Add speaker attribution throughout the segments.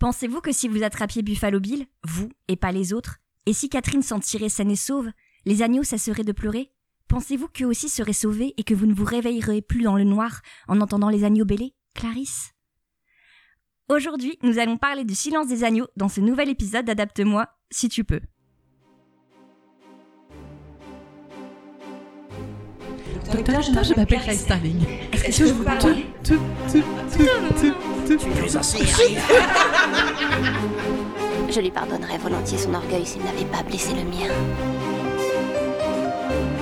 Speaker 1: Pensez-vous que si vous attrapiez Buffalo Bill, vous et pas les autres, et si Catherine s'en tirait saine et sauve, les agneaux cesseraient de pleurer Pensez-vous qu'eux aussi seraient sauvés et que vous ne vous réveillerez plus dans le noir en entendant les agneaux bêler Clarisse Aujourd'hui, nous allons parler du silence des agneaux dans ce nouvel épisode d'Adapte-moi, si tu peux.
Speaker 2: Docteur, docteur, je m'appelle Clay Starling. Est-ce que je vous parle Tout, tout, tout, tout, tout.
Speaker 3: Je lui pardonnerais volontiers son orgueil s'il n'avait pas blessé le mien.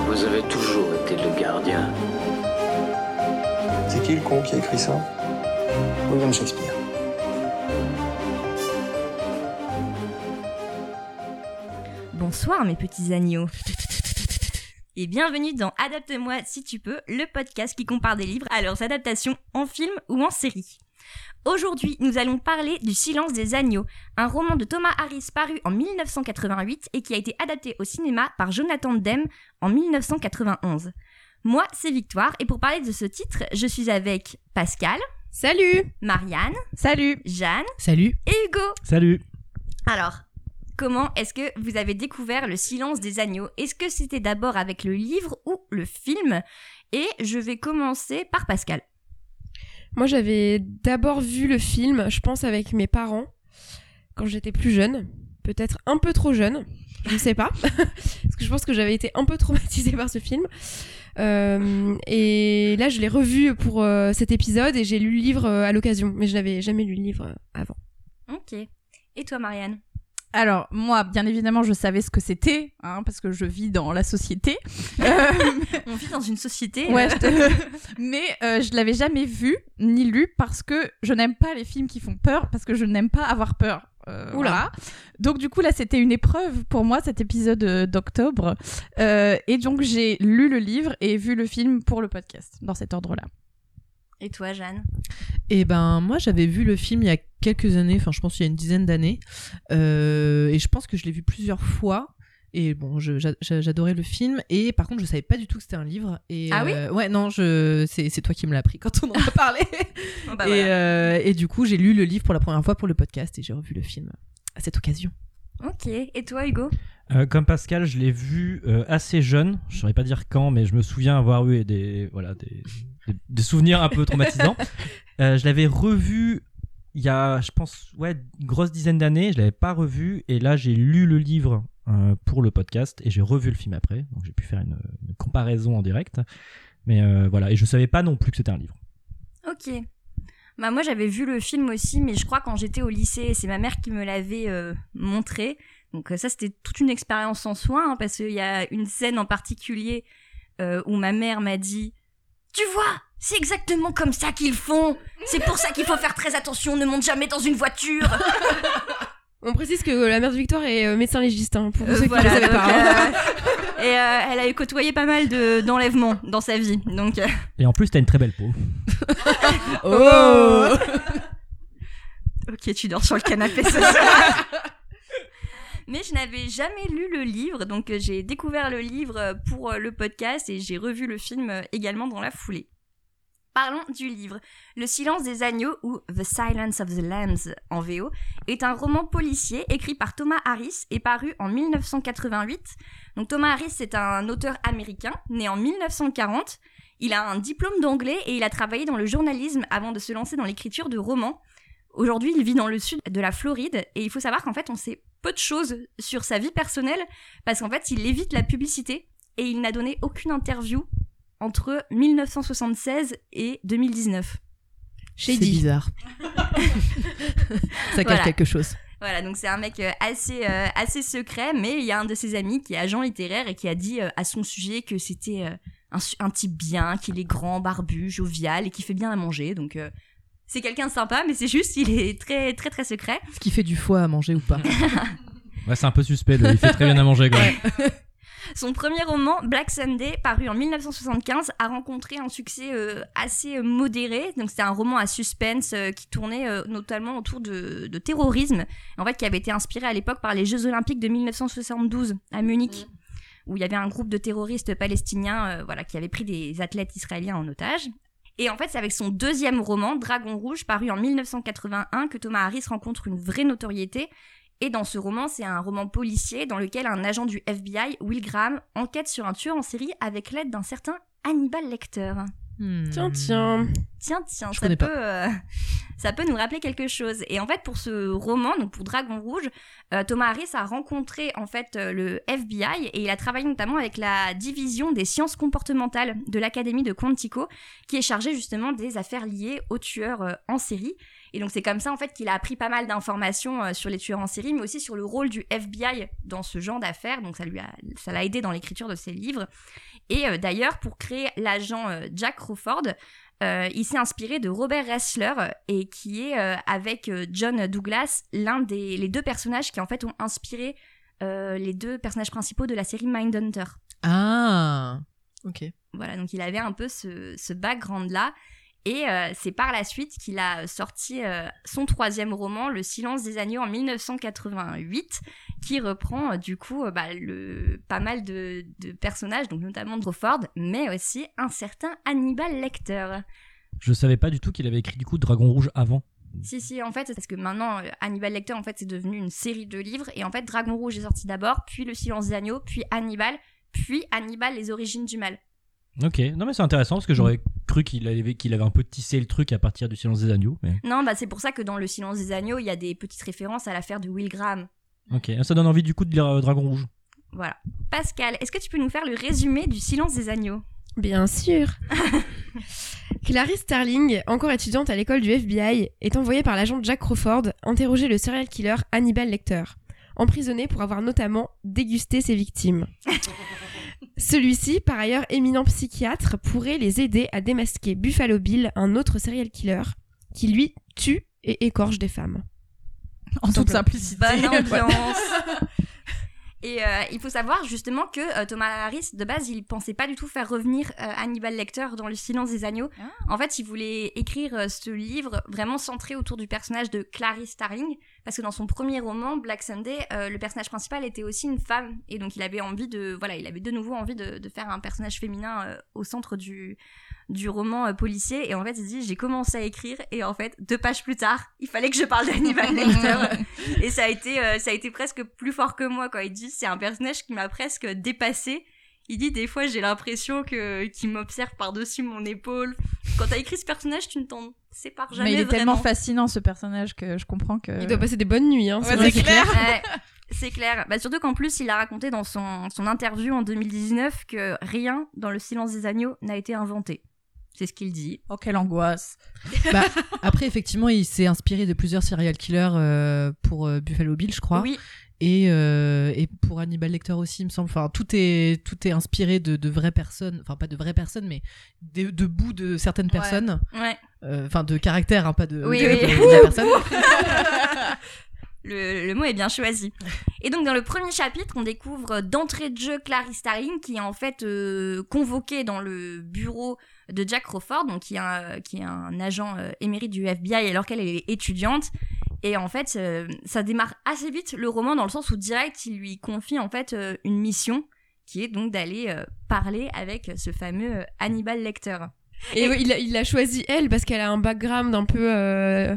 Speaker 4: Vous avez toujours été le gardien.
Speaker 5: C'est qui le con qui a écrit ça William Shakespeare.
Speaker 1: Bonsoir mes petits agneaux. Et bienvenue dans Adapte-moi si tu peux, le podcast qui compare des livres à leurs adaptations en film ou en série. Aujourd'hui, nous allons parler du Silence des agneaux, un roman de Thomas Harris paru en 1988 et qui a été adapté au cinéma par Jonathan Demme en 1991. Moi, c'est Victoire et pour parler de ce titre, je suis avec Pascal,
Speaker 2: Salut
Speaker 1: Marianne,
Speaker 2: Salut
Speaker 1: Jeanne
Speaker 6: Salut.
Speaker 1: et Hugo.
Speaker 6: Salut.
Speaker 1: Alors, comment est-ce que vous avez découvert le silence des agneaux Est-ce que c'était d'abord avec le livre ou le film Et je vais commencer par Pascal.
Speaker 7: Moi, j'avais d'abord vu le film, je pense, avec mes parents, quand j'étais plus jeune. Peut-être un peu trop jeune, je ne sais pas. Parce que je pense que j'avais été un peu traumatisée par ce film. Euh, et là, je l'ai revu pour euh, cet épisode et j'ai lu le livre euh, à l'occasion. Mais je n'avais jamais lu le livre euh, avant.
Speaker 1: Ok. Et toi, Marianne
Speaker 2: Alors, moi, bien évidemment, je savais ce que c'était, hein, parce que je vis dans la société. Euh,
Speaker 1: On vit dans une société.
Speaker 2: Ouais,
Speaker 1: euh,
Speaker 2: je te- mais euh, je l'avais jamais vu ni lu parce que je n'aime pas les films qui font peur parce que je n'aime pas avoir peur. Euh,
Speaker 7: Oula.
Speaker 2: voilà. Donc du coup là c'était une épreuve pour moi cet épisode euh, d'octobre Euh, et donc j'ai lu le livre et vu le film pour le podcast dans cet ordre là.
Speaker 1: Et toi, Jeanne
Speaker 6: Eh ben, moi, j'avais vu le film il y a quelques années, enfin, je pense il y a une dizaine d'années, euh, et je pense que je l'ai vu plusieurs fois. Et bon, je- j'a- j'a- j'adorais le film, et par contre, je savais pas du tout que c'était un livre. Et,
Speaker 1: Ah oui
Speaker 6: euh, Ouais, non, je, c'est c'est toi qui me l'as appris quand on en a parlé.
Speaker 1: Oh, bah
Speaker 6: et,
Speaker 1: voilà.
Speaker 6: euh, et du coup, j'ai lu le livre pour la première fois pour le podcast, et j'ai revu le film à cette occasion.
Speaker 1: Ok. Et toi, Hugo
Speaker 8: Euh, comme Pascal, je l'ai vu euh, assez jeune. Je saurais pas dire quand, mais je me souviens avoir eu des, voilà, des, des- des souvenirs un peu traumatisants. Euh, je l'avais revu il y a, je pense, ouais, une grosse dizaine d'années. Je l'avais pas revu. Et là, j'ai lu le livre euh, pour le podcast et j'ai revu le film après. Donc, j'ai pu faire une, une comparaison en direct. Mais euh, voilà. Et je savais pas non plus que c'était un livre.
Speaker 1: Ok. Bah moi j'avais vu le film aussi, mais je crois quand j'étais au lycée, c'est ma mère qui me l'avait euh, montré. Donc euh, ça c'était toute une expérience en soi, hein, parce qu'il y a une scène en particulier euh, où ma mère m'a dit, tu vois, c'est exactement comme ça qu'ils font. C'est pour ça qu'il faut faire très attention, ne monte jamais dans une voiture.
Speaker 7: On précise que euh, la mère de Victoire est euh, médecin légiste, hein, pour
Speaker 1: Euh,
Speaker 7: ceux qui ne
Speaker 1: voilà,
Speaker 7: le savaient
Speaker 1: donc,
Speaker 7: pas. hein.
Speaker 1: euh, et euh, elle a eu côtoyé pas mal de d'enlèvements dans sa vie, donc. euh,
Speaker 8: Et en plus, t'as une très belle peau.
Speaker 6: Oh
Speaker 1: Ok, tu dors sur le canapé ce soir. Mais je n'avais jamais lu le livre, donc euh, j'ai découvert le livre euh, pour euh, le podcast et j'ai revu le film euh, également dans la foulée. Parlons du livre. Le silence des agneaux ou The Silence of the Lambs en VO est un roman policier écrit par Thomas Harris et paru en 1988. Donc Thomas Harris est un auteur américain né en 1940. Il a un diplôme d'anglais et il a travaillé dans le journalisme avant de se lancer dans l'écriture de romans. Aujourd'hui, il vit dans le sud de la Floride et il faut savoir qu'en fait, on sait peu de choses sur sa vie personnelle parce qu'en fait, il évite la publicité et il n'a donné aucune interview entre 1976 et 2019.
Speaker 6: C'est
Speaker 7: Shady.
Speaker 6: bizarre. Ça cache
Speaker 1: Voilà.
Speaker 6: quelque chose.
Speaker 1: Voilà, donc c'est un mec euh, assez, euh, assez secret, mais il y a un de ses amis qui est agent littéraire et qui a dit euh, à son sujet que c'était euh, un, su- un type bien, qu'il est grand, barbu, jovial et qui fait bien à manger. Donc euh, c'est quelqu'un de sympa, mais c'est juste, il est très, très, très secret.
Speaker 6: Ce qui fait du foie à manger ou pas.
Speaker 8: Ouais, c'est un peu suspect. le- Il fait très bien à manger, quand même.
Speaker 1: Son premier roman, Black Sunday, paru en 1975, a rencontré un succès euh, assez euh, modéré. Donc c'était un roman à suspense euh, qui tournait euh, notamment autour de, de terrorisme, en fait qui avait été inspiré à l'époque par les Jeux Olympiques de 1972 à Munich, où il y avait un groupe de terroristes palestiniens, euh, voilà, qui avait pris des athlètes israéliens en otage. Et en fait, c'est avec son deuxième roman, Dragon Rouge, paru en 1981, que Thomas Harris rencontre une vraie notoriété. Et dans ce roman, c'est un roman policier dans lequel un agent du FBI, Will Graham, enquête sur un tueur en série avec l'aide d'un certain Hannibal Lecter.
Speaker 6: Hmm.
Speaker 1: euh,
Speaker 7: Tiens, tiens.
Speaker 1: Tiens, tiens,
Speaker 6: Je
Speaker 1: ça
Speaker 6: connais
Speaker 1: peut,
Speaker 6: pas.
Speaker 1: euh, ça peut nous rappeler quelque chose. Et en fait, pour ce roman, donc pour Dragon Rouge, euh, Thomas Harris a rencontré en fait euh, le FBI et il a travaillé notamment avec la division des sciences comportementales de l'académie de Quantico, qui est chargée justement des affaires liées aux tueurs euh, en série. Et donc c'est comme ça en fait qu'il a appris pas mal d'informations euh, sur les tueurs en série, mais aussi sur le rôle du FBI dans ce genre d'affaires. Donc ça lui a, ça l'a aidé dans l'écriture de ses livres. Et euh, d'ailleurs pour créer l'agent euh, Jack Crawford, euh, il s'est inspiré de Robert Ressler euh, et qui est euh, avec euh, John Douglas l'un des les deux personnages qui en fait ont inspiré euh, les deux personnages principaux de la série Mindhunter.
Speaker 6: Ah, ok.
Speaker 1: Voilà, donc il avait un peu ce, ce background-là. Et euh, c'est par la suite qu'il a sorti euh, son troisième roman, Le silence des agneaux, en 1988, qui reprend euh, du coup euh, bah, le, pas mal de, de personnages, donc notamment Droford, mais aussi un certain Hannibal Lecter.
Speaker 8: Je savais pas du tout qu'il avait écrit du coup Dragon Rouge avant.
Speaker 1: Si, si, en fait, c'est parce que maintenant, euh, Hannibal Lecter, en fait, c'est devenu une série de livres. Et en fait, Dragon Rouge est sorti d'abord, puis Le Silence des Agneaux, puis Hannibal, puis Hannibal, Les Origines du Mal.
Speaker 8: Ok, non mais c'est intéressant parce que j'aurais cru qu'il avait, qu'il avait un peu tissé le truc à partir du Silence des Agneaux. Mais...
Speaker 1: Non, bah, c'est pour ça que dans Le Silence des Agneaux, il y a des petites références à l'affaire de Will Graham.
Speaker 8: Ok, ça donne envie du coup de lire euh, Dragon Rouge.
Speaker 1: Voilà. Pascal, est-ce que tu peux nous faire le résumé du Silence des Agneaux
Speaker 7: Bien sûr. Clarice Starling, encore étudiante à l'école du FBI, est envoyée par l'agent Jack Crawford interroger le serial killer Hannibal Lecter, emprisonné pour avoir notamment dégusté ses victimes. Celui-ci, par ailleurs éminent psychiatre, pourrait les aider à démasquer Buffalo Bill, un autre serial killer, qui lui tue et écorche des femmes.
Speaker 2: En toute
Speaker 7: Simplement.
Speaker 2: simplicité.
Speaker 1: Bonne ambiance Et euh, il faut savoir justement que euh, Thomas Harris, de base, il pensait pas du tout faire revenir euh, Hannibal Lecter dans Le Silence des Agneaux. En fait, il voulait écrire euh, ce livre vraiment centré autour du personnage de Clarice Starling, parce que dans son premier roman, Black Sunday, euh, le personnage principal était aussi une femme, et donc il avait envie de, voilà, il avait de nouveau envie de, de faire un personnage féminin euh, au centre du du roman euh, policier. Et en fait, il se dit, j'ai commencé à écrire, et en fait, deux pages plus tard, il fallait que je parle d'Hannibal Lecter. Et ça a été, euh, ça a été presque plus fort que moi, quoi. Il dit, c'est un personnage qui m'a presque dépassé. Il dit, des fois, j'ai l'impression que qu'il m'observe par-dessus mon épaule. Quand t'as écrit ce personnage, tu ne t'en sépares jamais
Speaker 2: Mais il est
Speaker 1: vraiment.
Speaker 2: tellement fascinant ce personnage que je comprends que.
Speaker 7: Il doit passer des bonnes nuits, hein.
Speaker 2: Ouais,
Speaker 7: sinon
Speaker 2: c'est
Speaker 7: il-
Speaker 2: clair.
Speaker 1: Ouais, c'est clair. Bah, surtout qu'en plus, il a raconté dans son, son interview en 2019 que rien dans le silence des agneaux n'a été inventé. C'est ce qu'il dit.
Speaker 2: Oh quelle angoisse.
Speaker 6: Après, effectivement, il s'est inspiré de plusieurs serial killers euh, pour euh, Buffalo Bill, je crois,
Speaker 1: Oui,
Speaker 6: et, euh, et pour Hannibal Lecter aussi, il me semble. Enfin, tout est tout est inspiré de, de vraies personnes, enfin pas de vraies personnes, mais de, de bouts de certaines personnes,
Speaker 1: ouais.
Speaker 6: Euh, enfin de caractères, hein, pas de,
Speaker 1: Oui,
Speaker 6: de-
Speaker 1: oui.
Speaker 6: de- de la personne.
Speaker 1: Le, le mot est bien choisi. Et donc dans le premier chapitre, on découvre d'entrée de jeu Clarice Starling qui est en fait euh, convoquée dans le bureau de Jack Crawford, donc qui est un, qui est un agent euh, émérite du FBI alors qu'elle est étudiante. Et en fait, euh, ça démarre assez vite le roman dans le sens où direct il lui confie en fait euh, une mission qui est donc d'aller euh, parler avec ce fameux euh, Hannibal Lecter.
Speaker 7: Et oui, il a- il l'a choisi elle parce qu'elle a un background un peu, euh,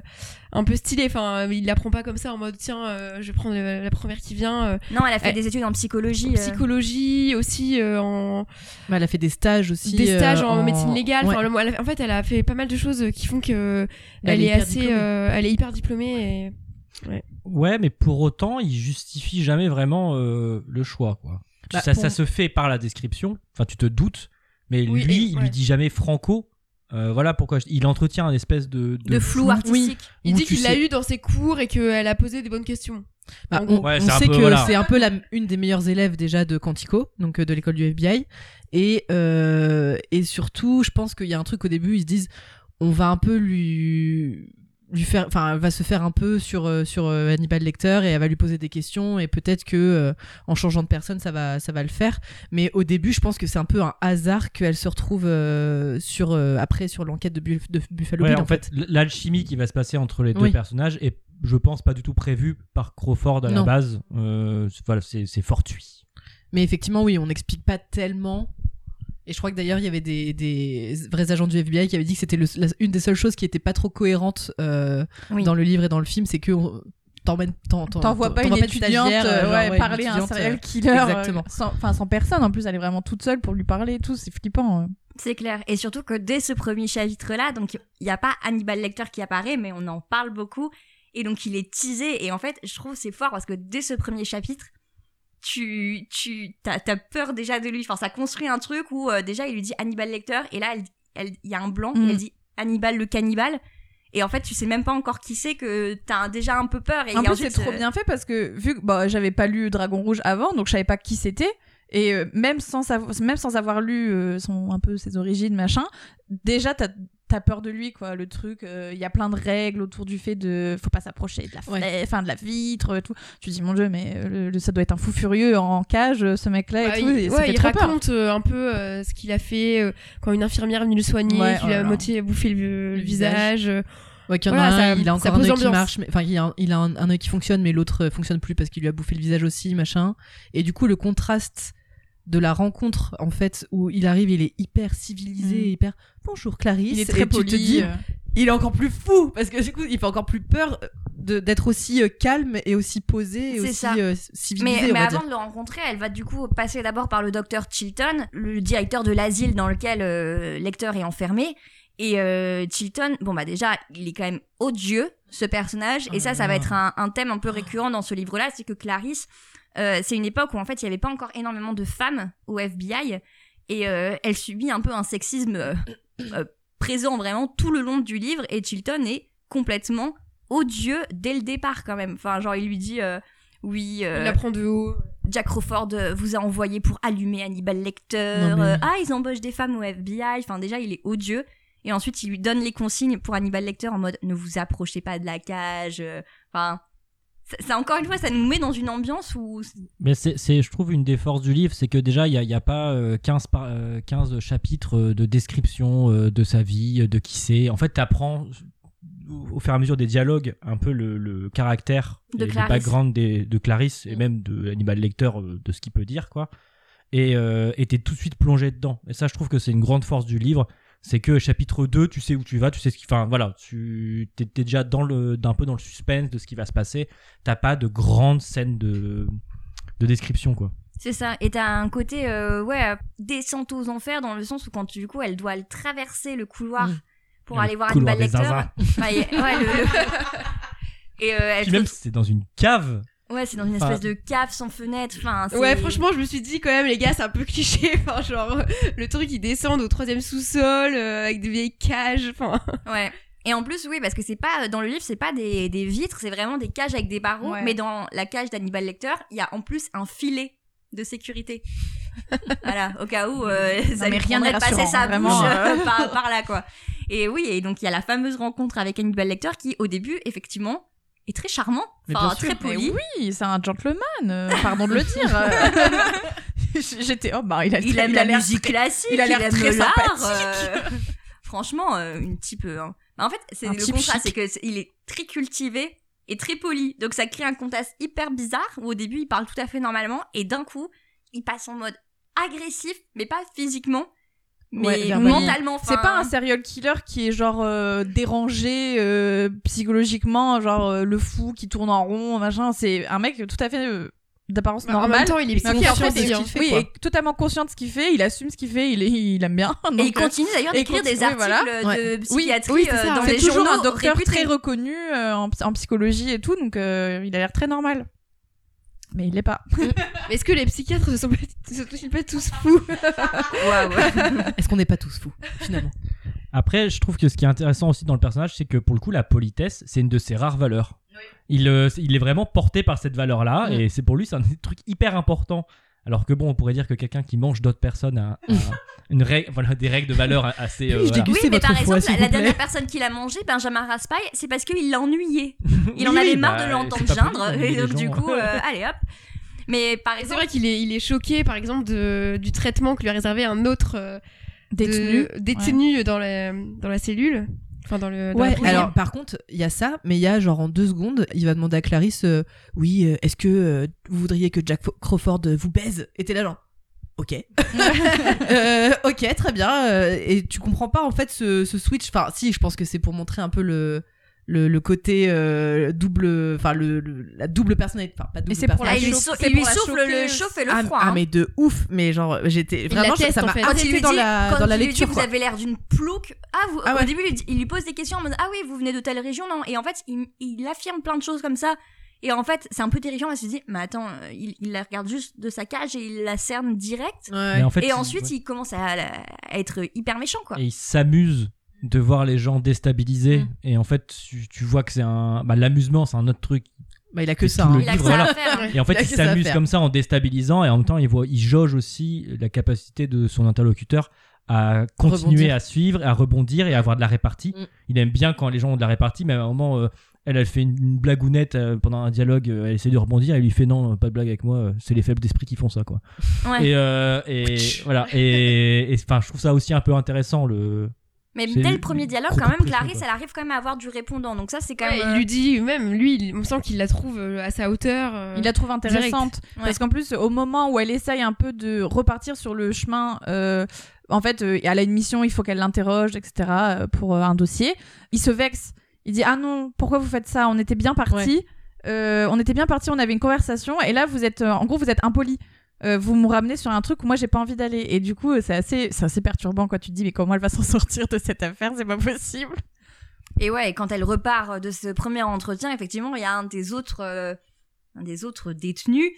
Speaker 7: un peu stylé. Enfin, il la prend pas comme ça en mode tiens, euh, je prends le- la première qui vient. euh,
Speaker 1: Non, elle a fait
Speaker 7: Eh,
Speaker 1: des études en psychologie. euh.
Speaker 7: psychologie aussi, euh, en
Speaker 6: Bah, elle a fait des stages aussi.
Speaker 7: des
Speaker 6: euh,
Speaker 7: stages en, médecine légale.
Speaker 6: Ouais.
Speaker 7: Enfin, le- elle a- en fait, elle a fait pas mal de choses euh, qui font que
Speaker 6: Elle
Speaker 7: elle
Speaker 6: est
Speaker 7: est,
Speaker 6: hyper
Speaker 7: assez,
Speaker 6: diplômée.
Speaker 7: euh, elle est hyper diplômée.
Speaker 8: Ouais, mais pour autant, il justifie jamais vraiment euh, le choix, quoi. Tu-
Speaker 6: Bah,
Speaker 8: ça,
Speaker 6: pour-
Speaker 8: ça se fait par la description, enfin tu te doutes, mais
Speaker 7: Oui,
Speaker 8: lui,
Speaker 7: et-
Speaker 8: il
Speaker 7: ouais.
Speaker 8: lui dit jamais franco. Euh, voilà pourquoi je- il entretient un espèce de,
Speaker 1: de flou artistique.
Speaker 7: Et il
Speaker 8: Où
Speaker 7: dit
Speaker 8: tu
Speaker 7: qu'il l'a
Speaker 8: sais-
Speaker 7: eu dans ses cours et qu'elle a posé des bonnes questions.
Speaker 6: Bah,
Speaker 7: En
Speaker 6: on
Speaker 7: gros.
Speaker 8: Ouais,
Speaker 6: on
Speaker 8: c'est un
Speaker 6: sait
Speaker 8: peu,
Speaker 6: que
Speaker 8: voilà.
Speaker 6: c'est un peu la, une des meilleures élèves déjà de Quantico, donc euh, de l'école du FBI. Et, euh, et surtout, je pense qu'il y a un truc au début, ils se disent on va un peu lui, lui faire. Enfin, elle va se faire un peu sur, euh, sur euh, Hannibal Lecter et elle va lui poser des questions et peut-être que euh, en changeant de personne, ça va, ça va le faire. Mais au début, je pense que c'est un peu un hasard qu'elle se retrouve euh, sur, euh, après sur l'enquête de, Buff- de Buffalo
Speaker 8: Ouais,
Speaker 6: Bill.
Speaker 8: en fait, l- l'alchimie qui va se passer entre les deux
Speaker 6: Oui.
Speaker 8: personnages est, je pense, pas du tout prévue par Crawford à la
Speaker 6: Non.
Speaker 8: base. Euh, c'est- voilà, c'est c'est fortuit.
Speaker 6: Mais effectivement, oui, on n'explique pas tellement. Et je crois que d'ailleurs, il y avait des, des vrais agents du FBI qui avaient dit que c'était le- la- une des seules choses qui n'était pas trop cohérente euh,
Speaker 1: Oui.
Speaker 6: dans le livre et dans le film, c'est que on- t'emmènes- t'en- t'en-
Speaker 2: T'en vois pas
Speaker 6: t'en-
Speaker 2: une
Speaker 6: t'envoies
Speaker 2: étudiante
Speaker 6: stagiaire,
Speaker 2: euh,
Speaker 6: euh, genre,
Speaker 2: ouais,
Speaker 6: ouais, une
Speaker 2: parler à un
Speaker 6: étudiante, euh,
Speaker 2: serial killer. euh,
Speaker 6: exactement.
Speaker 2: sans- Enfin, sans, personne. En plus, elle est vraiment toute seule pour lui parler et tout. C'est flippant. hein.
Speaker 1: C'est clair. Et surtout que dès ce premier chapitre-là, donc il n'y a pas Hannibal Lecter qui apparaît, mais on en parle beaucoup. Et donc il est teasé. Et en fait, je trouve que c'est fort parce que dès ce premier chapitre, tu, tu as, peur déjà de lui. Enfin, ça construit un truc où euh, déjà il lui dit Hannibal Lecter. Et là, il elle, il y a un blanc
Speaker 2: Mm.
Speaker 1: et elle dit Hannibal le cannibale. Et en fait, tu sais même pas encore qui c'est que t'as un- déjà un peu peur. Et
Speaker 2: En plus,
Speaker 1: ensuite,
Speaker 2: c'est trop
Speaker 1: euh,
Speaker 2: bien fait parce que vu que bah, j'avais pas lu Dragon Rouge avant, donc je savais pas qui c'était. Et euh, même, sans savo- même sans avoir lu euh, son, un peu ses origines, machin, déjà t'as as peur de lui, quoi. Le truc, euh, il y a plein de règles autour du fait de. Faut pas s'approcher de la
Speaker 6: Ouais.
Speaker 2: fenêtre, enfin, de la vitre, et tout. Tu te dis, mon dieu, mais euh, le- le- ça doit être un fou furieux en cage, euh, ce mec-là,
Speaker 7: Bah,
Speaker 2: et tout.
Speaker 7: il,
Speaker 2: et ça
Speaker 7: ouais,
Speaker 2: fait
Speaker 7: il
Speaker 2: trop peur.
Speaker 7: raconte euh, un peu euh, ce qu'il a fait euh, quand une infirmière est venue le soigner,
Speaker 2: Ouais,
Speaker 7: qu'il
Speaker 2: oh là
Speaker 7: a
Speaker 2: là.
Speaker 7: moitié bouffé le, le
Speaker 6: Le
Speaker 7: visage. euh,
Speaker 6: Ouais, qu'il y en
Speaker 7: Voilà,
Speaker 6: a un, il
Speaker 7: ça-
Speaker 6: a
Speaker 7: ça
Speaker 6: encore un
Speaker 7: pose
Speaker 6: œil qui
Speaker 7: l'ambiance.
Speaker 6: marche, mais- enfin, il a, un- il a un, un œil qui fonctionne, mais l'autre euh, fonctionne plus parce qu'il lui a bouffé le visage aussi, machin. Et du coup, le contraste de la rencontre, en fait, où il arrive, il est hyper civilisé,
Speaker 2: Mm.
Speaker 6: hyper bonjour Clarisse,
Speaker 2: Il est
Speaker 6: et
Speaker 2: très
Speaker 6: tu
Speaker 2: poli.
Speaker 6: te dis,
Speaker 2: euh.
Speaker 6: il est encore plus fou parce que du coup, il fait encore plus peur euh, de- d'être aussi euh, calme et aussi posé
Speaker 1: C'est
Speaker 6: et aussi
Speaker 1: ça.
Speaker 6: euh, civilisé,
Speaker 1: Mais,
Speaker 6: on
Speaker 1: mais
Speaker 6: va
Speaker 1: avant
Speaker 6: dire.
Speaker 1: de le rencontrer, elle va du coup passer d'abord par le docteur Chilton, le directeur de l'asile dans lequel euh, Lecter est enfermé. Et euh, Chilton, bon bah déjà, il est quand même odieux, ce personnage.
Speaker 6: Oh
Speaker 1: Et ça,
Speaker 6: là
Speaker 1: ça va
Speaker 6: là.
Speaker 1: être un, un thème un peu récurrent dans ce livre-là, c'est que Clarisse, euh, c'est une époque où en fait, il n'y avait pas encore énormément de femmes au FBI. Et euh, elle subit un peu un sexisme euh, euh, présent vraiment tout le long du livre. Et Chilton est complètement odieux dès le départ quand même. Enfin, genre, il lui dit... euh, oui,
Speaker 7: Il
Speaker 1: euh,
Speaker 7: la prend de haut.
Speaker 1: Jack Crawford euh, vous a envoyé pour allumer Hannibal Lecter.
Speaker 6: Non, mais-
Speaker 1: euh, ah, ils embauchent des femmes au FBI. Enfin, déjà, il est odieux. Et ensuite, il lui donne les consignes pour Hannibal Lecter en mode ne vous approchez pas de la cage. euh, Enfin, ça, ça, encore une fois, ça nous met dans une ambiance où.
Speaker 8: Mais c'est, c'est- je trouve, une des forces du livre, c'est que déjà, il n'y a, il y a pas euh, 15, par- euh, 15 chapitres euh, de description euh, de sa vie, euh, de qui c'est. En fait, tu apprends au fur et à mesure des dialogues un peu le, le caractère
Speaker 1: De
Speaker 8: et le
Speaker 1: Clarisse.
Speaker 8: background des- de Clarisse et
Speaker 6: Mm.
Speaker 8: même de Hannibal Lecter, euh, de ce qu'il peut dire, quoi. Et euh, et t'es tout de suite plongé dedans. Et ça, je trouve que c'est une grande force du livre. C'est que chapitre 2, tu sais où tu vas, tu sais ce qui. Enfin, voilà, tu t'es, t'es déjà dans le, d'un peu dans le suspense de ce qui va se passer. T'as pas de grandes scènes de, de description quoi.
Speaker 1: C'est ça. Et t'as un côté, euh, ouais, euh, descente aux enfers dans le sens où quand du coup, elle doit le traverser le couloir
Speaker 6: Mmh.
Speaker 1: pour
Speaker 8: Mm. Le
Speaker 1: aller voir
Speaker 8: couloir
Speaker 1: Hannibal
Speaker 8: des
Speaker 1: Lecter.
Speaker 8: zinzins.
Speaker 1: Enfin, il- ouais, le- le- Et euh, elle
Speaker 8: Puis même
Speaker 1: trouve-
Speaker 8: si c'est dans une cave.
Speaker 1: Ouais, c'est dans une
Speaker 8: Enfin-
Speaker 1: espèce de cave sans fenêtre. Enfin, c'est-
Speaker 7: Ouais, franchement, je me suis dit quand même, les gars, c'est un peu cliché. Enfin, genre, le truc, ils descendent au troisième sous-sol euh, avec des vieilles cages. Enfin,
Speaker 1: Ouais. Et en plus, oui, parce que c'est pas dans le livre, c'est pas des, des vitres, c'est vraiment des cages avec des barreaux.
Speaker 2: Ouais.
Speaker 1: Mais dans la cage d'Hannibal Lecter, il y a en plus un filet de sécurité. voilà, au cas où euh, ça lui
Speaker 2: mais rien n'est
Speaker 1: prendrait de passer
Speaker 2: rassurant, hein,
Speaker 1: sa
Speaker 2: vraiment,
Speaker 1: bouche euh, par, par là, quoi. Et oui, et donc il y a la fameuse rencontre avec Hannibal Lecter qui, au début, effectivement, est très charmant,
Speaker 6: Mais
Speaker 1: enfin
Speaker 6: bien sûr,
Speaker 1: très
Speaker 2: Mais
Speaker 1: poli.
Speaker 2: oui, c'est un gentleman, euh, pardon de le dire. J'étais, oh bah, il a,
Speaker 1: Il aime
Speaker 2: il a
Speaker 1: la
Speaker 2: l'air
Speaker 1: musique classique,
Speaker 2: il a l'air
Speaker 1: aime
Speaker 2: très
Speaker 1: l'art, euh, franchement, euh, une type. euh, hein. Bah, En fait, c'est
Speaker 2: Un
Speaker 1: le
Speaker 2: type
Speaker 1: contraste, c'est
Speaker 2: chic.
Speaker 1: que c'est- il est très cultivé et très poli, donc ça crée un contraste hyper bizarre où au début il parle tout à fait normalement et d'un coup il passe en mode agressif, mais pas physiquement, mais
Speaker 2: Ouais, verbalement.
Speaker 1: mentalement.
Speaker 2: C'est
Speaker 1: enfin,
Speaker 2: pas un serial killer qui est genre euh, dérangé euh, psychologiquement, genre euh, le fou qui tourne en rond, machin. C'est un mec tout à fait euh, d'apparence
Speaker 7: en même
Speaker 2: normale.
Speaker 7: temps, il est
Speaker 2: mais qui, en
Speaker 7: conscient de
Speaker 2: fait,
Speaker 7: ce
Speaker 2: est-
Speaker 7: qu'il fait.
Speaker 2: oui,
Speaker 7: quoi.
Speaker 2: est totalement conscient de ce qu'il fait, il assume ce qu'il fait, il, est- il aime bien.
Speaker 1: Et
Speaker 2: Donc,
Speaker 1: il continue d'ailleurs
Speaker 2: et
Speaker 1: d'écrire
Speaker 2: continue,
Speaker 1: des articles
Speaker 2: voilà.
Speaker 1: de psychiatrie
Speaker 7: Oui, c'est
Speaker 1: euh,
Speaker 7: ça.
Speaker 1: dans
Speaker 2: C'est
Speaker 1: les
Speaker 2: toujours un
Speaker 1: journaux
Speaker 2: docteur
Speaker 1: réputés.
Speaker 2: très reconnu euh, en, ps- en psychologie et tout, donc euh, il a l'air très normal. Mais il l'est pas.
Speaker 7: Mais Est-ce que les psychiatres ne sont pas, sont pas tous fous
Speaker 1: Waouh.
Speaker 6: Est-ce qu'on n'est pas tous fous finalement
Speaker 8: Après, je trouve que ce qui est intéressant aussi dans le personnage, c'est que pour le coup, la politesse, c'est une de ses rares valeurs. Il, euh, il est vraiment porté par cette valeur-là,
Speaker 6: Mm.
Speaker 8: et c'est pour lui, c'est un truc hyper important. Alors que bon, on pourrait dire que quelqu'un qui mange d'autres personnes a, a une règle, voilà, des règles de valeur assez. euh,
Speaker 6: Puis je
Speaker 8: voilà.
Speaker 1: Oui,
Speaker 6: Dégustez
Speaker 1: mais
Speaker 6: votre
Speaker 1: par
Speaker 6: foie,
Speaker 1: exemple,
Speaker 6: s'il
Speaker 1: la, la
Speaker 6: vous plaît.
Speaker 1: dernière personne qui l'a mangé, Benjamin Raspail, c'est parce qu'il l'a ennuyé. Il en
Speaker 8: Oui,
Speaker 1: avait marre
Speaker 8: bah,
Speaker 1: de l'entendre
Speaker 8: c'est pas
Speaker 1: geindre,
Speaker 8: poli d'ennuyer
Speaker 1: et
Speaker 8: les
Speaker 1: donc du
Speaker 8: gens. hein.
Speaker 1: coup, euh, allez hop. Mais par
Speaker 7: C'est
Speaker 1: exemple,
Speaker 7: vrai qu'il est, il est choqué, par exemple, de, du traitement que lui a réservé un autre euh, de-
Speaker 2: Détenu.
Speaker 7: détenu dans, la, dans la cellule. Enfin, dans le. dans la
Speaker 6: Ouais,
Speaker 7: prison.
Speaker 6: alors par contre, il y a ça, mais il y a genre en deux secondes, il va demander à Clarisse euh, Oui, euh, est-ce que euh, vous voudriez que Jack Fo- Crawford euh, vous baise Et t'es là, genre ok. Euh, ok, très bien. euh, Et tu comprends pas en fait ce, ce switch. Enfin, si, je pense que c'est pour montrer un peu le. Le, le côté euh, double enfin le, le- la double personnalité enfin pas double
Speaker 2: Mais c'est pour la
Speaker 1: Ah, il lui,
Speaker 2: chauffe-
Speaker 1: sou-
Speaker 2: c'est
Speaker 1: il lui
Speaker 2: pour la
Speaker 1: souffle le
Speaker 2: choquer.
Speaker 1: chauffe et le
Speaker 6: ah,
Speaker 1: froid.
Speaker 6: ah,
Speaker 1: hein.
Speaker 6: mais de ouf mais genre j'étais
Speaker 7: la
Speaker 6: vraiment
Speaker 7: teste,
Speaker 6: ça
Speaker 7: en
Speaker 6: m'a
Speaker 7: fait.
Speaker 1: Quand il
Speaker 6: attiré
Speaker 1: lui
Speaker 6: dans
Speaker 1: dit-
Speaker 6: la
Speaker 1: quand
Speaker 6: dans la
Speaker 1: il lui dit,
Speaker 6: lecture
Speaker 1: vous
Speaker 6: quoi.
Speaker 1: avez l'air d'une plouque. Ah, vous,
Speaker 6: Ah ouais.
Speaker 1: au début, il lui, dit- il lui pose des questions en mode Ah oui, vous venez de telle région, non Et en fait, il, il affirme plein de choses comme ça. Et en fait, c'est un peu terrifiant. Elle se dit Mais attends, euh, il, il la regarde juste de sa cage et il la cerne direct.
Speaker 6: Ouais.
Speaker 8: Mais en fait,
Speaker 1: euh, et ensuite,
Speaker 8: il,
Speaker 1: il commence à, à être hyper méchant, quoi.
Speaker 8: et il s'amuse de voir les gens déstabilisés.
Speaker 1: Mm.
Speaker 8: Et en fait, tu, tu vois que c'est un. Bah, L'amusement, c'est un autre truc.
Speaker 6: Bah, il a que
Speaker 8: C'est
Speaker 6: ça
Speaker 8: tout
Speaker 6: hein.
Speaker 8: le
Speaker 1: Il a que
Speaker 8: livre,
Speaker 1: ça
Speaker 8: voilà.
Speaker 1: à faire. hein.
Speaker 8: Et en fait,
Speaker 6: Il a
Speaker 8: il
Speaker 6: que ça à
Speaker 8: s'amuse
Speaker 6: faire.
Speaker 8: comme ça en déstabilisant. Et en même temps, il, voit, il jauge aussi la capacité de son interlocuteur à continuer
Speaker 6: Rebondir.
Speaker 8: à suivre, à rebondir et à avoir de la répartie.
Speaker 6: Mm.
Speaker 8: Il aime bien quand les gens ont de la répartie, mais à un moment. euh, elle, elle fait une une blagounette euh, pendant un dialogue, euh, elle essaie de rebondir, et il lui fait non, pas de blague avec moi, euh, c'est les faibles d'esprit qui font ça, quoi.
Speaker 1: Ouais.
Speaker 8: Et, euh, et voilà. Et et, enfin, je trouve ça aussi un peu intéressant. Le...
Speaker 1: Mais
Speaker 8: c'est
Speaker 1: dès le premier dialogue, quand
Speaker 8: beaucoup
Speaker 1: même,
Speaker 8: plus,
Speaker 1: Clarisse,
Speaker 8: quoi.
Speaker 1: elle arrive quand même à avoir du répondant. Donc ça, c'est quand
Speaker 7: Ouais,
Speaker 1: même.
Speaker 7: il lui dit, même lui, il on sent qu'il la trouve euh, à sa hauteur. euh,
Speaker 2: Il la trouve intéressante.
Speaker 1: Ouais.
Speaker 2: Parce qu'en plus, au moment où elle essaye un peu de repartir sur le chemin, euh, en fait, euh, elle a une mission, il faut qu'elle l'interroge, etc., euh, pour euh, un dossier, il se vexe. Il dit Ah non, pourquoi vous faites ça On était bien partis. Euh, on était bien partis, on avait une conversation, et là, vous êtes, euh, en gros, vous êtes impoli. Euh, vous me ramenez sur un truc où moi j'ai pas envie d'aller et du coup euh, c'est assez c'est assez perturbant quand tu te dis mais comment elle va s'en sortir de cette affaire c'est pas possible
Speaker 1: Et ouais, et quand elle repart euh, de ce premier entretien, effectivement, il y a un des autres, euh, un des autres détenus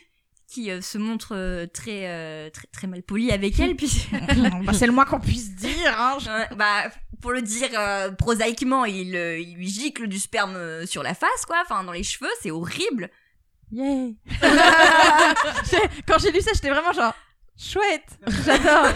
Speaker 1: qui euh, se montre euh, très, euh, très, très mal poli avec elle. Puis,
Speaker 2: Bah, c'est le moins qu'on puisse dire hein. Je-
Speaker 1: Ouais, bah, pour le dire euh, prosaïquement, il, euh, il lui gicle du sperme euh, sur la face, quoi, enfin dans les cheveux, c'est horrible.
Speaker 2: Yay J'ai- Quand j'ai lu ça, j'étais vraiment genre chouette, j'adore.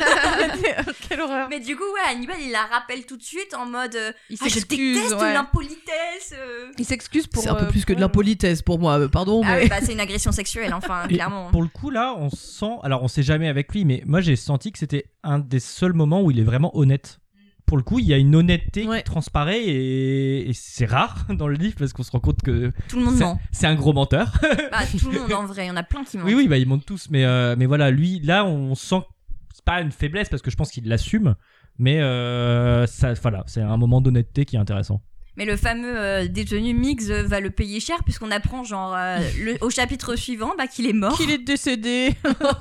Speaker 2: Quelle horreur.
Speaker 1: Mais du coup, ouais, Hannibal, il la rappelle tout de suite en mode euh,
Speaker 2: Il
Speaker 1: Ah, je déteste l'impolitesse. euh.
Speaker 2: Il s'excuse pour
Speaker 6: c'est un peu
Speaker 2: euh,
Speaker 6: plus que
Speaker 2: pour-
Speaker 6: de l'impolitesse pour moi euh, pardon
Speaker 1: Ah,
Speaker 6: mais
Speaker 1: ouais, bah, c'est une agression sexuelle, enfin,
Speaker 8: Et
Speaker 1: Ah, clairement. hein.
Speaker 8: pour le coup, là, on sent. Alors, on sait jamais avec lui, mais moi, j'ai senti que c'était un des seuls moments où il est vraiment honnête. Pour le coup, il y a une honnêteté
Speaker 6: Ouais.
Speaker 8: qui transparaît et, et c'est rare dans le livre parce qu'on se rend compte que
Speaker 1: Tout le monde
Speaker 8: c'est-
Speaker 1: ment.
Speaker 8: c'est un gros menteur.
Speaker 1: Bah, tout le monde en vrai, il y en a plein qui mentent.
Speaker 8: oui, oui, bah, ils mentent tous, mais, euh, mais voilà, lui, là, on sent que c'est pas une faiblesse parce que je pense qu'il l'assume, mais euh, ça, voilà, c'est un moment d'honnêteté qui est intéressant.
Speaker 1: Mais le fameux euh, détenu Mix euh, va le payer cher puisqu'on apprend genre euh, le- au chapitre suivant bah, qu'il est mort.
Speaker 2: qu'il est décédé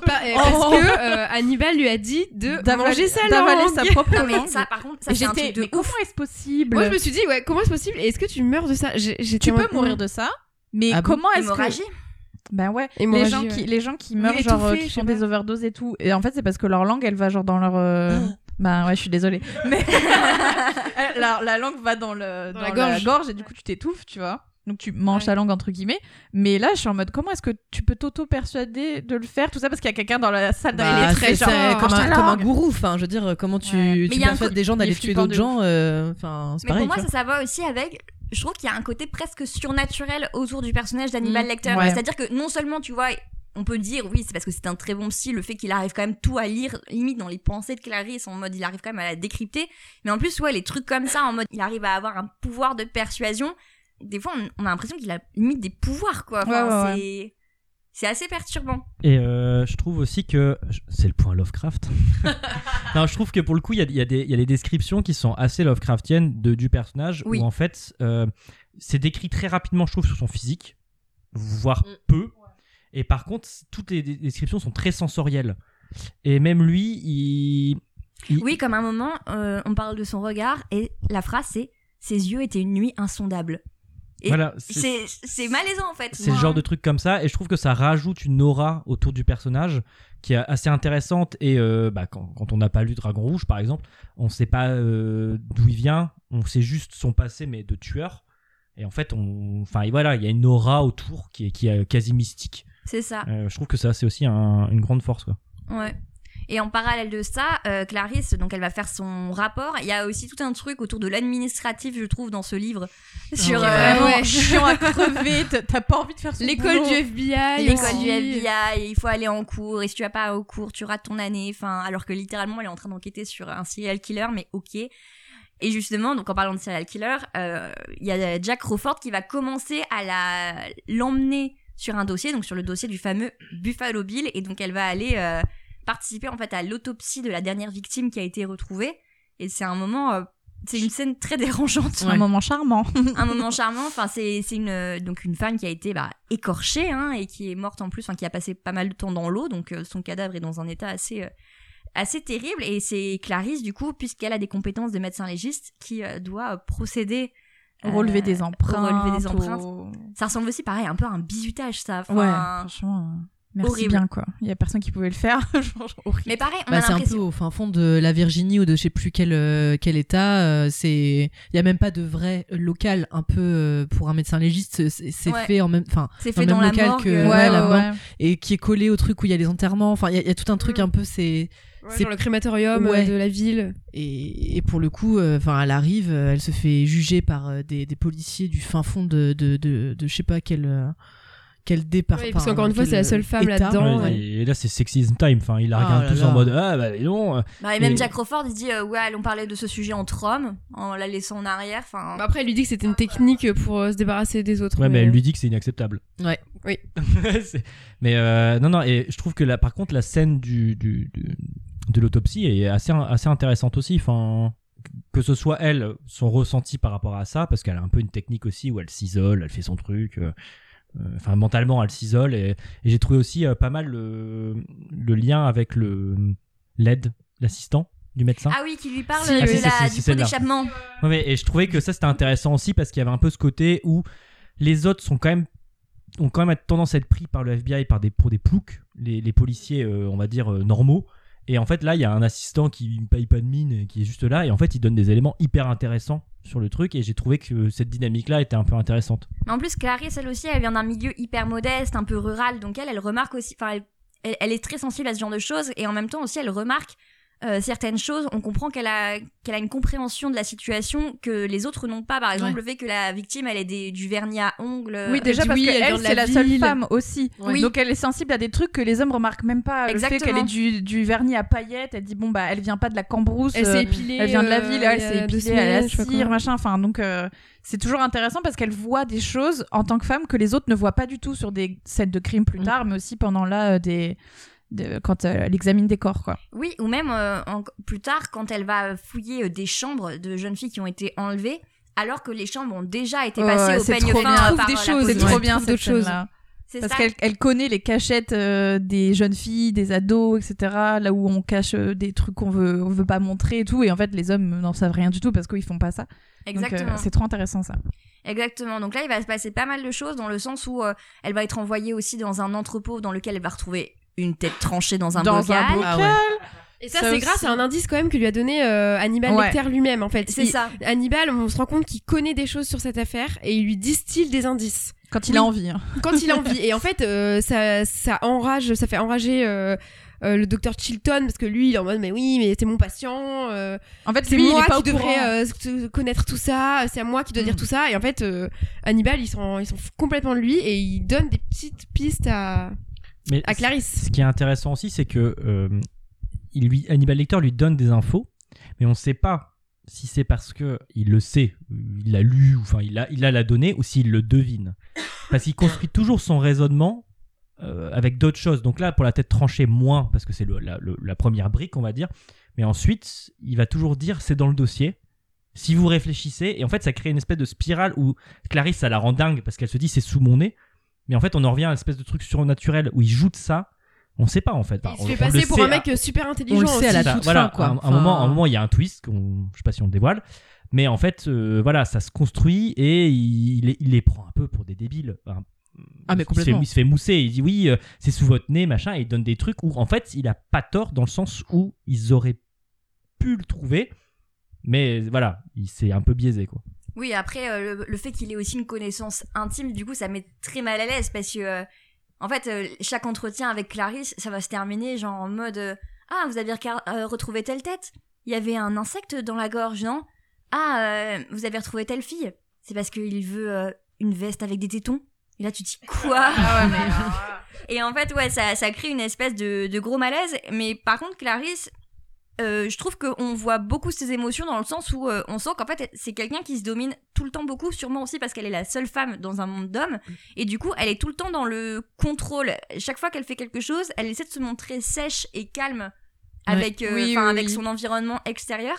Speaker 2: Oh.
Speaker 7: pas- euh, Parce que euh, Hannibal lui a dit de manger sa
Speaker 2: d'avaler
Speaker 7: langue.
Speaker 2: sa propre
Speaker 1: Non mais
Speaker 2: langue.
Speaker 1: Ah ça par contre, ça
Speaker 2: Et
Speaker 1: c'est un truc
Speaker 2: j'étais
Speaker 1: de
Speaker 2: mais
Speaker 1: ouf.
Speaker 2: comment est-ce possible
Speaker 7: Moi, je me suis dit, ouais, comment c'est possible Et Est-ce que tu meurs de ça J'ai-
Speaker 2: Tu
Speaker 7: j'étais en
Speaker 2: peux
Speaker 7: mode,
Speaker 2: mourir de ça mais
Speaker 6: Ah bon
Speaker 2: comment est-ce que
Speaker 1: Hémorragie.
Speaker 2: ben ouais les
Speaker 7: Hémorragie,
Speaker 2: gens
Speaker 7: ouais.
Speaker 2: qui les gens qui meurent
Speaker 6: Oui,
Speaker 2: genre euh,
Speaker 6: étouffés,
Speaker 2: qui
Speaker 6: je
Speaker 2: font
Speaker 6: sais
Speaker 2: des overdoses et tout et en fait c'est parce que leur langue elle va genre dans leur euh,
Speaker 6: Ah.
Speaker 2: ben ouais je suis désolée mais la, la langue va dans le
Speaker 7: Dans
Speaker 2: Euh, dans,
Speaker 7: la
Speaker 2: la,
Speaker 7: gorge.
Speaker 2: gorge. et du coup tu t'étouffes tu vois donc tu manges
Speaker 7: Ouais.
Speaker 2: ta langue entre guillemets mais là je suis en mode comment est-ce que tu peux t'auto persuader de le faire tout ça parce qu'il y a quelqu'un dans la salle
Speaker 6: Bah,
Speaker 2: d'aller
Speaker 6: c'est-
Speaker 2: très genre
Speaker 6: c'est
Speaker 2: Oh,
Speaker 6: comme,
Speaker 2: mange
Speaker 6: un,
Speaker 2: ta
Speaker 6: comme un
Speaker 2: langue.
Speaker 6: gourou, enfin, je veux dire, comment
Speaker 2: Ouais.
Speaker 6: tu,
Speaker 1: Mais
Speaker 6: tu
Speaker 1: il y a un
Speaker 6: persuades
Speaker 1: co-
Speaker 6: des gens
Speaker 2: il
Speaker 6: d'aller
Speaker 2: est
Speaker 6: tuer
Speaker 2: flippant
Speaker 6: d'autres
Speaker 2: de
Speaker 6: gens, euh, enfin, c'est
Speaker 1: Mais
Speaker 6: pareil.
Speaker 1: pour moi
Speaker 6: tu
Speaker 1: ça ça va aussi avec je trouve qu'il y a un côté presque surnaturel autour du personnage d'Hannibal
Speaker 2: Mm,
Speaker 1: Lecter,
Speaker 2: ouais.
Speaker 1: c'est-à-dire que non seulement tu vois on peut dire oui, c'est parce que c'est un très bon psy, le fait qu'il arrive quand même tout à lire, limite dans les pensées de Clarisse, en mode il arrive quand même à la décrypter. Mais en plus, ouais, les trucs comme ça, en mode il arrive à avoir un pouvoir de persuasion. Des fois, on, on a l'impression qu'il a limite des pouvoirs, quoi. Enfin,
Speaker 2: Ouais, ouais,
Speaker 1: c'est c'est assez perturbant.
Speaker 8: Et euh, je trouve aussi que je- c'est le point Lovecraft. non, je trouve que pour le coup, il y a, il y a des il y a des descriptions qui sont assez Lovecraftiennes de, du personnage,
Speaker 1: Oui.
Speaker 8: où en fait, euh, c'est décrit très rapidement, je trouve, sur son physique,
Speaker 1: Mm.
Speaker 8: voire peu. Et par contre, c- toutes les des- descriptions sont très sensorielles. Et même lui, il. il-
Speaker 1: Oui, comme à un moment, euh, on parle de son regard et la phrase c'est ses yeux étaient une nuit insondable. Et
Speaker 8: voilà, c'est
Speaker 1: C'est c'est malaisant en fait.
Speaker 8: c'est le genre de truc comme ça, et je trouve que ça rajoute une aura autour du personnage qui est assez intéressante. Et euh, bah, quand, quand on n'a pas lu Dragon Rouge, par exemple, on ne sait pas euh, d'où il vient, on sait juste son passé, mais de tueur. Et en fait, on, enfin, et voilà, il y a une aura autour qui est, qui est quasi mystique.
Speaker 1: C'est ça.
Speaker 8: Euh, je trouve que ça, c'est aussi un- une grande force. Quoi.
Speaker 1: Ouais. Et en parallèle de ça, euh, Clarisse, donc elle va faire son rapport. Il y a aussi tout un truc autour de l'administratif, je trouve, dans ce livre. Sur
Speaker 6: ouais.
Speaker 1: euh,
Speaker 2: vraiment
Speaker 7: Ouais.
Speaker 2: chiant à crever t'as- t'as pas envie de faire son
Speaker 7: L'école
Speaker 2: boulot.
Speaker 7: du FBI.
Speaker 1: l'école
Speaker 7: aussi.
Speaker 1: du FBI, il faut aller en cours, et si tu vas pas au cours, tu rates ton année. Enfin, alors que littéralement, elle est en train d'enquêter sur un serial killer, mais ok. Et justement, donc en parlant de serial killer, euh, il y a Jack Crawford qui va commencer à la l'emmener sur un dossier, donc sur le dossier du fameux Buffalo Bill, et donc elle va aller euh, participer en fait à l'autopsie de la dernière victime qui a été retrouvée. Et c'est un moment, euh, c'est une scène très dérangeante,
Speaker 2: Un moment charmant.
Speaker 1: un moment charmant. Enfin, c'est c'est une donc une femme qui a été bah, écorchée hein, et qui est morte en plus, enfin qui a passé pas mal de temps dans l'eau, donc euh, son cadavre est dans un état assez euh, assez terrible. Et c'est Clarisse du coup, puisqu'elle a des compétences de médecin légiste, qui euh, doit euh, procéder euh,
Speaker 2: Relever des empreintes.
Speaker 1: relever des empreintes.
Speaker 2: au-
Speaker 1: Ça ressemble aussi pareil un peu à un bizutage ça.
Speaker 2: Ouais,
Speaker 1: Enfin,
Speaker 2: franchement, euh, merci
Speaker 1: horrible.
Speaker 2: bien quoi. Il y a personne qui pouvait le faire. Genre, horrible.
Speaker 1: Mais pareil, on
Speaker 6: Bah,
Speaker 1: a
Speaker 6: c'est un peu
Speaker 1: l'impression.
Speaker 6: au fin fond de la Virginie ou de je sais plus quel, euh, quel état. euh, c'est il y a même pas de vrai local un peu euh, pour un médecin légiste. c'est- C'est
Speaker 1: Ouais.
Speaker 6: fait en même, enfin
Speaker 1: C'est
Speaker 6: dans
Speaker 1: fait
Speaker 6: le
Speaker 1: dans
Speaker 6: même
Speaker 1: la
Speaker 6: local
Speaker 1: morgue.
Speaker 6: que-
Speaker 1: euh,
Speaker 6: Ouais,
Speaker 1: ouais, ouais,
Speaker 6: la mort.
Speaker 1: ouais.
Speaker 6: et qui est collé au truc où il y a les enterrements. Enfin il y, a- il y a tout un truc
Speaker 7: Mm.
Speaker 6: un peu c'est
Speaker 7: Ouais,
Speaker 6: C'est-
Speaker 7: genre le crématorium euh,
Speaker 6: Ouais.
Speaker 7: de la ville.
Speaker 6: et, et pour le coup euh, enfin elle arrive, euh, elle se fait juger par euh, des, des policiers du fin fond de de de, de je sais pas quel euh, quel départ.
Speaker 7: Ouais, parce
Speaker 6: enfin,
Speaker 7: qu'encore une fois,
Speaker 6: quel euh,
Speaker 7: c'est la seule femme
Speaker 6: état.
Speaker 7: là-dedans.
Speaker 8: Ouais,
Speaker 7: ouais.
Speaker 8: Et et là, c'est sexism time. Enfin, ils la
Speaker 6: Ah
Speaker 8: regardent
Speaker 6: là
Speaker 8: tous
Speaker 6: là.
Speaker 8: en mode Ah, bah non. euh,
Speaker 1: Bah, et même
Speaker 8: Et-
Speaker 1: Jack Crawford, il dit euh, ouais, allez, on parlait de ce sujet entre hommes, en la laissant en arrière. Enfin,
Speaker 7: Bah, après, elle lui dit que c'était une technique pour euh, se débarrasser des autres. euh,
Speaker 8: Ouais, mais elle lui dit que c'est inacceptable.
Speaker 6: Ouais.
Speaker 7: Oui.
Speaker 8: C'est- mais euh, non, non, et je trouve que là, par contre, la scène du, du- du- de l'autopsie est assez, assez intéressante aussi. Enfin, que ce soit elle, son ressenti par rapport à ça, parce qu'elle a un peu une technique aussi où elle s'isole, elle fait son truc. euh, euh, Enfin, mentalement, elle s'isole. Et, et j'ai trouvé aussi euh, pas mal le, le lien avec le l'aide, l'assistant du médecin.
Speaker 1: ah oui, qui lui parle
Speaker 8: Si,
Speaker 1: de
Speaker 8: ah, si,
Speaker 1: la-
Speaker 8: c'est- c'est
Speaker 1: du pot
Speaker 8: celle-là.
Speaker 1: d'échappement.
Speaker 8: Ouais, mais- et je trouvais que ça c'était intéressant aussi parce qu'il y avait un peu ce côté où les autres sont quand même ont quand même tendance à être pris par le FBI par des pour des ploucs, les, les policiers euh, on va dire euh, normaux. Et en fait là il y a un assistant qui ne paye pas de mine, et qui est juste là et en fait il donne des éléments hyper intéressants sur le truc et j'ai trouvé que cette dynamique là était un peu intéressante.
Speaker 1: Mais en plus, Clarisse, elle aussi, elle vient d'un milieu hyper modeste, un peu rural, donc elle, elle remarque aussi, enfin, elle, elle- elle est très sensible à ce genre de choses, et en même temps aussi, elle remarque euh, certaines choses. On comprend qu'elle a, qu'elle a une compréhension de la situation que les autres n'ont pas. Par exemple,
Speaker 6: Ouais.
Speaker 1: le fait que la victime, elle ait des, du vernis à ongles.
Speaker 2: Oui, déjà
Speaker 7: dit
Speaker 2: parce
Speaker 7: oui, elle
Speaker 2: que
Speaker 7: vient
Speaker 2: elle,
Speaker 7: de la
Speaker 2: c'est la, seule
Speaker 7: ville.
Speaker 2: femme aussi.
Speaker 1: Oui.
Speaker 2: Donc elle est sensible à des trucs que les hommes remarquent même pas. Le fait
Speaker 1: Exactement.
Speaker 2: qu'elle ait du, du vernis à paillettes, elle dit bon bah elle vient pas de la cambrousse.
Speaker 7: Elle
Speaker 2: euh,
Speaker 7: s'est épilée.
Speaker 2: elle vient de la
Speaker 7: euh,
Speaker 2: ville,
Speaker 7: il
Speaker 2: elle
Speaker 7: y a
Speaker 2: s'est
Speaker 7: deux
Speaker 2: épilée à la
Speaker 7: semaines, je sais pas
Speaker 2: cire,
Speaker 7: quoi.
Speaker 2: machin. Enfin, donc euh, c'est toujours intéressant parce qu'elle voit des choses en tant que femme que les autres ne voient pas du tout sur des scènes de crime plus
Speaker 6: Mm.
Speaker 2: tard, mais aussi pendant là euh, des, de- quand euh, elle examine des corps quoi.
Speaker 1: Oui, ou même euh, en- plus tard, quand elle va fouiller euh, des chambres de jeunes filles qui ont été enlevées, alors que les chambres ont déjà été
Speaker 2: Ouais,
Speaker 1: passées
Speaker 2: ouais,
Speaker 1: au
Speaker 2: c'est
Speaker 1: peigne
Speaker 2: trop
Speaker 1: fin
Speaker 2: bien.
Speaker 1: par euh,
Speaker 7: Trouve des
Speaker 1: la
Speaker 7: choses,
Speaker 1: police.
Speaker 2: C'est
Speaker 7: Ouais.
Speaker 2: trop bien
Speaker 7: Trouve
Speaker 2: cette
Speaker 7: d'autres
Speaker 2: chose
Speaker 7: choses.
Speaker 2: là.
Speaker 1: C'est
Speaker 2: Parce
Speaker 1: ça.
Speaker 2: qu'elle elle connaît les cachettes euh, des jeunes filles, des ados, etc. Là où on cache euh, des trucs qu'on veut, on veut pas montrer et tout. Et en fait, les hommes n'en savent rien du tout parce qu'ils font pas ça. Donc, euh,
Speaker 1: Exactement.
Speaker 2: C'est trop intéressant ça.
Speaker 1: Exactement. Donc là, il va se passer pas mal de choses dans le sens où euh, elle va être envoyée aussi dans un entrepôt dans lequel elle va retrouver une tête tranchée dans un
Speaker 2: Dans
Speaker 1: bocal.
Speaker 2: un bocal.
Speaker 6: Ah ouais.
Speaker 7: Et ça,
Speaker 2: Ça
Speaker 7: c'est
Speaker 2: aussi.
Speaker 7: grâce à un indice quand même que lui a donné euh, Hannibal
Speaker 2: Ouais.
Speaker 7: Lecter lui-même en fait.
Speaker 1: C'est
Speaker 7: Il-
Speaker 1: ça.
Speaker 7: Hannibal, on se rend compte qu'il connaît des choses sur cette affaire et il lui distille des indices
Speaker 2: Quand il
Speaker 7: Oui.
Speaker 2: a envie. hein.
Speaker 7: quand il a envie. Et en fait, euh, ça, ça enrage, ça fait enrager euh, euh, le docteur Chilton parce que lui, il est en mode mais oui, mais c'est mon patient. euh,
Speaker 2: En fait,
Speaker 7: c'est
Speaker 2: lui, il
Speaker 7: moi
Speaker 2: est pas au
Speaker 7: qui devrais
Speaker 2: courant.
Speaker 7: euh, t- connaître tout ça, c'est à moi qui dois dire
Speaker 6: Mm.
Speaker 7: tout ça. Et en fait, euh, Hannibal, ils s'en ils s'en fout complètement de lui et il donne des petites pistes à,
Speaker 8: Mais
Speaker 7: à Clarisse.
Speaker 8: ce qui est intéressant aussi c'est que euh, il lui Hannibal Lecter lui donne des infos mais on sait pas si c'est parce que il le sait, il l'a lu, ou enfin il a, il a la donnée, ou s'il le devine. Parce qu'il construit toujours son raisonnement euh, avec d'autres choses. Donc là, pour la tête tranchée, moins, parce que c'est le- la, le- la première brique, on va dire. Mais ensuite, il va toujours dire c'est dans le dossier. Si vous réfléchissez, et en fait, ça crée une espèce de spirale où Clarisse, ça la rend dingue parce qu'elle se dit c'est sous mon nez. Mais en fait, on en revient à une espèce de truc surnaturel où il joue de ça. On sait pas en fait.
Speaker 7: Il se fait
Speaker 8: On- on le
Speaker 7: passer pour
Speaker 8: sait
Speaker 7: un
Speaker 8: à-
Speaker 7: mec euh, super intelligent.
Speaker 6: On le sait à la
Speaker 7: aussi.
Speaker 8: ça,
Speaker 6: toute
Speaker 8: voilà,
Speaker 6: fin quoi.
Speaker 8: Un, un
Speaker 6: Enfin,
Speaker 8: moment, un moment, il y a un twist, qu'on- je sais pas si on le dévoile, mais en fait, euh, voilà, ça se construit et il, il les- il les prend un peu pour des débiles. Enfin,
Speaker 6: Ah, mais
Speaker 8: il se, fait,
Speaker 6: complètement.
Speaker 8: il se fait mousser, il dit oui, euh, c'est sous votre nez, machin, et il donne des trucs où en fait, il a pas tort dans le sens où ils auraient pu le trouver, mais voilà, il s'est un peu biaisé quoi.
Speaker 1: Oui, après, euh, le, le fait qu'il ait aussi une connaissance intime, du coup, ça met très mal à l'aise parce que, euh, en fait, euh, chaque entretien avec Clarisse, ça va se terminer genre en mode euh, Ah, vous avez recar- euh, retrouvé telle tête Il y avait un insecte dans la gorge, non Ah, euh, vous avez retrouvé telle fille C'est parce qu'il veut euh, une veste avec des tétons Et là, tu te dis Quoi
Speaker 2: Ah euh,
Speaker 1: Et en fait, ouais, ça, ça crée une espèce de, de gros malaise. Mais par contre, Clarisse, euh, je trouve qu'on voit beaucoup ses émotions dans le sens où euh, on sent qu'en fait c'est quelqu'un qui se domine tout le temps beaucoup, sûrement aussi parce qu'elle est la seule femme dans un monde d'hommes et du coup elle est tout le temps dans le contrôle. Chaque fois qu'elle fait quelque chose, elle essaie de se montrer sèche et calme
Speaker 6: Ouais.
Speaker 1: avec, euh,
Speaker 2: Oui,
Speaker 1: enfin,
Speaker 2: oui,
Speaker 1: avec
Speaker 2: oui.
Speaker 1: son environnement extérieur.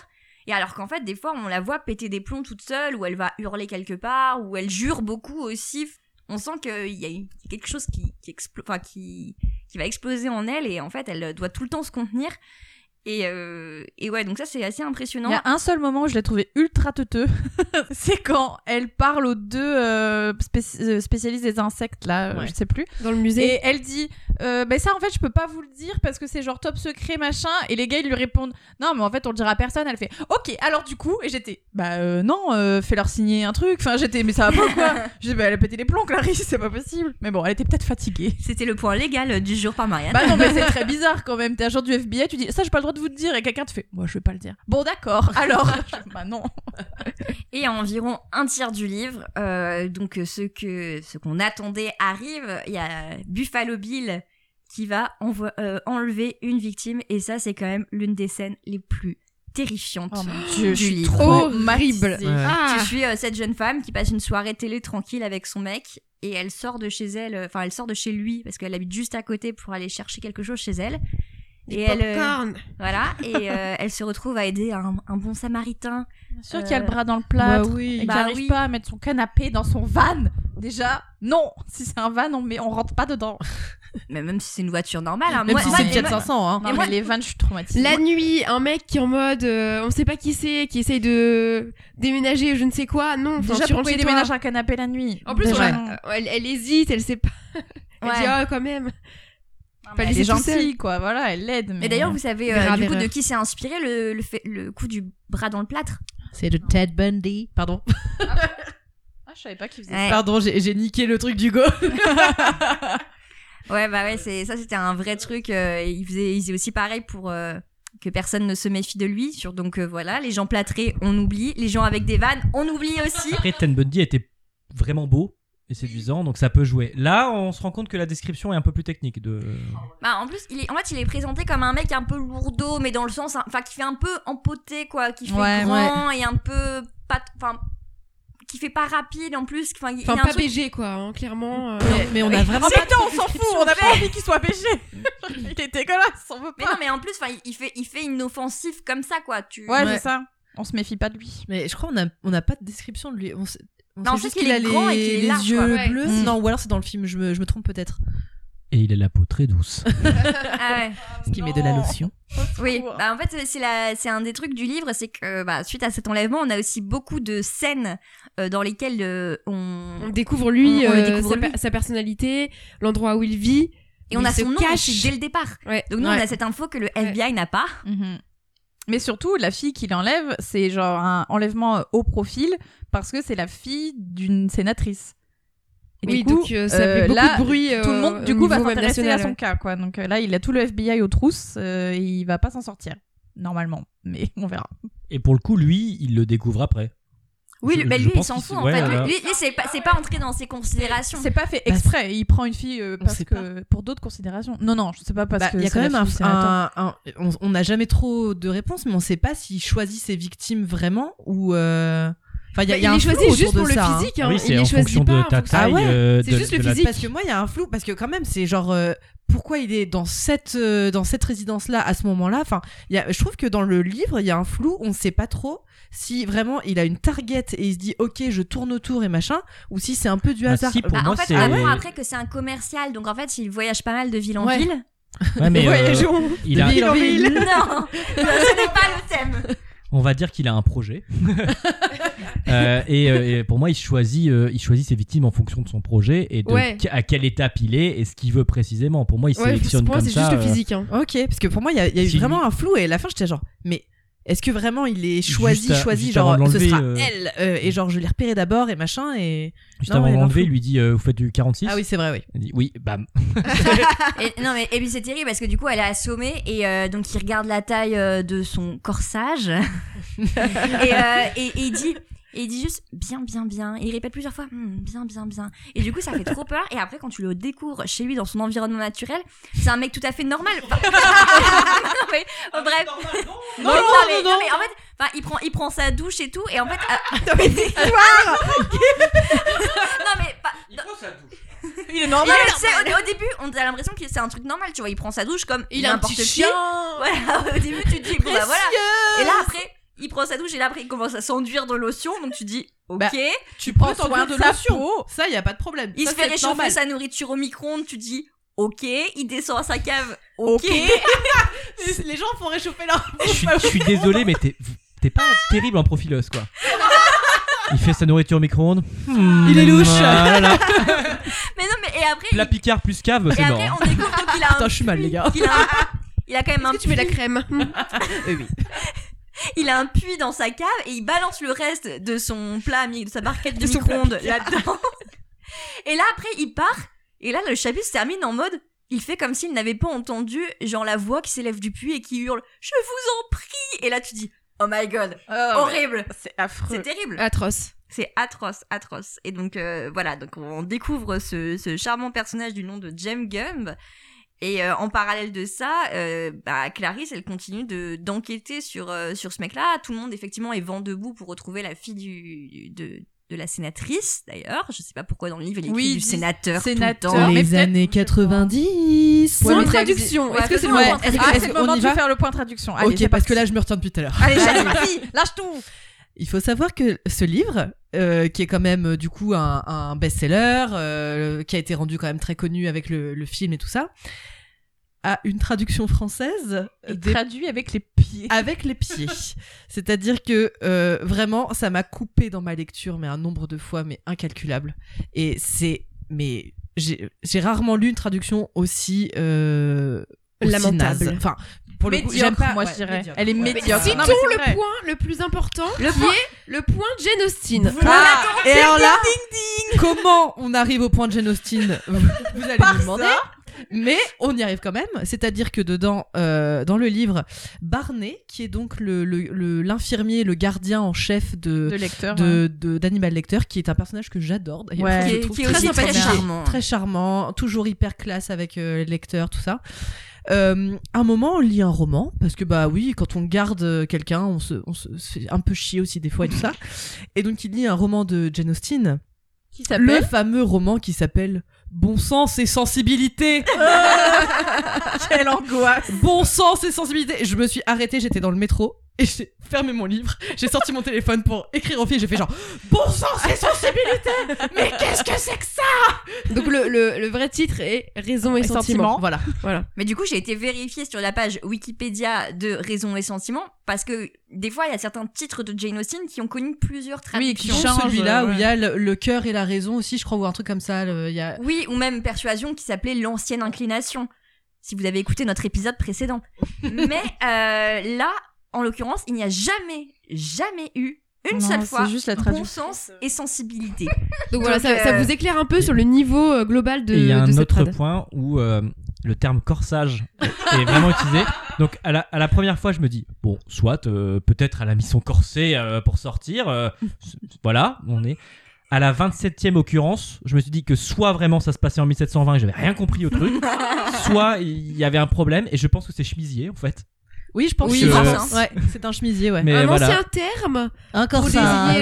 Speaker 1: Et alors qu'en fait des fois on la voit péter des plombs toute seule ou elle va hurler quelque part ou elle jure beaucoup aussi. On sent qu'il y a une- quelque chose qui, qui, explo- enfin, qui, qui va exploser en elle et en fait elle doit tout le temps se contenir. Et, euh, et ouais, donc ça c'est assez impressionnant.
Speaker 2: Il y a un seul moment où je l'ai trouvé ultra teuteux, c'est quand elle parle aux deux euh, spéci- euh, spécialistes des insectes, là, euh,
Speaker 6: Ouais.
Speaker 2: je sais plus.
Speaker 7: Dans le musée.
Speaker 2: Et elle dit euh, Ben ça, en fait, je peux pas vous le dire parce que c'est genre top secret, machin. Et les gars, ils lui répondent Non, mais en fait, on le dira à personne. Elle fait Ok, alors du coup. Et j'étais Bah euh, non, euh, fais-leur signer un trutruc. Enfin, j'étais Mais ça va pas ou quoi J'ai dit, Bah elle a pété les plombs, Clarisse, c'est pas possible. Mais bon, elle était peut-être fatiguée.
Speaker 1: C'était le point légal euh, du jour par Marianne.
Speaker 2: Bah non, mais c'est très bizarre quand même. T'es agent du FBI, tu dis Ça, j'ai pas le droit de vous le dire. Et quelqu'un te fait Moi, je vais pas le dire. Bon, d'accord. Alors Je- Bah non.
Speaker 1: Et à environ un tiers du livre, euh, donc euh, ce que ce qu'on attendait arrive. Il y a Buffalo Bill qui va envo- euh, enlever une victime et ça c'est quand même l'une des scènes les plus terrifiantes.
Speaker 2: Oh, Dieu,
Speaker 1: Oh je suis
Speaker 7: trop
Speaker 2: horrible.
Speaker 6: Ouais.
Speaker 7: Ah.
Speaker 1: Je suis euh, cette jeune femme qui passe une soirée télé tranquille avec son mec et elle sort de chez elle, euh, enfin elle sort de chez lui parce qu'elle habite juste à côté pour aller chercher quelque chose chez elle.
Speaker 7: Des
Speaker 1: elle, euh,
Speaker 7: popcorn.
Speaker 1: Voilà, et euh, elle se retrouve à aider un, un bon samaritain.
Speaker 2: Bien sûr qu'il y a le
Speaker 1: Euh,
Speaker 2: bras dans le plâtre.
Speaker 6: Bah oui.
Speaker 2: Et qu'il
Speaker 1: Bah
Speaker 2: n'arrive
Speaker 1: oui.
Speaker 2: pas à mettre son canapé dans son van. Déjà, non. Si c'est un van, on, met, on rentre pas dedans.
Speaker 1: Mais même si c'est une voiture normale, hein,
Speaker 6: Même
Speaker 1: moi-
Speaker 6: si
Speaker 1: moi,
Speaker 6: c'est
Speaker 1: mais-
Speaker 6: Fiat 500, hein.
Speaker 2: Non,
Speaker 1: Et
Speaker 2: mais
Speaker 1: moi-
Speaker 2: les vannes, je suis traumatisée.
Speaker 7: La nuit, un mec qui est en mode euh, on sait pas qui c'est, qui essaye de déménager ou je ne sais quoi. Non, enfin,
Speaker 2: Déjà,
Speaker 7: tu rentres
Speaker 2: pourquoi il
Speaker 7: chez toi.
Speaker 2: déménage un canapé la nuit
Speaker 7: En plus, on
Speaker 2: Déjà.
Speaker 7: la- euh, elle, elle hésite, elle sait pas. Elle
Speaker 1: Mm. Ouais.
Speaker 7: dit ah quand même.
Speaker 1: Non, mais-
Speaker 7: pas
Speaker 2: Elle est
Speaker 7: laisser tout
Speaker 2: gentille, quoi. Voilà, elle l'aide. Mais
Speaker 1: Et d'ailleurs, vous savez euh,
Speaker 7: Vera
Speaker 1: du coup de
Speaker 7: Verrer.
Speaker 1: qui s'est inspiré le, le, fait- le coup du bras dans le plâtre
Speaker 6: C'est de Ted Bundy. Pardon.
Speaker 2: Ah, je savais pas qu'il faisait
Speaker 1: Ouais,
Speaker 6: Pardon, j'ai j'ai niqué le truc d'Hugo.
Speaker 1: Ouais, bah ouais, c'est ça c'était un vrai truc. euh, il, faisait, il faisait aussi pareil pour euh, que personne ne se méfie de lui. Sur, donc euh, voilà, les gens plâtrés, on oublie. Les gens avec des vannes, on oublie aussi.
Speaker 8: Après, Ten Bundy était vraiment beau et séduisant, donc ça peut jouer. Là, on se rend compte que la description est un peu plus technique. De...
Speaker 1: Bah en plus, il est, en fait, il est présenté comme un mec un peu lourdeau, mais dans le sens, hein, enfin, qui fait un peu empoté, quoi, qui fait
Speaker 2: Ouais,
Speaker 1: grand et un peu pas, enfin, qui fait pas rapide en plus. Enfin, il y a
Speaker 7: Enfin,
Speaker 1: un
Speaker 7: pas
Speaker 1: truc-
Speaker 7: BG quoi, hein, clairement. euh,
Speaker 6: mais on a vraiment
Speaker 2: C'est
Speaker 6: pas.
Speaker 2: non, on s'en fout, on n'a pas envie qu'il soit péché. il est dégueulasse, on veut
Speaker 1: Mais non,
Speaker 2: pas.
Speaker 1: mais en plus, enfin, il- il fait, il fait inoffensif comme ça, quoi. Tu.
Speaker 2: Ouais,
Speaker 6: Ouais.
Speaker 2: c'est ça. On se méfie pas de lui.
Speaker 6: Mais je crois qu'on a- on n'a pas de description de lui. On sait, on
Speaker 1: Non,
Speaker 6: sait
Speaker 1: on sait
Speaker 6: juste
Speaker 1: qu'il
Speaker 6: qu'il a
Speaker 1: est grand et
Speaker 6: les,
Speaker 1: qu'il est
Speaker 6: les
Speaker 1: large, quoi.
Speaker 6: yeux
Speaker 7: Ouais.
Speaker 6: bleus.
Speaker 2: Mm.
Speaker 6: Non, ou alors c'est dans le film, je me, je me trompe peut-être.
Speaker 8: Et il a la peau très douce.
Speaker 1: Ah ouais.
Speaker 6: Ce qui met de la lotion.
Speaker 1: Oui,
Speaker 2: secours.
Speaker 1: bah en fait c'est la, c'est un des trucs du livre, c'est que bah, suite à cet enlèvement, on a aussi beaucoup de scènes euh, dans lesquelles euh,
Speaker 7: On
Speaker 1: on
Speaker 7: découvre lui,
Speaker 1: On- on le
Speaker 7: euh,
Speaker 1: découvre
Speaker 7: sa,
Speaker 1: lui.
Speaker 7: per- sa personnalité, l'endroit où il vit.
Speaker 1: et on
Speaker 7: il
Speaker 1: a
Speaker 7: se
Speaker 1: son nom
Speaker 7: cache.
Speaker 1: aussi dès le départ.
Speaker 7: Ouais. Bah,
Speaker 1: Donc nous
Speaker 6: Ouais.
Speaker 1: on a cette info que le FBI n'a pas.
Speaker 2: Mhm. Mais surtout, la fille qu'il enlève, c'est genre un enlèvement euh, haut profil parce que c'est la fille d'une sénatrice. Et
Speaker 7: oui,
Speaker 2: du coup,
Speaker 7: donc euh, ça
Speaker 2: euh,
Speaker 7: fait beaucoup
Speaker 2: là,
Speaker 7: de bruit.
Speaker 2: tout le
Speaker 7: euh,
Speaker 2: monde
Speaker 7: au
Speaker 2: du coup va
Speaker 7: niveau même
Speaker 2: s'intéresser à
Speaker 7: national,
Speaker 2: son cas, quoi. Donc euh, là, il a tout le FBI aux trousses euh, et il va pas s'en sortir normalement, mais on verra.
Speaker 8: Et pour le coup, lui, il le découvre après.
Speaker 1: Oui,
Speaker 8: Je-
Speaker 1: le- bah,
Speaker 8: je
Speaker 1: lui il
Speaker 8: pense
Speaker 1: s'en
Speaker 8: qu'il
Speaker 1: fout
Speaker 8: s'est-
Speaker 1: en
Speaker 8: ouais,
Speaker 1: fait.
Speaker 8: voilà.
Speaker 1: Lui, lui, c'est pas, c'est pas entré dans ses considérations.
Speaker 2: C'est pas fait exprès. il prend une fille euh,
Speaker 6: on
Speaker 2: parce
Speaker 6: sait
Speaker 2: que pour d'autres considérations. Non, non, je sais pas parce
Speaker 6: Bah,
Speaker 2: que
Speaker 6: Il y a
Speaker 2: c'est
Speaker 6: quand
Speaker 2: la
Speaker 6: même un.
Speaker 2: fille, c'est la
Speaker 6: un- un- on on n'a jamais trop de réponses, mais on ne sait pas s'il choisit ses victimes vraiment ou. euh, Enfin, il y a,
Speaker 7: Bah,
Speaker 6: il y a un
Speaker 7: est
Speaker 6: flou
Speaker 7: choisi
Speaker 6: autour
Speaker 7: juste
Speaker 6: de
Speaker 7: pour le
Speaker 6: ça, hein.
Speaker 7: physique.
Speaker 8: Ah
Speaker 7: hein,
Speaker 8: oui,
Speaker 7: il
Speaker 8: c'est
Speaker 7: les
Speaker 8: en
Speaker 7: choisit
Speaker 8: fonction
Speaker 7: pas,
Speaker 8: de
Speaker 7: en
Speaker 8: ta
Speaker 7: fonction-
Speaker 6: Ah
Speaker 8: taille.
Speaker 6: ouais,
Speaker 8: euh,
Speaker 7: c'est
Speaker 8: de-
Speaker 7: juste le
Speaker 8: de la-
Speaker 7: physique.
Speaker 6: Parce que moi, il y a un flou, parce que quand même, c'est genre. euh, pourquoi il est dans cette, euh, dans cette résidence-là à ce moment-là enfin, il y a, Je trouve que dans le livre, il y a un flou, on ne sait pas trop si vraiment il a une target et il se dit ok, je tourne autour et machin, ou si c'est un peu du
Speaker 8: Ah,
Speaker 6: hasard.
Speaker 8: si, pour
Speaker 1: Bah,
Speaker 8: moi,
Speaker 1: en fait,
Speaker 8: c'est-
Speaker 1: on apprend après que c'est un commercial, donc en fait il voyage pas mal de ville en
Speaker 6: Ouais.
Speaker 1: ville.
Speaker 8: Ouais, mais, euh,
Speaker 6: Voyageons
Speaker 8: il a-
Speaker 6: de ville en ville.
Speaker 1: non, non, ce n'est pas le thème.
Speaker 8: on va dire qu'il a un projet. Euh, et, euh, et pour moi, il choisit, euh, il choisit ses victimes en fonction de son projet et de
Speaker 7: Ouais.
Speaker 8: que- à quelle étape il est et ce qu'il veut précisément. Pour moi, il
Speaker 7: Ouais, pour
Speaker 8: sélectionne
Speaker 7: moi,
Speaker 8: comme
Speaker 7: c'est
Speaker 8: ça.
Speaker 7: juste le
Speaker 8: euh,
Speaker 7: physique. hein.
Speaker 6: Ok, parce que pour moi, il y a, il y a eu
Speaker 8: Si-
Speaker 6: vraiment un flou et à la fin, j'étais genre, mais est-ce que vraiment il est
Speaker 8: Juste
Speaker 6: choisi,
Speaker 8: à-
Speaker 6: choisi,
Speaker 8: juste avant
Speaker 6: genre
Speaker 8: de
Speaker 6: ce
Speaker 8: l'enlever,
Speaker 6: sera
Speaker 8: euh,
Speaker 6: elle euh, et genre je l'ai repéré d'abord et machin et
Speaker 8: Juste
Speaker 6: Non,
Speaker 8: avant
Speaker 6: mais
Speaker 8: de l'enlever,
Speaker 6: l'info.
Speaker 8: il lui dit euh, Vous faites du 46
Speaker 6: ah oui c'est vrai oui.
Speaker 8: Il dit Oui, bah, Ah, bam.
Speaker 1: Et, non mais et puis c'est terrible parce que du coup elle est assommée et euh, donc il regarde la taille euh, de son corsage et, euh, et- et il dit Et il dit juste bien, bien, bien. Et il répète plusieurs fois Hmm, bien, bien, bien. Et du coup, ça fait trop peur. Et après, quand tu le découvres chez lui dans son environnement naturel, c'est un mec tout à fait normal. Enfin, non, mais, oh, bref.
Speaker 6: Non,
Speaker 1: mais,
Speaker 6: non,
Speaker 1: mais,
Speaker 6: non, non.
Speaker 1: mais en fait, enfin, il prend, il prend sa douche et tout. Et en fait. à- non, mais pas-
Speaker 2: Il est
Speaker 1: il
Speaker 2: normal.
Speaker 1: le sait, au, au début, on a l'impression que c'est un truc normal, tu vois. Il prend sa douche comme
Speaker 2: Il a un
Speaker 1: n'importe
Speaker 2: petit
Speaker 1: qui.
Speaker 2: chien.
Speaker 1: Voilà, au début, tu te dis, bon, bah voilà. Et là, après, il prend sa douche et là, après, il commence à s'enduire de lotion. Donc, tu dis, ok.
Speaker 2: Bah,
Speaker 6: Tu
Speaker 2: prends
Speaker 6: prends
Speaker 2: soin
Speaker 6: soin de
Speaker 2: de sa
Speaker 6: lotion.
Speaker 2: peau.
Speaker 6: Ça, il y a pas de problème.
Speaker 1: il
Speaker 6: Ça,
Speaker 1: se fait
Speaker 6: c'est
Speaker 1: réchauffer
Speaker 6: normal.
Speaker 1: sa nourriture au micro-ondes. Tu dis, ok. Il descend à sa cave, ok.
Speaker 6: Les gens font réchauffer leur.
Speaker 8: Je suis, je suis désolé, mais t'es t'es pas terrible en profileuse, quoi. Il fait sa nourriture au micro-ondes.
Speaker 6: Il est louche.
Speaker 8: Ah là là.
Speaker 1: Mais non, mais et après,
Speaker 8: Plat
Speaker 1: il-
Speaker 8: Picard plus cave,
Speaker 1: et
Speaker 8: c'est mort.
Speaker 1: après
Speaker 8: hein.
Speaker 1: on découvre donc qu'il a un.
Speaker 6: Putain, je suis mal, les gars.
Speaker 1: qu'il a un- Il a quand même un Mm.
Speaker 7: Est-ce que tu mets la
Speaker 1: puits-
Speaker 7: crème
Speaker 8: hein.
Speaker 1: euh,
Speaker 6: Eh oui.
Speaker 1: il a un puits dans sa cave et il balance le reste de son plat, mi- de sa barquette de
Speaker 7: De son
Speaker 1: micro-ondes là-dedans. Et là, après, il part. Et là, le chapitre se termine en mode. Il fait comme s'il n'avait pas entendu, genre la voix qui s'élève du puits et qui hurle Je vous en prie Et là, tu dis Oh my god,
Speaker 6: Euh,
Speaker 1: horrible
Speaker 2: C'est affreux.
Speaker 1: C'est terrible
Speaker 7: Atroce.
Speaker 1: C'est atroce, atroce. Et donc, euh, voilà, donc on découvre ce, ce charmant personnage du nom de Jem Gumb. Et euh, en parallèle de ça, euh, bah, Clarisse, elle continue de d'enquêter sur, euh, sur ce mec-là. Tout le monde, effectivement, est vent debout pour retrouver la fille du, de, de la sénatrice, d'ailleurs. Je sais pas pourquoi dans le livre, il est écrit
Speaker 2: Oui,
Speaker 1: du
Speaker 2: dis-
Speaker 1: sénateur,
Speaker 2: sénateur.
Speaker 1: tout le temps.
Speaker 2: mais
Speaker 6: Les
Speaker 2: peut-être-
Speaker 6: années 90.
Speaker 2: Ouais,
Speaker 7: Sans
Speaker 2: mais ça
Speaker 7: traduction.
Speaker 1: existe. Ouais,
Speaker 7: Est-ce que c'est
Speaker 1: faisons
Speaker 7: bon
Speaker 1: un
Speaker 2: Ouais,
Speaker 1: point de
Speaker 2: est-ce que
Speaker 1: traduction.
Speaker 2: c'est
Speaker 6: Est-ce
Speaker 2: le
Speaker 6: qu'on
Speaker 2: moment
Speaker 6: y
Speaker 2: de
Speaker 6: va
Speaker 2: faire le point de traduction Allez,
Speaker 6: ok,
Speaker 2: c'est
Speaker 6: parce que
Speaker 2: parti.
Speaker 6: là, je me retiens depuis tout à l'heure.
Speaker 1: Ah,
Speaker 2: Allez, c'est parti. Lâche tout
Speaker 6: Il faut savoir que ce livre, euh, qui est quand même euh, du coup un, un best-seller, euh, qui a été rendu quand même très connu avec le, le film et tout ça, a une traduction française des-
Speaker 2: Traduit avec les pieds.
Speaker 6: avec les pieds. C'est-à-dire que euh, vraiment, ça m'a coupé dans ma lecture, mais un nombre de fois, mais incalculable. Et c'est, mais j'ai j'ai rarement lu une traduction aussi. Euh, aussi
Speaker 7: Lamentable.
Speaker 6: naze. Enfin, pour le coup,
Speaker 2: Médiocre,
Speaker 6: j'aime pas-
Speaker 2: moi,
Speaker 6: ouais,
Speaker 2: je dirais.
Speaker 6: médiocre,
Speaker 2: Elle est
Speaker 6: ouais.
Speaker 2: médiocre.
Speaker 7: Mais citons
Speaker 2: Non, mais c'est vrai.
Speaker 7: le point le plus important,
Speaker 1: Le
Speaker 7: qui
Speaker 1: point-
Speaker 7: est le point de Jane Austen.
Speaker 6: Ah, et alors là, comment on arrive au point de Jane Austen Vous vous allez
Speaker 2: Par
Speaker 6: me demander. Mais on y arrive quand même. C'est-à-dire que dedans, euh, dans le livre, Barney, qui est donc le- le- le- l'infirmier, le, gardien en chef de
Speaker 2: De hein. lecteur.
Speaker 6: de- de- d'Animal Lecter, qui est un personnage que j'adore d'ailleurs,
Speaker 2: Ouais.
Speaker 6: que je
Speaker 1: Qui est-
Speaker 6: trouve
Speaker 1: qui est
Speaker 6: très
Speaker 1: aussi très
Speaker 6: sympathique,
Speaker 1: charmant.
Speaker 6: très charmant, toujours hyper classe avec euh, les lecteurs, tout ça. Euh, à un moment, on lit un roman parce que bah oui, quand on garde euh, quelqu'un, on se, on se- se fait un peu chier aussi des fois et tout ça. Et donc il lit un roman de Jane Austen,
Speaker 2: Qui
Speaker 6: le
Speaker 2: s'appelle
Speaker 6: fameux roman qui s'appelle Bon sens et sensibilité.
Speaker 2: Quelle angoisse
Speaker 6: bon sens et sensibilité. Je me suis arrêtée, j'étais dans le métro et j'ai fermé mon livre. J'ai sorti mon téléphone pour écrire aux filles. J'ai fait genre Bon sens et sensibilité. Mais qu'est-ce que c'est que ça
Speaker 7: Donc le, le- le vrai titre est Raison et,
Speaker 2: Et
Speaker 7: sentiment.
Speaker 2: sentiment.
Speaker 6: Voilà.
Speaker 7: Voilà.
Speaker 1: Mais du coup, j'ai été vérifiée sur la page Wikipédia de Raison et Sentiment parce que des fois, il y a certains titres de Jane Austen qui ont connu plusieurs
Speaker 2: Oui, qui
Speaker 1: traductions.
Speaker 6: Dont
Speaker 2: change,
Speaker 6: celui-là
Speaker 2: ouais.
Speaker 6: où il y a le, le cœur et la raison aussi, je crois, ou un truc comme ça. le- Il y a
Speaker 1: Oui, ou même Persuasion qui s'appelait L'ancienne inclination, si vous avez écouté notre épisode précédent. Mais euh, là, en l'occurrence, il n'y a jamais, jamais eu une
Speaker 2: Non,
Speaker 1: seule
Speaker 2: c'est
Speaker 1: fois
Speaker 2: juste la
Speaker 1: bon
Speaker 2: traduction.
Speaker 1: sens et sensibilité.
Speaker 7: Donc voilà,
Speaker 1: Donc,
Speaker 7: ça, ça
Speaker 1: euh,
Speaker 7: vous éclaire un peu sur le niveau euh, global de,
Speaker 8: Et il y a
Speaker 7: de
Speaker 8: un
Speaker 7: cette
Speaker 8: autre
Speaker 7: trad.
Speaker 8: point où euh, le terme corsage est vraiment utilisé. Donc à la, à la première fois, je me dis bon, soit euh, peut-être elle a mis son corset euh, pour sortir. euh, c- voilà, on est à la 27e occurrence. Je me suis dit que soit vraiment ça se passait en 1720 et j'avais rien compris au truc, soit il y avait un problème et je pense que c'est chemisier en fait.
Speaker 6: Oui, je pense
Speaker 1: Oui,
Speaker 6: que
Speaker 1: je pense.
Speaker 6: Ouais, c'est un chemisier, ouais.
Speaker 8: Mais
Speaker 7: un
Speaker 8: voilà,
Speaker 7: ancien terme
Speaker 6: un
Speaker 7: Vous
Speaker 6: corsage.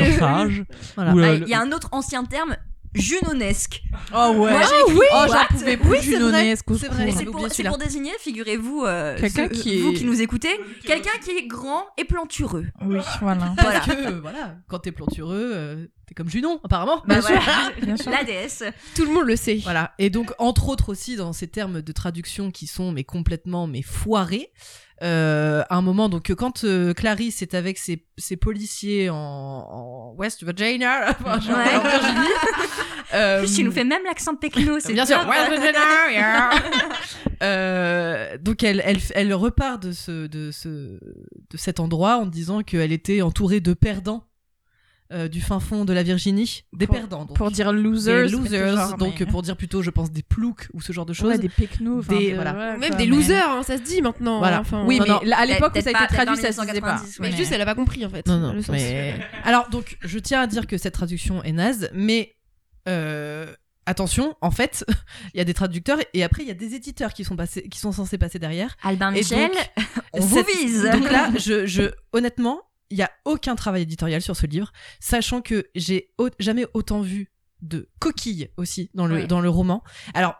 Speaker 7: désignez-
Speaker 8: un
Speaker 7: le-
Speaker 8: corsage.
Speaker 6: Voilà.
Speaker 8: ou euh, le-
Speaker 1: Ah,
Speaker 8: le-
Speaker 1: Il y a un autre ancien terme, junonesque.
Speaker 6: Ah
Speaker 2: Oh ouais.
Speaker 1: Moi, j'ai écrit,
Speaker 2: oh,
Speaker 1: what
Speaker 2: j'en pouvais plus
Speaker 6: Oui,
Speaker 2: du
Speaker 6: c'est vrai.
Speaker 2: Nonnesque, au
Speaker 6: C'est vrai.
Speaker 1: Mais
Speaker 2: secours.
Speaker 1: c'est
Speaker 6: on
Speaker 1: pour,
Speaker 6: l'oublie,
Speaker 1: c'est
Speaker 6: celui-là.
Speaker 1: pour désigner, figurez-vous, euh,
Speaker 2: Quelqu'un
Speaker 1: ceux-
Speaker 2: qui
Speaker 1: vous
Speaker 2: est-
Speaker 1: qui nous écoutez, quelqu'un qui est grand et plantureux.
Speaker 2: Oui, voilà.
Speaker 1: Voilà.
Speaker 6: Parce que euh, voilà, quand t'es plantureux, euh, t'es comme Junon, apparemment.
Speaker 1: Bah
Speaker 2: Bien sûr.
Speaker 1: voilà,
Speaker 2: Bien sûr.
Speaker 1: la déesse.
Speaker 7: Tout le monde le sait.
Speaker 6: Voilà. Et donc, entre autres aussi, dans ces termes de traduction qui sont mais complètement mais foirés, euh, à un moment, donc quand euh, Clarisse est avec ses, ses policiers en, en West Virginia, enfin, je-
Speaker 1: Ouais.
Speaker 6: en Virginie, euh,
Speaker 1: En plus, il nous fait même l'accent pecno, c'est
Speaker 6: Bien sûr.
Speaker 1: top.
Speaker 6: West Virginia, yeah. Euh, donc elle, elle, elle repart de ce, de ce, de cet endroit en disant qu'elle était entourée de perdants. euh, du fin fond de la Virginie, des
Speaker 2: Pour-
Speaker 6: perdants. donc.
Speaker 2: Pour dire
Speaker 6: Des
Speaker 2: losers.
Speaker 6: losers, donc
Speaker 2: pour
Speaker 6: pour dire plutôt, je pense, des ploucs ou ce genre de choses.
Speaker 2: hein, des pecnous. enfin,
Speaker 6: Des-
Speaker 2: de-
Speaker 6: voilà.
Speaker 2: ouais,
Speaker 7: Même
Speaker 2: quoi,
Speaker 7: des
Speaker 2: mais- Eh,
Speaker 7: losers, hein, ça se dit maintenant.
Speaker 6: Voilà.
Speaker 7: Enfin,
Speaker 2: Oui,
Speaker 6: Non,
Speaker 2: mais
Speaker 6: non.
Speaker 2: là, à l'époque où
Speaker 1: Peut-être
Speaker 2: ça a
Speaker 1: pas- peut-être
Speaker 2: été traduit,
Speaker 1: dans
Speaker 2: ça se disait pas.
Speaker 1: 1990,
Speaker 7: Mais
Speaker 1: ouais.
Speaker 7: juste, elle a pas compris en fait.
Speaker 6: Non, non,
Speaker 7: le sens.
Speaker 6: mais- Alors, donc, je tiens à dire que cette traduction est naze, mais euh, attention, en fait, il y a des traducteurs et après, il y a des éditeurs qui sont, passés, qui sont censés passer derrière.
Speaker 1: Albin
Speaker 6: Et
Speaker 1: Michel,
Speaker 6: donc,
Speaker 1: on vous
Speaker 6: cette-
Speaker 1: vise.
Speaker 6: Donc là, je, je- honnêtement, il n'y a aucun travail éditorial sur ce livre, sachant que j'ai au- jamais autant vu de coquilles aussi dans le,
Speaker 1: Ouais.
Speaker 6: dans le roman. Alors,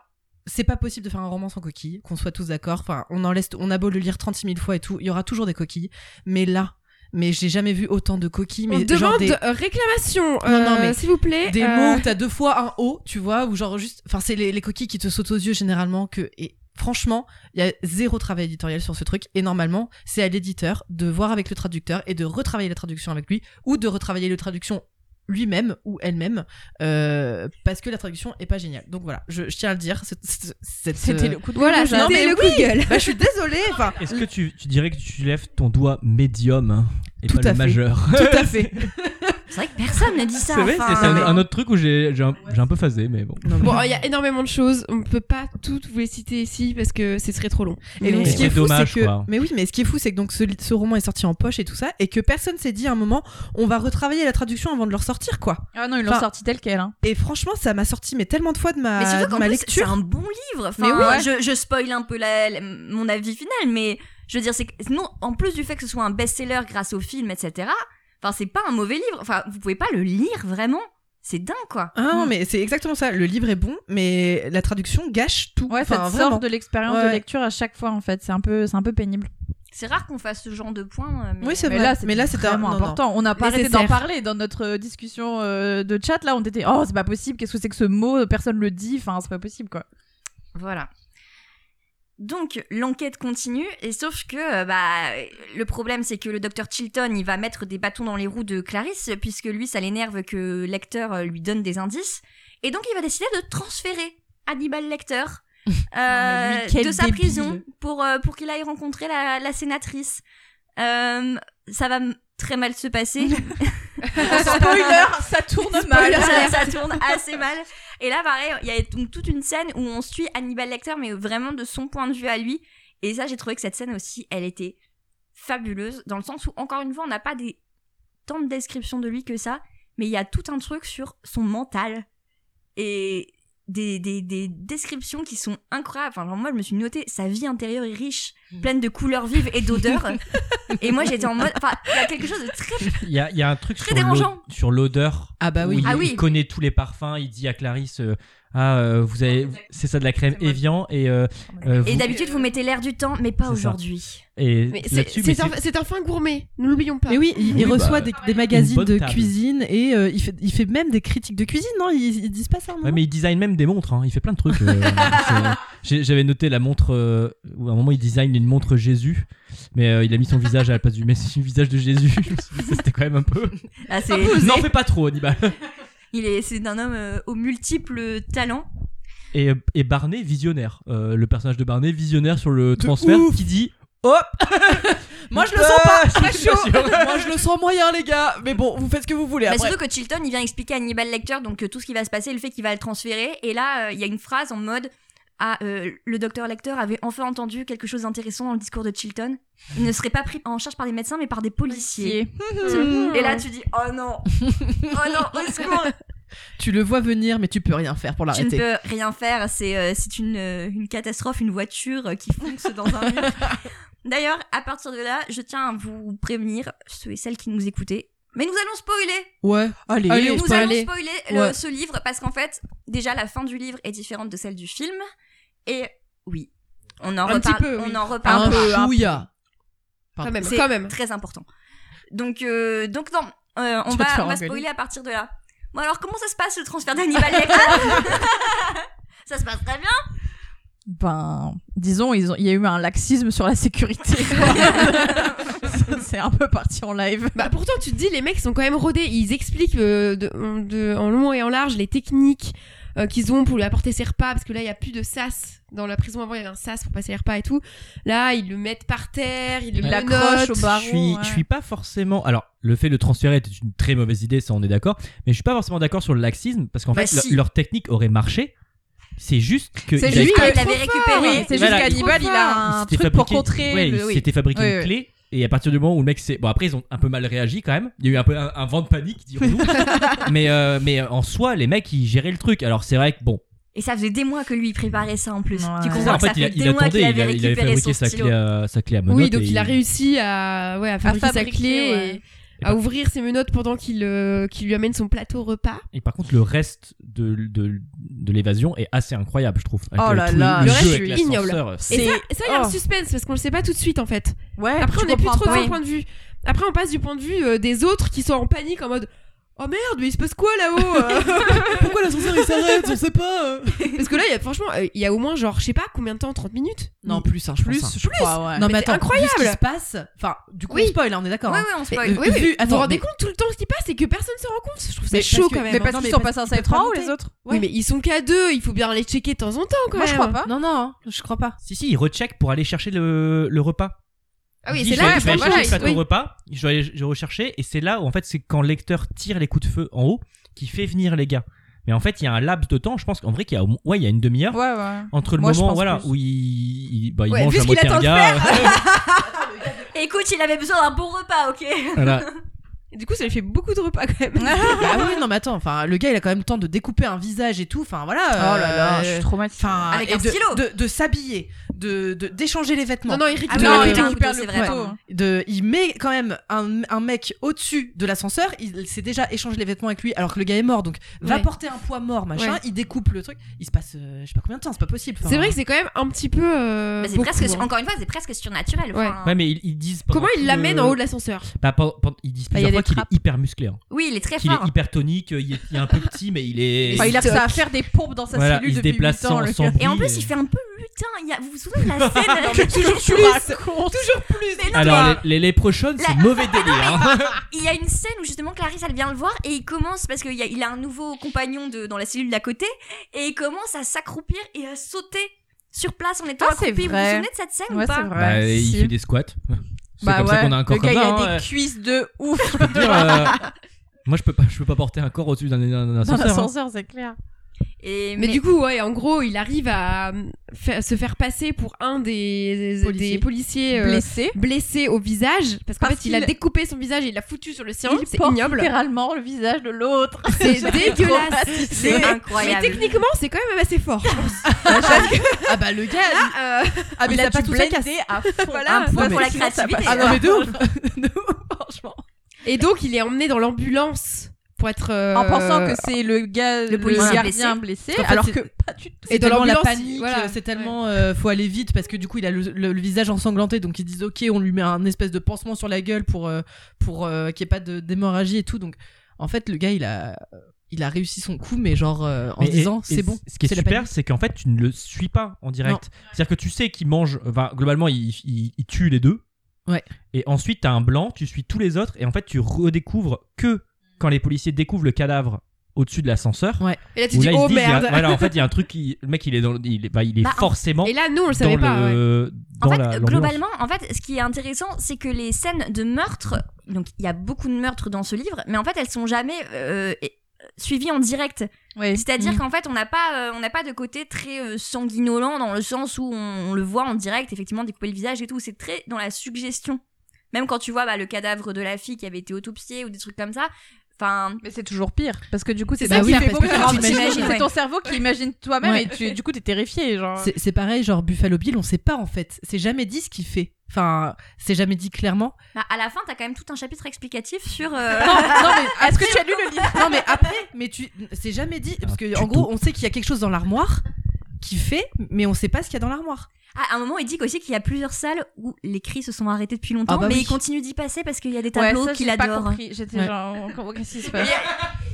Speaker 6: c'est pas possible de faire un roman sans coquilles, qu'on soit tous d'accord. Enfin, on en laisse, on a beau le lire 36 000 fois et tout, il y aura toujours des coquilles. Mais là, mais j'ai jamais vu autant de coquilles.
Speaker 7: On
Speaker 6: Mais genre
Speaker 7: demande
Speaker 6: des,
Speaker 7: euh, réclamation,
Speaker 6: Non, non,
Speaker 7: euh,
Speaker 6: mais
Speaker 7: s'il vous plaît.
Speaker 6: des
Speaker 7: euh,
Speaker 6: mots où t'as deux fois un O, tu vois, ou genre juste. Enfin, c'est les, les coquilles qui te sautent aux yeux généralement que. Et franchement, il y a zéro travail éditorial sur ce truc. Et normalement, c'est à l'éditeur de voir avec le traducteur et de retravailler la traduction avec lui, ou de retravailler la traduction lui-même ou elle-même, euh, parce que la traduction est pas géniale. Donc voilà, je, je tiens à le dire. c'est- c'est- c'est-
Speaker 2: C'était
Speaker 6: euh,
Speaker 2: le coup de
Speaker 7: Voilà,
Speaker 2: gueule,
Speaker 7: c'était
Speaker 2: genre.
Speaker 6: mais
Speaker 7: le coup de gueule.
Speaker 6: Bah, je suis désolée. Enfin,
Speaker 8: Est-ce que tu, tu dirais que tu lèves ton doigt médium hein, et
Speaker 6: Tout
Speaker 8: pas
Speaker 6: à
Speaker 8: le
Speaker 6: fait.
Speaker 8: majeur
Speaker 6: tout à fait.
Speaker 1: C'est vrai que personne n'a dit ça.
Speaker 8: C'est vrai,
Speaker 1: enfin,
Speaker 8: c'est un, un autre truc où j'ai j'ai un, j'ai un peu phasé, mais bon.
Speaker 7: Bon, il y a énormément de choses. On peut pas toutes vous les citer ici parce que ce serait trop long.
Speaker 6: Et donc,
Speaker 7: Mais-
Speaker 6: ce qui est
Speaker 8: C'est
Speaker 6: fou, c'est
Speaker 8: dommage,
Speaker 6: que.
Speaker 8: quoi.
Speaker 6: Mais oui, mais ce qui est fou, c'est que donc ce, ce roman est sorti en poche et tout ça, et que personne s'est dit à un moment, on va retravailler la traduction avant de le ressortir, quoi.
Speaker 2: Ah non, ils l'ont
Speaker 6: Enfin,
Speaker 2: sorti tel quel. hein.
Speaker 6: Et franchement, ça m'a sorti mais tellement de fois de ma,
Speaker 1: Mais surtout
Speaker 6: de
Speaker 1: qu'en
Speaker 6: ma
Speaker 1: plus, c'est
Speaker 6: lecture.
Speaker 1: un bon livre. Enfin,
Speaker 2: Mais ouais.
Speaker 1: je, je spoil un peu la- la- mon avis final, mais je veux dire, c'est que- non, en plus du fait que ce soit un best-seller grâce au film, etc., enfin, c'est pas un mauvais livre. Enfin, vous pouvez pas le lire vraiment. C'est Mm. dingue, quoi.
Speaker 6: Ah non, mais c'est exactement ça. Le livre est bon, mais la traduction gâche tout.
Speaker 2: Ouais, ça
Speaker 6: Enfin,
Speaker 2: te
Speaker 6: vraiment.
Speaker 2: sort de l'expérience de
Speaker 6: Ouais.
Speaker 2: lecture à chaque fois en fait. C'est un peu, c'est un peu pénible.
Speaker 1: C'est rare qu'on fasse ce genre de point. euh, Mais...
Speaker 6: Oui, c'est
Speaker 2: Mais
Speaker 6: vrai.
Speaker 2: là, c'était
Speaker 6: mais là, c'était
Speaker 2: vraiment
Speaker 6: non, non.
Speaker 2: important. On n'a pas arrêté
Speaker 7: Nécessaire.
Speaker 2: d'en parler dans notre discussion euh, de chat. Là, on était, oh, c'est pas possible. Qu'est-ce que c'est que ce mot Personne le dit. Enfin, c'est pas possible, quoi.
Speaker 1: Voilà. Donc l'enquête continue et sauf que euh, bah le problème c'est que le docteur Chilton il va mettre des bâtons dans les roues de Clarisse puisque lui ça l'énerve que l'acteur euh, lui donne des indices et donc il va décider de transférer Hannibal Lecter euh,
Speaker 2: mais lui, quel
Speaker 1: de sa
Speaker 2: débile.
Speaker 1: prison pour euh, pour qu'il aille rencontrer la, la sénatrice. Euh, ça va m- très mal se passer.
Speaker 2: Spoiler, ça tourne mal.
Speaker 1: ça, ça tourne assez mal. Et là, pareil, il y a donc toute une scène où on suit Hannibal Lecter, mais vraiment de son point de vue à lui. Et ça, j'ai trouvé que cette scène aussi, elle était fabuleuse, dans le sens où, encore une fois, on n'a pas des... tant de descriptions de lui que ça, mais il y a tout un truc sur son mental. Et des, des, des descriptions qui sont incroyables. Enfin, genre, moi, je me suis noté, sa vie intérieure est riche, pleine de couleurs vives et d'odeurs. et moi, j'étais en mode. Enfin, il y a quelque chose de très
Speaker 8: Il y a, il y a un truc
Speaker 1: Très
Speaker 8: sur l'o-
Speaker 1: dérangeant.
Speaker 8: sur l'odeur.
Speaker 6: Ah bah
Speaker 8: où
Speaker 6: oui.
Speaker 8: Il,
Speaker 1: Ah oui.
Speaker 8: il connaît tous les parfums. Il dit à Clarisse euh, Ah, euh, vous avez. C'est ça de la crème
Speaker 2: C'est moi.
Speaker 8: Evian. Et, euh, euh, vous-
Speaker 1: Et d'habitude, vous mettez l'air du temps, mais pas
Speaker 8: C'est ça.
Speaker 1: aujourd'hui.
Speaker 8: et
Speaker 7: Mais c'est-
Speaker 8: là-dessus, mais
Speaker 7: c'est un,
Speaker 8: c'est-
Speaker 7: c'est un fin gourmet, ne l'oublions pas.
Speaker 6: Ah, Mais oui, il, il
Speaker 8: Oui,
Speaker 6: reçoit
Speaker 8: bah,
Speaker 6: des, des magazines
Speaker 8: bonne
Speaker 6: de
Speaker 8: table.
Speaker 6: cuisine et euh, il, fait, il fait même des critiques de cuisine, non ils, ils disent pas ça à un
Speaker 8: Ouais,
Speaker 6: moment
Speaker 8: mais il design même des montres. hein. Il fait plein de trucs. euh, c'est- j'ai- J'avais noté la montre euh, où à un moment il design une montre Jésus, mais euh, il a mis son visage à la place du mais c'est le visage de Jésus. Je me suis dit, ça, C'était quand même un peu.
Speaker 1: Ah, c'est,
Speaker 8: N'en fais pas trop, Hannibal.
Speaker 1: il est, c'est un homme euh, aux multiples talents.
Speaker 8: Et, et Barney visionnaire, Euh, le personnage de Barney visionnaire sur le transfert qui dit hop. Ah,
Speaker 6: Moi, je le sens pas,
Speaker 8: je suis pas sûr.
Speaker 6: Moi, je le sens moyen, les gars. Mais bon, vous faites ce que vous voulez.
Speaker 1: Bah, surtout que Chilton, il vient expliquer à Hannibal Lecter donc euh, tout ce qui va se passer, le fait qu'il va le transférer. Et là, euh, il y a une phrase en mode Ah, euh, le docteur Lecter avait enfin entendu quelque chose d'intéressant dans le discours de Chilton. Il ne serait pas pris en charge par des médecins, mais par des policiers. Et là, tu dis Oh non Oh non, au secours
Speaker 6: Tu le vois venir, mais tu peux rien faire pour
Speaker 1: Tu ne
Speaker 6: l'arrêter.
Speaker 1: peux rien faire, c'est euh, c'est une, euh, une catastrophe, une voiture euh, qui fonce dans un mur. D'ailleurs, à partir de là, je tiens à vous prévenir, ceux et celles qui nous écoutaient, mais nous allons spoiler
Speaker 6: Ouais, allez,
Speaker 7: Allez,
Speaker 6: Ah on
Speaker 7: on
Speaker 1: Nous
Speaker 6: se
Speaker 7: spoil.
Speaker 6: parle.
Speaker 1: allons
Speaker 7: spoiler.
Speaker 1: spoiler le-
Speaker 6: Ouais.
Speaker 1: ce livre parce qu'en fait, déjà la fin du livre est différente de celle du film. Et oui, on en
Speaker 6: Un petit
Speaker 1: reparle.
Speaker 6: peu, oui.
Speaker 1: On en reparle.
Speaker 6: un
Speaker 1: un peu.
Speaker 6: chouïa.
Speaker 7: Quand même,
Speaker 1: C'est
Speaker 7: quand même.
Speaker 1: très important. Donc, euh, donc non, euh, on,
Speaker 6: Tu
Speaker 1: va,
Speaker 6: vas te faire
Speaker 1: on va
Speaker 6: engueuler.
Speaker 1: spoiler à partir de là. Bon alors, comment ça se passe le transfert d'Hannibal Lecter Ça se passe très bien.
Speaker 2: Ben, disons, ils ont- il y a eu un laxisme sur la sécurité. quoi. c'est un peu parti en live.
Speaker 7: Bah pourtant tu te dis les mecs sont quand même rodés, ils expliquent euh, de, en- de- en long et en large les techniques, euh, qu'ils ont pour lui apporter ses repas, parce que là, il n'y a plus de sas. Dans la prison avant, il y avait un sas pour passer les repas et tout. Là, ils le mettent par terre, ils le
Speaker 2: Il
Speaker 7: menottent.
Speaker 2: l'accroche au baron.
Speaker 8: je suis,
Speaker 2: ouais.
Speaker 8: je suis pas forcément. Alors, le fait de le transférer était une très mauvaise idée, ça on est d'accord. Mais je suis pas forcément d'accord sur le laxisme parce qu'en
Speaker 1: Bah
Speaker 8: fait,
Speaker 1: si.
Speaker 8: leur- leur technique aurait marché. C'est juste que
Speaker 2: C'est
Speaker 8: ils avaient-
Speaker 2: juste
Speaker 1: Ah,
Speaker 2: que
Speaker 1: il l'avait récupéré.
Speaker 2: Oui, c'est juste
Speaker 8: Voilà,
Speaker 2: qu'Hannibal,
Speaker 7: il-
Speaker 2: il a un
Speaker 8: c'était
Speaker 2: truc pour
Speaker 8: fabriqué-
Speaker 2: contrer.
Speaker 8: ouais,
Speaker 2: le-
Speaker 8: ils
Speaker 2: oui.
Speaker 8: s'étaient fabriqué
Speaker 2: Oui,
Speaker 8: une
Speaker 2: oui.
Speaker 8: clé. Et à partir du moment où le mec s'est. Bon, après, ils ont un peu mal réagi quand même. Il y a eu un peu un, un vent de panique, dirons-nous. mais, euh, mais euh, en soi, les mecs, ils géraient le truc. Alors, c'est vrai que bon.
Speaker 1: Et ça faisait des mois que lui il préparait ça en plus.
Speaker 2: Ouais.
Speaker 1: Tu
Speaker 2: C'est
Speaker 1: comprends
Speaker 8: ça, en
Speaker 1: que ça
Speaker 8: fait, il, a-
Speaker 1: fait
Speaker 8: il
Speaker 1: des mois
Speaker 8: attendait,
Speaker 1: qu'il
Speaker 8: il,
Speaker 1: avait
Speaker 8: a- il avait
Speaker 1: récupéré son
Speaker 8: fabriqué sa
Speaker 1: stylo.
Speaker 8: clé, à, sa clé à menottes.
Speaker 7: Oui, donc
Speaker 8: et
Speaker 7: il a réussi à, ouais, à fabriquer sa
Speaker 2: fabriquer,
Speaker 7: clé
Speaker 2: ouais.
Speaker 7: et à ouvrir ses menottes pendant qu'il euh, qu'il lui amène son plateau repas.
Speaker 8: Et par contre, le reste de, de, de l'évasion est assez incroyable, je trouve. Avec,
Speaker 2: Oh
Speaker 8: euh,
Speaker 2: là
Speaker 8: tout
Speaker 2: là,
Speaker 8: le,
Speaker 2: le
Speaker 8: jeu
Speaker 2: reste,
Speaker 8: avec
Speaker 7: je suis ignoble.
Speaker 8: l'ascenseur, euh, c'est-
Speaker 7: Et ça,
Speaker 2: C'est-
Speaker 7: ça, il y a
Speaker 2: oh.
Speaker 7: un suspense parce qu'on le sait pas tout de suite en fait.
Speaker 2: Ouais,
Speaker 7: Après,
Speaker 2: tu
Speaker 7: on n'est plus
Speaker 2: comprends
Speaker 7: trop
Speaker 2: pas.
Speaker 7: sur le point de vue. Après, on passe du point de vue euh, des autres qui sont en panique en mode Oh merde, mais il se passe quoi là-haut euh
Speaker 6: Pourquoi l'ascenseur il s'arrête On sait pas.
Speaker 7: Parce que là, il y a, franchement, euh, il y a au moins genre, je sais pas combien de temps, 30 minutes
Speaker 6: Non, plus, hein, je
Speaker 2: Plus,
Speaker 6: pense. hein.
Speaker 2: je crois, ouais.
Speaker 6: Non,
Speaker 7: Mais
Speaker 6: mais
Speaker 7: c'est
Speaker 6: attends,
Speaker 7: incroyable.
Speaker 6: vu ce qui se passe. Enfin, du coup,
Speaker 7: Oui.
Speaker 6: on spoil, hein, on est d'accord.
Speaker 1: Ouais,
Speaker 6: hein.
Speaker 1: ouais, on se
Speaker 7: Mais,
Speaker 1: spoil.
Speaker 6: euh,
Speaker 7: Oui,
Speaker 6: vu-
Speaker 7: oui, vous
Speaker 6: attends,
Speaker 7: vous rendez
Speaker 6: mais-
Speaker 7: compte tout le temps ce qui passe et que personne se rend compte Je trouve ça
Speaker 6: Mais
Speaker 7: chaud
Speaker 6: parce que-
Speaker 7: quand même.
Speaker 2: Mais
Speaker 6: Non,
Speaker 2: parce
Speaker 6: mais
Speaker 2: qu'ils sont
Speaker 6: parce
Speaker 2: passés à
Speaker 6: qu'ils peuvent
Speaker 2: Saint-Étienne
Speaker 6: pas
Speaker 2: ou les
Speaker 6: monter.
Speaker 2: autres
Speaker 7: Oui, mais ils sont qu'à deux, il faut bien les checker de temps en temps quand
Speaker 2: Moi,
Speaker 7: même.
Speaker 2: je crois pas.
Speaker 6: Non, non, je crois pas.
Speaker 8: Si, si, il recheck pour aller chercher le, le repas.
Speaker 7: Ah oui,
Speaker 8: Il dit,
Speaker 7: c'est
Speaker 8: je
Speaker 7: là,
Speaker 8: vais- je vais
Speaker 7: c'est
Speaker 8: aller
Speaker 7: voilà,
Speaker 8: chercher le
Speaker 7: ils-
Speaker 8: plateau
Speaker 7: oui.
Speaker 8: repas, je vais aller je vais rechercher, et c'est là où en fait c'est quand le lecteur tire les coups de feu en haut qui fait venir les gars. Mais en fait, il y a un laps de temps, je pense qu'en vrai qu'il y a au moins- ouais, il y a une demi-heure
Speaker 2: Ouais, Euh, ouais.
Speaker 8: entre le
Speaker 2: Moi, je
Speaker 8: moment
Speaker 2: pense
Speaker 8: voilà
Speaker 2: plus.
Speaker 8: où il, il- bah, il
Speaker 7: Ouais,
Speaker 8: mange
Speaker 7: vu
Speaker 8: à
Speaker 7: ce qu'il
Speaker 8: moitié un
Speaker 7: attend de
Speaker 8: gars.
Speaker 1: Écoute, il avait besoin d'un bon repas, ok
Speaker 8: voilà.
Speaker 7: Du coup, ça lui fait beaucoup de repas quand même.
Speaker 6: bah oui, non, mais attends, enfin, le gars, il a quand même le temps de découper un visage et tout. Enfin, voilà. euh,
Speaker 2: Oh là là, je suis traumatisée.
Speaker 6: Enfin,
Speaker 1: Avec
Speaker 6: et
Speaker 1: un
Speaker 6: de,
Speaker 1: stylo.
Speaker 6: de, de s'habiller, de de- d'échanger les vêtements.
Speaker 7: Non, non, il
Speaker 1: Ah
Speaker 7: récupère
Speaker 1: oui,
Speaker 6: Non,
Speaker 1: il
Speaker 6: il
Speaker 1: était un
Speaker 2: récupère
Speaker 1: couteau,
Speaker 2: le
Speaker 1: c'est vrai.
Speaker 2: couteau.
Speaker 1: pardon.
Speaker 6: de, il met quand même un, un mec au-dessus de l'ascenseur, il s'est déjà échangé les vêtements avec lui alors que le gars est mort, donc va
Speaker 7: Ouais.
Speaker 6: porter un poids mort, machin,
Speaker 7: Ouais.
Speaker 6: il découpe le truc, il se passe euh, je sais pas combien de temps, c'est pas possible. enfin.
Speaker 7: C'est vrai que c'est quand même un petit peu. euh,
Speaker 1: Bah, c'est
Speaker 7: beaucoup,
Speaker 1: presque,
Speaker 7: hein.
Speaker 1: encore une fois, c'est presque surnaturel.
Speaker 7: Ouais.
Speaker 1: enfin.
Speaker 8: Ouais, mais ils, ils disent pendant
Speaker 7: Comment
Speaker 8: tout
Speaker 7: il l'amène en haut de
Speaker 8: le...
Speaker 7: l'ascenseur
Speaker 8: bah, pendant- pendant- ils disent
Speaker 2: Bah, il y a
Speaker 8: plusieurs fois
Speaker 2: des
Speaker 8: qu'il est
Speaker 2: trappes.
Speaker 8: hyper musclé, hein.
Speaker 1: Oui, il est très
Speaker 8: qu'il est
Speaker 1: fort.
Speaker 8: hyper tonique, il est, il est un peu petit mais il est
Speaker 2: Enfin, Bah, il a
Speaker 7: Stock.
Speaker 2: ça à faire des pompes dans sa
Speaker 8: voilà,
Speaker 2: cellule
Speaker 8: il se
Speaker 2: depuis
Speaker 8: déplace
Speaker 2: 8 ans,
Speaker 8: sans,
Speaker 2: le
Speaker 8: sans
Speaker 2: gars.
Speaker 8: bruit.
Speaker 1: Et en plus, il fait un peu lutin. Il y a- Vous vous souvenez de la scène
Speaker 2: Toujours plus Toujours plus
Speaker 1: Mais non,
Speaker 8: Alors les, les leprechauns, c'est
Speaker 1: La-
Speaker 8: mauvais délire. hein.
Speaker 1: Il y a une scène où justement Clarisse elle vient le voir et il commence parce qu'il y a, il a un nouveau compagnon de, dans la cellule d'à côté et il commence à s'accroupir et à sauter sur place en étant
Speaker 2: Ah, c'est
Speaker 1: accroupi. Vous vous
Speaker 2: vrai.
Speaker 1: souvenez de cette scène
Speaker 2: Ouais,
Speaker 1: ou pas
Speaker 2: c'est vrai.
Speaker 8: Bah,
Speaker 2: si.
Speaker 8: il fait des squats. C'est
Speaker 2: Bah
Speaker 8: comme ça
Speaker 2: ouais,
Speaker 8: qu'on a un corps
Speaker 2: Le gars,
Speaker 8: comme ça,
Speaker 2: il a
Speaker 8: hein.
Speaker 2: des cuisses de ouf
Speaker 8: Je peux te dire, euh, moi je peux pas, je peux pas porter un corps au-dessus d'un- d'un d'un
Speaker 2: dans
Speaker 8: ascenseur. hein.
Speaker 2: l'ascenseur, c'est clair.
Speaker 1: Et,
Speaker 7: Mais, du coup, ouais, en gros, il arrive à euh, fa- se faire passer pour un des des policiers,
Speaker 6: Policier.
Speaker 7: euh,
Speaker 2: Blessé.
Speaker 7: blessés au visage. Parce qu'en
Speaker 2: Parce
Speaker 7: fait, il a
Speaker 2: qu'il-
Speaker 7: découpé son visage et il l'a foutu sur le sien.
Speaker 2: Il
Speaker 7: C'est
Speaker 2: porte
Speaker 7: ignoble.
Speaker 2: littéralement le visage de l'autre.
Speaker 7: C'est dégueulasse.
Speaker 2: traumatisé.
Speaker 1: c'est
Speaker 7: mais- Mais
Speaker 1: incroyable.
Speaker 7: techniquement, c'est quand même assez fort.
Speaker 6: Ah bah le gars, lui-
Speaker 7: Là, euh,
Speaker 6: ah, mais
Speaker 2: il
Speaker 6: ça
Speaker 2: a
Speaker 6: passe
Speaker 2: dû
Speaker 6: tout ça casse.
Speaker 2: blender à fond.
Speaker 7: Voilà,
Speaker 2: Un point
Speaker 1: pour la
Speaker 2: sinon, ça
Speaker 1: créativité.
Speaker 2: passe.
Speaker 6: Ah non mais de ouf, de ouf, franchement.
Speaker 7: Et donc, il est emmené dans l'ambulance pour être. euh,
Speaker 2: En pensant que c'est le gars, le,
Speaker 1: policier
Speaker 2: gardien blessé,
Speaker 6: Parce qu'en fait,
Speaker 2: alors
Speaker 6: c'est-
Speaker 2: que pas du tout.
Speaker 6: C'est
Speaker 7: Et dans
Speaker 6: tellement la
Speaker 7: l'ambulance,
Speaker 6: panique,
Speaker 7: voilà.
Speaker 6: c'est tellement euh, faut aller vite parce que du coup il a le, le- le visage ensanglanté donc ils disent ok on lui met un espèce de pansement sur la gueule pour euh, pour euh, qu'il n'y ait pas de- d'hémorragie et tout donc en fait le gars il a il a réussi son coup mais genre euh, en
Speaker 8: Mais-
Speaker 6: se disant
Speaker 8: et- et
Speaker 6: c'est bon
Speaker 8: Ce qui est
Speaker 6: c'est la
Speaker 8: super,
Speaker 6: panique.
Speaker 8: c'est qu'en fait tu ne le suis pas en direct. C'est-à-dire que tu sais qu'il mange, enfin, globalement il, il- il tue les deux.
Speaker 6: Ouais.
Speaker 8: Et ensuite t'as un blanc, tu suis tous les autres et en fait tu redécouvres que quand les policiers découvrent le cadavre au-dessus de l'ascenseur.
Speaker 6: Ouais.
Speaker 7: Et là, tu
Speaker 8: Où
Speaker 7: dis,
Speaker 8: là, ils
Speaker 7: oh
Speaker 8: se disent, il y a-
Speaker 7: merde.
Speaker 8: voilà, en fait, il y a un truc, qui- le mec, il est dans, il est, bah, il est
Speaker 1: Bah, en-
Speaker 8: forcément
Speaker 7: Et là, nous, on le savait
Speaker 8: dans
Speaker 7: pas. ouais.
Speaker 8: le, dans
Speaker 1: En fait,
Speaker 8: la- l'ambiance.
Speaker 1: globalement, en fait, ce qui est intéressant, c'est que les scènes de meurtre, donc il y a beaucoup de meurtres dans ce livre, mais en fait, elles sont jamais euh, é- suivies en direct.
Speaker 2: Ouais.
Speaker 1: C'est-à-dire qu'en fait, on n'a pas, euh, on n'a pas de côté très euh, sanguinolent dans le sens où on, on le voit en direct, effectivement, découper le visage et tout. C'est très dans la suggestion. Même quand tu vois bah, le cadavre de la fille qui avait été autopsiée ou des trucs comme ça. Enfin,
Speaker 2: Mais c'est toujours pire parce que du coup c'est
Speaker 6: Bah
Speaker 2: ça
Speaker 6: oui,
Speaker 2: qui fait
Speaker 6: parce que
Speaker 2: peur.
Speaker 6: tu
Speaker 1: t'imagines,
Speaker 2: C'est
Speaker 1: ouais.
Speaker 2: ton cerveau qui imagine toi-même
Speaker 6: Ouais.
Speaker 2: et tu- du coup t'es terrifié genre.
Speaker 6: C'est- c'est pareil genre Buffalo Bill on sait pas en fait c'est jamais dit ce qu'il fait enfin c'est jamais dit clairement
Speaker 1: bah, à la fin, t'as quand même tout un chapitre explicatif sur. euh,
Speaker 2: Non, non, mais est-ce que tu as lu le livre
Speaker 6: non mais après mais tu c'est jamais dit
Speaker 8: Ah,
Speaker 6: parce que en
Speaker 8: tuto.
Speaker 6: gros on sait qu'il y a quelque chose dans l'armoire qui fait mais on sait pas ce qu'il y a dans l'armoire
Speaker 1: Ah, à un moment, il dit aussi qu'il y a plusieurs salles où les cris se sont arrêtés depuis longtemps,
Speaker 6: Ah bah
Speaker 1: mais
Speaker 6: oui.
Speaker 1: il continue d'y passer parce qu'il y a des
Speaker 2: Ouais,
Speaker 1: tableaux
Speaker 2: ça,
Speaker 1: qu'il
Speaker 2: j'ai pas
Speaker 1: adore.
Speaker 2: compris. J'étais
Speaker 6: Ouais.
Speaker 2: genre comment- qu'est-ce qui se passe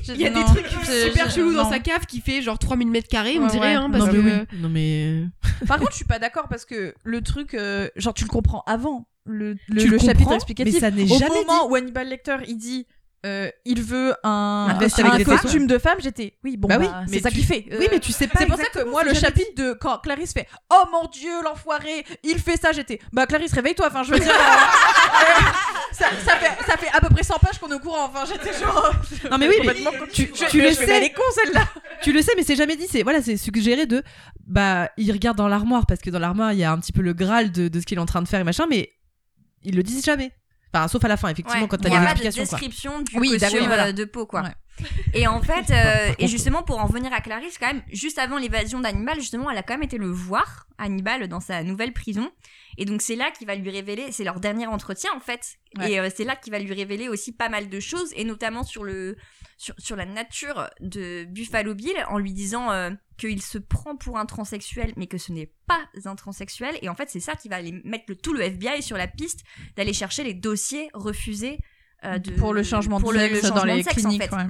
Speaker 7: Il y a des trucs super chelous dans sa cave qui fait genre 3000 mètres carrés, on
Speaker 2: Ouais,
Speaker 7: dirait.
Speaker 2: ouais.
Speaker 7: hein,
Speaker 2: Non,
Speaker 7: parce
Speaker 6: non
Speaker 7: que...
Speaker 6: Ah, mais oui non mais
Speaker 2: Par contre, je suis pas d'accord parce que le truc, euh, genre, tu le comprends avant le, le,
Speaker 6: Tu
Speaker 2: le
Speaker 6: comprends,
Speaker 2: chapitre explicatif.
Speaker 6: mais ça n'est
Speaker 2: Au
Speaker 6: jamais
Speaker 2: moment où Hannibal Lecter il dit euh, il veut un,
Speaker 6: Un veste avec
Speaker 2: un
Speaker 6: des
Speaker 2: costume de femme, j'étais oui bon
Speaker 6: Bah oui,
Speaker 2: bah,
Speaker 6: mais
Speaker 2: c'est ça
Speaker 6: tu-
Speaker 2: qu'il fait.
Speaker 6: Oui,
Speaker 2: Euh,
Speaker 6: mais tu sais pas.
Speaker 2: c'est pour ça que
Speaker 6: exactement
Speaker 2: moi
Speaker 6: ce
Speaker 2: le
Speaker 6: j'avais
Speaker 2: chapitre de quand Clarisse fait oh mon dieu l'enfoiré il fait ça j'étais bah Clarisse réveille-toi enfin je veux dire euh, euh, ça, ça fait ça fait à peu près 100 pages qu'on est au courant enfin j'étais genre euh,
Speaker 6: Non, mais oui, mais
Speaker 2: complètement con-
Speaker 6: tu-
Speaker 2: je-
Speaker 6: tu le
Speaker 2: je fais, mais
Speaker 6: sais.
Speaker 2: elle est con celle-là
Speaker 6: tu le sais, mais c'est jamais dit. C'est voilà, c'est suggéré de bah il regarde dans l'armoire parce que dans l'armoire il y a un petit peu le graal de, de ce qu'il est en train de faire et machin, mais il le dit jamais. Enfin, sauf à la fin, effectivement, quand t'as
Speaker 1: Il y
Speaker 6: des
Speaker 1: a pas de
Speaker 6: explications. quoi.
Speaker 1: description du
Speaker 2: Oui, d'accord,
Speaker 1: costume
Speaker 2: voilà.
Speaker 1: euh, de peau, quoi.
Speaker 2: Ouais.
Speaker 1: Et en fait, euh, et justement pour en venir à Clarisse, quand même, juste avant l'évasion d'Hannibal, justement, elle a quand même été le voir, Hannibal, dans sa nouvelle prison. Et donc c'est là qu'il va lui révéler, c'est leur dernier entretien en fait.
Speaker 2: Ouais.
Speaker 1: Et euh, c'est là qu'il va lui révéler aussi pas mal de choses, et notamment sur le sur, sur la nature de Buffalo Bill, en lui disant euh, qu'il se prend pour un transsexuel, mais que ce n'est pas un transsexuel. Et en fait, c'est ça qui va les mettre le, tout le FBI sur la piste d'aller chercher les dossiers refusés. euh, de,
Speaker 2: pour le changement
Speaker 1: pour
Speaker 2: de
Speaker 1: le- le
Speaker 2: sexe dans
Speaker 1: changement de
Speaker 2: les
Speaker 1: sexe, en
Speaker 2: cliniques
Speaker 1: fait.
Speaker 2: ouais.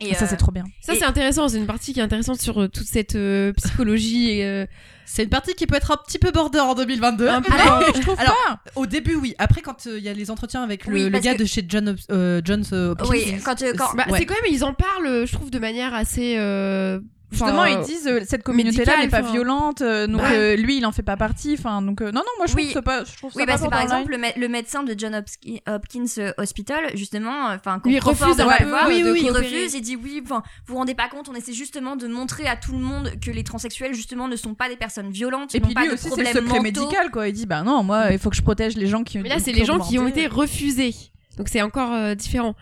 Speaker 1: Et,
Speaker 2: ça c'est
Speaker 1: euh,
Speaker 2: trop bien
Speaker 7: Ça,
Speaker 1: Et-
Speaker 7: c'est intéressant. C'est une partie qui est intéressante sur euh, toute cette euh, psychologie. et, euh,
Speaker 6: C'est une partie qui peut être un petit peu border en 2022.
Speaker 7: Un peu.
Speaker 6: Alors,
Speaker 2: je trouve
Speaker 6: Alors,
Speaker 2: pas
Speaker 6: au début, oui. Après, quand euh, il y a les entretiens avec le,
Speaker 1: Oui,
Speaker 6: le
Speaker 1: parce
Speaker 6: gars
Speaker 1: que-
Speaker 6: de chez John Hop- euh, Johns euh, Hopkins,
Speaker 1: Oui, quand, euh, quand-
Speaker 7: bah,
Speaker 6: Ouais.
Speaker 7: C'est quand même, ils en parlent, euh, je trouve, de manière assez. euh, enfin,
Speaker 2: Justement, ils
Speaker 7: euh,
Speaker 2: disent euh, cette communauté-là
Speaker 7: médical,
Speaker 2: n'est pas
Speaker 7: enfin.
Speaker 2: violente, euh, donc
Speaker 7: Bah.
Speaker 2: euh, lui il en fait pas partie. Enfin, donc euh, non, non, moi je
Speaker 1: Oui.
Speaker 2: trouve ça pas. Je trouve ça
Speaker 1: Oui, bah,
Speaker 2: pas
Speaker 1: c'est par
Speaker 2: borderline.
Speaker 1: exemple le, mé- le médecin de John Hopki- Hopkins euh, Hospital, justement, euh, enfin, quand
Speaker 7: Lui, il
Speaker 1: Crawford
Speaker 7: refuse un
Speaker 1: va
Speaker 7: peu,
Speaker 1: le voir, euh,
Speaker 7: oui,
Speaker 1: de-
Speaker 7: oui,
Speaker 1: il
Speaker 7: coopérer.
Speaker 1: refuse, il dit oui, enfin, vous vous rendez pas compte, on essaie justement de montrer à tout le monde que les transsexuels, justement, ne sont pas des personnes violentes,
Speaker 2: Et
Speaker 1: n'ont
Speaker 2: puis
Speaker 1: pas
Speaker 2: lui
Speaker 1: de
Speaker 2: aussi, c'est le
Speaker 1: problèmes
Speaker 2: secret
Speaker 1: mentaux.
Speaker 2: médical, quoi. Il dit, bah non, moi, il faut que je protège les gens qui.
Speaker 7: Mais là, c'est les gens qui ont
Speaker 2: demandé.
Speaker 7: été refusés. Donc c'est encore euh, différent.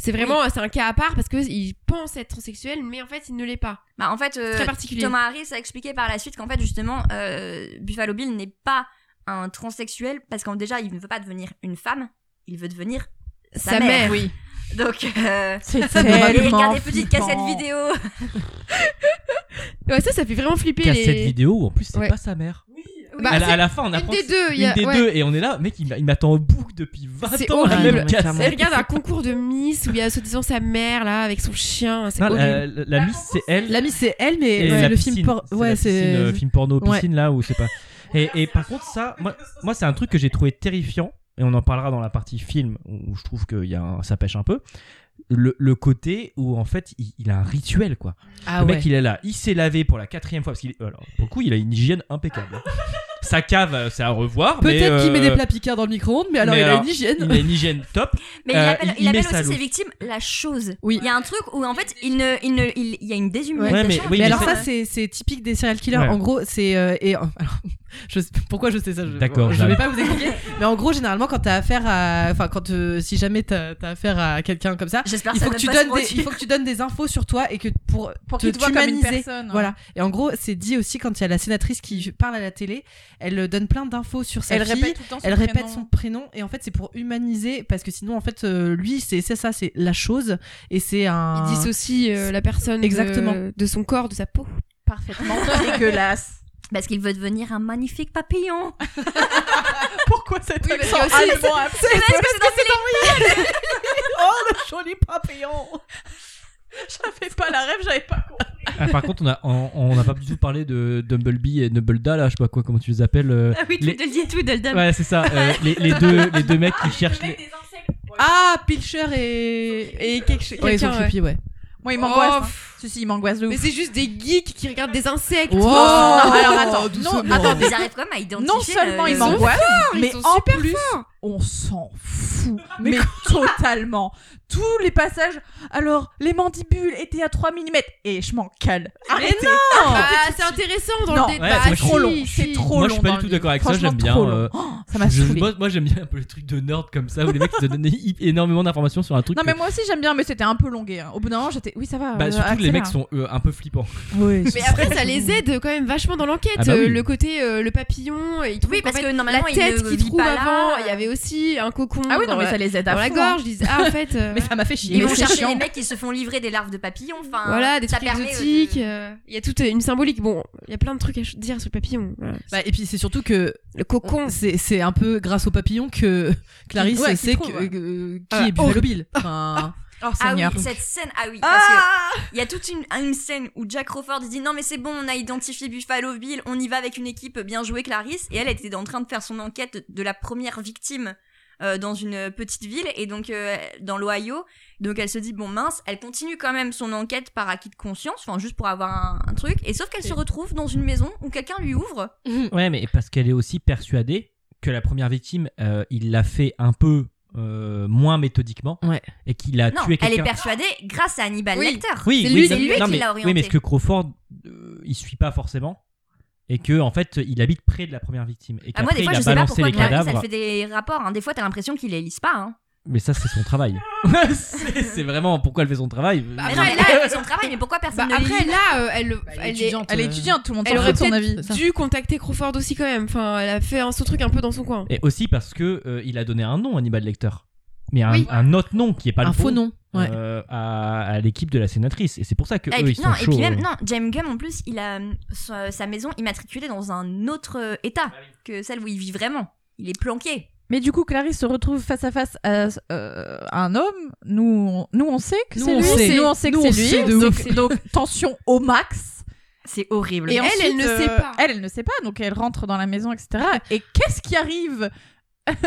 Speaker 7: C'est vraiment c'est un cas à part parce que il pense être transsexuel, mais en fait il ne l'est pas.
Speaker 1: Bah, en fait, euh,
Speaker 7: très particulier.
Speaker 1: Thomas Harris a expliqué par la suite qu'en fait, justement, euh, Buffalo Bill n'est pas un transsexuel parce qu'en déjà, il ne veut pas devenir une femme, il veut devenir sa, mère.
Speaker 7: oui.
Speaker 1: Donc, euh,
Speaker 2: C'est
Speaker 1: allez,
Speaker 2: tellement.
Speaker 1: regardez petite
Speaker 2: flippant.
Speaker 1: cassette vidéo.
Speaker 7: Ouais, ça, ça fait vraiment flipper
Speaker 8: Cassette
Speaker 7: les.
Speaker 8: vidéo, en plus, c'est
Speaker 7: Ouais.
Speaker 8: pas sa mère.
Speaker 7: Bah,
Speaker 8: à, la,
Speaker 7: c'est
Speaker 8: à la fin, on
Speaker 7: une
Speaker 8: apprend
Speaker 7: des
Speaker 8: que
Speaker 7: deux.
Speaker 8: c'est
Speaker 7: il y a-
Speaker 8: une des
Speaker 7: ouais.
Speaker 8: deux, et on est là, mec, il, m'a- il m'attend au bout depuis 20
Speaker 7: C'est
Speaker 8: ans, la
Speaker 7: horrible.
Speaker 8: même
Speaker 7: Elle
Speaker 8: cassette.
Speaker 7: regarde un concours de Miss où il y a soi-disant sa mère là avec son chien. C'est
Speaker 8: Non, euh,
Speaker 7: horrible. Bah,
Speaker 8: la, la- la Miss, c'est elle.
Speaker 6: La mise c'est elle, mais
Speaker 8: Et
Speaker 6: ouais,
Speaker 8: la
Speaker 6: le
Speaker 8: piscine,
Speaker 6: film, por-
Speaker 8: c'est
Speaker 6: ouais,
Speaker 8: la piscine, euh,
Speaker 6: c'est
Speaker 8: film porno
Speaker 6: Ouais.
Speaker 8: piscine là où c'est pas. Et, et par contre ça, moi, moi c'est un truc que j'ai trouvé terrifiant et on en parlera dans la partie film où je trouve que y a un- ça pêche un peu. Le, le côté où en fait il, il a un rituel quoi.
Speaker 6: ah
Speaker 8: le mec il est là, il s'est lavé pour la quatrième fois parce qu'il alors pour le coup il a une hygiène impeccable. hein. Sa cave euh, c'est à revoir. mais,
Speaker 6: Peut-être qu'il met des
Speaker 8: euh,
Speaker 6: plats picards dans le micro-ondes, mais alors
Speaker 8: mais
Speaker 6: il a
Speaker 8: alors,
Speaker 6: une hygiène.
Speaker 8: Il a une hygiène top.
Speaker 1: Mais
Speaker 8: Euh,
Speaker 1: il appelle,
Speaker 8: il-
Speaker 1: il
Speaker 8: il
Speaker 1: appelle
Speaker 8: met sa
Speaker 1: aussi ses
Speaker 8: louche.
Speaker 1: victimes la chose.
Speaker 6: Oui.
Speaker 1: Il y a un truc où en fait, il ne, il ne, il, il y a une déshumanisation.
Speaker 8: Ouais, mais- oui,
Speaker 6: mais, alors
Speaker 8: c'est-
Speaker 6: ça c'est c'est typique des serial killers
Speaker 8: Ouais.
Speaker 6: en gros c'est euh, et euh, alors, je sais- pourquoi je sais ça je,
Speaker 8: D'accord,
Speaker 6: je vais
Speaker 8: j'arrive.
Speaker 6: pas vous expliquer mais en gros généralement quand t'as affaire à enfin quand euh, si jamais t'as t'as affaire à quelqu'un comme ça
Speaker 1: J'espère que
Speaker 6: il
Speaker 1: ça
Speaker 6: faut que
Speaker 1: donne
Speaker 6: tu
Speaker 1: pas
Speaker 6: donnes
Speaker 1: ce
Speaker 6: des,
Speaker 1: reçu.
Speaker 6: il faut que tu donnes des infos sur toi et que pour
Speaker 2: Pour
Speaker 6: te
Speaker 2: qu'il te voit comme une
Speaker 6: t'humaniser.
Speaker 2: personne. ouais.
Speaker 6: voilà et en gros c'est dit aussi quand il y a la sénatrice qui parle à la télé elle euh, donne plein d'infos sur sa
Speaker 2: Elle
Speaker 6: fille
Speaker 2: répète tout le temps son
Speaker 6: elle répète
Speaker 2: prénom.
Speaker 6: son prénom et en fait c'est pour humaniser parce que sinon en fait euh, lui c'est c'est ça c'est la chose et c'est un
Speaker 7: Il dissocie euh, la personne de-
Speaker 6: Exactement.
Speaker 7: De, son corps, de sa peau.
Speaker 2: parfaitement dégueulasse.
Speaker 1: Parce qu'il veut devenir un magnifique papillon.
Speaker 6: pourquoi cette
Speaker 7: Oui, parce qu'il y a aussi-
Speaker 1: Parce que c'est dans les-
Speaker 6: oh le joli papillon
Speaker 2: J'avais pas la rêve, j'avais pas compris.
Speaker 8: Ah, par contre on a on, on a pas du tout parlé de Dumblebee et Nubbledda là je sais pas quoi comment tu les appelles. euh,
Speaker 1: Ah oui,
Speaker 8: les-
Speaker 1: tu le dis tout, Doldum.
Speaker 8: Ouais, c'est ça. euh, les, les deux, les deux mecs qui cherchent. les-
Speaker 6: Ah, Pilcher et. Et quelque chose. Ouais, ils sont
Speaker 7: quelqu'un, ouais.
Speaker 6: creepy, ouais.
Speaker 2: Moi, il
Speaker 7: Oh,
Speaker 2: m'angoisse. hein.
Speaker 7: pff.
Speaker 2: Si, si, il m'angoisse de
Speaker 7: Mais
Speaker 2: ouf.
Speaker 7: c'est juste des geeks qui regardent des insectes.
Speaker 8: Oh.
Speaker 7: Oh.
Speaker 6: Wow.
Speaker 2: Non, alors attends,
Speaker 6: Doucement.
Speaker 2: non, attendez.
Speaker 1: Ils arrivent bah, quand même à identifier.
Speaker 2: Non seulement
Speaker 1: le-
Speaker 2: il
Speaker 7: ils sont
Speaker 2: m'angoisse,
Speaker 7: ils
Speaker 2: mais
Speaker 7: sont
Speaker 2: en
Speaker 7: super
Speaker 2: plus, on s'en fout, mais, totalement. Tous les passages. Alors, les mandibules étaient à 3 mm et je m'en cale. Arrêtez.
Speaker 7: Ah, c'est intéressant dans
Speaker 2: Oh. Non.
Speaker 7: le dé-
Speaker 8: Ouais,
Speaker 7: bah,
Speaker 8: c'est
Speaker 7: si,
Speaker 8: trop
Speaker 2: long,
Speaker 7: si.
Speaker 2: c'est trop
Speaker 8: Moi, je suis
Speaker 2: long
Speaker 8: pas
Speaker 2: dans
Speaker 8: du tout
Speaker 2: le
Speaker 8: d'accord avec ça.
Speaker 2: Franchement,
Speaker 8: J'aime bien.
Speaker 2: trop long.
Speaker 8: euh,
Speaker 2: Oh, ça m'a
Speaker 8: je- je-
Speaker 2: saoulé.
Speaker 8: moi, moi, j'aime bien un peu les trucs de nerd comme ça où les mecs ils te donnent hi- énormément d'informations sur un truc.
Speaker 2: Non, mais
Speaker 8: que-
Speaker 2: moi aussi j'aime bien, mais c'était un peu longué. hein. Au bout d'un moment, j'étais. Oui, ça va.
Speaker 8: bah,
Speaker 2: euh,
Speaker 8: surtout les
Speaker 2: accélère.
Speaker 8: mecs sont euh, un peu flippants.
Speaker 2: Oui,
Speaker 7: Mais après, ça les aide quand même vachement dans l'enquête.
Speaker 8: Ah bah oui.
Speaker 7: Euh, le côté, euh, le papillon, ils trouvent
Speaker 1: Oui, parce
Speaker 7: qu'en fait,
Speaker 1: que
Speaker 7: la
Speaker 1: normalement, il
Speaker 7: tête
Speaker 1: ne
Speaker 7: qu'ils
Speaker 1: vit
Speaker 7: trouvent
Speaker 1: pas là.
Speaker 7: avant, il y avait aussi un cocon
Speaker 2: Ah oui, non,
Speaker 7: dans,
Speaker 2: mais
Speaker 7: la-
Speaker 2: ça les aide à
Speaker 7: dans la
Speaker 2: fond, hein.
Speaker 7: gorge. Ils disent, ah, en fait, euh,
Speaker 6: Mais ça m'a fait chier.
Speaker 1: Ils vont
Speaker 2: c'est
Speaker 1: chercher
Speaker 2: chiant.
Speaker 1: les mecs qui se font livrer des larves de papillons. Enfin,
Speaker 7: voilà, des
Speaker 1: ça
Speaker 7: trucs
Speaker 1: permet, euh, de-
Speaker 7: exotiques. euh, Il y a toute une symbolique. Bon, il y a plein de trucs à ch- dire sur le papillon. voilà.
Speaker 6: Bah, et puis c'est surtout que
Speaker 7: Le cocon.
Speaker 6: c'est c'est un peu grâce au papillon que Clarisse
Speaker 2: Ouais, qu'il
Speaker 6: sait
Speaker 2: trouve,
Speaker 6: que-
Speaker 2: ouais.
Speaker 6: que-
Speaker 7: Ah,
Speaker 6: qui est
Speaker 7: horrible.
Speaker 6: Buffalo Bill. Enfin,
Speaker 2: Oh,
Speaker 1: Ah oui,
Speaker 2: Seigneur.
Speaker 1: cette scène, ah oui. parce que Il y a toute une, une scène où Jack Crawford il dit non mais c'est bon on a identifié Buffalo Bill on y va avec une équipe bien jouée Clarisse et elle était en train de faire son enquête de la première victime euh, dans une petite ville et donc euh, dans l'Ohio. Donc elle se dit bon mince, elle continue quand même son enquête par acquis de conscience, enfin juste pour avoir un, un truc. Et sauf qu'elle se retrouve dans une maison où quelqu'un lui ouvre.
Speaker 8: Ouais, mais parce qu'elle est aussi persuadée que la première victime, euh, il l'a fait un peu euh, moins méthodiquement
Speaker 6: Ouais.
Speaker 8: et qu'il a
Speaker 1: Non,
Speaker 8: tué
Speaker 1: elle est
Speaker 8: quelqu'un.
Speaker 1: persuadée grâce à Hannibal
Speaker 7: Oui.
Speaker 1: Lecter.
Speaker 8: oui,
Speaker 7: C'est
Speaker 8: oui,
Speaker 7: lui-
Speaker 8: ça-
Speaker 7: c'est lui
Speaker 8: non,
Speaker 1: qui
Speaker 8: mais-
Speaker 1: l'a
Speaker 8: Oui, mais
Speaker 1: orienté.
Speaker 8: ce que Crawford, euh, il suit pas forcément et que en fait, il habite près de la première victime et
Speaker 1: Ah, moi,
Speaker 8: qu'après
Speaker 1: des
Speaker 8: il
Speaker 1: fois, je
Speaker 8: a
Speaker 1: sais pas
Speaker 8: balancé
Speaker 1: pourquoi
Speaker 8: les
Speaker 1: Clarisse, elle
Speaker 8: cadavres.
Speaker 1: fait des rapports. hein. Des fois, t'as l'impression qu'il les lise pas. Hein.
Speaker 8: Mais ça, c'est son travail. c'est c'est vraiment pourquoi elle fait son travail.
Speaker 7: Ah,
Speaker 1: Mais
Speaker 7: non,
Speaker 1: non, mais
Speaker 7: mais
Speaker 1: là, elle fait son travail, mais pourquoi
Speaker 7: Bah,
Speaker 1: personne ne
Speaker 7: après,
Speaker 1: lit
Speaker 7: là, euh, elle, le-
Speaker 6: Bah,
Speaker 7: elle, est-
Speaker 2: Euh, Elle est étudiante, tout le monde
Speaker 7: elle
Speaker 2: s'en
Speaker 7: aurait
Speaker 2: fout de son
Speaker 7: peut-être
Speaker 2: avis.
Speaker 7: dû contacter Crawford aussi quand même. Enfin, elle a fait un- son truc un peu dans son coin.
Speaker 8: Et aussi parce que euh, il a donné un nom à Hannibal Lecter, mais un,
Speaker 7: Oui.
Speaker 8: un autre nom qui est pas
Speaker 6: Un
Speaker 8: le
Speaker 6: faux
Speaker 8: bon,
Speaker 6: nom. Ouais.
Speaker 8: euh, à, à l'équipe de la sénatrice. Et c'est pour ça que
Speaker 1: Et
Speaker 8: eux,
Speaker 1: Eh, puis,
Speaker 8: ils sont
Speaker 1: non, et
Speaker 8: chauds.
Speaker 1: puis même,
Speaker 8: euh.
Speaker 1: non, James Gunn en plus, il a euh, sa sa maison immatriculée dans un autre euh, état que celle où il vit vraiment. Il est planqué.
Speaker 2: Mais du coup, Clarisse se retrouve face à face à euh, un homme. Nous, on, nous, on sait que
Speaker 6: Nous,
Speaker 2: c'est
Speaker 6: on
Speaker 2: lui.
Speaker 6: sait.
Speaker 2: Nous, on sait que
Speaker 6: Nous, on
Speaker 2: c'est
Speaker 6: sait
Speaker 2: lui.
Speaker 6: de
Speaker 2: donc,
Speaker 6: ouf.
Speaker 2: donc, tension au max.
Speaker 1: C'est horrible.
Speaker 2: Et
Speaker 7: elle,
Speaker 2: ensuite, euh,
Speaker 7: elle ne sait pas.
Speaker 2: Elle, elle ne sait pas. Donc, elle rentre dans la maison, etc. Et qu'est-ce qui arrive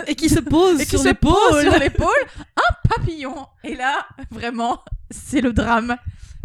Speaker 6: Et qui se pose
Speaker 2: Et qui
Speaker 6: sur
Speaker 2: se
Speaker 6: l'épaule.
Speaker 2: pose sur l'épaule Un papillon. Et là, vraiment, c'est le drame.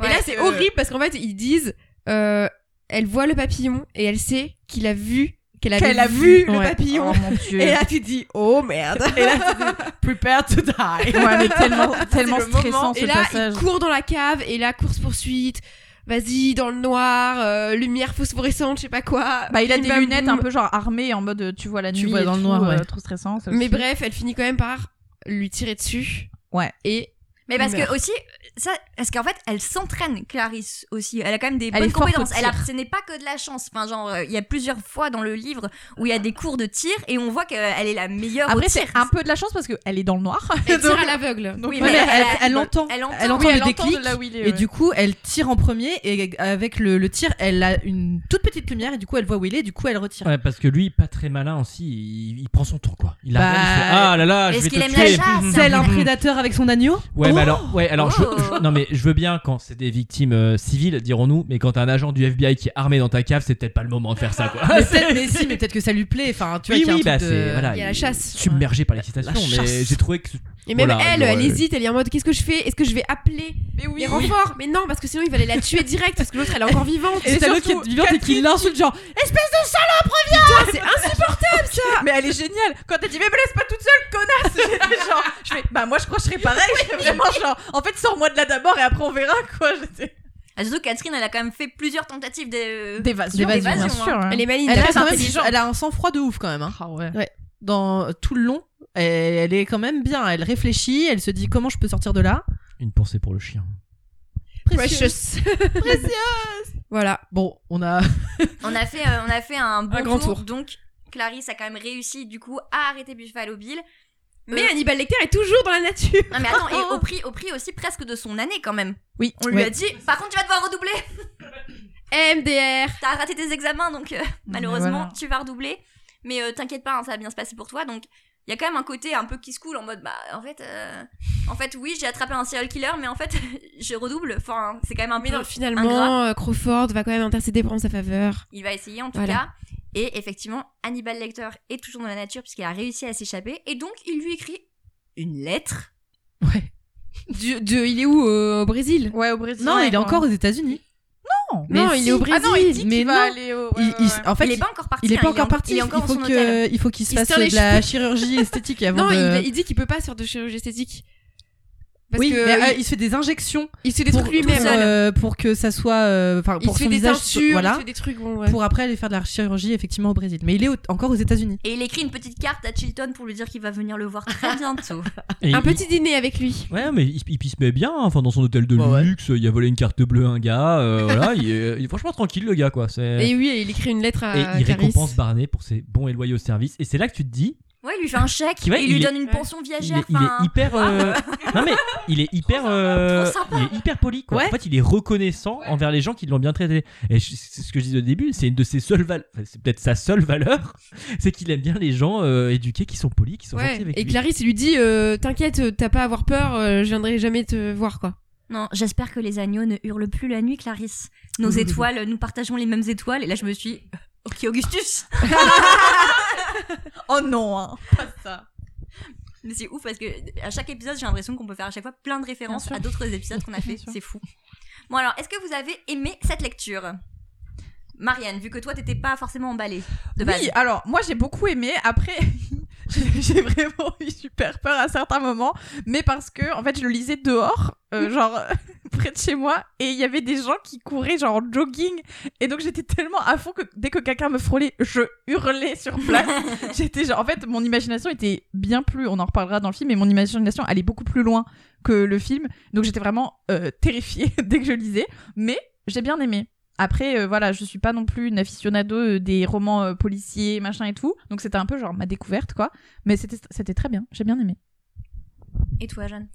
Speaker 7: et là, c'est horrible parce qu'en fait, ils disent, euh, elle voit le papillon et elle sait qu'il a vu, qu'elle avait
Speaker 2: Qu'elle a
Speaker 7: vu,
Speaker 2: vu
Speaker 7: le
Speaker 6: Ouais.
Speaker 7: papillon.
Speaker 2: Oh mon dieu.
Speaker 7: Et là, tu te dis, oh merde.
Speaker 2: Et là, c'était prepare to die. Ouais, mais tellement, tellement
Speaker 7: C'est le moment.
Speaker 2: stressant ce
Speaker 7: Et là,
Speaker 2: passage.
Speaker 7: il court dans la cave et là, course poursuite. Vas-y, dans le noir, euh, lumière phosphorescente, je sais pas quoi.
Speaker 2: Bah, il a
Speaker 7: Bim,
Speaker 2: des
Speaker 7: bam,
Speaker 2: lunettes
Speaker 7: boum.
Speaker 2: un peu genre armées en mode euh, tu vois la nuit.
Speaker 6: Tu vois
Speaker 2: et
Speaker 6: dans le
Speaker 2: tout,
Speaker 6: noir, ouais.
Speaker 2: euh, trop stressant. ça
Speaker 7: Mais
Speaker 2: aussi.
Speaker 7: bref, elle finit quand même par lui tirer dessus.
Speaker 2: Ouais.
Speaker 7: Et
Speaker 1: Mais parce
Speaker 7: meurt.
Speaker 1: que aussi, ça, parce qu'en fait, elle s'entraîne, Clarisse aussi. Elle a quand même des
Speaker 2: Elle est
Speaker 1: bonnes
Speaker 2: forte au
Speaker 1: compétences. Elle a,
Speaker 2: tir.
Speaker 1: ce n'est pas que de la chance. Enfin, genre, euh, il y a plusieurs fois dans le livre où il y a des cours de tir et on voit qu'elle est la meilleure au
Speaker 2: Après,
Speaker 1: tir.
Speaker 2: c'est un peu de la chance parce qu'elle est dans le noir.
Speaker 7: elle tire
Speaker 2: Donc-
Speaker 7: à l'aveugle.
Speaker 2: donc,
Speaker 1: Oui,
Speaker 6: Ouais,
Speaker 1: mais
Speaker 6: mais
Speaker 1: elle-
Speaker 6: elle,
Speaker 1: elle-
Speaker 6: elle entend,
Speaker 1: elle entend.
Speaker 6: elle
Speaker 2: oui,
Speaker 6: entend
Speaker 2: elle
Speaker 6: le
Speaker 2: entend
Speaker 6: déclic.
Speaker 2: de là où il est.
Speaker 6: Et
Speaker 2: ouais.
Speaker 6: du coup, elle tire en premier et avec le, le tir, elle a une toute petite lumière et du coup, elle voit où il est. Du coup, elle retire.
Speaker 8: Ouais, parce que lui, pas très malin aussi, il, il prend son tour quoi. Il
Speaker 6: Bah,
Speaker 8: arrive, il fait, ah là là, je
Speaker 1: Est-ce
Speaker 8: vais
Speaker 1: qu'il
Speaker 8: te
Speaker 1: aime
Speaker 8: tuer.
Speaker 1: la chasse
Speaker 8: Mhm.
Speaker 6: Tel un
Speaker 1: Mhm.
Speaker 6: prédateur avec son agneau.
Speaker 8: Ouais, mais alors, ouais, alors je-
Speaker 1: Oh.
Speaker 8: je- non mais je veux bien quand c'est des victimes euh, civiles, dirons-nous, mais quand t'as un agent du FBI qui est armé dans ta cave, c'est peut-être pas le moment de faire ça quoi.
Speaker 6: Mais peut-être, mais si, mais peut-être que ça lui plaît. Enfin, tu vois,
Speaker 8: Ah, oui,
Speaker 6: qu'il y a un
Speaker 8: oui, bah
Speaker 6: truc de-
Speaker 8: c'est voilà,
Speaker 7: Il y a la
Speaker 8: est
Speaker 7: chasse.
Speaker 8: submergé par l'excitation,
Speaker 6: La
Speaker 8: mais
Speaker 6: chasse.
Speaker 8: j'ai trouvé que
Speaker 7: Et même
Speaker 8: Voilà,
Speaker 7: elle,
Speaker 8: genre,
Speaker 7: elle
Speaker 8: euh,
Speaker 7: hésite, elle est en mode qu'est-ce que je fais Est-ce que je vais appeler
Speaker 2: mais oui,
Speaker 7: les renforts Mais non, parce que sinon il fallait la tuer direct parce que l'autre elle est encore vivante.
Speaker 6: Et c'est l'autre qui est
Speaker 2: surtout,
Speaker 6: vivante et qui
Speaker 2: Catherine-
Speaker 6: l'insulte, genre,
Speaker 7: Putain, c'est insupportable ça
Speaker 2: mais elle est géniale. Quand elle dit mais me laisse pas toute seule, connasse. J'étais genre, je fais bah moi je crois que je serais pareil. J'étais vraiment genre, en fait sors-moi de là d'abord et après on verra quoi. J'étais-
Speaker 1: Ah, Surtout que Catherine, elle a quand même fait plusieurs tentatives de.
Speaker 2: D'évasion,
Speaker 6: d'évasion,
Speaker 2: bien
Speaker 1: hein.
Speaker 2: sûr. hein.
Speaker 7: Elle est maligne.
Speaker 6: elle a,
Speaker 7: très
Speaker 6: quand même-
Speaker 7: intelligente.
Speaker 6: elle a un sang-froid de ouf quand même. hein.
Speaker 2: Ah ouais.
Speaker 6: Dans tout le long, elle, elle est quand même bien. Elle réfléchit, elle se dit comment je peux sortir de là.
Speaker 8: une pensée pour le chien.
Speaker 7: Precious. Voilà.
Speaker 6: Bon, on a.
Speaker 1: On a fait, euh, on a fait un bon
Speaker 7: grand
Speaker 1: tour,
Speaker 7: tour.
Speaker 1: Donc, Clarisse a quand même réussi, du coup, à arrêter Buffalo Bill.
Speaker 7: Mais
Speaker 2: Euh.
Speaker 7: Hannibal Lecter est toujours dans la nature.
Speaker 1: Non, mais attends, et au prix, au prix aussi presque de son année quand même.
Speaker 6: Oui,
Speaker 1: On lui a dit, par contre, tu vas devoir redoubler.
Speaker 7: MDR.
Speaker 1: T'as raté tes examens, donc euh,
Speaker 2: mais
Speaker 1: malheureusement,
Speaker 2: voilà.
Speaker 1: tu vas redoubler. Mais euh, t'inquiète pas, hein, ça va bien se passer pour toi. Donc, il y a quand même un côté un peu qui se coule en mode, bah, en fait, euh, en fait, oui, j'ai attrapé un serial killer, mais en fait, je redouble. Enfin, c'est quand même un
Speaker 7: Mais
Speaker 1: peu.
Speaker 7: non,
Speaker 1: ingrat.
Speaker 7: finalement, euh, Crawford va quand même intercéder pour en sa faveur.
Speaker 1: Il va essayer en tout
Speaker 7: Voilà.
Speaker 1: cas. Et effectivement, Hannibal Lecter est toujours dans la nature puisqu'il a réussi à s'échapper. Et donc, il lui écrit une lettre.
Speaker 6: Ouais.
Speaker 7: Du- de- il est où euh, Au Brésil
Speaker 2: Ouais au Brésil.
Speaker 6: Non,
Speaker 2: ouais,
Speaker 6: il est
Speaker 2: quoi.
Speaker 6: encore aux États-unis.
Speaker 2: Non.
Speaker 6: Mais
Speaker 7: Non, il
Speaker 6: si.
Speaker 7: est au Brésil.
Speaker 2: Ah non, il dit
Speaker 6: mais
Speaker 2: qu'il va
Speaker 6: non.
Speaker 2: aller au. ouais,
Speaker 6: Il-
Speaker 2: ouais,
Speaker 6: il-
Speaker 2: ouais.
Speaker 6: en fait,
Speaker 1: il est pas encore parti.
Speaker 6: il est
Speaker 1: hein,
Speaker 6: pas encore
Speaker 1: en-
Speaker 6: parti.
Speaker 1: Il est
Speaker 6: Il
Speaker 1: encore dans
Speaker 6: faut
Speaker 1: son hôtel.
Speaker 6: que, il faut qu'il se
Speaker 7: Il se
Speaker 6: fasse
Speaker 7: tient les
Speaker 6: de la chirurgie esthétique avant
Speaker 7: Non,
Speaker 6: de.
Speaker 7: il, il dit qu'il peut pas faire de chirurgie esthétique. Parce
Speaker 6: oui,
Speaker 7: que
Speaker 6: mais, euh,
Speaker 7: il,
Speaker 6: il se fait des injections
Speaker 7: il se fait des
Speaker 6: pour,
Speaker 7: trucs lui-même.
Speaker 6: pour, euh, pour que ça soit, euh, enfin,
Speaker 7: il
Speaker 6: pour
Speaker 7: se fait
Speaker 6: son
Speaker 7: des
Speaker 6: visage,
Speaker 7: teintures,
Speaker 6: voilà,
Speaker 7: il se fait des trucs. Bon, ouais.
Speaker 6: pour après aller faire de la chirurgie effectivement au Brésil. Mais il est au- encore aux États-Unis.
Speaker 1: Et il écrit une petite carte à Chilton pour lui dire qu'il va venir le voir très bientôt.
Speaker 8: Et
Speaker 7: Un
Speaker 8: il-
Speaker 7: petit dîner avec lui.
Speaker 8: Ouais, mais il, il se met bien, hein. enfin dans son hôtel de
Speaker 6: Ouais, ouais.
Speaker 8: luxe, il a volé une carte bleue à un gars, euh, voilà, il est, il est franchement tranquille le gars quoi. C'est...
Speaker 7: Et oui, et il écrit une lettre à
Speaker 8: Et il
Speaker 7: Clarisse.
Speaker 8: récompense Barney pour ses bons et loyaux services. Et c'est là que tu te dis,
Speaker 1: Ouais, il lui fait un chèque,
Speaker 8: Qui, ouais,
Speaker 1: et il, lui
Speaker 8: il est-
Speaker 1: donne une
Speaker 7: Ouais.
Speaker 1: pension
Speaker 8: il
Speaker 1: viagère.
Speaker 8: est, il est
Speaker 1: enfin, hein. Ah. Oh,
Speaker 8: hyper, euh, non mais il est hyper, euh,
Speaker 1: trop sympa.
Speaker 8: il est hyper poli. Quoi.
Speaker 6: Ouais.
Speaker 8: En fait, il est reconnaissant envers les gens qui l'ont bien traité. Et je- c'est ce que je disais au début, c'est une de ses seules valeurs, c'est peut-être sa seule valeur, c'est qu'il aime bien les gens euh, éduqués, qui sont polis, qui sont
Speaker 7: Ouais.
Speaker 8: gentils avec
Speaker 7: Et
Speaker 8: lui.
Speaker 7: Clarisse, il lui dit euh, T'inquiète, euh, t'as pas à avoir peur, euh, je viendrai jamais te voir, quoi.
Speaker 1: Non, j'espère que les agneaux ne hurlent plus la nuit, Clarisse. Nos étoiles, nous partageons les mêmes étoiles. Et là, je me suis. euh, Ok, Augustus
Speaker 2: Oh non. hein. Pas ça.
Speaker 1: Mais c'est ouf parce que à chaque épisode, j'ai l'impression qu'on peut faire à chaque fois plein de références
Speaker 2: sûr.
Speaker 1: à d'autres épisodes qu'on a fait.
Speaker 2: Bien sûr.
Speaker 1: C'est fou. Bon, alors, est-ce que vous avez aimé cette lecture Marianne, vu que toi, t'étais pas forcément emballée de base.
Speaker 2: Oui, alors moi j'ai beaucoup aimé. Après, j'ai j'ai vraiment eu super peur à certains moments, mais parce que en fait je le lisais dehors,
Speaker 1: Mmh.
Speaker 2: euh, genre près de chez moi, et il y avait des gens qui couraient genre en jogging, et donc j'étais tellement à fond que dès que quelqu'un me frôlait, je hurlais sur place. j'étais genre, en fait, mon imagination était bien plus, on en reparlera dans le film, mais mon imagination allait beaucoup plus loin que le film, donc j'étais vraiment euh, terrifiée dès que je lisais, mais j'ai bien aimé. Après, euh, voilà, je suis pas non plus une aficionado euh, des romans euh, policiers, machin et tout. Donc c'était un peu genre ma découverte, quoi. Mais c'était c'était très bien. J'ai bien aimé.
Speaker 1: Et toi, Jeanne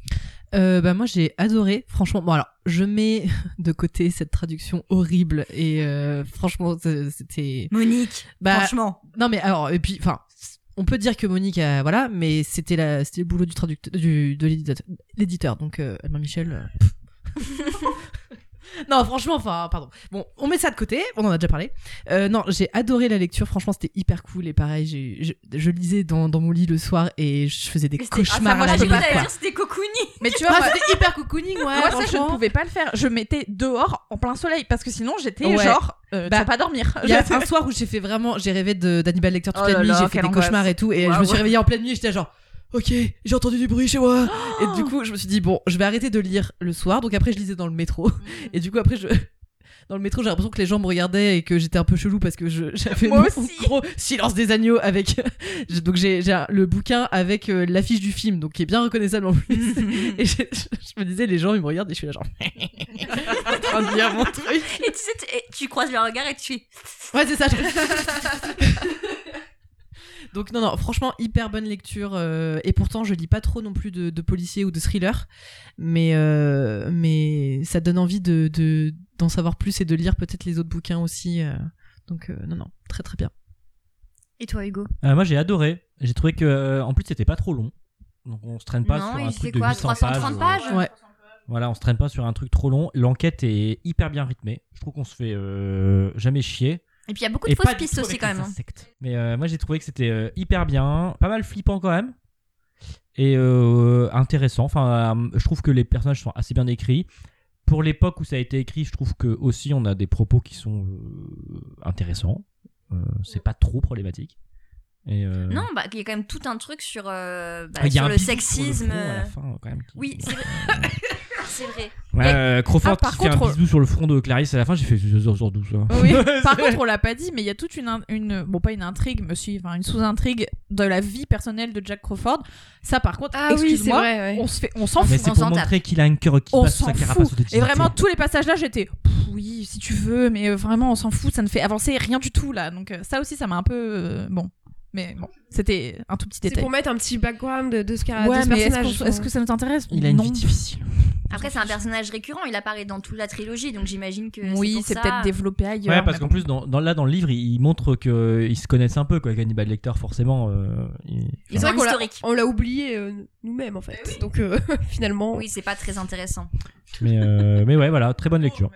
Speaker 6: Euh, bah moi j'ai adoré, franchement. Bon alors je mets de côté cette traduction horrible et euh, franchement c'est- c'était.
Speaker 1: Monique,
Speaker 6: Bah
Speaker 1: franchement.
Speaker 6: non mais alors et puis enfin on peut dire que Monique a, voilà mais c'était la c'était le boulot du traducteur du de l'éditeur- l'éditeur donc euh, Albin Michel. euh, pff. non franchement enfin pardon. Bon on met ça de côté, on en a déjà parlé. Euh, non j'ai adoré la lecture, franchement c'était hyper cool et pareil j'ai je, je lisais dans, dans mon lit le soir et je faisais des
Speaker 1: Mais c'était-
Speaker 6: cauchemars.
Speaker 2: Ah, ça, moi,
Speaker 6: à la
Speaker 2: je
Speaker 1: J'ai
Speaker 2: peux
Speaker 6: nuit,
Speaker 1: pas
Speaker 2: pas,
Speaker 1: à
Speaker 6: quoi.
Speaker 1: dire, c'était cocooning.
Speaker 2: Mais tu vois,
Speaker 6: Ah,
Speaker 2: moi,
Speaker 6: c'était hyper cocooning ouais.
Speaker 2: moi, ça je
Speaker 6: franchement.
Speaker 2: ne pouvais pas le faire. Je m'étais dehors en plein soleil parce que sinon j'étais
Speaker 6: Ouais.
Speaker 2: genre euh,
Speaker 6: Bah,
Speaker 2: tu vas pas dormir.
Speaker 6: Il y a
Speaker 2: Je-
Speaker 6: un soir où j'ai fait vraiment, j'ai rêvé de- d'Hannibal Lecter toute
Speaker 2: Oh
Speaker 6: la
Speaker 2: là
Speaker 6: nuit,
Speaker 2: là,
Speaker 6: j'ai fait
Speaker 2: quelle
Speaker 6: des
Speaker 2: angoisse.
Speaker 6: cauchemars et tout, et je me
Speaker 2: Waouh.
Speaker 6: suis réveillée en pleine nuit, j'étais genre, ok, j'ai entendu du bruit chez moi. et
Speaker 2: Oh.
Speaker 6: du coup, je me suis dit, bon, je vais arrêter de lire le soir, donc après je lisais dans le
Speaker 2: Mm.
Speaker 6: métro, et du coup après je... Dans le métro, j'ai l'impression que les gens me regardaient et que j'étais un peu chelou parce que je- j'avais
Speaker 2: Moi
Speaker 6: mon
Speaker 2: aussi.
Speaker 6: gros silence des agneaux avec. j'ai- donc j'ai j'ai un- le bouquin avec euh, l'affiche du film, donc qui est bien reconnaissable en
Speaker 2: Mm.
Speaker 6: plus. et j'ai- je, me disais, les gens ils me regardent et je suis là genre. en train de lire mon truc.
Speaker 1: Et tu sais, tu, et tu croises leur regard et tu fais.
Speaker 6: Ouais, c'est ça. je- Donc non, non, franchement, hyper bonne lecture. euh, et pourtant, je lis pas trop non plus de, de policiers ou de thrillers. Mais, euh, mais ça donne envie de, de- d'en savoir plus et de lire peut-être les autres bouquins aussi. euh. donc euh, non, non, très très bien.
Speaker 1: Et toi, Hugo
Speaker 8: Euh, moi j'ai adoré. J'ai trouvé que euh, en plus c'était pas trop long. Donc on se traîne pas
Speaker 1: Non,
Speaker 8: sur un
Speaker 1: il fait
Speaker 8: truc de
Speaker 1: quoi
Speaker 8: 800
Speaker 1: 330 pages,
Speaker 6: Ouais.
Speaker 8: euh, Voilà, on se traîne pas sur un truc trop long. L'enquête est hyper bien rythmée. Je trouve qu'on se fait euh, jamais chier.
Speaker 1: Et puis il y a beaucoup
Speaker 8: Et
Speaker 1: de
Speaker 8: pas
Speaker 1: fausses
Speaker 8: du
Speaker 1: pistes
Speaker 8: tout
Speaker 1: aussi,
Speaker 8: avec
Speaker 1: quand
Speaker 8: les
Speaker 1: même. hein.
Speaker 8: insectes. Mais euh, moi j'ai trouvé que c'était euh, hyper bien, pas mal flippant quand même. Et euh, intéressant. Enfin, euh, je trouve que les personnages sont assez bien écrits. Pour l'époque où ça a été écrit, je trouve que aussi on a des propos qui sont euh, intéressants. Euh, c'est pas trop problématique. Et, euh, Ah,
Speaker 1: Non, bah, il y a quand même tout un truc sur, euh, bah,
Speaker 8: il y a
Speaker 1: sur
Speaker 8: un
Speaker 1: le
Speaker 8: bip sur
Speaker 1: sexisme.
Speaker 8: front à la
Speaker 1: euh,
Speaker 8: fin, quand même, qui-
Speaker 1: Oui, c'est vrai. c'est vrai.
Speaker 8: Ouais, euh, Crawford
Speaker 2: Ah, par
Speaker 8: qui fait
Speaker 2: contre-
Speaker 8: un bisou sur le front de Clarisse à la fin, j'ai fait sur sur douze,
Speaker 1: Oh
Speaker 8: hein.
Speaker 2: Oui. Par contre, on l'a pas dit, mais il y a toute une, in- une bon pas une intrigue, mais si, enfin une sous-intrigue de la vie personnelle de Jack Crawford. Ça par contre,
Speaker 7: Ah oui, c'est
Speaker 2: excuse-moi,
Speaker 7: vrai, ouais.
Speaker 2: on se fait, on s'en
Speaker 8: Mais
Speaker 2: fout.
Speaker 1: on
Speaker 8: c'est pour
Speaker 1: s'en tape.
Speaker 8: montrer qu'il a un cœur Bah, qui
Speaker 2: on
Speaker 8: passe sous
Speaker 2: s'en
Speaker 8: sa carapace
Speaker 2: fout.
Speaker 8: de dignité.
Speaker 2: Et vraiment, tous les passages là, j'étais Pff, oui, si tu veux, mais euh, vraiment, on s'en fout, ça ne fait avancer rien du tout là. Donc, euh, ça aussi, ça m'a un peu. euh, bon. Mais bon, c'était un tout petit
Speaker 7: C'est
Speaker 2: détail.
Speaker 7: pour mettre un petit background de, de ce qu'a de
Speaker 2: Ouais,
Speaker 7: ce
Speaker 2: mais
Speaker 7: personnage.
Speaker 2: est-ce qu'on- est-ce que ça nous intéresse
Speaker 8: Il a une
Speaker 2: Non.
Speaker 8: vie difficile.
Speaker 1: Après, c'est un personnage récurrent. Il apparaît dans toute la trilogie, donc j'imagine que.
Speaker 2: Oui,
Speaker 1: pour
Speaker 2: c'est
Speaker 1: ça.
Speaker 2: peut-être développé ailleurs.
Speaker 8: Ouais, parce
Speaker 2: mais
Speaker 8: qu'en
Speaker 2: bon.
Speaker 8: plus, dans, dans- là, dans le livre, il, il montre qu'ils se connaissent un peu, quoi. Hannibal Lecter, forcément. euh, il-
Speaker 7: Mais c'est vrai
Speaker 1: Un
Speaker 7: qu'on l'a-
Speaker 1: historique. Eh
Speaker 7: on l'a oublié euh, nous-mêmes en fait. Donc euh, finalement.
Speaker 1: Oui, c'est pas très intéressant.
Speaker 8: mais, euh, mais ouais, voilà, très
Speaker 1: Oh,
Speaker 8: bonne lecture.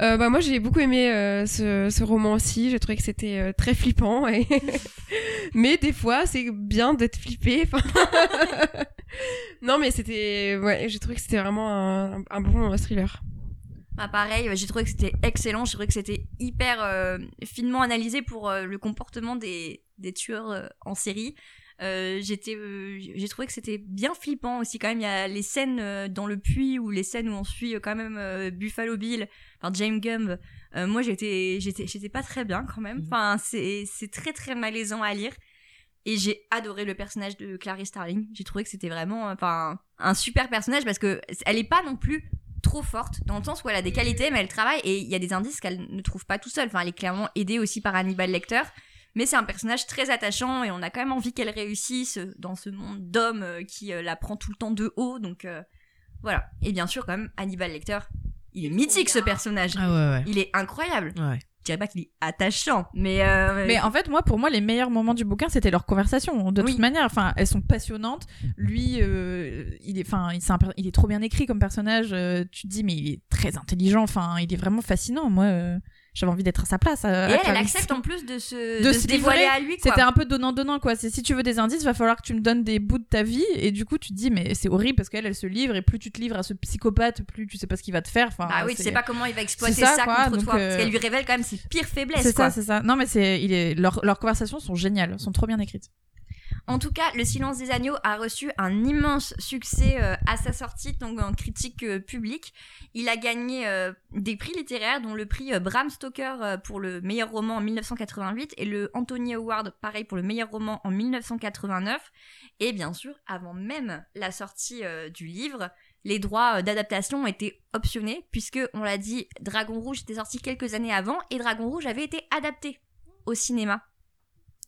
Speaker 7: Euh, bah, moi j'ai beaucoup aimé euh, ce, ce roman aussi. J'ai trouvé que c'était euh, très flippant. et- mais des fois c'est bien d'être flippé. enfin. non mais c'était. Ouais, j'ai trouvé que c'était vraiment un, un bon euh, thriller.
Speaker 1: Bah, pareil, euh, j'ai trouvé que c'était excellent. J'ai trouvé que c'était hyper euh, finement analysé pour euh, le comportement des, des tueurs euh, en série. Euh, j'étais, euh, j'ai trouvé que c'était bien flippant aussi quand même. Il y a les scènes euh, dans le puits ou les scènes où on suit euh, quand même euh, Buffalo Bill, enfin James Gumb. Euh, moi, j'étais, j'étais, j'étais pas très bien quand même. Enfin, c'est, c'est très très malaisant à lire. Et j'ai adoré le personnage de Clarice Starling. J'ai trouvé que c'était vraiment, euh, enfin, un super personnage parce que elle est pas non plus trop forte dans le sens où elle a des qualités mais elle travaille et il y a des indices qu'elle ne trouve pas tout seule. Enfin, elle est clairement aidée aussi par Hannibal Lecter. Mais c'est un personnage très attachant et on a quand même envie qu'elle réussisse dans ce monde d'hommes euh, qui euh, la prend tout le temps de haut. Donc euh, voilà. Et bien sûr, quand même, Hannibal Lecter, il est mythique ce personnage.
Speaker 6: Ah ouais,
Speaker 1: Il est incroyable.
Speaker 6: ouais. ouais.
Speaker 1: Je dirais pas qu'il est attachant, mais, euh,
Speaker 2: Mais en fait, moi, pour moi, les meilleurs moments du bouquin, c'était leurs conversations. De
Speaker 1: Oui.
Speaker 2: toute manière, enfin, elles sont passionnantes.
Speaker 8: Mm-hmm.
Speaker 2: Lui, euh, il est, enfin, il, c'est un per- il est trop bien écrit comme personnage. euh, tu te dis, mais il est très intelligent. Enfin, il est vraiment fascinant. Moi, euh, j'avais envie d'être à sa place. à- à
Speaker 1: Et elle,
Speaker 2: faire
Speaker 1: elle
Speaker 2: une-
Speaker 1: accepte en plus de se,
Speaker 2: de
Speaker 1: de
Speaker 2: se
Speaker 1: se dévoiler
Speaker 2: livrer.
Speaker 1: à lui. quoi.
Speaker 2: C'était un peu donnant-donnant, quoi. C'est si tu veux des indices, va falloir que tu me donnes des bouts de ta vie. Et du coup, tu te dis, mais c'est horrible parce qu'elle, elle se livre. Et plus tu te livres à ce psychopathe, plus tu sais pas ce qu'il va te faire. Enfin,
Speaker 1: Ah oui, tu sais pas comment il va exploiter
Speaker 2: c'est ça,
Speaker 1: ça,
Speaker 2: quoi,
Speaker 1: contre
Speaker 2: donc,
Speaker 1: toi.
Speaker 2: euh,
Speaker 1: Parce qu'elle lui révèle quand même ses pires faiblesses.
Speaker 2: C'est
Speaker 1: quoi.
Speaker 2: ça, c'est ça. Non, mais c'est, il est, leurs, leurs conversations sont géniales, sont trop bien écrites.
Speaker 1: En tout cas, Le Silence des Agneaux a reçu un immense succès euh, à sa sortie, donc en critique euh, publique. Il a gagné euh, des prix littéraires, dont le prix euh, Bram Stoker euh, pour le meilleur roman en 1988 et le Anthony Award, pareil, pour le meilleur roman en 1989. Et bien sûr, avant même la sortie euh, du livre, les droits euh, d'adaptation ont été optionnés, puisque, on l'a dit, Dragon Rouge était sorti quelques années avant et Dragon Rouge avait été adapté au cinéma.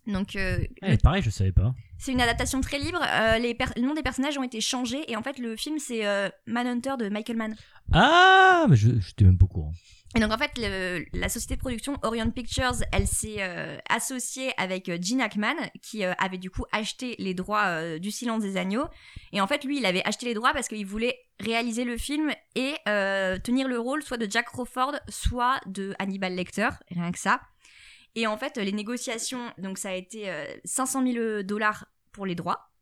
Speaker 1: Donc, euh, le
Speaker 8: Eh, pareil, je savais pas.
Speaker 1: c'est une adaptation très libre. euh, les per- le nom des personnages ont été changés et en fait le film c'est euh, Manhunter de Michael Mann.
Speaker 8: Ah, mais je j'étais même pas au courant.
Speaker 1: Et donc en fait le- la société de production Orion Pictures elle s'est euh, associée avec euh, Gene Hackman qui euh, avait du coup acheté les droits euh, du Silence des Agneaux. Et en fait lui il avait acheté les droits parce qu'il voulait réaliser le film et euh, tenir le rôle soit de Jack Crawford soit de Hannibal Lecter, rien que ça. Et en fait les négociations donc ça a été euh, 500 000 dollars pour les droits.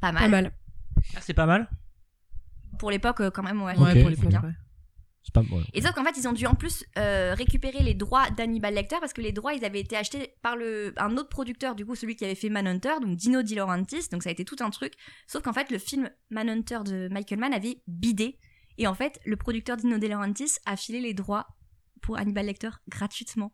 Speaker 1: Pas mal.
Speaker 7: Pas mal.
Speaker 8: Ah, c'est pas mal
Speaker 1: Pour l'époque, euh, quand même, ouais.
Speaker 8: Ouais, Ok.
Speaker 6: pour les
Speaker 1: c'est
Speaker 6: plans,
Speaker 1: bien.
Speaker 6: ouais.
Speaker 8: C'est pas ouais.
Speaker 1: Et sauf qu'en fait, ils ont dû en plus euh, récupérer les droits d'Hannibal Lecter parce que les droits, ils avaient été achetés par le, un autre producteur, du coup, celui qui avait fait Manhunter, donc Dino De Laurentiis. Donc ça a été tout un truc. Sauf qu'en fait, le film Manhunter de Michael Mann avait bidé. Et en fait, le producteur Dino De Laurentiis a filé les droits pour Hannibal Lecter gratuitement.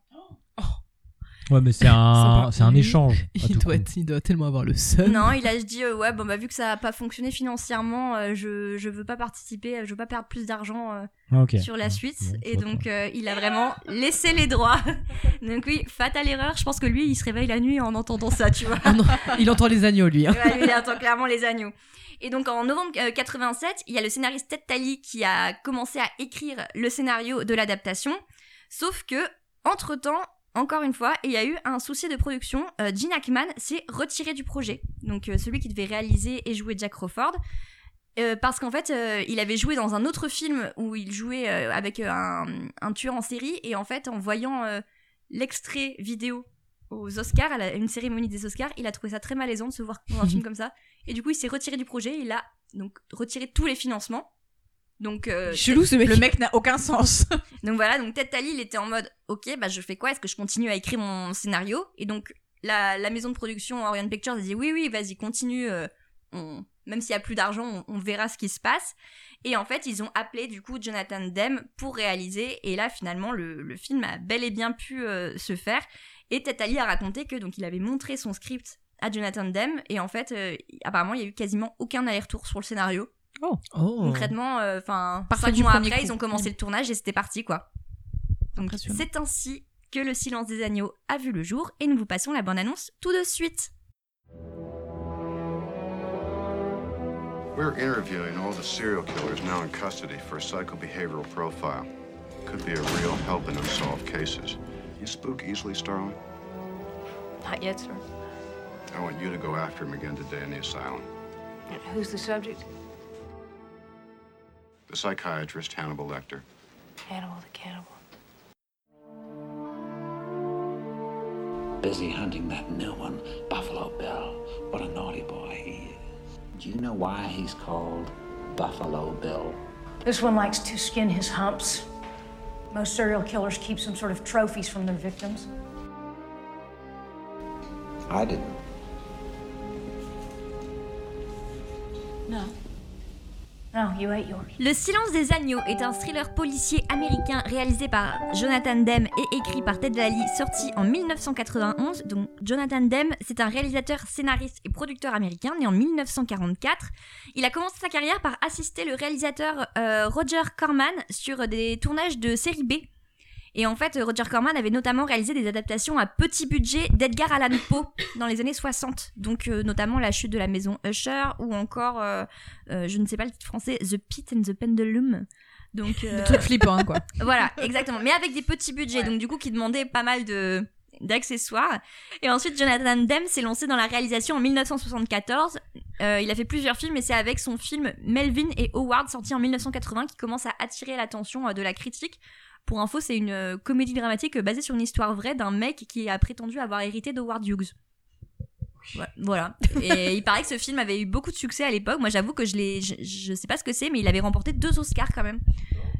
Speaker 8: Ouais, mais c'est
Speaker 6: Sympa.
Speaker 8: un, c'est un
Speaker 6: Lui,
Speaker 8: échange. à
Speaker 6: Il
Speaker 8: tout
Speaker 6: doit,
Speaker 8: coup.
Speaker 6: être- il doit tellement avoir le seum.
Speaker 1: Non, il a dit euh, ouais bon bah vu que ça a pas fonctionné financièrement, euh, je je veux pas participer, euh, je veux pas perdre plus d'argent euh,
Speaker 8: Ah, ok.
Speaker 1: sur la suite.
Speaker 8: Bon,
Speaker 1: et
Speaker 8: pourquoi
Speaker 1: donc, euh, il a vraiment laissé les droits. donc, oui, fatale erreur. Je pense que lui, il se réveille la nuit en entendant ça, tu vois.
Speaker 6: Ah non, il entend les agneaux, lui. hein.
Speaker 1: Ouais, lui, il entend clairement les agneaux. Et donc, en novembre euh, 87, il y a le scénariste Ted Talley qui a commencé à écrire le scénario de l'adaptation. Sauf que, entre-temps, encore une fois, il y a eu un souci de production. Euh, Gene Hackman s'est retiré du projet. Donc, euh, celui qui devait réaliser et jouer Jack Crawford. Euh, parce qu'en fait, euh, il avait joué dans un autre film où il jouait euh, avec euh, un, un tueur en série. Et en fait, en voyant euh, l'extrait vidéo aux Oscars, à la- une cérémonie des Oscars, il a trouvé ça très malaisant de se voir dans un film comme ça. Et du coup, il s'est retiré du projet. Il a donc retiré tous les financements. Donc, euh,
Speaker 7: Chelou ce mec.
Speaker 2: Le mec n'a aucun sens.
Speaker 1: donc voilà, donc Ted Talley, il était en mode, ok, bah je fais quoi Est-ce que je continue à écrire mon scénario Et donc la, la maison de production Orion Pictures a dit, oui, oui, vas-y, continue. euh, on- même s'il y a plus d'argent, on, on verra ce qui se passe. Et en fait, ils ont appelé du coup Jonathan Demme pour réaliser. Et là, finalement, le, le film a bel et bien pu euh, se faire. Et Ted Talley a raconté que donc il avait montré son script à Jonathan Demme. Et en fait, euh, apparemment, il y a eu quasiment aucun aller-retour sur le scénario.
Speaker 6: Oh.
Speaker 1: Concrètement, euh, enfin,
Speaker 2: Parfait
Speaker 1: cinq
Speaker 2: du
Speaker 1: mois
Speaker 2: premier
Speaker 1: après,
Speaker 2: coup.
Speaker 1: ils ont commencé le tournage et c'était parti, quoi. Donc,
Speaker 2: Impressionnant.
Speaker 1: c'est ainsi que Le Silence des Agneaux a vu le jour et nous vous passons la bande-annonce tout de suite.
Speaker 9: We're interviewing all the serial killers now in custody for a psychobehavioral profile. Could be a real helping them solve cases. You spook easily, Starling?
Speaker 10: Not yet, sir.
Speaker 9: I want you to go after him again today in the asylum.
Speaker 10: Who's the subject?
Speaker 9: The psychiatrist, Hannibal Lecter.
Speaker 10: Cannibal the cannibal.
Speaker 4: Busy hunting that new one, Buffalo Bill. What a naughty boy he is. Do you know why he's called Buffalo Bill?
Speaker 10: This one likes to skin his humps. Most serial killers keep some sort of trophies from their victims.
Speaker 4: I didn't.
Speaker 10: No, you ate yours.
Speaker 1: Le Silence des Agneaux est un thriller policier américain réalisé par Jonathan Demme et écrit par Ted Lally, sorti en 1991. Donc, Jonathan Demme, c'est un réalisateur, scénariste et producteur américain né en 1944. Il a commencé sa carrière par assister le réalisateur euh, Roger Corman sur des tournages de série B. Et en fait, Roger Corman avait notamment réalisé des adaptations à petit budget d'Edgar Allan Poe dans les années 60. Donc, euh, notamment La chute de la maison Usher ou encore, euh, euh, je ne sais pas le titre français, The Pit and the Pendulum. Donc, euh,
Speaker 2: Le truc flippant, hein, quoi.
Speaker 1: voilà, exactement. Mais avec des petits budgets, donc du coup qui demandaient pas mal de d'accessoires. Et ensuite, Jonathan Demme s'est lancé dans la réalisation en 1974. Euh, il a fait plusieurs films et c'est avec son film Melvin et Howard sorti en 1980 qui commence à attirer l'attention euh, de la critique. Pour info, c'est une euh, comédie dramatique euh, basée sur une histoire vraie d'un mec qui a prétendu avoir hérité de Howard Hughes. Ouais, Voilà. Et il paraît que ce film avait eu beaucoup de succès à l'époque. Moi, j'avoue que je l'ai, je, je sais pas ce que c'est, mais il avait remporté deux Oscars quand même.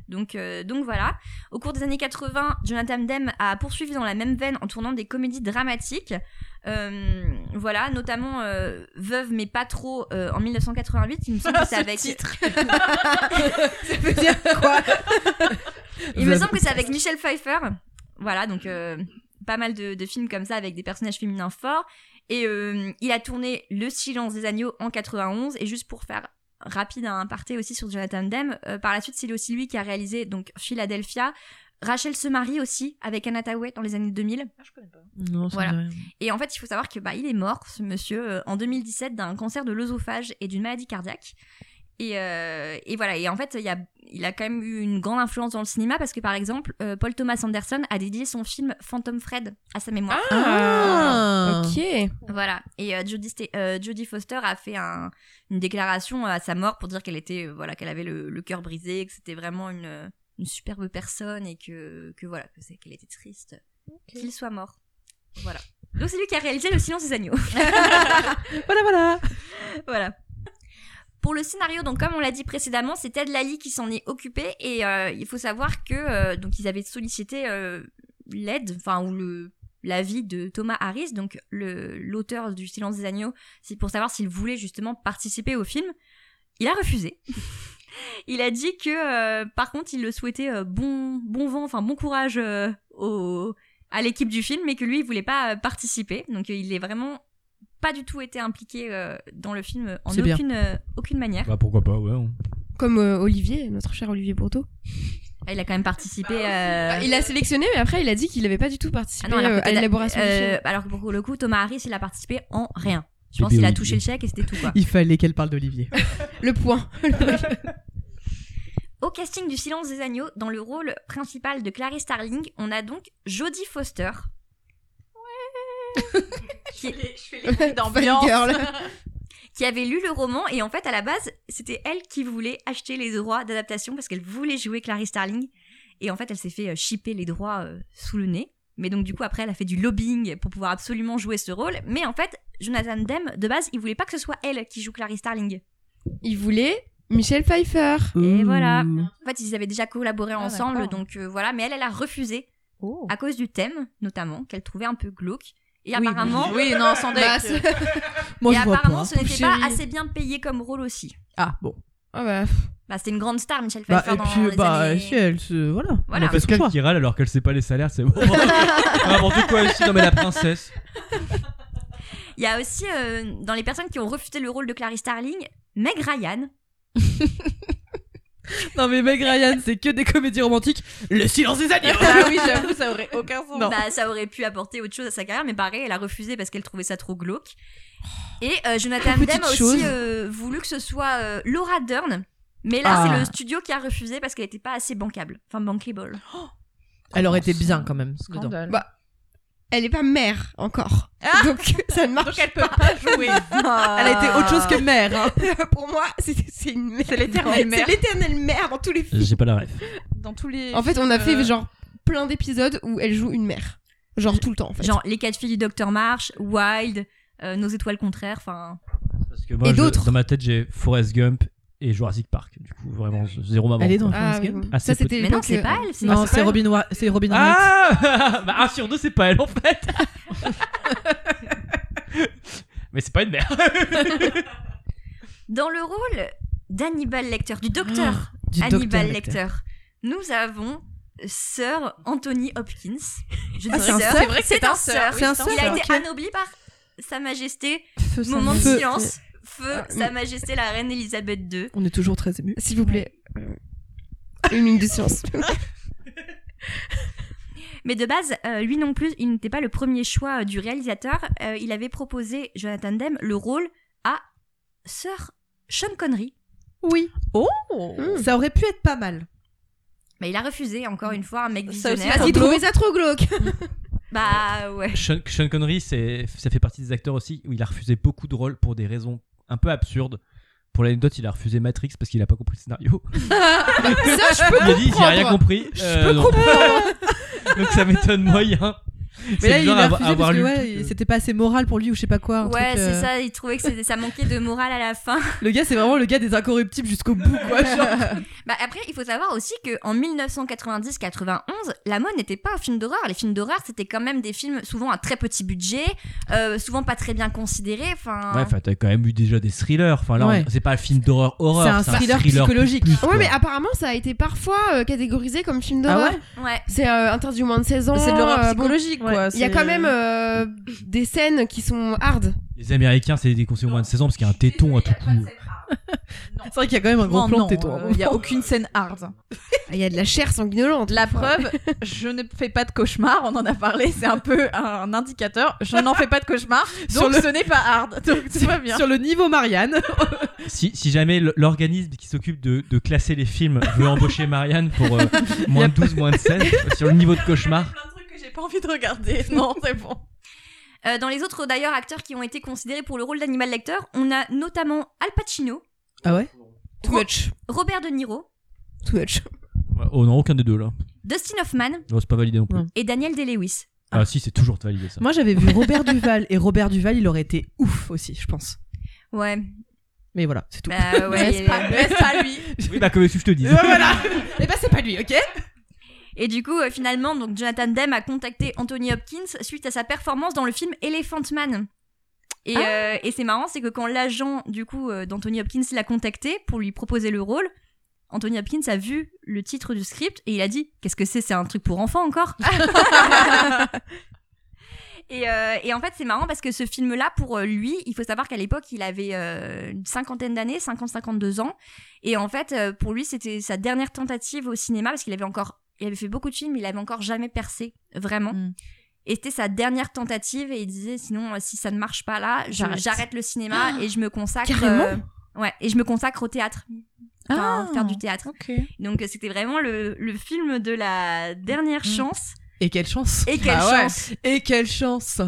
Speaker 1: Donc, euh, donc voilà. Au cours des années 80, Jonathan Demme a poursuivi dans la même veine en tournant des comédies dramatiques. Euh, voilà, notamment euh, Veuve mais pas trop euh, en 1988. Il me semble que c'est avec.
Speaker 2: Ça veut dire quoi
Speaker 1: Il me
Speaker 6: Veuve.
Speaker 1: semble que c'est avec Michel Pfeiffer. Voilà, donc euh, pas mal de, de films comme ça avec des personnages féminins forts. Et euh, il a tourné Le silence des agneaux en 91. Et juste pour faire rapide un aparté aussi sur Jonathan Demme, euh, par la suite, c'est aussi lui qui a réalisé donc Philadelphia. Rachel se marie aussi avec Anna Tawai dans les années 2000.
Speaker 6: Non, ça
Speaker 1: Voilà.
Speaker 6: me dit rien.
Speaker 1: Et en fait, il faut savoir que bah, il est mort, ce monsieur, euh, en 2017 d'un cancer de l'œsophage et d'une maladie cardiaque. Et, euh, et voilà. Et en fait, il y a, il a quand même eu une grande influence dans le cinéma parce que, par exemple, euh, Paul Thomas Anderson a dédié son film Phantom Fred à sa mémoire.
Speaker 6: Ah,
Speaker 7: Ok.
Speaker 1: Voilà. Et euh, Jodie Sta- euh, Jodie Foster a fait un- une déclaration à sa mort pour dire qu'elle était, euh, voilà, qu'elle avait le, le cœur brisé, que c'était vraiment une, euh, une superbe personne et que, que voilà, que c'est qu'elle était triste qu'il soit mort. Voilà. Donc c'est lui qui a réalisé Le silence des agneaux.
Speaker 6: Voilà, voilà.
Speaker 1: voilà. Pour le scénario, donc comme on l'a dit précédemment, c'est Ted Lally qui s'en est occupé et euh, il faut savoir que euh, donc ils avaient sollicité euh, l'aide, enfin ou le l'avis de Thomas Harris, donc le l'auteur du Silence des agneaux, c'est pour savoir s'il voulait justement participer au film. Il a refusé. il a dit que euh, par contre il le souhaitait euh, bon bon vent, enfin bon courage euh, au à l'équipe du film, mais que lui il voulait pas euh, participer. Donc euh, il est vraiment pas du tout été impliqué euh, dans le film euh, en
Speaker 6: C'est bien.
Speaker 1: aucune euh, aucune manière.
Speaker 8: Bah pourquoi pas, ouais. on-
Speaker 7: Comme euh, Olivier, notre cher Olivier Bourdeau.
Speaker 1: Ah, Il a quand même participé. euh,
Speaker 7: Bah, il a sélectionné, mais après, il a dit qu'il n'avait pas du tout participé
Speaker 1: ah non, alors
Speaker 7: euh,
Speaker 1: que
Speaker 7: à
Speaker 1: Ted-
Speaker 7: l'élaboration du
Speaker 1: euh,
Speaker 7: film.
Speaker 1: alors que pour le coup, Thomas Harris, il a participé en rien. Je
Speaker 8: Bébé
Speaker 1: pense qu'il a
Speaker 8: Olivier.
Speaker 1: touché le chèque et c'était tout quoi.
Speaker 6: Il fallait qu'elle parle d'Olivier.
Speaker 7: Le point.
Speaker 1: Au casting du Silence des agneaux, dans le rôle principal de Clarice Starling, on a donc Jodie Foster. qui,
Speaker 2: d'ambiance.
Speaker 1: qui avait lu le roman et en fait à la base c'était elle qui voulait acheter les droits d'adaptation parce qu'elle voulait jouer Clarice Starling et en fait elle s'est fait euh, shipper les droits euh, sous le nez mais donc du coup après elle a fait du lobbying pour pouvoir absolument jouer ce rôle mais en fait Jonathan Demme de base il voulait pas que ce soit elle qui joue Clarice Starling
Speaker 7: Il voulait Michel Pfeiffer.
Speaker 1: Et
Speaker 6: Ouh.
Speaker 1: voilà. en fait ils avaient déjà collaboré ensemble
Speaker 2: Ah, d'accord.
Speaker 1: donc euh, voilà mais elle elle a refusé
Speaker 6: Oh.
Speaker 1: à cause du thème notamment qu'elle trouvait un peu glauque et apparemment
Speaker 2: Oui, non, sans
Speaker 7: Bah,
Speaker 2: deck.
Speaker 7: c'est-
Speaker 6: Moi,
Speaker 1: et
Speaker 6: je vois
Speaker 1: apparemment
Speaker 6: pas.
Speaker 1: ce n'était
Speaker 7: Chérie.
Speaker 1: pas assez bien payé comme rôle aussi
Speaker 6: Ah, bon.
Speaker 7: Ah bah,
Speaker 1: bah c'était une grande star Michel
Speaker 6: Bah,
Speaker 1: Pfeiffer
Speaker 6: et
Speaker 1: dans les
Speaker 6: puis, bah,
Speaker 1: années-
Speaker 6: si elle se. Voilà.
Speaker 1: Voilà.
Speaker 6: Elle a fait son
Speaker 8: Pascal
Speaker 6: choix.
Speaker 8: qui râle alors qu'elle sait pas les salaires, c'est bon. N'importe quoi ici, non mais la princesse.
Speaker 1: Il y a aussi, euh, dans les personnes qui ont refusé le rôle de Clarice Starling, Meg Ryan.
Speaker 6: Non, mais Meg Ryan, c'est que des comédies romantiques. Le silence des agneaux
Speaker 2: Ah oui, j'avoue, ça aurait aucun sens.
Speaker 1: Bah, ça aurait pu apporter autre chose à sa carrière, mais pareil, elle a refusé parce qu'elle trouvait ça trop glauque. Et euh, Jonathan
Speaker 7: Petite
Speaker 1: Demme a
Speaker 7: chose.
Speaker 1: aussi euh, voulu que ce soit euh, Laura Dern. Mais là,
Speaker 6: Ah.
Speaker 1: c'est le studio qui a refusé parce qu'elle n'était pas assez bancable. Enfin, bankable.
Speaker 6: Elle aurait été bien quand même. dedans.
Speaker 2: Scandale.
Speaker 7: Bah, elle est pas mère encore. Donc ça ne marche
Speaker 2: elle peut pas jouer.
Speaker 6: Elle a été autre chose que mère. hein.
Speaker 7: pas. Pour moi, c'est c'est une mère.
Speaker 2: C'est l'éternelle mère.
Speaker 7: C'est l'éternelle mère dans tous les films.
Speaker 8: J'ai pas la ref.
Speaker 2: Dans tous les.
Speaker 7: En fait, on a
Speaker 2: films,
Speaker 7: fait
Speaker 2: euh,
Speaker 7: genre plein d'épisodes où elle joue une mère. Genre tout le temps en fait.
Speaker 1: Genre, Les quatre filles du Docteur Marsh, Wild, euh, Nos étoiles contraires, enfin...
Speaker 8: Parce que moi,
Speaker 7: Et
Speaker 8: je-
Speaker 7: d'autres.
Speaker 8: dans ma tête, j'ai Forrest Gump et Jurassic Park. Du coup, vraiment, zéro maman.
Speaker 6: Elle est dans
Speaker 7: Ah,
Speaker 6: Forrest Gump.
Speaker 7: oui.
Speaker 8: Ah,
Speaker 7: ça
Speaker 8: c'est
Speaker 1: Mais
Speaker 7: c'était
Speaker 1: non,
Speaker 7: l'époque,
Speaker 1: c'est
Speaker 7: euh,
Speaker 1: pas elle, Ah, c'est...
Speaker 6: Non,
Speaker 1: pas
Speaker 6: c'est
Speaker 1: elle.
Speaker 6: Robin, Wa- c'est Robin Wright.
Speaker 8: Ah bah, Un sur deux, c'est pas elle en fait. mais c'est pas une merde.
Speaker 1: Dans le rôle d'Hannibal Lecter, du Docteur
Speaker 6: Ah, Du
Speaker 1: Hannibal
Speaker 6: Dr.
Speaker 1: Lecter. Nous avons Sir Anthony Hopkins. Je dis
Speaker 6: Ah, c'est un
Speaker 1: sir,
Speaker 6: sir,
Speaker 2: c'est vrai que c'est un sir.
Speaker 1: sir.
Speaker 6: C'est un
Speaker 1: Il a
Speaker 6: sir,
Speaker 1: été
Speaker 6: ok.
Speaker 1: anobli par Sa Majesté.
Speaker 6: Feu, ça
Speaker 1: Moment de
Speaker 6: me- Feu.
Speaker 1: silence. Feu,
Speaker 7: Ah,
Speaker 1: Sa Majesté la Reine Elisabeth II.
Speaker 6: On est toujours très émus.
Speaker 7: S'il vous plaît. euh, Une minute de silence.
Speaker 1: Mais de base, euh, lui non plus, il n'était pas le premier choix euh, du réalisateur. Euh, il avait proposé, Jonathan Demme, le rôle à Sir Sean Connery.
Speaker 6: Oui. Oh
Speaker 7: Mm.
Speaker 6: Ça aurait pu être pas mal.
Speaker 1: Mais il a refusé,
Speaker 6: Mm.
Speaker 1: encore une fois, un mec
Speaker 2: Ça aussi,
Speaker 1: visionnaire.
Speaker 7: Parce qu'il trouvait ça trop glauque.
Speaker 1: bah ouais.
Speaker 8: Sean, Sean Connery, c'est, ça fait partie des acteurs aussi où il a refusé beaucoup de rôles pour des raisons un peu absurdes. Pour l'anecdote, il a refusé Matrix parce qu'il a pas compris le scénario.
Speaker 7: Ça, je peux
Speaker 8: Il a dit, j'ai rien
Speaker 7: comprendre.
Speaker 8: compris.
Speaker 7: Je
Speaker 8: Euh,
Speaker 7: peux
Speaker 8: non.
Speaker 7: comprendre.
Speaker 8: Donc ça m'étonne moyen.
Speaker 6: Mais là, il a refusé parce que
Speaker 8: lu
Speaker 6: ouais,
Speaker 8: le truc,
Speaker 6: c'était pas assez moral pour lui ou je sais pas quoi. un
Speaker 1: Ouais,
Speaker 6: truc,
Speaker 1: c'est
Speaker 6: euh,
Speaker 1: ça, il trouvait que c'était- ça manquait de morale à la fin.
Speaker 6: Le gars, c'est vraiment le gars des incorruptibles jusqu'au bout, quoi. genre.
Speaker 1: Bah après, il faut savoir aussi que en 1990-91, la mode n'était pas un film d'horreur. Les films d'horreur, c'était quand même des films souvent à très petit budget, euh, souvent pas très bien considérés. Enfin,
Speaker 8: euh, Ouais, enfin, t'as quand même eu déjà des thrillers. Enfin, là, on-
Speaker 6: Hein. Ouais.
Speaker 8: c'est pas un film d'horreur horreur.
Speaker 6: C'est un thriller psychologique.
Speaker 8: plus, plus,
Speaker 7: Ouais,
Speaker 8: quoi.
Speaker 7: mais apparemment, ça a été parfois euh, catégorisé comme film d'horreur.
Speaker 1: ouais.
Speaker 7: C'est euh, interdit aux moins de 16 ans.
Speaker 2: C'est de l'horreur
Speaker 7: euh, bon,
Speaker 2: psychologique,
Speaker 6: ouais.
Speaker 2: quoi.
Speaker 7: Il y a
Speaker 2: Ah, c'est-
Speaker 7: quand même euh, des scènes qui sont hard.
Speaker 8: Les Américains, c'est des conseils au moins de 16 ans parce qu'il y a un téton à tout coup.
Speaker 6: C'est vrai qu'il y a quand même un gros
Speaker 2: Non,
Speaker 6: plan
Speaker 2: non,
Speaker 6: de hein. téton.
Speaker 2: euh, il y a aucune scène hard.
Speaker 7: Ah, Il y a de la chair sanguinolente.
Speaker 2: La
Speaker 7: parfois.
Speaker 2: preuve, je ne fais pas de cauchemar, on en a parlé, c'est un peu un indicateur. Je n'en fais pas de cauchemar,
Speaker 6: Sur
Speaker 2: donc
Speaker 6: le-
Speaker 2: ce n'est pas hard. Donc tout va bien.
Speaker 6: Sur le niveau Marianne.
Speaker 8: Si, si jamais l- l'organisme qui s'occupe de, de classer les films veut embaucher Marianne pour euh, moins de 12, moins de 16, sur le niveau de cauchemar.
Speaker 2: plein de trucs que j'ai pas envie de regarder. Non, c'est bon.
Speaker 1: Euh, dans les autres d'ailleurs acteurs qui ont été considérés pour le rôle d'animal lecteur, on a notamment Al Pacino,
Speaker 6: Ah ouais
Speaker 7: Too much.
Speaker 1: Robert De Niro,
Speaker 7: Too much.
Speaker 8: Ouais, Oh non, aucun des deux là.
Speaker 1: Dustin Hoffman
Speaker 8: Non, c'est pas validé non plus.
Speaker 6: Non.
Speaker 1: et Daniel Day-Lewis.
Speaker 8: Ah si, c'est toujours validé ça.
Speaker 6: Moi, j'avais vu Robert Duval et Robert Duval, il aurait été ouf aussi, je pense.
Speaker 1: Ouais,
Speaker 6: Mais voilà, c'est tout.
Speaker 1: bah ouais.
Speaker 2: Laisse pas, laisse pas lui.
Speaker 8: Oui, bah comme je te dis.
Speaker 6: Euh, voilà Et bah, c'est pas lui, ok
Speaker 1: Et du coup, euh, finalement, donc Jonathan Demme a contacté Anthony Hopkins suite à sa performance dans le film Elephant Man. Et, euh, et c'est marrant, c'est que quand l'agent du coup euh, d'Anthony Hopkins l'a contacté pour lui proposer le rôle, Anthony Hopkins a vu le titre du script et il a dit qu'est-ce que c'est C'est un truc pour enfants encore Et, euh, et en fait, c'est marrant parce que ce film-là, pour euh, lui, il faut savoir qu'à l'époque, il avait euh, une cinquantaine d'années, 50-52 ans. Et en fait, euh, pour lui, c'était sa dernière tentative au cinéma parce qu'il avait encore, il avait fait beaucoup de films, il avait encore jamais percé, vraiment.
Speaker 2: Mm.
Speaker 1: Et c'était sa dernière tentative et il disait sinon, euh, si ça ne marche pas là, je-
Speaker 2: J'arrête.
Speaker 1: j'arrête le cinéma et je me consacre. euh,
Speaker 7: Carrément
Speaker 1: ouais, et je me consacre au théâtre. Enfin,
Speaker 2: Ah.
Speaker 1: faire du théâtre.
Speaker 2: Ok.
Speaker 1: Donc euh, c'était vraiment le, le film de la dernière
Speaker 2: Mm.
Speaker 1: chance.
Speaker 6: Et quelle chance
Speaker 1: Et quelle
Speaker 6: Ah
Speaker 2: Bah
Speaker 6: ouais.
Speaker 1: chance
Speaker 6: Et quelle chance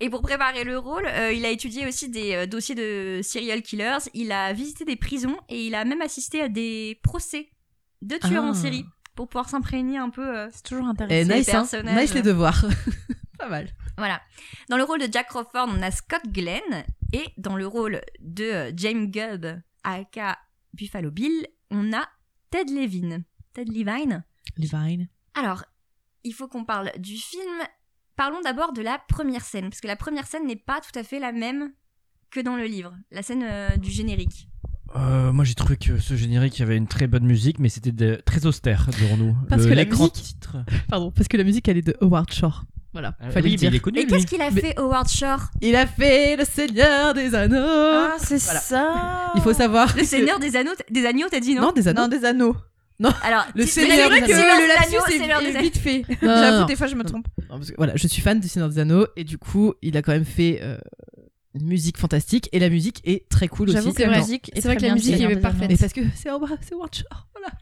Speaker 1: Et pour préparer le rôle, euh, il a étudié aussi des euh, dossiers de serial killers, il a visité des prisons et il a même assisté à des procès de tueurs
Speaker 6: Ah.
Speaker 1: en série pour pouvoir s'imprégner un peu. euh,
Speaker 2: C'est toujours
Speaker 6: Et
Speaker 2: intéressant.
Speaker 1: C'est
Speaker 6: nice, hein.
Speaker 1: personnage.
Speaker 6: nice les devoirs. pas mal.
Speaker 1: voilà. Dans le rôle de Jack Crawford, on a Scott Glenn et dans le rôle de euh, James Gubb, aka Buffalo Bill, on a Ted Levine. Ted Levine.
Speaker 6: Levine.
Speaker 1: Alors, il faut qu'on parle du film. Parlons d'abord de la première scène, parce que la première scène n'est pas tout à fait la même que dans le livre, la scène euh, du générique.
Speaker 8: Euh, moi j'ai trouvé que ce générique avait une très bonne musique, mais c'était de- très austère, dirons-nous.
Speaker 6: Parce
Speaker 8: Le-
Speaker 6: que la
Speaker 8: l'écran
Speaker 6: musique-
Speaker 8: titre.
Speaker 6: Pardon, parce que la musique, elle est de Howard Shore. Voilà,
Speaker 8: Euh,
Speaker 6: fallait
Speaker 8: oui,
Speaker 6: le
Speaker 8: mais
Speaker 6: dire.
Speaker 8: il est connu.
Speaker 1: Et
Speaker 8: lui.
Speaker 1: qu'est-ce qu'il a
Speaker 6: Mais-
Speaker 1: fait Howard Shore
Speaker 6: Il a fait le Seigneur des Anneaux.
Speaker 2: Ah, c'est
Speaker 6: Voilà.
Speaker 2: ça.
Speaker 6: Il faut savoir.
Speaker 1: Le Seigneur des Anneaux, des Agneaux, t'as dit non,
Speaker 6: Non, des Anneaux.
Speaker 2: Non, des anneaux.
Speaker 1: Alors,
Speaker 6: le
Speaker 1: tu-
Speaker 6: Seigneur
Speaker 1: vous avez
Speaker 6: des
Speaker 1: dit
Speaker 6: Anneaux.
Speaker 1: Seigneur
Speaker 2: Le
Speaker 1: des
Speaker 2: lapsus
Speaker 1: Anneaux,
Speaker 2: est-
Speaker 1: Seigneur
Speaker 2: est
Speaker 1: des Anneaux.
Speaker 2: vite fait.
Speaker 6: non, non.
Speaker 2: J'avoue, des fois, je me trompe.
Speaker 6: Non, parce que, voilà, je suis fan du Seigneur des Anneaux et du coup, il a quand même fait euh, une musique fantastique et la musique est très cool aussi.
Speaker 2: J'avoue que
Speaker 7: c'est vrai.
Speaker 2: la musique est
Speaker 7: C'est vrai
Speaker 2: très
Speaker 7: que
Speaker 2: bien
Speaker 7: la musique
Speaker 2: tirée
Speaker 7: est
Speaker 2: des
Speaker 7: parfaite.
Speaker 6: Mais
Speaker 2: anneaux.
Speaker 6: parce que c'est Howard c'est Howard Shore, voilà.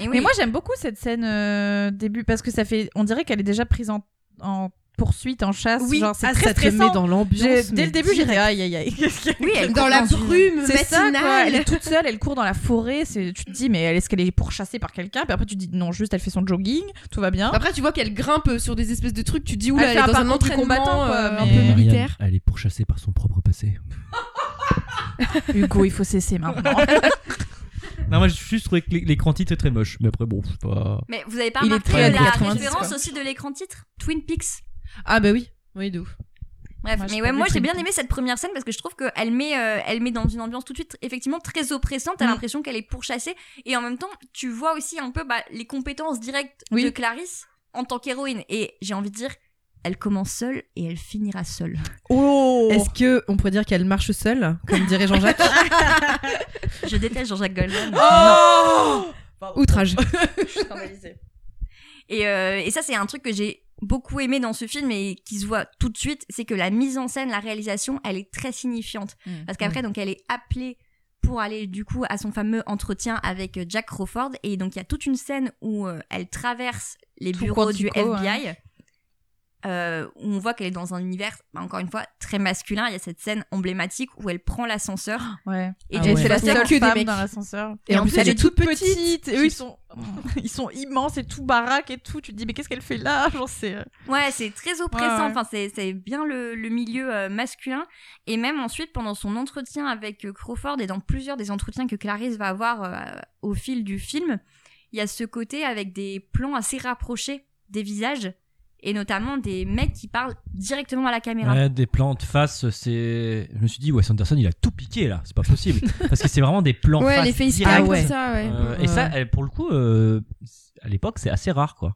Speaker 1: Et oui.
Speaker 2: Mais moi, j'aime beaucoup cette scène euh, début parce que ça fait. On dirait qu'elle est déjà prise en, en poursuite, en chasse.
Speaker 6: Oui,
Speaker 2: genre, c'est
Speaker 6: ah,
Speaker 2: très
Speaker 6: ça te
Speaker 2: stressant.
Speaker 6: met dans l'ambiance.
Speaker 2: J'ai-
Speaker 6: mais
Speaker 2: Dès le début,
Speaker 6: direct.
Speaker 2: j'étais aïe aïe aïe. qu'est-ce qu'il y a
Speaker 1: Oui, elle
Speaker 7: Dans
Speaker 1: court
Speaker 7: la
Speaker 1: une-
Speaker 7: brume
Speaker 2: C'est ça, quoi. Elle
Speaker 7: matinale.
Speaker 2: est toute seule, elle court dans la forêt. C'est, tu te dis, mais elle- est-ce qu'elle est pourchassée par quelqu'un Puis après, tu te dis, non, juste, elle fait son jogging, tout va bien.
Speaker 7: Après, tu vois qu'elle grimpe sur des espèces de trucs, tu te dis, oula,
Speaker 2: Elle
Speaker 7: elle,
Speaker 2: fait un
Speaker 7: est dans un
Speaker 2: parcours du
Speaker 7: entraînement
Speaker 2: combattant, quoi,
Speaker 7: euh, un
Speaker 2: mais-
Speaker 7: peu
Speaker 8: Marianne,
Speaker 7: militaire.
Speaker 8: elle est pourchassée par son propre passé.
Speaker 2: Hugo, il faut cesser maintenant.
Speaker 8: Non, moi j'ai juste trouvé que l'é- l'écran titre est très moche, mais après bon, c'est pas.
Speaker 1: Mais vous avez pas
Speaker 2: Il est
Speaker 1: remarqué
Speaker 2: très
Speaker 1: la
Speaker 2: années 90,
Speaker 1: référence
Speaker 2: quoi.
Speaker 1: aussi de l'écran titre Twin Peaks.
Speaker 6: Ah bah oui, oui de ouf.
Speaker 1: Bref,
Speaker 2: Moi,
Speaker 1: mais
Speaker 2: j'ai
Speaker 1: ouais,
Speaker 2: pas
Speaker 1: moi
Speaker 2: vu
Speaker 1: j'ai
Speaker 2: Twin
Speaker 1: bien
Speaker 2: Peaks.
Speaker 1: aimé cette première scène parce que je trouve qu'elle met, euh, elle met dans une ambiance tout de suite effectivement très oppressante. T'as
Speaker 2: Mm.
Speaker 1: l'impression qu'elle est pourchassée et en même temps tu vois aussi un peu bah, les compétences directes
Speaker 2: Oui.
Speaker 1: de Clarisse en tant qu'héroïne. Et j'ai envie de dire, elle commence seule et elle finira seule.
Speaker 2: oh
Speaker 6: Est-ce que on pourrait dire qu'elle marche seule, comme dirait Jean-Jacques
Speaker 1: Je déteste Jean-Jacques Goldman.
Speaker 6: Oh Outrage.
Speaker 1: Et, euh, et ça, c'est un truc que j'ai beaucoup aimé dans ce film et qui se voit tout de suite, c'est que la mise en scène, la réalisation, elle est très signifiante.
Speaker 2: Mm.
Speaker 1: Parce qu'après, donc, elle est appelée pour aller du coup à son fameux entretien avec euh, Jack Crawford. Et donc, il y a toute une scène où euh, elle traverse les
Speaker 2: Tout
Speaker 1: bureaux du
Speaker 2: quantico,
Speaker 1: FBI. euh, où on voit qu'elle est dans un univers, bah, encore une fois, très masculin. Il y a cette scène emblématique où elle prend l'ascenseur.
Speaker 2: Ouais.
Speaker 1: Et
Speaker 6: Ah
Speaker 1: tu
Speaker 6: ouais.
Speaker 1: vois
Speaker 6: C'est la
Speaker 1: bien
Speaker 2: seule
Speaker 1: que des
Speaker 2: femme
Speaker 1: mecs.
Speaker 2: dans l'ascenseur.
Speaker 1: Et en plus, elle est
Speaker 2: toute petite. Et eux, ils sont, ils sont immenses et tout baraque et tout. Tu te dis, mais qu'est-ce qu'elle fait là J'en sais.
Speaker 1: Ouais, c'est très oppressant.
Speaker 2: Ouais, ouais.
Speaker 1: Enfin, c'est, c'est bien le, le milieu euh, masculin. Et même ensuite, pendant son entretien avec euh, Crawford et dans plusieurs des entretiens que Clarisse va avoir euh, au fil du film, il y a ce côté avec des plans assez rapprochés des visages et notamment des mecs qui parlent directement à la caméra.
Speaker 8: Ouais, des plans de face, c'est. Je me suis dit, Wes Anderson, il a tout piqué là, c'est pas possible. Parce que c'est vraiment des plans
Speaker 7: Ouais,
Speaker 8: face
Speaker 7: les face
Speaker 8: direct.
Speaker 7: cam,
Speaker 6: ouais.
Speaker 7: tout ça, ouais.
Speaker 8: Euh,
Speaker 6: Ouais.
Speaker 8: Et ça, elle, pour le coup, euh, à l'époque, c'est assez rare quoi.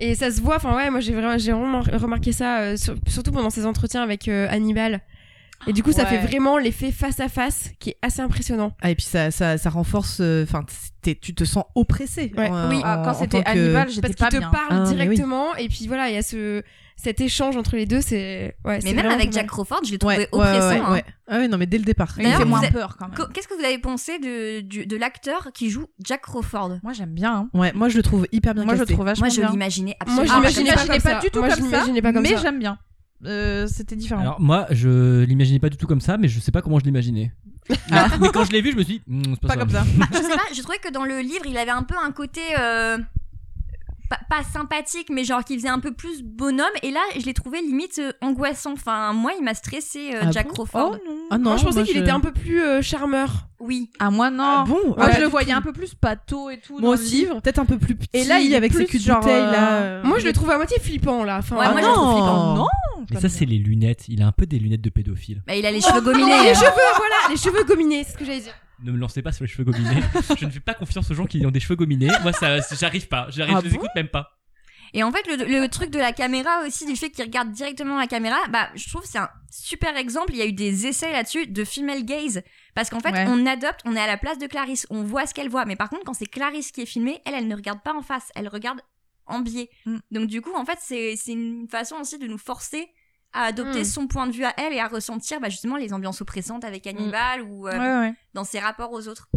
Speaker 7: Et ça se voit, enfin ouais, moi j'ai vraiment, j'ai vraiment remarqué ça, euh, sur- surtout pendant ses entretiens avec euh, Hannibal. Et du coup, ça
Speaker 2: Ouais.
Speaker 7: fait vraiment l'effet face à face qui est assez impressionnant.
Speaker 6: Ah, et puis ça, ça, ça renforce. euh, Enfin, tu te sens oppressé.
Speaker 7: Ouais.
Speaker 6: en-
Speaker 2: Oui,
Speaker 6: en-
Speaker 2: ah, quand
Speaker 6: en
Speaker 2: c'était
Speaker 6: tant que-
Speaker 2: Hannibal, j'étais
Speaker 7: Parce
Speaker 2: pas
Speaker 7: qu'il te
Speaker 2: bien.
Speaker 7: parle
Speaker 6: Ah, mais oui.
Speaker 7: directement, et puis voilà, il y a ce, cet échange entre les deux, c'est. Ouais, c'est
Speaker 1: mais même
Speaker 7: vraiment
Speaker 1: avec
Speaker 7: pas mal.
Speaker 1: Jack Crawford, je l'ai trouvé
Speaker 6: Ouais, ouais,
Speaker 1: oppressant.
Speaker 6: ouais,
Speaker 1: hein.
Speaker 6: ouais. Ah oui, non, mais dès le départ.
Speaker 2: Il fait
Speaker 1: D'ailleurs,
Speaker 2: moins
Speaker 1: vous êtes-
Speaker 2: peur quand même.
Speaker 1: Co- Qu'est-ce que vous avez pensé de, du- de l'acteur qui joue Jack Crawford
Speaker 2: Moi, j'aime bien. hein.
Speaker 6: Ouais, moi je le trouve hyper bien
Speaker 2: Moi, je le
Speaker 6: casté.
Speaker 2: trouve vachement
Speaker 1: Moi, je
Speaker 2: bien.
Speaker 1: l'imaginais
Speaker 7: Moi, je
Speaker 1: absolument.
Speaker 7: l'imaginais
Speaker 2: Ah,
Speaker 7: pas
Speaker 2: je
Speaker 7: comme ça.
Speaker 2: pas du tout
Speaker 7: Moi, je
Speaker 2: comme ça.
Speaker 7: l'imaginais pas comme
Speaker 2: mais
Speaker 7: ça.
Speaker 2: j'aime bien. Euh, c'était différent.
Speaker 8: Alors moi, je l'imaginais pas du tout comme ça, mais je sais pas comment je l'imaginais.
Speaker 2: Ah.
Speaker 8: Mais, mais quand je l'ai vu, je me suis dit, Hmm, c'est pas,
Speaker 2: pas
Speaker 8: ça.
Speaker 2: comme ça.
Speaker 1: je sais pas, je trouvais que dans le livre, il avait un peu un côté euh, pas, pas sympathique, mais genre qui faisait un peu plus bonhomme. Et là, je l'ai trouvé limite euh, angoissant. Enfin, moi, il m'a stressé euh,
Speaker 6: Ah
Speaker 1: Jack
Speaker 6: bon
Speaker 2: Oh,
Speaker 1: Crawford.
Speaker 6: Ah non,
Speaker 7: Moi, je pensais
Speaker 6: moi,
Speaker 7: qu'il était un peu plus euh, charmeur.
Speaker 1: Oui.
Speaker 2: À moi, non.
Speaker 6: Ah bon
Speaker 2: Moi,
Speaker 6: Ouais.
Speaker 2: je le voyais un peu plus pato et tout.
Speaker 6: Moi
Speaker 2: dans le
Speaker 6: aussi,
Speaker 2: livre.
Speaker 6: peut-être un peu plus petit.
Speaker 2: Et là, il est
Speaker 6: avec ses
Speaker 2: plus
Speaker 6: culs de
Speaker 2: genre,
Speaker 6: bouteille
Speaker 2: euh,
Speaker 6: là.
Speaker 7: Moi, je le trouve à moitié flippant là. Enfin,
Speaker 1: Ouais,
Speaker 6: Ah
Speaker 1: moi, je le
Speaker 6: non.
Speaker 1: trouve flippant.
Speaker 2: Non.
Speaker 8: Mais ça, c'est les lunettes. Il a un peu des lunettes de pédophile.
Speaker 1: Bah, il a les
Speaker 6: Oh,
Speaker 1: cheveux gominés.
Speaker 7: les
Speaker 1: hein.
Speaker 7: cheveux, voilà, les cheveux gominés, c'est ce que j'allais dire.
Speaker 8: Ne me lancez pas sur les cheveux gominés. je ne fais pas confiance aux gens qui ont des cheveux gominés. Moi, ça, j'arrive pas. J'arrive,
Speaker 6: Ah
Speaker 8: je les
Speaker 6: bon
Speaker 8: écoute même pas.
Speaker 1: Et en fait, le, le truc de la caméra aussi, du fait qu'il regarde directement la caméra, bah, je trouve que c'est un super exemple. Il y a eu des essais là-dessus de female gaze. Parce qu'en fait,
Speaker 2: Ouais.
Speaker 1: on adopte, on est à la place de Clarisse, on voit ce qu'elle voit. Mais par contre, quand c'est Clarisse qui est filmée, elle, elle ne regarde pas en face, elle regarde en biais.
Speaker 2: Mm.
Speaker 1: Donc du coup, en fait, c'est c'est une façon aussi de nous forcer à adopter
Speaker 7: Mm.
Speaker 1: son point de vue à elle et à ressentir bah, justement les ambiances oppressantes avec Hannibal ou euh,
Speaker 2: Mm. Ouais, ouais.
Speaker 1: dans ses rapports aux autres.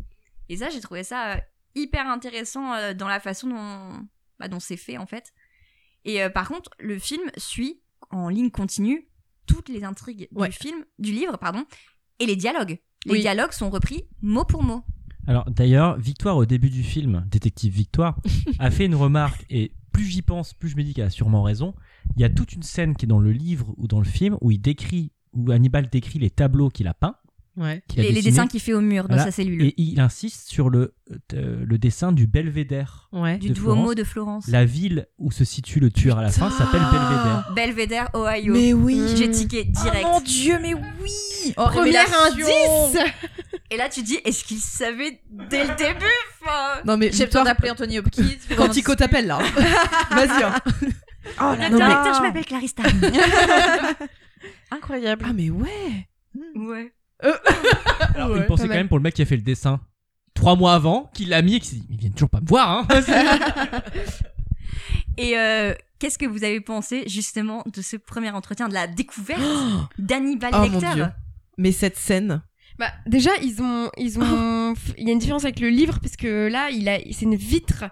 Speaker 1: Et ça, j'ai trouvé ça euh, hyper intéressant euh, dans la façon dont, bah, dont c'est fait, en fait. Et euh, par contre, le film suit en ligne continue toutes les intrigues
Speaker 6: Ouais.
Speaker 1: du film, du livre, pardon, et les dialogues. Les
Speaker 6: Oui.
Speaker 1: dialogues sont repris mot pour mot.
Speaker 8: Alors d'ailleurs, Victoire au début du film, détective Victoire, a fait une remarque et plus j'y pense, plus je me dis qu'elle a sûrement raison. Il y a toute une scène qui est dans le livre ou dans le film où il décrit, où Hannibal décrit les tableaux qu'il a peints,
Speaker 6: Ouais.
Speaker 8: qu'il a
Speaker 1: Les, les
Speaker 8: dessinés,
Speaker 1: dessins qu'il fait au mur dans
Speaker 8: Voilà.
Speaker 1: sa cellule.
Speaker 8: et il insiste sur le euh, le dessin du belvédère,
Speaker 6: Ouais.
Speaker 1: du
Speaker 8: de
Speaker 1: Duomo
Speaker 8: Florence.
Speaker 1: de Florence.
Speaker 8: la ville où se situe le tueur à la fin s'appelle Belvédère.
Speaker 1: Belvedere, Ohio.
Speaker 6: oui.
Speaker 1: J'ai tiqué direct.
Speaker 2: Oh mon dieu, mais oui oh,
Speaker 1: Première
Speaker 2: révélation.
Speaker 1: et là, tu dis, est-ce qu'il savait dès le début enfin,
Speaker 6: Non mais
Speaker 2: J'ai besoin
Speaker 6: Victoire,
Speaker 2: d'appeler Anthony Hopkins.
Speaker 6: quand Tico t'appelle là. Vas-y. hein.
Speaker 2: Oh
Speaker 1: Le
Speaker 2: non, mais-
Speaker 1: directeur, je m'appelle Clarisse Starling.
Speaker 2: Incroyable.
Speaker 6: Ah mais ouais.
Speaker 1: Ouais.
Speaker 8: Alors
Speaker 6: Ouais,
Speaker 8: il pensait
Speaker 6: pas
Speaker 8: quand
Speaker 6: mal.
Speaker 8: même pour le mec qui a fait le dessin trois mois avant qu'il l'a mis et qu'il s'est dit ils viennent toujours pas me voir hein.
Speaker 1: Et euh, qu'est-ce que vous avez pensé justement de ce premier entretien, de la découverte d'Hannibal
Speaker 2: Ah,
Speaker 6: Oh, mon
Speaker 1: Lecter
Speaker 6: Dieu. Mais cette scène.
Speaker 7: Bah, déjà, ils ont, ils ont, il y a une différence avec le livre parce que là, il a, c'est une vitre.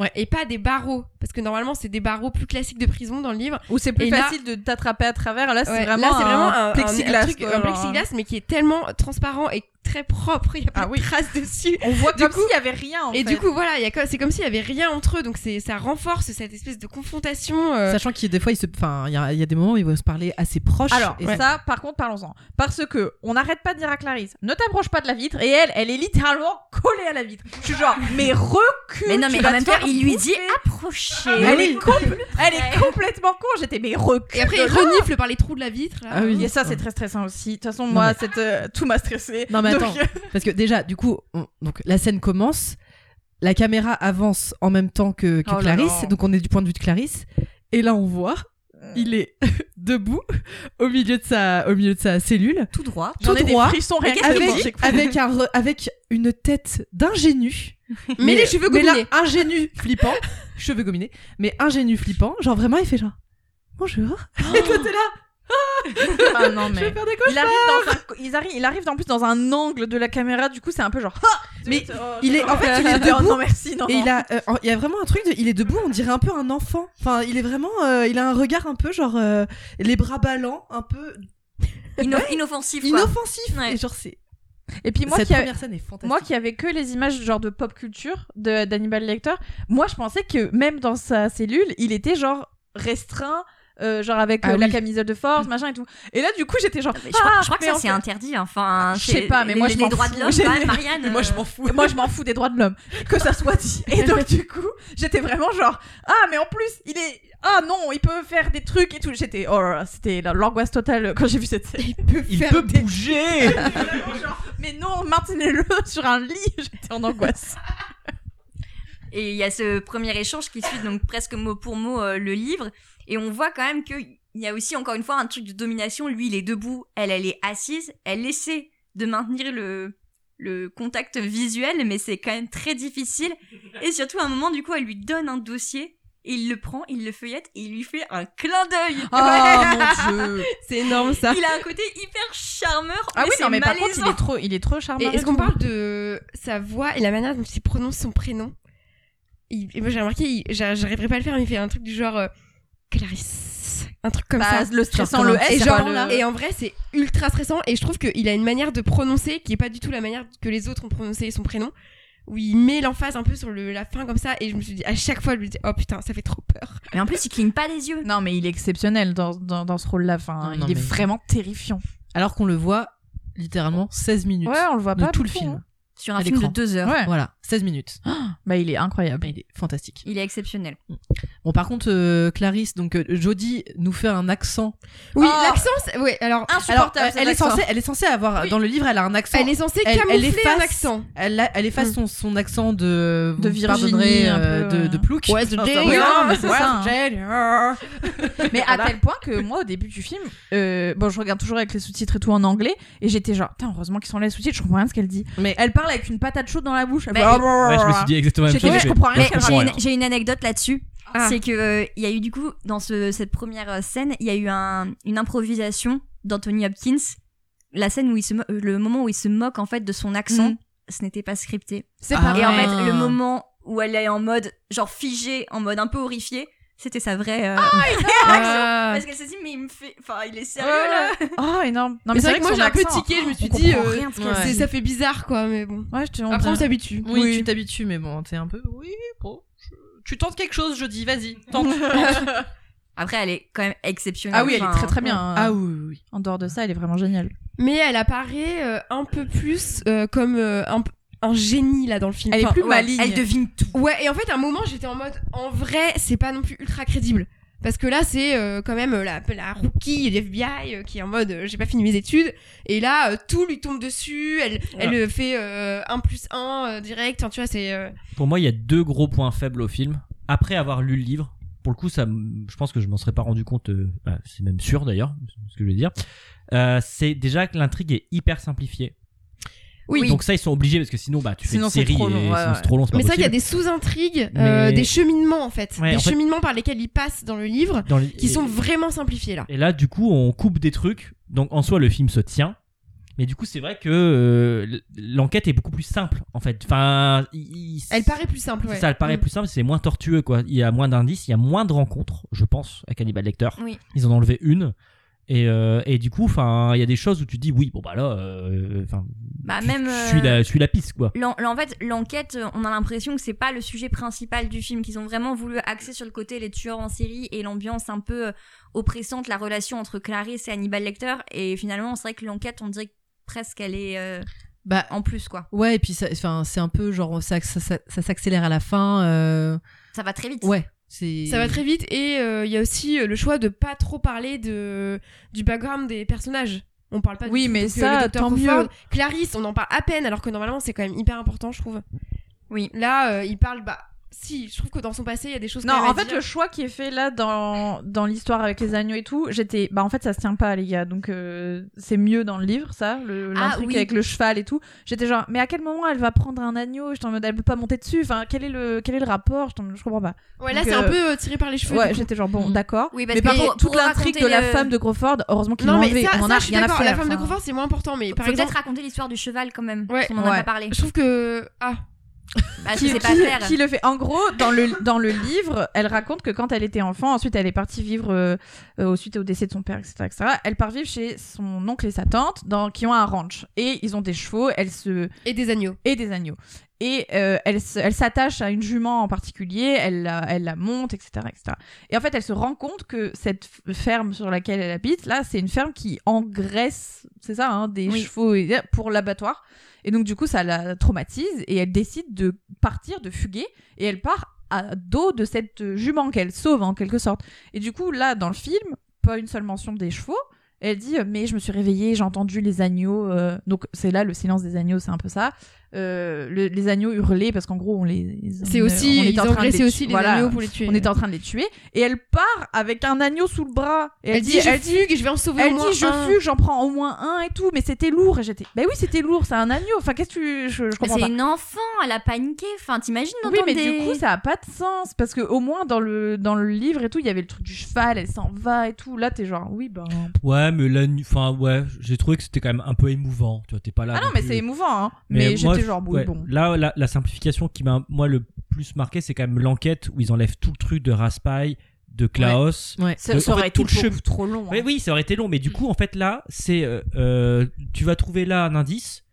Speaker 6: Ouais.
Speaker 7: Et pas des barreaux. Parce que normalement, c'est des barreaux plus classiques de prison dans le livre.
Speaker 2: Où c'est plus
Speaker 7: Et là-
Speaker 2: facile de t'attraper à travers. Là, c'est
Speaker 7: Ouais,
Speaker 2: vraiment,
Speaker 7: là, c'est vraiment un, un- un
Speaker 2: plexiglas. hein.
Speaker 7: truc,
Speaker 2: quoi,
Speaker 7: un
Speaker 2: genre,
Speaker 7: plexiglas, hein. mais qui est tellement transparent et très propre. Il n'y a pas
Speaker 2: Ah
Speaker 7: de
Speaker 2: oui.
Speaker 7: trace dessus.
Speaker 2: On voit
Speaker 7: Du
Speaker 2: comme
Speaker 7: coup-
Speaker 2: s'il y avait rien. En
Speaker 7: Et
Speaker 2: fait.
Speaker 7: du coup, voilà, il y a co- c'est comme s'il y avait rien entre eux. Donc, c'est, ça renforce cette espèce de confrontation. euh,
Speaker 6: Sachant qu'il y a des fois, il se, enfin, il y, a- il y a des moments où ils vont se parler assez proches.
Speaker 2: Alors,
Speaker 6: et
Speaker 2: et ça, par contre, parlons-en. Parce que on n'arrête pas de dire à Clarisse, ne t'approche pas de la vitre, et elle, elle est littéralement collée à la vitre. Je suis genre, mais recule
Speaker 1: Mais non,
Speaker 2: tu
Speaker 1: mais
Speaker 2: vas
Speaker 1: en même
Speaker 2: te
Speaker 1: temps,
Speaker 2: faire
Speaker 1: il lui
Speaker 2: bouffer.
Speaker 1: dit approchez.
Speaker 2: elle est, compl- elle est
Speaker 1: près.
Speaker 2: complètement con. J'étais, mais recule.
Speaker 7: Et après,
Speaker 2: de
Speaker 7: il
Speaker 2: là.
Speaker 7: renifle par les trous de la vitre. là.
Speaker 6: Ah oui.
Speaker 2: Et ça, c'est très stressant aussi. De toute façon,
Speaker 6: Non,
Speaker 2: moi,
Speaker 6: mais-
Speaker 2: cette, euh, tout m'a euh, stressé.
Speaker 6: Non, mais attends. Parce que déjà, du coup, on- donc la scène commence, la caméra avance en même temps que, que
Speaker 2: Oh là
Speaker 6: Clarisse,
Speaker 2: là.
Speaker 6: donc on est du point de vue de Clarisse, et là on voit,
Speaker 2: Euh.
Speaker 6: il est debout au milieu de sa, au milieu de sa cellule,
Speaker 1: Tout droit.
Speaker 6: tout
Speaker 2: J'en ai
Speaker 6: droit,
Speaker 2: des frissons rien que de penser.
Speaker 6: avec, avec un, re- avec une tête d'ingénu,
Speaker 7: Mais, les cheveux
Speaker 6: mais là,
Speaker 7: gominés.
Speaker 6: ingénu flippant,
Speaker 7: Oh.
Speaker 6: cheveux gominés, mais ingénu flippant, genre vraiment il fait genre bonjour, et toi t'es là,
Speaker 2: Enfin, ah, non,
Speaker 6: Je vais
Speaker 2: mais.
Speaker 6: faire des
Speaker 2: Il arrive, dans un- ils arrivent- il arrive en plus dans un angle de la caméra, du coup c'est un peu genre. Ah
Speaker 6: Mais il est en fait il est
Speaker 2: Non,
Speaker 6: debout
Speaker 2: non, merci, non.
Speaker 6: et il a euh, il y a vraiment un truc de, il est debout on dirait un peu un enfant. Enfin il est vraiment euh, il a un regard un peu genre euh, les bras ballants un peu
Speaker 1: Inno- Inoffensif, quoi.
Speaker 6: inoffensif
Speaker 1: Ouais.
Speaker 6: et genre c'est
Speaker 2: Et puis moi
Speaker 6: cette
Speaker 2: qui, a-
Speaker 6: première scène est fantastique.
Speaker 2: moi qui avais que les images genre de pop culture de- d'Hannibal Lecter, moi je pensais que même dans sa cellule, il était genre restreint. euh, genre avec
Speaker 6: Ah
Speaker 2: euh, la
Speaker 6: oui.
Speaker 2: camisole de force, machin et tout. Et là, du coup, j'étais genre.
Speaker 1: Mais je, crois,
Speaker 2: ah,
Speaker 1: je crois que
Speaker 2: mais
Speaker 1: ça
Speaker 2: en
Speaker 1: c'est
Speaker 2: fait-
Speaker 1: interdit. Enfin,
Speaker 2: Je sais
Speaker 1: c'est-
Speaker 2: pas, mais moi,
Speaker 1: les,
Speaker 2: je
Speaker 1: les
Speaker 2: m'en
Speaker 1: droits
Speaker 2: fous.
Speaker 1: de l'homme,
Speaker 2: J'ai
Speaker 1: quand même,
Speaker 2: Hein, les-
Speaker 1: Marianne.
Speaker 6: moi je
Speaker 1: euh,
Speaker 6: m'en fous.
Speaker 2: Moi, je m'en fous des droits de l'homme, que ça soit dit. Et donc, du coup, j'étais vraiment genre, ah, mais en plus, il est. Ah non, il peut faire des trucs et tout. J'étais. Oh là là, c'était la- l'angoisse totale quand j'ai vu cette série. Il peut
Speaker 8: Il peut bouger
Speaker 2: Mais non, maintenez-le sur un lit. J'étais en angoisse.
Speaker 1: Et il y a ce premier échange qui suit donc presque mot pour mot euh, le livre. Et on voit quand même qu'il y a aussi encore une fois un truc de domination. Lui, il est debout, elle, elle est assise. Elle essaie de maintenir le, le contact visuel, mais c'est quand même très difficile. Et surtout, à un moment, du coup, elle lui donne un dossier. Et il le prend, il le feuillette et il lui fait un clin d'œil.
Speaker 2: Ah mon dieu.
Speaker 7: C'est énorme ça.
Speaker 1: Il a un côté hyper charmeur.
Speaker 2: Ah oui,
Speaker 1: c'est
Speaker 2: non, mais par
Speaker 1: malaisant.
Speaker 2: contre, il est trop, il est trop charmant.
Speaker 7: Et est-ce qu'on parle de sa voix et la manière dont il prononce son prénom Il- et Moi j'ai remarqué, il- j'a- j'arriverai pas à le faire, mais il fait un truc du genre euh, Clarisse, un truc comme ça.
Speaker 2: le stress Bah, sans le
Speaker 6: comme un
Speaker 2: S,
Speaker 7: Et,
Speaker 6: c'est
Speaker 7: genre,
Speaker 6: pas le-
Speaker 7: et en vrai, c'est ultra stressant. Et je trouve qu'il a une manière de prononcer qui est pas du tout la manière que les autres ont prononcé son prénom. Où il met l'emphase un peu sur le, la fin comme ça. Et je me suis dit, à chaque fois, je me dis, oh putain, ça fait trop peur.
Speaker 1: Mais en plus, il cligne pas les yeux.
Speaker 2: Non, mais il est exceptionnel dans, dans, dans ce rôle-là. Enfin,
Speaker 6: Non,
Speaker 2: il
Speaker 6: non,
Speaker 2: est
Speaker 6: mais-
Speaker 2: vraiment terrifiant.
Speaker 6: Alors qu'on le voit littéralement 16 minutes
Speaker 2: Ouais, on le voit
Speaker 6: de
Speaker 2: pas hein.
Speaker 6: tout le
Speaker 2: beaucoup,
Speaker 6: film.
Speaker 1: Sur un
Speaker 6: À
Speaker 1: film de
Speaker 6: l'écran.
Speaker 1: deux heures.
Speaker 2: hein. Ouais.
Speaker 6: Voilà, 16 minutes.
Speaker 2: Bah, il est incroyable.
Speaker 6: Il est fantastique.
Speaker 1: Il est exceptionnel.
Speaker 6: Bon par contre euh, Clarisse donc euh, Jodie nous fait un accent.
Speaker 7: Oui,
Speaker 2: Oh.
Speaker 7: l'accent, c'est- ouais, alors.
Speaker 6: Alors
Speaker 2: Insupportable. cet
Speaker 6: elle est
Speaker 2: accent.
Speaker 6: censée elle est censée avoir
Speaker 2: Oui.
Speaker 6: dans le livre elle a un accent
Speaker 7: Elle est censée
Speaker 6: elle- elle
Speaker 7: camoufler
Speaker 6: efface-
Speaker 7: un accent.
Speaker 6: Elle, a- elle efface
Speaker 7: Mm.
Speaker 6: son, son accent de.
Speaker 2: De
Speaker 6: vous
Speaker 2: Virginie,
Speaker 6: pardonnerez,
Speaker 2: un peu,
Speaker 6: euh, de,
Speaker 2: ouais.
Speaker 6: de Plouc.
Speaker 7: Ouais, de
Speaker 6: Ah,
Speaker 7: Jane.
Speaker 2: bah
Speaker 6: oui,
Speaker 7: Ouais,
Speaker 6: non, mais c'est
Speaker 2: ouais,
Speaker 6: ça,
Speaker 2: de
Speaker 6: hein.
Speaker 2: Mais à tel point que moi, au début du film, euh, bon, je regarde toujours avec les sous-titres et tout en anglais, et j'étais genre, putain, heureusement qu'ils sont là les sous-titres, je comprend rien de ce qu'elle dit.
Speaker 6: Mais-
Speaker 2: elle parle avec une patate chaude dans la bouche. Elle
Speaker 1: Mais-
Speaker 2: fait, Ah, bah,
Speaker 8: Ouais, je me suis dit exactement la même
Speaker 2: J'étais-
Speaker 8: chose.
Speaker 2: ouais, je comprends rien,
Speaker 8: Ouais,
Speaker 2: je comprends
Speaker 1: j'ai
Speaker 8: rien.
Speaker 1: une, j'ai une anecdote là-dessus.
Speaker 7: Ah.
Speaker 1: C'est que euh, il y a eu du coup dans ce- cette première euh, scène, il y a eu un- une improvisation d'Anthony Hopkins. La scène où il se mo- euh, le moment où il se moque en fait de son accent,
Speaker 2: Mm.
Speaker 1: ce n'était pas scripté.
Speaker 2: C'est
Speaker 6: Ah.
Speaker 2: pas
Speaker 1: Et
Speaker 2: vrai.
Speaker 1: en
Speaker 6: ouais.
Speaker 1: fait, le moment où elle est en mode genre figée, en mode un peu horrifiée, c'était sa vraie. euh,
Speaker 7: Ah.
Speaker 1: Parce qu'elle s'est dit mais il me fait, enfin il est sérieux là.
Speaker 2: Oh, énorme. Non,
Speaker 7: Mais c'est vrai que moi
Speaker 2: son
Speaker 7: j'ai un peu
Speaker 2: accent,
Speaker 7: tiqué, je me suis
Speaker 2: on
Speaker 7: dit,
Speaker 2: comprend
Speaker 7: euh,
Speaker 2: rien de ce qu'elle
Speaker 6: ouais.
Speaker 7: c'est-
Speaker 2: dit.
Speaker 7: ça fait bizarre quoi, mais bon.
Speaker 2: Ouais, je te
Speaker 7: Après on
Speaker 2: montre.
Speaker 7: s'habitue.
Speaker 6: Oui,
Speaker 2: Oui.
Speaker 6: tu t'habitues, mais bon, t'es un peu. Oui, bon. je- Tu tentes quelque chose, je dis, vas-y, tente.
Speaker 1: Après, elle est quand même exceptionnelle.
Speaker 2: Ah oui, elle est
Speaker 1: Enfin,
Speaker 2: très très bien. hein.
Speaker 6: ah oui, oui, oui.
Speaker 2: En dehors de ça, elle est vraiment géniale.
Speaker 7: Mais elle apparaît euh, un peu plus euh, comme euh, un, p- un génie là dans le film.
Speaker 2: Elle est
Speaker 7: Enfin,
Speaker 2: plus
Speaker 1: ouais,
Speaker 2: maligne.
Speaker 1: Elle devine tout.
Speaker 7: Ouais, et en fait, à un moment, j'étais en mode, en vrai, c'est pas non plus ultra crédible. Parce que là, c'est euh, quand même euh, la, la rookie de FBI euh, qui est en mode, euh, j'ai pas fini mes études. Et là, euh, tout lui tombe dessus. Elle,
Speaker 8: Ah.
Speaker 7: elle euh, fait 1 plus 1 direct. Enfin, tu vois, c'est. euh,
Speaker 8: Pour moi, il y a deux gros points faibles au film. Après avoir lu le livre, pour le coup, ça, m- je pense que je m'en serais pas rendu compte. euh, bah, c'est même sûr d'ailleurs, c'est ce que je veux dire. Euh, c'est déjà que l'intrigue est hyper simplifiée.
Speaker 7: Oui.
Speaker 8: Donc ça, ils sont obligés parce que sinon, bah, tu fais
Speaker 2: Sinon,
Speaker 8: une
Speaker 2: c'est
Speaker 8: série
Speaker 2: trop long,
Speaker 8: et
Speaker 2: ouais,
Speaker 8: sinon,
Speaker 2: ouais.
Speaker 8: c'est trop long. c'est pas
Speaker 7: Mais c'est vrai qu'il y a
Speaker 8: possible.
Speaker 7: des sous-intrigues, euh,
Speaker 8: Mais-
Speaker 7: des cheminements en fait.
Speaker 8: Ouais,
Speaker 7: des
Speaker 8: en fait-
Speaker 7: cheminements par lesquels il passe dans le livre
Speaker 8: Dans les-
Speaker 7: qui sont
Speaker 8: et-
Speaker 7: vraiment simplifiés là.
Speaker 8: Et là, du coup, on coupe des trucs. Donc, en soi, le film se tient. Mais du coup, c'est vrai que euh, l- l'enquête est beaucoup plus simple, en fait. Enfin, il- il-
Speaker 7: Elle paraît plus simple, ouais.
Speaker 8: Ça, elle paraît
Speaker 7: Mm.
Speaker 8: plus simple, c'est moins tortueux, quoi. Il y a moins d'indices, il y a moins de rencontres, je pense, à Cannibal Lecter.
Speaker 1: Oui.
Speaker 8: Ils en ont enlevé une. Et, euh, et du coup, enfin, il y a des choses où tu dis, oui, bon, bah là, euh, enfin,
Speaker 1: Bah
Speaker 8: tu-
Speaker 1: même.
Speaker 8: tu
Speaker 1: euh,
Speaker 8: suis, la, suis la piste, quoi.
Speaker 1: L'en- l'en- en fait, l'enquête, euh, on a l'impression que c'est pas le sujet principal du film, qu'ils ont vraiment voulu axer sur le côté les tueurs en série et l'ambiance un peu euh, oppressante, la relation entre Clarisse et Hannibal Lecter. Et finalement, c'est vrai que l'enquête, on dirait que presque qu'elle est euh,
Speaker 6: Bah,
Speaker 1: en plus, quoi.
Speaker 6: ouais, et puis ça- enfin, c'est un peu genre, ça, ça, ça- ça s'accélère à la fin. euh,
Speaker 1: Ça va très vite.
Speaker 6: Ouais, c'est.
Speaker 7: Ça va très vite et euh, il y a aussi euh, le choix de pas trop parler de du background des personnages. On parle pas. du
Speaker 2: Oui,
Speaker 7: tout
Speaker 2: mais
Speaker 7: de-
Speaker 2: ça,
Speaker 7: le Dr.
Speaker 2: tant
Speaker 7: Crawford.
Speaker 2: mieux.
Speaker 7: Clarisse, on en parle à peine alors que normalement c'est quand même hyper important, je trouve.
Speaker 1: Oui.
Speaker 7: Là, euh, il parle bah Si, je trouve que dans son passé, il y a des choses.
Speaker 2: Non,
Speaker 7: quand même
Speaker 2: en
Speaker 7: à
Speaker 2: fait,
Speaker 7: dire.
Speaker 2: le choix qui est fait là dans, dans l'histoire avec les agneaux et tout, j'étais. Bah, en fait, ça se tient pas, les gars. Donc, euh, c'est mieux dans le livre, ça, le
Speaker 1: Ah,
Speaker 2: l'intrigue
Speaker 1: oui.
Speaker 2: avec le cheval et tout. J'étais genre, mais à quel moment elle va prendre un agneau J'étais en mode, elle peut pas monter dessus. Enfin, quel est le, quel est le rapport J'étais en mode, Je comprends pas.
Speaker 7: Ouais, là,
Speaker 2: Donc,
Speaker 7: c'est un
Speaker 2: euh,
Speaker 7: peu euh, tiré par les cheveux.
Speaker 2: ouais,
Speaker 7: du coup.
Speaker 2: j'étais genre, bon,
Speaker 6: Mm.
Speaker 2: d'accord.
Speaker 1: Oui, parce
Speaker 2: mais par
Speaker 1: que
Speaker 2: contre,
Speaker 1: pour
Speaker 2: toute l'intrigue de
Speaker 1: raconter
Speaker 2: la
Speaker 1: le-
Speaker 2: femme de Crawford, heureusement qu'il l'a
Speaker 7: Non, mais
Speaker 2: enlevée.
Speaker 7: ça,
Speaker 2: On en
Speaker 7: ça,
Speaker 2: a
Speaker 7: je suis
Speaker 2: rien à
Speaker 7: d'accord.
Speaker 2: faire.
Speaker 7: La femme de
Speaker 2: enfin.
Speaker 7: confort, c'est moins important, mais par
Speaker 1: Faut
Speaker 7: exemple,
Speaker 1: peut-être raconter l'histoire du cheval quand même. parce
Speaker 7: Ouais,
Speaker 1: qu'on en a
Speaker 2: ouais.
Speaker 1: pas parlé.
Speaker 7: je trouve que ah,
Speaker 1: Bah,
Speaker 2: qui,
Speaker 1: c'est pas
Speaker 2: qui-
Speaker 1: faire.
Speaker 2: qui le fait. En gros, dans le, dans le livre, elle raconte que quand elle était enfant, ensuite elle est partie vivre euh, euh, au- suite au décès de son père, etc., etc. Elle part vivre chez son oncle et sa tante dans, qui ont un ranch. Et ils ont des chevaux elle se,
Speaker 7: et des agneaux.
Speaker 2: et des agneaux. Et euh, elle se- elle s'attache à une jument en particulier, elle la, elle la monte, etc., etc. Et en fait, elle se rend compte que cette f- ferme sur laquelle elle habite, là, c'est une ferme qui engraisse, c'est ça, hein, des
Speaker 1: Oui.
Speaker 2: chevaux et- pour l'abattoir. Et donc, du coup, ça la traumatise et elle décide de partir, de fuguer, et elle part à dos de cette jument qu'elle sauve en quelque sorte. Et du coup, là, dans le film, pas une seule mention des chevaux. Elle dit euh, mais je me suis réveillée, j'ai entendu les agneaux. euh, Donc c'est là le silence des agneaux, c'est un peu ça. Euh, le- les agneaux hurlaient parce qu'en gros on les. on-
Speaker 7: C'est aussi
Speaker 2: on était
Speaker 7: ils
Speaker 2: en train de
Speaker 7: engraissaient
Speaker 2: les-
Speaker 7: aussi les
Speaker 2: voilà,
Speaker 7: agneaux pour les tuer.
Speaker 2: On était en train de les tuer et elle part avec un agneau sous le bras. Et
Speaker 7: Elle dit, je
Speaker 2: elle dit,
Speaker 7: fugue et je vais en sauver au
Speaker 2: elle
Speaker 7: moins
Speaker 2: dit je
Speaker 7: un.
Speaker 2: fuis, j'en prends au moins un et tout, mais c'était lourd et j'étais. Bah oui c'était lourd, c'est un agneau. Enfin qu'est-ce que tu, je, je
Speaker 1: Mais
Speaker 2: comprends
Speaker 1: C'est
Speaker 2: pas.
Speaker 1: une enfant, elle a paniqué. Enfin, t'imagines
Speaker 2: Oui,
Speaker 1: d'entendre
Speaker 2: mais
Speaker 1: des...
Speaker 2: du coup, ça a pas de sens parce que au moins dans le dans le livre et tout, il y avait le truc du cheval, elle s'en va et tout. Là, t'es genre, oui, ben.
Speaker 8: Ouais, mais la nuit. Enfin, ouais, j'ai trouvé que c'était quand même un peu émouvant. Tu vois, t'es pas là.
Speaker 2: Ah non,
Speaker 8: non
Speaker 2: mais
Speaker 8: plus.
Speaker 2: c'est émouvant, hein. Mais,
Speaker 8: moi,
Speaker 2: j'étais genre, oui,
Speaker 8: ouais,
Speaker 2: bon.
Speaker 8: Là, la, la simplification qui m'a, moi, le plus marqué, c'est quand même l'enquête où ils enlèvent tout le truc de Raspail, de Klaus.
Speaker 6: Ouais.
Speaker 8: de-
Speaker 2: Ça,
Speaker 8: en
Speaker 2: ça aurait
Speaker 8: fait,
Speaker 2: été
Speaker 8: tout le
Speaker 2: beaucoup
Speaker 8: chemin-
Speaker 2: trop long.
Speaker 8: Oui,
Speaker 2: hein.
Speaker 8: oui, ça aurait été long, mais du coup, en fait, là, c'est. euh, euh, tu vas trouver là un indice.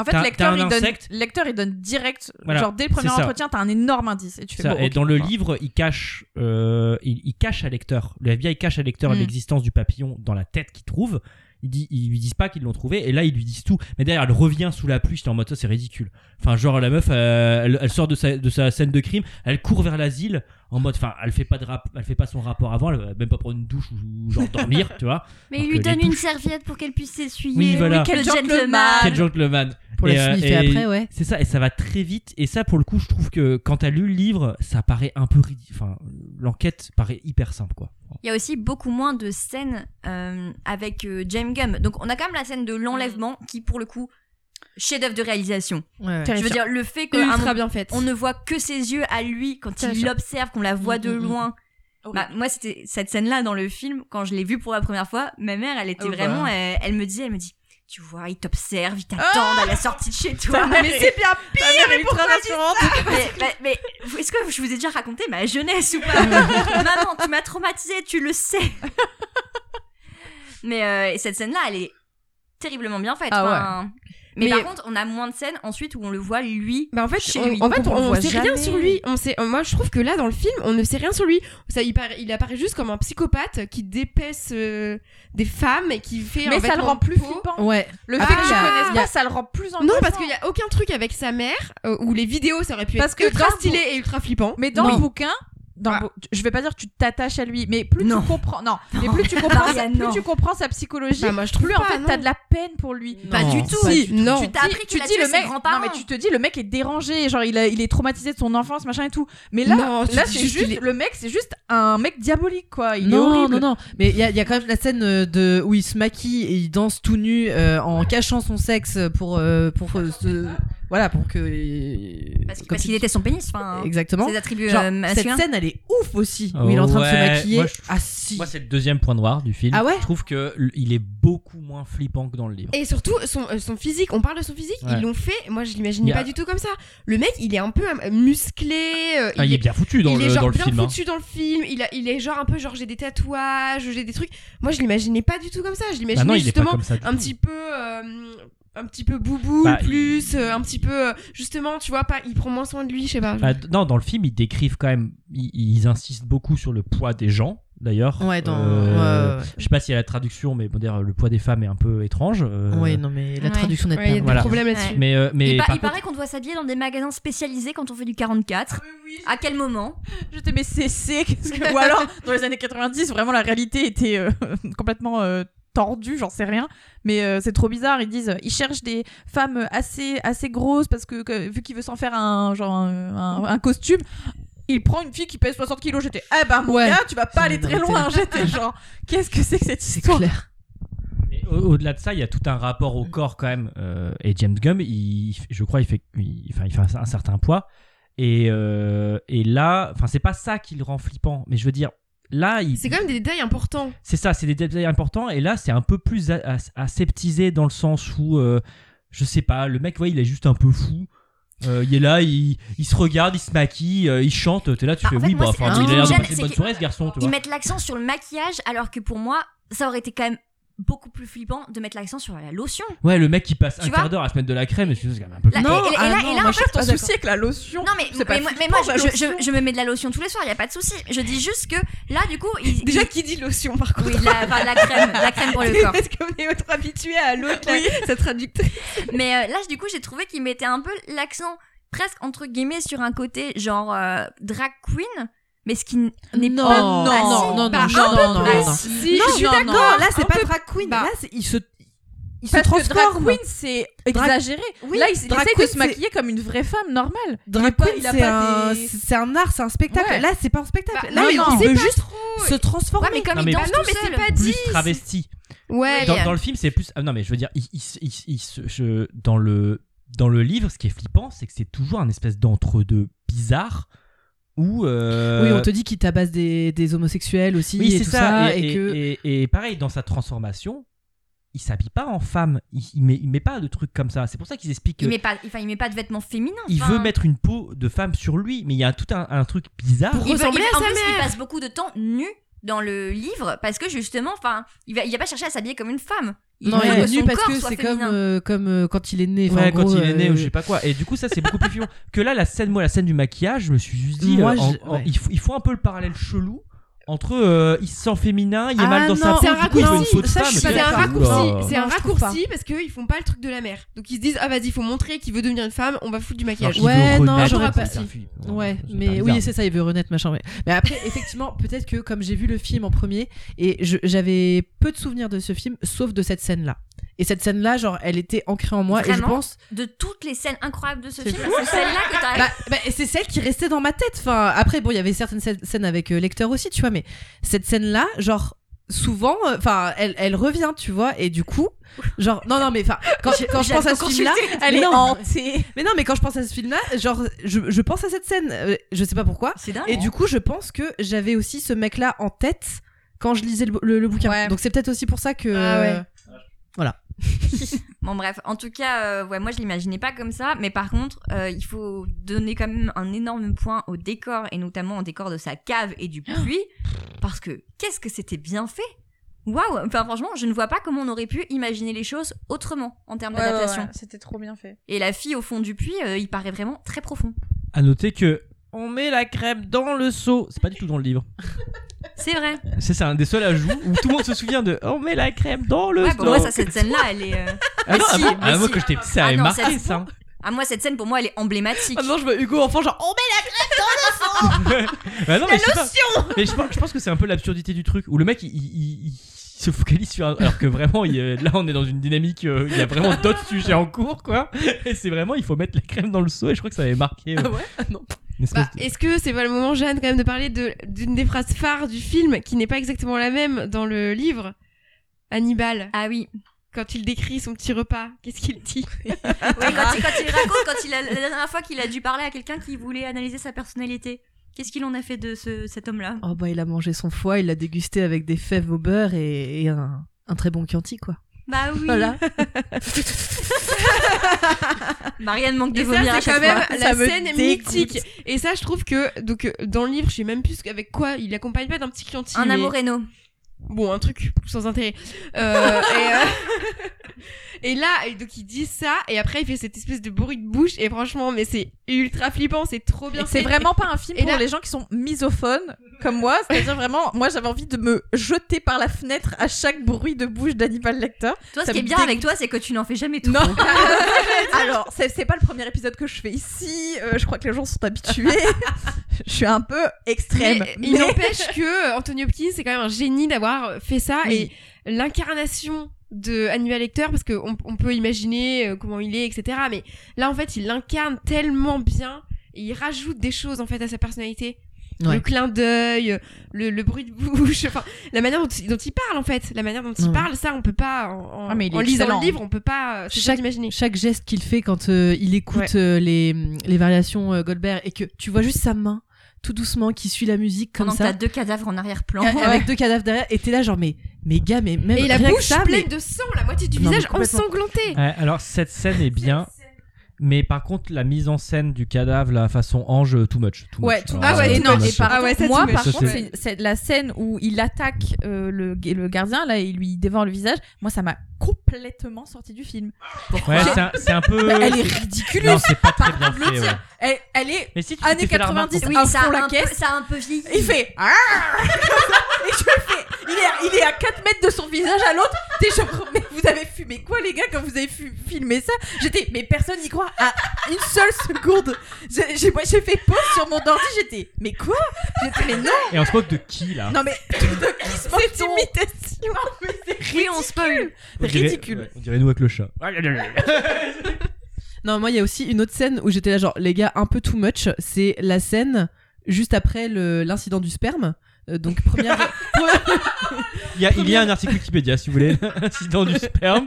Speaker 2: En fait,
Speaker 8: T'as-
Speaker 2: le lecteur,
Speaker 8: t'as un
Speaker 2: il donne,
Speaker 8: insecte.
Speaker 2: le lecteur, il donne direct.
Speaker 8: Voilà,
Speaker 2: genre, dès le premier
Speaker 8: c'est ça.
Speaker 2: entretien, t'as un énorme indice. Et tu fais
Speaker 8: Ça,
Speaker 2: bon,
Speaker 8: et
Speaker 2: ok,
Speaker 8: dans le
Speaker 2: voilà.
Speaker 8: livre, il cache, euh, il, il cache à lecteur. Le FBI cache à lecteur
Speaker 2: Mm.
Speaker 8: l'existence du papillon dans la tête qu'il trouve. Ils, dit- ils lui disent pas qu'ils l'ont trouvé, et là ils lui disent tout. Mais derrière, elle revient sous la pluie. J'étais en mode ça, c'est ridicule. Enfin, genre la meuf, euh, elle, elle sort de sa, de sa scène de crime, elle court vers l'asile en mode, enfin, elle fait pas de rap, elle fait pas son rapport avant, elle va même pas prendre une douche ou, ou genre dormir, tu vois.
Speaker 1: Mais
Speaker 8: Alors
Speaker 1: il lui
Speaker 8: que les
Speaker 1: donne une
Speaker 8: douches-
Speaker 1: serviette pour qu'elle puisse s'essuyer.
Speaker 8: Oui, voilà.
Speaker 1: Quel
Speaker 2: Quel gentleman.
Speaker 1: gentleman.
Speaker 8: Quel gentleman.
Speaker 6: Pour
Speaker 8: Et,
Speaker 6: la
Speaker 8: euh,
Speaker 6: sniffer
Speaker 8: et-
Speaker 6: après, ouais.
Speaker 8: C'est ça, et ça va très vite. Et ça, pour le coup, je trouve que quand t'as lu le livre, ça paraît un peu ridicule. Enfin, l'enquête paraît hyper simple, quoi.
Speaker 1: Il y a aussi beaucoup moins de scènes euh, avec euh, James Gum. Donc on a quand même la scène de l'enlèvement qui, pour le coup, chef-d'œuvre de réalisation.
Speaker 6: Ouais, ouais.
Speaker 1: Je veux dire, le fait
Speaker 7: ultra
Speaker 1: qu'on
Speaker 7: bien faite.
Speaker 1: ne voit que ses yeux à lui quand il
Speaker 7: Terrifiant.
Speaker 1: l'observe, qu'on la voit de
Speaker 6: Mm, mm, mm.
Speaker 1: loin.
Speaker 2: Horrible.
Speaker 1: Bah, moi, c'était cette scène-là dans le film, quand je l'ai vue pour la première fois, ma mère, elle était
Speaker 6: Oh, bah.
Speaker 1: vraiment. Elle, elle me disait, elle me dit. Tu vois, ils t'observent, ils t'attendent à la sortie de chez toi.
Speaker 2: Ta mère est-
Speaker 1: bien
Speaker 2: Ta mère est ultra
Speaker 1: pourquoi
Speaker 2: rassurante.
Speaker 1: mais, mais- mais est-ce que je vous ai déjà raconté ma jeunesse ou pas Maman, tu m'as traumatisée, tu le sais. mais euh, et cette scène-là, elle est terriblement bien faite.
Speaker 2: Ah ouais.
Speaker 1: mais,
Speaker 7: Mais-
Speaker 1: par contre, on a moins de scènes ensuite où on le voit lui.
Speaker 7: Bah en fait,
Speaker 1: Chez
Speaker 7: on,
Speaker 1: lui,
Speaker 7: en
Speaker 1: donc
Speaker 7: fait,
Speaker 1: on le
Speaker 7: on,
Speaker 1: voit
Speaker 7: sait rien
Speaker 1: jamais.
Speaker 7: sur lui. On sait, moi, je trouve que là, dans le film, on ne sait rien sur lui. Ça, il, paraît- il apparaît juste comme un psychopathe qui dépaisse euh, des femmes et qui fait. un
Speaker 2: Mais ça le
Speaker 7: vêtement
Speaker 2: rend
Speaker 7: de
Speaker 2: plus
Speaker 7: peau.
Speaker 2: flippant.
Speaker 6: Ouais.
Speaker 2: Le
Speaker 7: Ah,
Speaker 2: fait que tu
Speaker 7: il y a-
Speaker 2: connaisses
Speaker 7: il y a-
Speaker 2: pas, ça le rend plus
Speaker 7: Non,
Speaker 2: angoissant.
Speaker 7: parce qu'il n'y a aucun truc avec sa mère euh, ou les vidéos, ça aurait pu
Speaker 2: Parce
Speaker 7: être
Speaker 2: que
Speaker 7: ultra
Speaker 2: dans-
Speaker 7: stylé et ultra flippant.
Speaker 2: Mais dans
Speaker 7: Oui.
Speaker 2: le bouquin, dans le
Speaker 7: Ah.
Speaker 2: bou- je vais pas dire tu t'attaches à lui, mais plus
Speaker 1: Non.
Speaker 2: tu comprends, non, mais plus tu comprends, sa-
Speaker 1: Marianne, non.
Speaker 2: plus tu comprends sa psychologie,
Speaker 7: Bah, moi, je trouve
Speaker 2: plus en
Speaker 7: pas,
Speaker 2: fait
Speaker 7: non. Bah,
Speaker 2: t'as de la peine pour lui.
Speaker 1: Pas
Speaker 8: Non.
Speaker 1: du tout.
Speaker 7: Si, non.
Speaker 1: Tu t'as appris
Speaker 2: tu
Speaker 1: qu'il a
Speaker 2: dis
Speaker 1: tué
Speaker 2: le
Speaker 1: ses
Speaker 2: mec,
Speaker 1: grands-parents.
Speaker 2: non mais tu te dis le mec est dérangé, genre il, a- il est traumatisé de son enfance machin et tout. Mais là,
Speaker 7: Non, tu
Speaker 2: là
Speaker 7: dis
Speaker 2: c'est
Speaker 7: juste
Speaker 2: juste,
Speaker 7: qu'il est-
Speaker 2: le mec c'est juste un mec diabolique quoi. Il est
Speaker 6: non,
Speaker 2: horrible.
Speaker 6: non, non. Mais il y, a- il y a quand même la scène euh, de où il se maquille et il danse tout nu euh, en cachant son sexe pour euh, pour euh, se- voilà pour que
Speaker 1: Parce, que-
Speaker 6: comme
Speaker 1: parce
Speaker 6: tu
Speaker 1: qu'il
Speaker 6: dis-
Speaker 1: était son pénis, enfin.
Speaker 6: exactement.
Speaker 1: Ses attributs
Speaker 6: Genre,
Speaker 1: euh,
Speaker 6: cette
Speaker 1: masculins.
Speaker 6: scène elle est ouf aussi où il est en train de se
Speaker 8: Ouais,
Speaker 6: maquiller.
Speaker 8: moi, je-
Speaker 6: Ah si.
Speaker 8: Moi, c'est le deuxième point noir du film.
Speaker 6: Ah ouais
Speaker 8: Je trouve que l- il est beaucoup moins flippant que dans le livre.
Speaker 7: Et surtout, son, euh, son physique, on parle de son physique,
Speaker 8: Ouais.
Speaker 7: ils l'ont fait. Moi, je l'imaginais
Speaker 8: Il y a-
Speaker 7: pas du tout comme ça. Le mec, il est un peu euh, musclé. euh,
Speaker 8: Ah, il est bien foutu dans
Speaker 7: il
Speaker 8: le,
Speaker 7: est genre
Speaker 8: dans le
Speaker 7: bien
Speaker 8: film. hein.
Speaker 7: foutu dans le film. Il, a- il est genre un peu genre j'ai des tatouages, j'ai des trucs. Moi je l'imaginais pas du tout comme ça. Je
Speaker 8: Bah
Speaker 7: l'imaginais
Speaker 8: non, il est pas
Speaker 7: justement
Speaker 8: comme ça. du
Speaker 7: un
Speaker 8: tout.
Speaker 7: petit peu euh, un petit peu boubou
Speaker 8: Bah,
Speaker 7: plus,
Speaker 8: il-
Speaker 7: euh, un petit peu euh, justement tu vois pas. Il prend moins soin de lui, je sais pas.
Speaker 8: Bah, d- non, dans le film, ils décrivent quand même. Ils, ils insistent beaucoup sur le poids des gens, d'ailleurs.
Speaker 6: Ouais, dans-
Speaker 8: Euh,
Speaker 6: ouais, ouais, ouais.
Speaker 8: Je sais pas s'il y a la traduction, mais bon, d'ailleurs, le poids des femmes est un peu étrange. euh,
Speaker 6: Ouais, non mais la
Speaker 1: Ouais.
Speaker 6: traduction n'est
Speaker 7: Ouais, il y a
Speaker 6: pas.
Speaker 7: des
Speaker 8: Voilà.
Speaker 7: problèmes là-dessus.
Speaker 8: Mais, euh, mais
Speaker 1: il pa-
Speaker 8: par
Speaker 1: il
Speaker 8: contre-
Speaker 1: paraît qu'on doit s'habiller dans des magasins spécialisés quand on fait du 44. À quel moment
Speaker 2: J'étais mais c'est c'est qu'est-ce que ou alors dans les années 90 vraiment la réalité était euh, complètement euh, tordue, j'en sais rien, mais euh, c'est trop bizarre. Ils disent euh, ils cherchent des femmes assez assez grosses parce que, que- vu qu'il veut s'en faire un genre un, un- un costume. il prend une fille qui pèse 60 kilos. J'étais, ah bah mon
Speaker 6: Ouais.
Speaker 2: gars, tu vas pas aller
Speaker 6: Non,
Speaker 2: très
Speaker 6: mais
Speaker 2: loin. J'étais genre, qu'est-ce que c'est que cette
Speaker 6: C'est
Speaker 2: histoire
Speaker 6: clair.
Speaker 8: Mais au- Au-delà de ça, il y a tout un rapport au corps quand même. euh, et James Gunn, il, je crois, il fait, il, enfin, il fait un, un certain poids. Et, euh, et là, enfin, c'est pas ça qui le rend flippant. Mais je veux dire, là, il,
Speaker 7: C'est quand même des détails importants.
Speaker 8: c'est ça, c'est des détails importants. Et là, c'est un peu plus a- a- aseptisé dans le sens où, euh, je sais pas, le mec, ouais, il est juste un peu fou. Euh, il est là, il, il se regarde, il se maquille, euh, il chante. T'es là, tu
Speaker 1: Bah,
Speaker 8: fais
Speaker 1: en fait,
Speaker 8: oui,
Speaker 1: moi,
Speaker 8: bah,
Speaker 1: c'est-
Speaker 8: enfin,
Speaker 6: un
Speaker 8: il a
Speaker 6: truc
Speaker 8: l'air
Speaker 6: qui
Speaker 8: de
Speaker 6: me
Speaker 8: passer
Speaker 1: gêne,
Speaker 8: une
Speaker 1: c'est
Speaker 8: bonne
Speaker 1: que-
Speaker 8: soirée, ce garçon, tu
Speaker 1: Ils
Speaker 8: vois.
Speaker 1: mettent l'accent sur le maquillage, alors que pour moi, ça aurait été quand même beaucoup plus flippant de mettre l'accent sur la lotion.
Speaker 8: Ouais, le mec, il passe
Speaker 1: Tu
Speaker 8: un
Speaker 1: vois
Speaker 8: quart d'heure à se mettre de la crème. excusez-moi, C'est quand même un peu
Speaker 1: Là,
Speaker 8: flippant.
Speaker 1: et- et- et là- et là, en
Speaker 2: ah
Speaker 1: fait,
Speaker 2: moi, je trouve que
Speaker 1: je
Speaker 2: ton
Speaker 1: suis pas
Speaker 2: souci avec la lotion.
Speaker 1: Non, mais,
Speaker 2: C'est pas
Speaker 1: mais moi,
Speaker 2: flippant,
Speaker 1: mais moi,
Speaker 6: bah,
Speaker 2: la
Speaker 1: je, je-
Speaker 2: lotion.
Speaker 1: je me mets de la lotion tous les soirs, il a pas de souci. Je dis juste que là, du coup, il,
Speaker 7: Déjà,
Speaker 1: il-
Speaker 7: qui dit lotion, par contre
Speaker 1: oui, de la, enfin, de la crème, de la crème pour le corps.
Speaker 7: Parce qu'on est trop habitué à l'autre, là, sa traductrice.
Speaker 1: Mais euh, là, du coup, j'ai trouvé qu'il mettait un peu l'accent presque entre guillemets sur un côté genre euh, drag queen, mais ce qui n- n'est
Speaker 6: Non,
Speaker 1: pas.
Speaker 6: non,
Speaker 1: Ah, si.
Speaker 6: non, non,
Speaker 1: Bah,
Speaker 6: non,
Speaker 1: un
Speaker 6: non,
Speaker 1: peu
Speaker 6: non, non,
Speaker 1: plus.
Speaker 6: non.
Speaker 2: Si,
Speaker 6: Non,
Speaker 2: je suis
Speaker 6: non,
Speaker 2: d'accord.
Speaker 6: non.
Speaker 2: Là, c'est
Speaker 6: Un
Speaker 2: pas
Speaker 6: peu-
Speaker 2: drag queen.
Speaker 6: Bah,
Speaker 2: Là,
Speaker 6: il se, il se
Speaker 2: Parce que drag
Speaker 6: transforme.
Speaker 2: queen, c'est
Speaker 6: Drag-
Speaker 2: exagéré.
Speaker 6: Oui,
Speaker 2: là, il, il
Speaker 6: drag
Speaker 2: essaye
Speaker 6: queen,
Speaker 2: de se
Speaker 6: c'est-
Speaker 2: maquiller comme une vraie femme normale.
Speaker 6: Drag
Speaker 2: pas-
Speaker 6: queen,
Speaker 2: il a
Speaker 6: c'est
Speaker 2: pas
Speaker 6: un,
Speaker 2: des-
Speaker 6: c'est un art, c'est un spectacle.
Speaker 2: Ouais.
Speaker 6: Là, c'est pas un spectacle.
Speaker 7: Bah,
Speaker 6: Là,
Speaker 7: non,
Speaker 6: il,
Speaker 7: non,
Speaker 6: il
Speaker 7: c'est
Speaker 6: veut
Speaker 7: pas
Speaker 6: juste
Speaker 7: trop-
Speaker 6: se transformer.
Speaker 1: Ouais, mais comme
Speaker 8: Non,
Speaker 1: il
Speaker 8: mais-
Speaker 1: danse
Speaker 7: Bah non,
Speaker 1: tout
Speaker 7: mais c'est
Speaker 1: seul.
Speaker 7: pas
Speaker 8: plus
Speaker 7: dit, c'est-
Speaker 8: travesti.
Speaker 7: Ouais.
Speaker 8: dans,
Speaker 1: euh,
Speaker 8: dans le film, c'est plus. Ah non, mais je veux dire, il- il- il- il se- je- dans, le, dans le livre, ce qui est flippant, c'est que c'est toujours un espèce d'entre-deux bizarre où. euh,
Speaker 6: Oui, on te dit qu'il tabasse des, des homosexuels aussi
Speaker 8: oui,
Speaker 6: et
Speaker 8: c'est
Speaker 6: tout
Speaker 8: ça.
Speaker 6: ça,
Speaker 8: et,
Speaker 6: et,
Speaker 8: et-
Speaker 6: que
Speaker 8: et- et pareil, dans sa transformation, il s'habille pas en femme. Il, il met, il met pas de trucs comme ça. C'est pour ça qu'ils expliquent
Speaker 1: Il
Speaker 8: qu'il
Speaker 1: met pas, enfin, il met pas de vêtements féminins. enfin.
Speaker 8: veut mettre une peau de femme sur lui, mais il y a tout un, un truc bizarre.
Speaker 1: Il veut-
Speaker 7: ressembler
Speaker 1: il-
Speaker 7: à
Speaker 1: en
Speaker 7: sa
Speaker 1: plus, il
Speaker 7: mère.
Speaker 1: passe beaucoup de temps nu dans le livre parce que justement, enfin, il va, il va pas chercher à s'habiller comme une femme. Il
Speaker 6: non,
Speaker 1: veut
Speaker 6: il
Speaker 1: que
Speaker 6: est
Speaker 1: son
Speaker 6: nu parce
Speaker 1: corps
Speaker 6: que
Speaker 1: soit
Speaker 6: c'est
Speaker 1: féminin.
Speaker 6: comme euh, comme euh, quand il est né. Enfin,
Speaker 8: Ouais,
Speaker 6: en gros,
Speaker 8: quand il est né
Speaker 6: euh,
Speaker 8: ou je sais pas quoi. Et du coup, ça, c'est beaucoup plus flippant. Que là, la scène, moi, la scène du maquillage, je me suis juste dit,
Speaker 6: Moi,
Speaker 8: euh, en-
Speaker 6: je-
Speaker 8: en-
Speaker 6: ouais.
Speaker 8: il, faut, il faut un peu le parallèle chelou entre euh, il se sent féminin, il est
Speaker 6: Ah
Speaker 8: mal dans sa
Speaker 6: non,
Speaker 8: peau,
Speaker 6: c'est un
Speaker 8: du coup, il veut une
Speaker 6: raccourci.
Speaker 8: peau de
Speaker 6: Ça, je
Speaker 8: femme.
Speaker 6: suis
Speaker 8: Et
Speaker 7: C'est un
Speaker 8: là, tu fais,
Speaker 7: raccourci,
Speaker 8: oula.
Speaker 7: c'est
Speaker 6: Non,
Speaker 7: un
Speaker 6: je trouve
Speaker 7: raccourci parce qu'ils font pas le truc de la mère. Donc ils se disent ah vas-y faut montrer qu'il veut devenir une femme, on va foutre du maquillage.
Speaker 6: Ouais, non,
Speaker 8: renaître,
Speaker 6: j'aurais
Speaker 8: c'est
Speaker 6: pas-
Speaker 8: un
Speaker 6: si.
Speaker 8: film.
Speaker 6: Ouais,
Speaker 8: C'est pas
Speaker 6: mais
Speaker 8: bizarre.
Speaker 6: oui, c'est ça, il veut renaître, machin. ouais. Mais après, effectivement, peut-être que comme j'ai vu le film en premier, et je- j'avais peu de souvenirs de ce film, sauf de cette scène-là. Et cette scène-là, genre, elle était ancrée en moi, et je
Speaker 1: Vraiment
Speaker 6: pense.
Speaker 1: De toutes les scènes incroyables de ce
Speaker 6: C'est
Speaker 1: film, c'est celle-là que t'as.
Speaker 6: Bah, bah, c'est celle qui restait dans ma tête. Enfin, après, bon, il y avait certaines scè- scènes avec euh, lecteur aussi, tu vois, mais cette scène-là, genre. Souvent, euh, enfin, elle, elle revient, tu vois, et du coup, genre, non, non, mais enfin, quand, quand je pense à ce film-là,
Speaker 2: Elle
Speaker 6: mais
Speaker 2: est
Speaker 6: non,
Speaker 2: hantée.
Speaker 6: Mais non, mais quand je pense à ce film-là, genre, je, je pense à cette scène, euh, je sais pas pourquoi,
Speaker 1: C'est dingue.
Speaker 6: Et du coup, je pense que j'avais aussi ce mec-là en tête quand je lisais le, le- le bouquin.
Speaker 2: Ouais.
Speaker 6: Donc c'est peut-être aussi pour ça que.
Speaker 7: Ah ouais.
Speaker 1: Bon bref, en tout cas, euh, ouais, moi je l'imaginais pas comme ça, mais par contre, euh, il faut donner quand même un énorme point au décor et notamment au décor de sa cave et du
Speaker 6: Oh.
Speaker 1: puits, parce que qu'est-ce que c'était bien fait. Waouh, enfin franchement, je ne vois pas comment on aurait pu imaginer les choses autrement en termes d'adaptation.
Speaker 2: C'était trop bien fait.
Speaker 1: Et la fille au fond du puits, euh, il paraît vraiment très profond.
Speaker 8: À noter que on met la crème dans le seau. C'est pas du tout dans le livre.
Speaker 1: C'est vrai.
Speaker 8: C'est ça, un des seuls ajouts où tout le monde se souvient de on met la crème dans
Speaker 6: Euh,
Speaker 8: le
Speaker 1: Ouais,
Speaker 8: seau.
Speaker 1: pour moi, ça, cette scène-là, elle est. euh,
Speaker 8: Ah non,
Speaker 1: Mais
Speaker 8: ah
Speaker 1: si,
Speaker 8: bon Ah,
Speaker 1: mais
Speaker 8: moi
Speaker 1: si.
Speaker 8: quand j'étais petit, ça
Speaker 1: Ah
Speaker 8: avait
Speaker 1: non,
Speaker 8: marqué
Speaker 1: ça-
Speaker 8: ça.
Speaker 1: Ah, moi, cette scène, pour moi, elle est emblématique.
Speaker 6: Ah non, je veux Hugo enfant, genre,
Speaker 8: Oh,
Speaker 6: on met
Speaker 8: Bah non, mais je sais pas. Mais je pense, je pense que c'est un peu l'absurdité du truc où le mec il, il- il- il se focalise sur un- alors que vraiment il, euh, là on est dans une dynamique euh, il y a vraiment d'autres sujets en cours quoi et c'est vraiment il faut mettre la crème dans le seau et je crois que ça avait marqué
Speaker 2: Ah
Speaker 8: euh,
Speaker 6: la. ouais Non.
Speaker 8: une espèce
Speaker 7: Bah, est-ce que c'est pas le moment, Jeanne, quand même, de parler de- d'une des phrases phares du film qui n'est pas exactement la même dans le livre Hannibal,
Speaker 1: Ah oui.
Speaker 7: quand il décrit son petit repas, qu'est-ce qu'il dit
Speaker 1: Oui, quand, il, quand il raconte, quand il a, la dernière fois qu'il a dû parler à quelqu'un qui voulait analyser sa personnalité, qu'est-ce qu'il en a fait de ce, cet homme-là
Speaker 6: Oh bah il a mangé son foie, il l'a dégusté avec des fèves au beurre et, et un, un très bon Chianti quoi.
Speaker 1: Bah oui.
Speaker 6: Voilà.
Speaker 1: Marianne manque de
Speaker 7: Et ça,
Speaker 1: vomir à
Speaker 7: c'est quand
Speaker 1: chaque
Speaker 7: même
Speaker 1: fois.
Speaker 7: la
Speaker 6: Ça me
Speaker 7: scène
Speaker 6: dégoûte.
Speaker 7: mythique. Et ça, je trouve que donc euh, dans le livre, je sais même plus ce- avec quoi il accompagne pas d'un petit clientine.
Speaker 1: Un amoreno.
Speaker 7: Bon, un truc sans intérêt. Euh, et, euh, et là, et donc il dit ça, et après il fait cette espèce de bruit de bouche, et franchement, mais c'est ultra flippant, c'est trop bien.
Speaker 2: C'est
Speaker 7: fait.
Speaker 2: vraiment pas un film
Speaker 7: Et
Speaker 2: pour
Speaker 7: là-
Speaker 2: les gens qui sont misophones comme moi. C'est-à-dire vraiment, moi j'avais envie de me jeter par la fenêtre à chaque bruit de bouche d'Hannibal Lecter.
Speaker 1: Toi, ce
Speaker 2: Ça
Speaker 1: qui est
Speaker 2: me
Speaker 1: bien
Speaker 2: dégoûte.
Speaker 1: avec toi, c'est que tu n'en fais jamais trop.
Speaker 2: Non. Alors, c'est c'est pas le premier épisode que je fais ici. euh, je crois que les gens sont habitués. je suis un peu
Speaker 7: Mais,
Speaker 2: extrême.
Speaker 7: il
Speaker 2: mais-
Speaker 7: n'empêche que euh, Anthony Hopkins, c'est quand même un génie d'avoir euh, fait ça,
Speaker 2: Oui.
Speaker 7: et l'incarnation de Hannibal Lecter, parce qu'on on peut imaginer euh, comment il est, etc. Mais là, en fait, il l'incarne tellement bien. Et il rajoute des choses en fait à sa personnalité.
Speaker 6: Ouais.
Speaker 7: Le clin d'œil, le, le bruit de bouche, enfin, la manière dont, dont il parle en fait, la manière dont il
Speaker 6: Ouais.
Speaker 7: parle, ça on peut pas en, en-
Speaker 2: Ah, mais il est
Speaker 7: en lisant
Speaker 2: excellent.
Speaker 7: le livre, on peut pas euh, se
Speaker 6: Chaque-
Speaker 7: imaginer.
Speaker 6: Chaque geste qu'il fait quand euh, il écoute euh, les, les variations euh, Goldberg et que tu vois juste sa main tout doucement qui suit la musique comme
Speaker 1: Pendant que
Speaker 6: ça
Speaker 1: t'as deux cadavres en arrière-plan.
Speaker 2: Ah,
Speaker 6: a- avec deux cadavres derrière et t'es là genre mais mais gars mais même
Speaker 7: Et la
Speaker 6: rien que
Speaker 7: bouche
Speaker 6: ça, mais-
Speaker 7: pleine de sang, la moitié du
Speaker 6: Non, mais
Speaker 7: visage
Speaker 6: complètement.
Speaker 7: ensanglanté.
Speaker 8: Ouais, alors cette scène est bien, mais par contre la mise en scène du cadavre, la façon ange, too much. too
Speaker 2: Ouais,
Speaker 8: much.
Speaker 2: tout
Speaker 8: Alors,
Speaker 7: Ah ouais,
Speaker 8: euh,
Speaker 2: et
Speaker 7: too
Speaker 2: non,
Speaker 8: too
Speaker 7: much.
Speaker 2: et
Speaker 8: much.
Speaker 2: par
Speaker 7: Ah
Speaker 2: contre,
Speaker 7: ouais, ça,
Speaker 2: moi,
Speaker 8: too
Speaker 2: par
Speaker 8: much.
Speaker 2: contre,
Speaker 7: Ça,
Speaker 2: c'est c'est la scène où il attaque euh, le, le gardien, là, et il lui dévore le visage. Moi, ça m'a complètement sorti du film.
Speaker 8: Ouais, c'est un- c'est un peu.
Speaker 2: Bah, elle est ridicule.
Speaker 8: Non, c'est pas très
Speaker 2: Par
Speaker 8: bien
Speaker 2: contre, le
Speaker 8: fait. ouais.
Speaker 2: tir, elle, elle est.
Speaker 8: Mais si tu
Speaker 2: Années
Speaker 8: t'es fait la remarque,
Speaker 2: 90,
Speaker 1: Oui,
Speaker 2: à
Speaker 1: ça a,
Speaker 2: fond la
Speaker 1: un peu,
Speaker 2: caisse.
Speaker 1: ça a un peu vieilli.
Speaker 2: Il fait. Ah et je fais. Il est, à- il est à 4 mètres de son visage à l'autre. T'es genre, mais vous avez fumé quoi, les gars, quand vous avez fu- filmé ça J'étais, mais personne n'y croit à une seule seconde. J'ai- j'ai- Moi, j'ai fait pause sur mon ordi. J'étais, mais quoi J'étais, mais non
Speaker 8: Et on se moque de qui là
Speaker 2: Non mais de qui se Cette imitation mais c'est
Speaker 1: Oui, on spoil.
Speaker 8: On dirait-
Speaker 2: ridicule.
Speaker 8: ouais, on dirait nous avec le chat.
Speaker 6: non moi il y a aussi une autre scène où j'étais là genre les gars un peu too much c'est la scène juste après le- l'incident du sperme Euh, donc première
Speaker 8: Il y a, il y a un article Wikipédia si vous voulez, incident du sperme.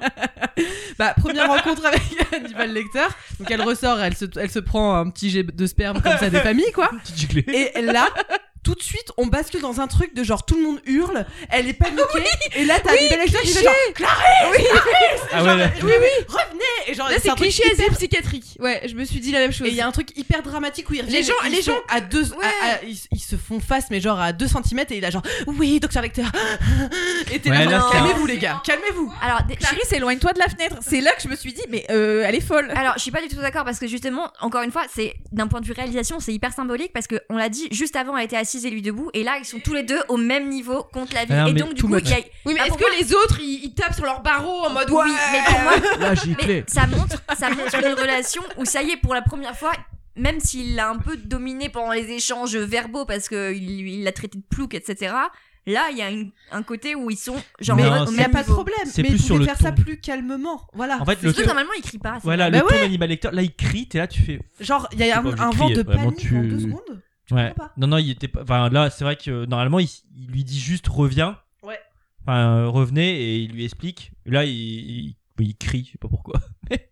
Speaker 6: Bah, première rencontre avec Hannibal Lecter. Donc, elle ressort, elle se, elle se prend un petit jet de sperme comme ça des familles, quoi.
Speaker 8: Petite giclée.
Speaker 6: Et là, tout de suite, on bascule dans un truc de genre tout le monde hurle, elle est paniquée. et là, t'as Hannibal Lecter qui fait genre Clarisse
Speaker 8: Ah ouais, là.
Speaker 6: Oui, oui, revenez Et genre,
Speaker 7: Là,
Speaker 6: c'est
Speaker 7: c'est
Speaker 6: un truc
Speaker 7: cliché asile psychiatrique. Ouais, je me suis dit la même chose.
Speaker 6: et il y a un truc hyper dramatique où ils reviennent.
Speaker 7: gens-
Speaker 6: et ils
Speaker 7: les
Speaker 6: sont
Speaker 7: gens-
Speaker 6: à deux, à-
Speaker 7: Ouais.
Speaker 6: à- ils, ils se font face, mais genre à 2 cm et il a genre oui, docteur Lecter. Et t'es là,
Speaker 8: Ouais, là,
Speaker 6: genre,
Speaker 8: c'est un-
Speaker 6: calmez-vous les gars, calmez-vous.
Speaker 1: Alors, des- je suis-
Speaker 2: Clarisse éloigne-toi de la fenêtre c'est là que je me suis dit mais euh, elle est folle
Speaker 1: alors, je suis pas du tout d'accord parce que justement, encore une fois, c'est d'un point de vue réalisation, c'est hyper symbolique parce que on l'a dit juste avant, elle était assise et lui debout, et là, ils sont tous les deux au même niveau contre la vie.
Speaker 8: Ah non,
Speaker 1: et
Speaker 8: mais
Speaker 1: donc du
Speaker 8: too
Speaker 1: coup,
Speaker 8: much.
Speaker 1: il y a-
Speaker 7: Oui, mais
Speaker 1: Ah,
Speaker 7: est-ce
Speaker 1: pour
Speaker 7: que les autres ils, ils tapent sur leur barreau en mode
Speaker 1: oui, mais pour moi,
Speaker 8: La
Speaker 1: Mais ça montre, ça montre une relation où ça y est, pour la première fois, même s'il l'a un peu dominé pendant les échanges verbaux parce qu'il il l'a traité de plouc, etc. Là, il y a une- un côté où ils sont genre
Speaker 8: Mais
Speaker 1: au-
Speaker 8: non,
Speaker 1: au
Speaker 8: c'est-
Speaker 6: Il n'y a
Speaker 1: même
Speaker 6: pas de
Speaker 1: niveau.
Speaker 6: problème,
Speaker 8: C'est
Speaker 6: mais
Speaker 8: plus
Speaker 6: il
Speaker 8: sur
Speaker 6: pouvait
Speaker 8: le
Speaker 6: faire ça
Speaker 8: ton.
Speaker 6: plus calmement. Voilà.
Speaker 8: En fait,
Speaker 6: C'est
Speaker 8: le
Speaker 1: Surtout
Speaker 8: ton-
Speaker 1: que normalement, il crie pas. c'est
Speaker 8: Voilà,
Speaker 6: Bah
Speaker 8: le
Speaker 6: ouais.
Speaker 8: ton Hannibal Lecter, là il crie, t'es là, tu fais.
Speaker 6: Genre, il y
Speaker 8: T'as
Speaker 6: a
Speaker 8: pas
Speaker 6: un,
Speaker 8: envie de
Speaker 6: un vent
Speaker 8: crier,
Speaker 6: de
Speaker 8: vraiment,
Speaker 6: panique
Speaker 8: tu-
Speaker 6: en deux secondes.
Speaker 8: Ouais.
Speaker 6: comprends pas.
Speaker 8: Non, non, il était pas. Enfin, là, c'est vrai que euh, normalement, il, il lui dit juste reviens.
Speaker 6: Ouais.
Speaker 8: Enfin, euh, revenez et il lui explique. Là, il, il, il crie, je sais pas pourquoi.
Speaker 1: normal.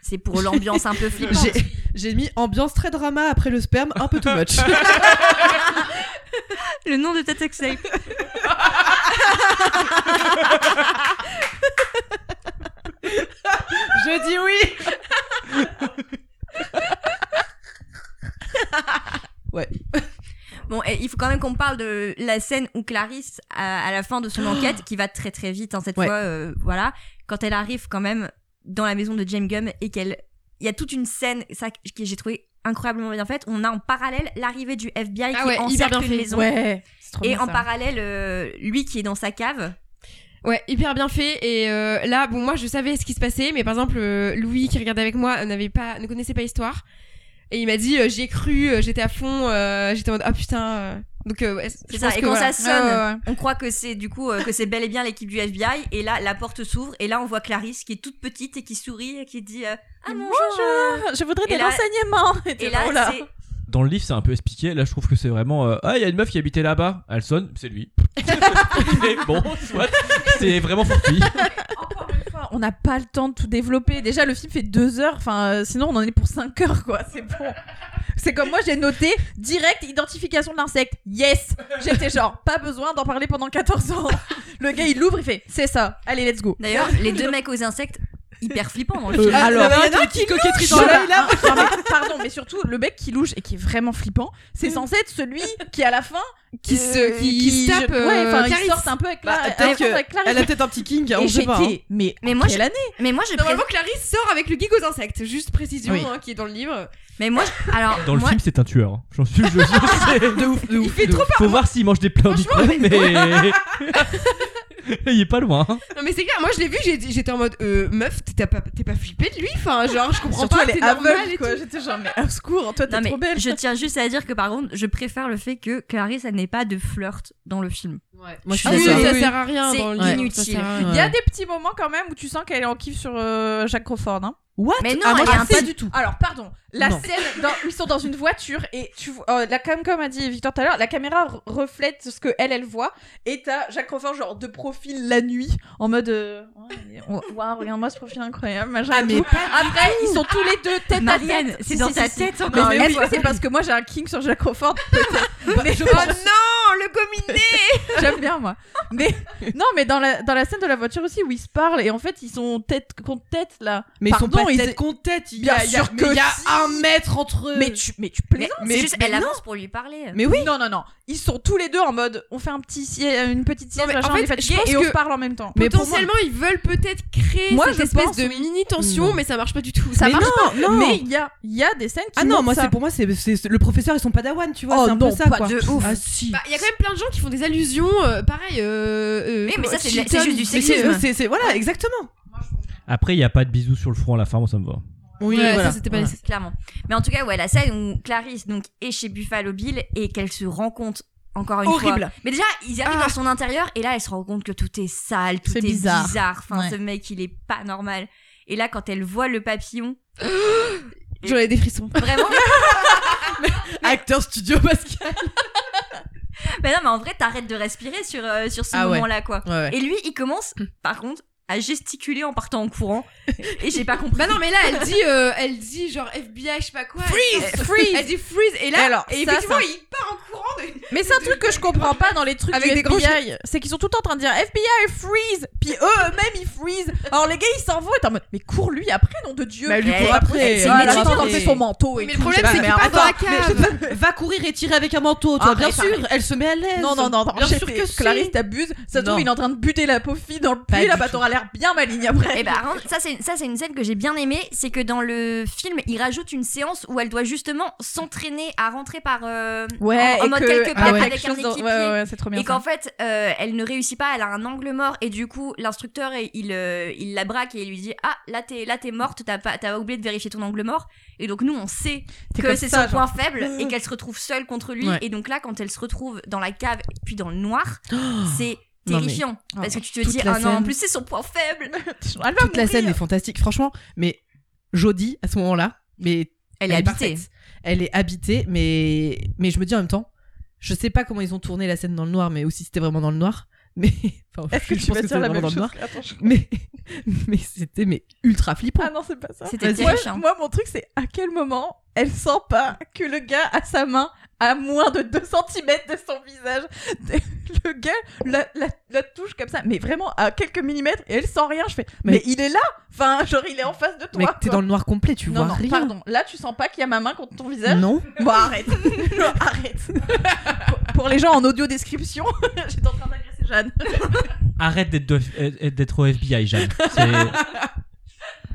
Speaker 1: C'est pour l'ambiance un peu flippante.
Speaker 6: J'ai- J'ai mis ambiance très drama après le sperme, un peu too much.
Speaker 1: Le nom de ta taxi.
Speaker 6: Je dis oui.
Speaker 1: Bon, et il faut quand même qu'on parle de la scène où Clarisse, à, à la fin de son enquête, qui va très très vite hein, cette
Speaker 6: Ouais.
Speaker 1: fois, euh, voilà, quand elle arrive quand même dans la maison de James Gum et qu'elle, il y a toute une scène ça que j'ai trouvé incroyablement bien faite. On a en parallèle l'arrivée du FBI
Speaker 7: Ah
Speaker 1: qui
Speaker 7: ouais, hyper
Speaker 1: encercle
Speaker 7: bien
Speaker 1: une
Speaker 7: fait.
Speaker 1: maison
Speaker 2: ouais c'est trop
Speaker 1: et
Speaker 2: bien,
Speaker 1: en
Speaker 2: ça.
Speaker 1: parallèle euh, lui qui est dans sa cave.
Speaker 7: Ouais, hyper bien fait. Et euh, là, bon, moi, je savais ce qui se passait, mais par exemple, euh, Louis qui regardait avec moi n'avait pas, ne connaissait pas l'histoire. Et il m'a dit, euh, j'y ai cru, euh, j'étais à fond, euh, j'étais en mode, ah putain. euh. Donc, euh, ouais, je
Speaker 1: C'est ça.
Speaker 7: pense
Speaker 1: Et
Speaker 7: que
Speaker 1: quand
Speaker 7: voilà. Ah
Speaker 1: ça
Speaker 2: Ouais,
Speaker 1: sonne,
Speaker 2: ouais, ouais.
Speaker 1: on croit que c'est du coup euh, que c'est bel et bien l'équipe du FBI. Et là, la porte s'ouvre et là on voit Clarisse qui est toute petite et qui sourit et qui dit euh, ah bonjour.
Speaker 2: Bonjour, je voudrais
Speaker 1: Et
Speaker 2: des
Speaker 1: là-
Speaker 2: renseignements
Speaker 1: Et là, c'est
Speaker 8: Dans le livre, c'est un peu expliqué. Là, je trouve que c'est vraiment. euh, ah, il y a une meuf qui habitait là-bas. Elle sonne, c'est lui. Et bon, soit. C'est vraiment fortuit.
Speaker 2: encore une fois on n'a pas le temps de tout développer déjà le film fait 2 heures enfin euh, sinon on en est pour 5 heures quoi c'est bon c'est comme moi j'ai noté direct identification de l'insecte yes j'étais genre pas besoin d'en parler pendant 14 ans le gars il l'ouvre il fait c'est ça allez let's go
Speaker 1: D'ailleurs, les deux mecs aux insectes, hyper flippants dans le
Speaker 6: Euh,
Speaker 1: film.
Speaker 6: alors,
Speaker 2: il y en a
Speaker 6: il y en a
Speaker 2: un
Speaker 6: qui coquetterie
Speaker 2: Non,
Speaker 6: dans l'œil,
Speaker 2: là, non, mais pardon, mais surtout le mec qui louche et qui est vraiment flippant, c'est censé être celui qui à la fin
Speaker 7: Qui se- qui- qui se tape,
Speaker 2: ouais, enfin, qui
Speaker 7: Clarisse.
Speaker 2: sortent un peu avec
Speaker 6: Bah,
Speaker 2: la,
Speaker 6: peut-être
Speaker 2: avec-
Speaker 6: que
Speaker 2: avec Clarisse.
Speaker 6: Elle a peut-être un petit king, on
Speaker 2: et
Speaker 6: sait
Speaker 2: j'étais,
Speaker 6: pas. hein.
Speaker 2: mais
Speaker 1: Mais moi,
Speaker 2: quelle
Speaker 1: je-
Speaker 2: année
Speaker 1: Mais moi, je pré-
Speaker 7: Normalement, Clarisse sort avec le geek aux insectes, juste précision,
Speaker 6: Oui.
Speaker 7: hein, qui est dans le livre.
Speaker 1: Mais moi, je- alors,
Speaker 8: Dans le
Speaker 1: moi,
Speaker 8: film, c'est un tueur. hein. J'en suis. Je, je sais. De ouf, de
Speaker 7: ouf, fait de trop
Speaker 8: Faut voir s'il mange des plats au micro-ondes, mais. il est pas loin. hein.
Speaker 7: Non, mais c'est clair, moi, je l'ai vu, j'ai dit- j'étais en mode, euh, meuf, t'es t'as pas, t'es pas flippé de lui, enfin, genre, je comprends
Speaker 2: Surtout
Speaker 7: pas,
Speaker 2: elle
Speaker 7: t'es
Speaker 2: est
Speaker 7: normal
Speaker 2: aveugle
Speaker 7: et
Speaker 2: quoi.
Speaker 7: tout.
Speaker 2: J'étais genre mais au secours, toi
Speaker 1: non,
Speaker 2: t'es
Speaker 1: mais
Speaker 2: trop belle.
Speaker 1: je tiens juste à dire que par contre, je préfère le fait que Clarisse, elle n'est pas de flirt dans le film.
Speaker 6: Moi, je suis
Speaker 7: Ah oui,
Speaker 6: d'accord.
Speaker 7: ça
Speaker 2: Oui.
Speaker 7: sert à rien
Speaker 1: C'est
Speaker 7: dans le
Speaker 1: Ouais.
Speaker 7: livre, ça sert à rien.
Speaker 2: Il y a des petits moments quand même où tu sens qu'elle est en kiff sur euh, Jacques Crawford. Hein.
Speaker 6: What
Speaker 1: Mais non,
Speaker 6: Ah, moi,
Speaker 1: elle
Speaker 6: je
Speaker 1: est
Speaker 6: pensais
Speaker 1: un peu-
Speaker 6: du tout.
Speaker 2: Alors, pardon, la
Speaker 6: Non.
Speaker 2: scène dans- où ils sont dans une voiture et tu vois, euh, la, comme, comme a dit Victor tout à l'heure, la caméra re- reflète ce que elle, elle voit et t'as Jacques Crawford genre de profil la nuit en mode euh, Ouais, mais- waouh, regarde-moi ce profil incroyable, machin.
Speaker 6: Ah,
Speaker 2: et
Speaker 6: mais
Speaker 2: tout. Après, ils sont tous les deux tête à
Speaker 1: Marianne,
Speaker 2: tête.
Speaker 1: c'est
Speaker 2: Si,
Speaker 1: dans
Speaker 2: si,
Speaker 1: ta
Speaker 2: si, si.
Speaker 1: tête
Speaker 2: Mais,
Speaker 1: encore.
Speaker 2: mais
Speaker 1: une
Speaker 2: est-ce
Speaker 1: fois.
Speaker 2: que c'est parce que moi j'ai un king sur Jacques Crawford Peut-être. Mais-
Speaker 1: Oh non, le gominé
Speaker 2: J'aime bien moi. Mais non, mais dans la, dans la scène de la voiture aussi où ils se parlent et en fait ils sont tête contre tête là.
Speaker 6: Mais ils sont
Speaker 2: Pardon,
Speaker 6: pas
Speaker 2: ils-
Speaker 6: tête contre tête. Il y
Speaker 2: Bien
Speaker 6: a, il y a-
Speaker 2: sûr
Speaker 6: mais
Speaker 2: que
Speaker 6: il y a
Speaker 2: si.
Speaker 6: un mètre entre eux.
Speaker 2: Mais tu mais tu
Speaker 1: Mais,
Speaker 2: plaisantes.
Speaker 1: c'est
Speaker 6: mais-
Speaker 1: juste,
Speaker 6: mais
Speaker 1: elle
Speaker 6: non.
Speaker 1: avance pour lui parler. euh,
Speaker 2: Mais oui. Non non non, ils sont tous les deux en mode on fait un petit siège, une petite sieste,
Speaker 7: mais en
Speaker 2: machin,
Speaker 7: fait,
Speaker 2: on est fatigué
Speaker 7: je pense
Speaker 2: et on
Speaker 7: que-
Speaker 2: se parle en même temps.
Speaker 6: Mais pour moi-
Speaker 7: Potentiellement, ils veulent peut-être créer
Speaker 2: Moi,
Speaker 7: cette
Speaker 2: je
Speaker 7: espèce
Speaker 2: pense,
Speaker 7: de
Speaker 2: oui.
Speaker 7: mini tension,
Speaker 6: Non.
Speaker 7: mais ça marche pas du tout.
Speaker 2: ça
Speaker 6: Mm. mais
Speaker 2: marche
Speaker 6: non, non.
Speaker 2: Mais il y a il y a des scènes qui
Speaker 6: ah non,
Speaker 2: montrent
Speaker 6: moi
Speaker 2: ça.
Speaker 6: c'est pour moi c'est c'est- c'est- le professeur et son padawan, tu vois,
Speaker 2: Oh
Speaker 6: c'est un
Speaker 2: non,
Speaker 6: peu ça
Speaker 2: pas
Speaker 6: quoi.
Speaker 2: de ouf.
Speaker 6: Ah si.
Speaker 7: Bah, il y a quand même plein de gens qui font des allusions, euh, pareil. Euh, euh,
Speaker 1: Oui, mais ça, c'est de la-
Speaker 7: Cheaton,
Speaker 1: c'est juste du
Speaker 6: Mais
Speaker 7: mais
Speaker 1: sexisme.
Speaker 6: c'est- c'est- c'est- voilà, exactement.
Speaker 8: Après, il n'y a pas de bisous sur le front à la fin, moi ça me va.
Speaker 6: Oui,
Speaker 7: Ouais,
Speaker 6: voilà.
Speaker 7: ça, c'était pas
Speaker 6: Voilà.
Speaker 7: nécessaire.
Speaker 1: clairement. Mais en tout cas, ouais, la scène où Clarisse donc est chez Buffalo Bill et qu'elle se rend compte encore une fois.
Speaker 6: Horrible.
Speaker 1: Mais déjà, ils arrivent
Speaker 7: Ah.
Speaker 1: dans son intérieur et là, elle se rend compte que tout est sale, tout
Speaker 2: C'est
Speaker 1: est
Speaker 2: bizarre.
Speaker 1: bizarre. Enfin,
Speaker 2: Ouais.
Speaker 1: ce mec, il est pas normal. Et là, quand elle voit le papillon,
Speaker 7: J'en ai des frissons.
Speaker 1: vraiment,
Speaker 6: Acteur studio Pascal.
Speaker 1: bah non, mais en vrai, t'arrêtes de respirer sur euh, sur ce
Speaker 6: Ah ouais.
Speaker 1: moment-là, quoi.
Speaker 6: Ouais, ouais.
Speaker 1: Et lui, il commence, par contre, à gesticuler en partant en courant. et j'ai pas compris.
Speaker 7: Bah non, mais là, elle dit, euh, elle dit genre FBI, je sais pas quoi.
Speaker 2: Freeze,
Speaker 7: Elle
Speaker 2: freeze.
Speaker 7: dit freeze, et là,
Speaker 2: Et alors,
Speaker 7: et
Speaker 2: ça,
Speaker 7: effectivement,
Speaker 2: ça-
Speaker 7: il part en courant. De...
Speaker 2: Mais c'est un truc que je comprends pas dans les trucs
Speaker 7: Avec
Speaker 2: du
Speaker 7: des gros
Speaker 2: FBI, c'est qu'ils sont tout le temps en train de dire FBI freeze, puis eux-mêmes ils freeze. Alors les gars ils s'en vont et t'es en mode mais cours lui après nom de Dieu.
Speaker 6: Bah, lui,
Speaker 1: cours
Speaker 2: après. euh,
Speaker 1: après.
Speaker 2: C'est
Speaker 1: Voilà,
Speaker 2: une étudiante
Speaker 6: attends,
Speaker 2: enlever
Speaker 6: mais-
Speaker 2: son manteau et
Speaker 7: Mais le
Speaker 2: tout, je sais
Speaker 7: problème, c'est
Speaker 2: pas,
Speaker 7: qu'il
Speaker 2: mais
Speaker 7: part dans
Speaker 2: attends.
Speaker 7: la cave.
Speaker 6: Va courir et tirer avec un manteau, tu
Speaker 2: Ah,
Speaker 6: vois, bien
Speaker 2: mais
Speaker 6: sûr, elle se met à l'aise.
Speaker 2: Non, non, non,
Speaker 6: bien
Speaker 2: je
Speaker 6: sûr
Speaker 2: sais,
Speaker 6: que si.
Speaker 2: Clarisse, t'abuses. Ça se
Speaker 6: Non.
Speaker 2: trouve, il est en train de buter la pauvre fille dans le
Speaker 6: Pas
Speaker 2: puits, là,
Speaker 6: du
Speaker 2: bah,
Speaker 6: tout.
Speaker 2: t'auras l'air bien maligne après.
Speaker 1: Et bah, par contre, ça c'est ça c'est une scène que j'ai bien aimée, c'est que dans le film, il rajoute une séance où elle doit justement s'entraîner à rentrer par euh, en, en mode quelque part
Speaker 6: ah ouais.
Speaker 1: avec un
Speaker 2: chose dans-
Speaker 1: équipier.
Speaker 2: Ouais, ouais, ouais, c'est trop bien.
Speaker 1: Et qu'en fait, euh, elle ne réussit pas, elle a un angle mort, et du coup, l'instructeur, il, il, euh, il la braque et il lui dit Ah, là, t'es, là, t'es morte, t'as, pas, t'as oublié de vérifier ton angle mort. Et donc, nous, on sait
Speaker 2: T'es
Speaker 1: que
Speaker 2: comme
Speaker 1: c'est
Speaker 2: ça,
Speaker 1: son
Speaker 2: genre.
Speaker 1: point faible et qu'elle se retrouve seule contre lui.
Speaker 6: Ouais.
Speaker 1: Et donc, là, quand elle se retrouve dans la cave, puis dans le noir,
Speaker 2: Oh.
Speaker 1: c'est
Speaker 6: Non, mais-
Speaker 1: terrifiant. Parce que tu te
Speaker 6: toute
Speaker 1: dis
Speaker 6: la
Speaker 1: Ah non, en
Speaker 6: scène.
Speaker 1: plus, c'est son point faible.
Speaker 2: Elle va
Speaker 6: Toute la
Speaker 2: mourir.
Speaker 6: scène est fantastique, franchement. Mais Jodie, à ce moment-là, mais
Speaker 1: Elle est habitée.
Speaker 6: parfaite. Elle est habitée, mais mais je me dis en même temps, je sais pas comment ils ont tourné la scène dans le noir, mais aussi c'était vraiment dans le noir. Mais enfin,
Speaker 2: Est-ce que
Speaker 6: je
Speaker 2: tu
Speaker 6: pense
Speaker 2: vas
Speaker 6: que
Speaker 2: dire la
Speaker 6: c'était vraiment
Speaker 2: même
Speaker 6: dans le
Speaker 2: chose
Speaker 6: noir.
Speaker 2: Attends, je-
Speaker 6: Mais mais c'était mais ultra flippant.
Speaker 2: Ah non, c'est pas ça.
Speaker 1: C'était
Speaker 2: Moi,
Speaker 6: hein.
Speaker 1: terrifiant.
Speaker 2: moi, mon truc, c'est à quel moment elle sent pas que le gars a sa main à moins de 2 cm de son visage. Le gars la, la, la touche comme ça, mais vraiment à quelques millimètres, et elle sent rien. Je fais, mais,
Speaker 6: Mais-
Speaker 2: il est là Enfin, genre, il est en face de toi.
Speaker 6: mais t'es
Speaker 2: quoi.
Speaker 6: dans le noir complet, tu
Speaker 2: non,
Speaker 6: vois
Speaker 2: non,
Speaker 6: rien.
Speaker 2: pardon. Là, tu sens pas qu'il y a ma main contre ton visage
Speaker 6: Non.
Speaker 2: Bon, arrête. Genre, arrête. Pour- Pour les gens en audio description, j'étais en train d'agresser Jeanne.
Speaker 8: Arrête d'être de- euh, d'être au FBI, Jeanne. C'est-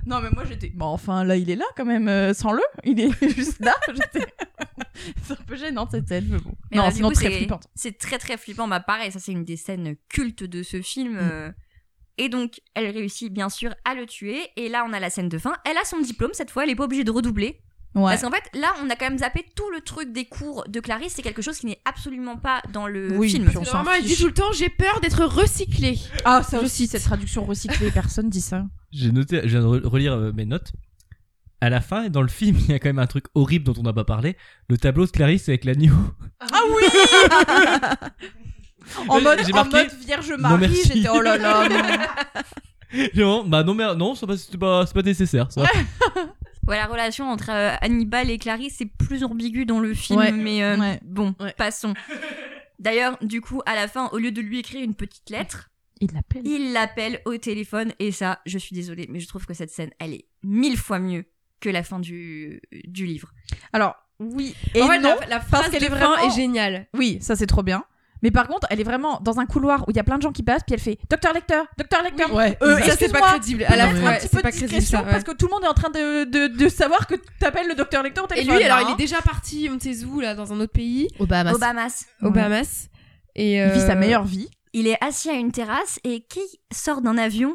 Speaker 2: Non, mais moi j'étais. Bon, enfin, là, il est là quand même, euh, sans le. Il est juste là. J'étais. C'est un peu gênant cette scène, mais bon.
Speaker 1: Mais
Speaker 2: non,
Speaker 1: alors, du
Speaker 2: sinon
Speaker 1: coup,
Speaker 2: très
Speaker 1: c'est-
Speaker 2: flippante.
Speaker 1: C'est très très flippant, bah pareil, ça c'est une des scènes cultes de ce film.
Speaker 2: Mm.
Speaker 1: euh, Et donc, elle réussit bien sûr à le tuer. Et là, on a la scène de fin. Elle a son diplôme, cette fois, elle n'est pas obligée de redoubler.
Speaker 2: Ouais.
Speaker 1: Parce qu'en fait, là, on a quand même zappé tout le truc des cours de Clarisse. C'est quelque chose qui n'est absolument pas dans le
Speaker 2: Oui,
Speaker 1: film.
Speaker 2: puis on s'en
Speaker 7: Normalement, elle dit
Speaker 2: fiche.
Speaker 7: tout le temps, j'ai peur d'être recyclée.
Speaker 2: Ah, ça
Speaker 7: Je
Speaker 2: aussi,
Speaker 7: cite.
Speaker 2: cette traduction recyclée, personne dit ça.
Speaker 8: J'ai noté, je viens de re- relire euh, mes notes. À la fin, dans le film, il y a quand même un truc horrible dont on n'a pas parlé. Le tableau de Clarisse avec l'agneau.
Speaker 2: Ah oui En,
Speaker 8: J'ai-
Speaker 2: mode,
Speaker 8: j'ai
Speaker 2: en
Speaker 8: marqué,
Speaker 2: mode Vierge
Speaker 8: non,
Speaker 2: Marie,
Speaker 8: merci.
Speaker 2: j'étais oh là là. non.
Speaker 8: Non, bah non, mais non, c'est pas, c'est pas, c'est pas nécessaire. Ça.
Speaker 1: Ouais, la relation entre euh, Hannibal et Clarisse c'est plus ambigu dans le film,
Speaker 6: Ouais,
Speaker 1: mais euh,
Speaker 2: ouais.
Speaker 1: bon,
Speaker 6: Ouais.
Speaker 1: passons. D'ailleurs, du coup, à la fin, au lieu de lui écrire une petite lettre,
Speaker 2: Il l'appelle.
Speaker 1: il l'appelle au téléphone et ça, je suis désolée, mais je trouve que cette scène, elle est mille fois mieux que la fin du, du livre.
Speaker 2: Alors, oui. Et
Speaker 7: en fait,
Speaker 2: non,
Speaker 7: la, la phrase
Speaker 2: qu'elle
Speaker 7: de
Speaker 2: est
Speaker 7: fin
Speaker 2: vraiment-
Speaker 7: est géniale.
Speaker 2: Oui, ça c'est trop bien. Mais par contre, elle est vraiment dans un couloir où il y a plein de gens qui passent, puis elle fait Docteur Lecteur, Docteur Lecteur.
Speaker 6: Ouais.
Speaker 2: Euh,
Speaker 7: ça, c'est
Speaker 2: excuse-moi,
Speaker 7: pas crédible. À la
Speaker 2: peut-être
Speaker 7: fois,
Speaker 2: un petit
Speaker 7: c'est
Speaker 2: peu
Speaker 7: pas
Speaker 2: de
Speaker 7: crédible,
Speaker 2: discrétion,
Speaker 7: ça, ouais.
Speaker 2: parce que tout le monde est en train de, de, de savoir que t'appelles le Docteur Lecteur au
Speaker 7: Et
Speaker 2: téléphone.
Speaker 7: lui, alors,
Speaker 2: hein.
Speaker 7: il est déjà parti, on ne sait où, là, dans un autre pays,
Speaker 6: Obama.
Speaker 1: Au Bahamas,
Speaker 7: au
Speaker 2: Ouais.
Speaker 7: Bahamas. Et,
Speaker 2: Il vit sa
Speaker 7: euh,
Speaker 2: meilleure vie.
Speaker 1: il est assis à une terrasse et qui sort d'un avion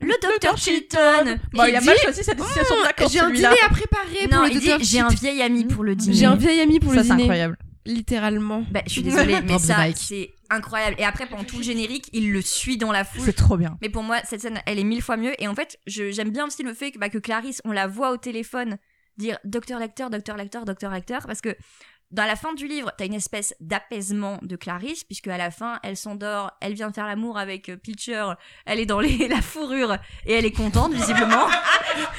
Speaker 1: Le docteur
Speaker 2: Dr.
Speaker 1: Chilton
Speaker 2: Bon,
Speaker 1: Qui
Speaker 2: Bah, il a
Speaker 1: dit-
Speaker 2: mal choisi cette situation de vacances,
Speaker 7: oh, J'ai un
Speaker 2: celui-là.
Speaker 7: dîner à préparer
Speaker 1: Non,
Speaker 7: pour le
Speaker 1: il dit,
Speaker 7: docteur
Speaker 1: j'ai un
Speaker 7: Chit.
Speaker 1: vieil ami pour le dîner.
Speaker 7: J'ai un vieil ami pour
Speaker 2: Ça,
Speaker 7: le
Speaker 2: c'est
Speaker 7: dîner.
Speaker 2: incroyable.
Speaker 7: Littéralement.
Speaker 1: Bah, je suis désolée, mais
Speaker 6: Drop the
Speaker 1: ça,
Speaker 6: mic.
Speaker 1: c'est incroyable. Et après, pendant tout le générique, il le suit dans la foule.
Speaker 2: C'est trop bien.
Speaker 1: Mais pour moi, cette scène, elle est mille fois mieux. Et en fait, je- j'aime bien aussi le fait que, bah, que Clarisse, on la voit au téléphone dire docteur lecteur, docteur lecteur, docteur lecteur, parce que dans la fin du livre, t'as une espèce d'apaisement de Clarisse, puisque à la fin, elle s'endort, elle vient faire l'amour avec euh, Pitcher, elle est dans les- la fourrure et elle est contente visiblement.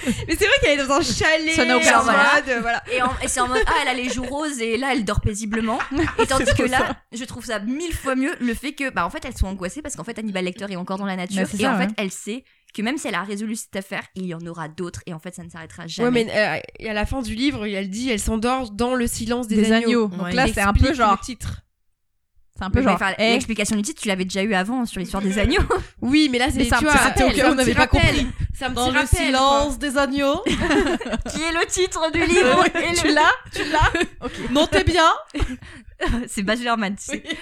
Speaker 7: Mais c'est vrai qu'elle est dans un chalet.
Speaker 2: Ça n'a aucun
Speaker 7: en
Speaker 1: sens.
Speaker 7: mode, voilà.
Speaker 1: Et, en- et c'est en mode, ah, elle a les joues roses et là, elle dort paisiblement. Et tandis que là, je trouve ça mille fois mieux le fait que, bah, en fait, elles sont angoissées parce qu'en fait, Hannibal Lecter est encore dans la nature.
Speaker 2: Bah, c'est
Speaker 1: et
Speaker 2: ça,
Speaker 1: en fait,
Speaker 2: ouais.
Speaker 1: elle sait que même si elle a résolu cette affaire, il y en aura d'autres et en fait, ça ne s'arrêtera jamais.
Speaker 7: Ouais, mais euh, et à la fin du livre, elle dit, elle s'endort dans le silence des,
Speaker 2: Des agneaux.
Speaker 6: Ouais.
Speaker 2: Donc là,
Speaker 7: Il
Speaker 2: c'est un peu
Speaker 7: explique
Speaker 2: genre.
Speaker 7: le titre.
Speaker 2: C'est un
Speaker 1: Mais
Speaker 2: peu genre.
Speaker 1: enfin,
Speaker 2: eh,
Speaker 1: L'explication du titre, tu l'avais déjà eu avant sur l'histoire des agneaux.
Speaker 7: Oui, mais là, c'est
Speaker 2: Mais c'est un
Speaker 7: tu
Speaker 2: petit
Speaker 7: vois,
Speaker 2: rappel,
Speaker 7: c'est
Speaker 6: on
Speaker 7: un petit
Speaker 6: n'avait pas
Speaker 7: rappel.
Speaker 6: compris.
Speaker 7: C'est un petit
Speaker 6: Dans le
Speaker 7: rappel, quoi.
Speaker 6: silence des agneaux.
Speaker 1: qui est le titre du livre. et
Speaker 2: tu
Speaker 1: le-
Speaker 2: l'as Tu l'as
Speaker 6: Non, t'es bien.
Speaker 1: c'est Bachelorman, tu sais.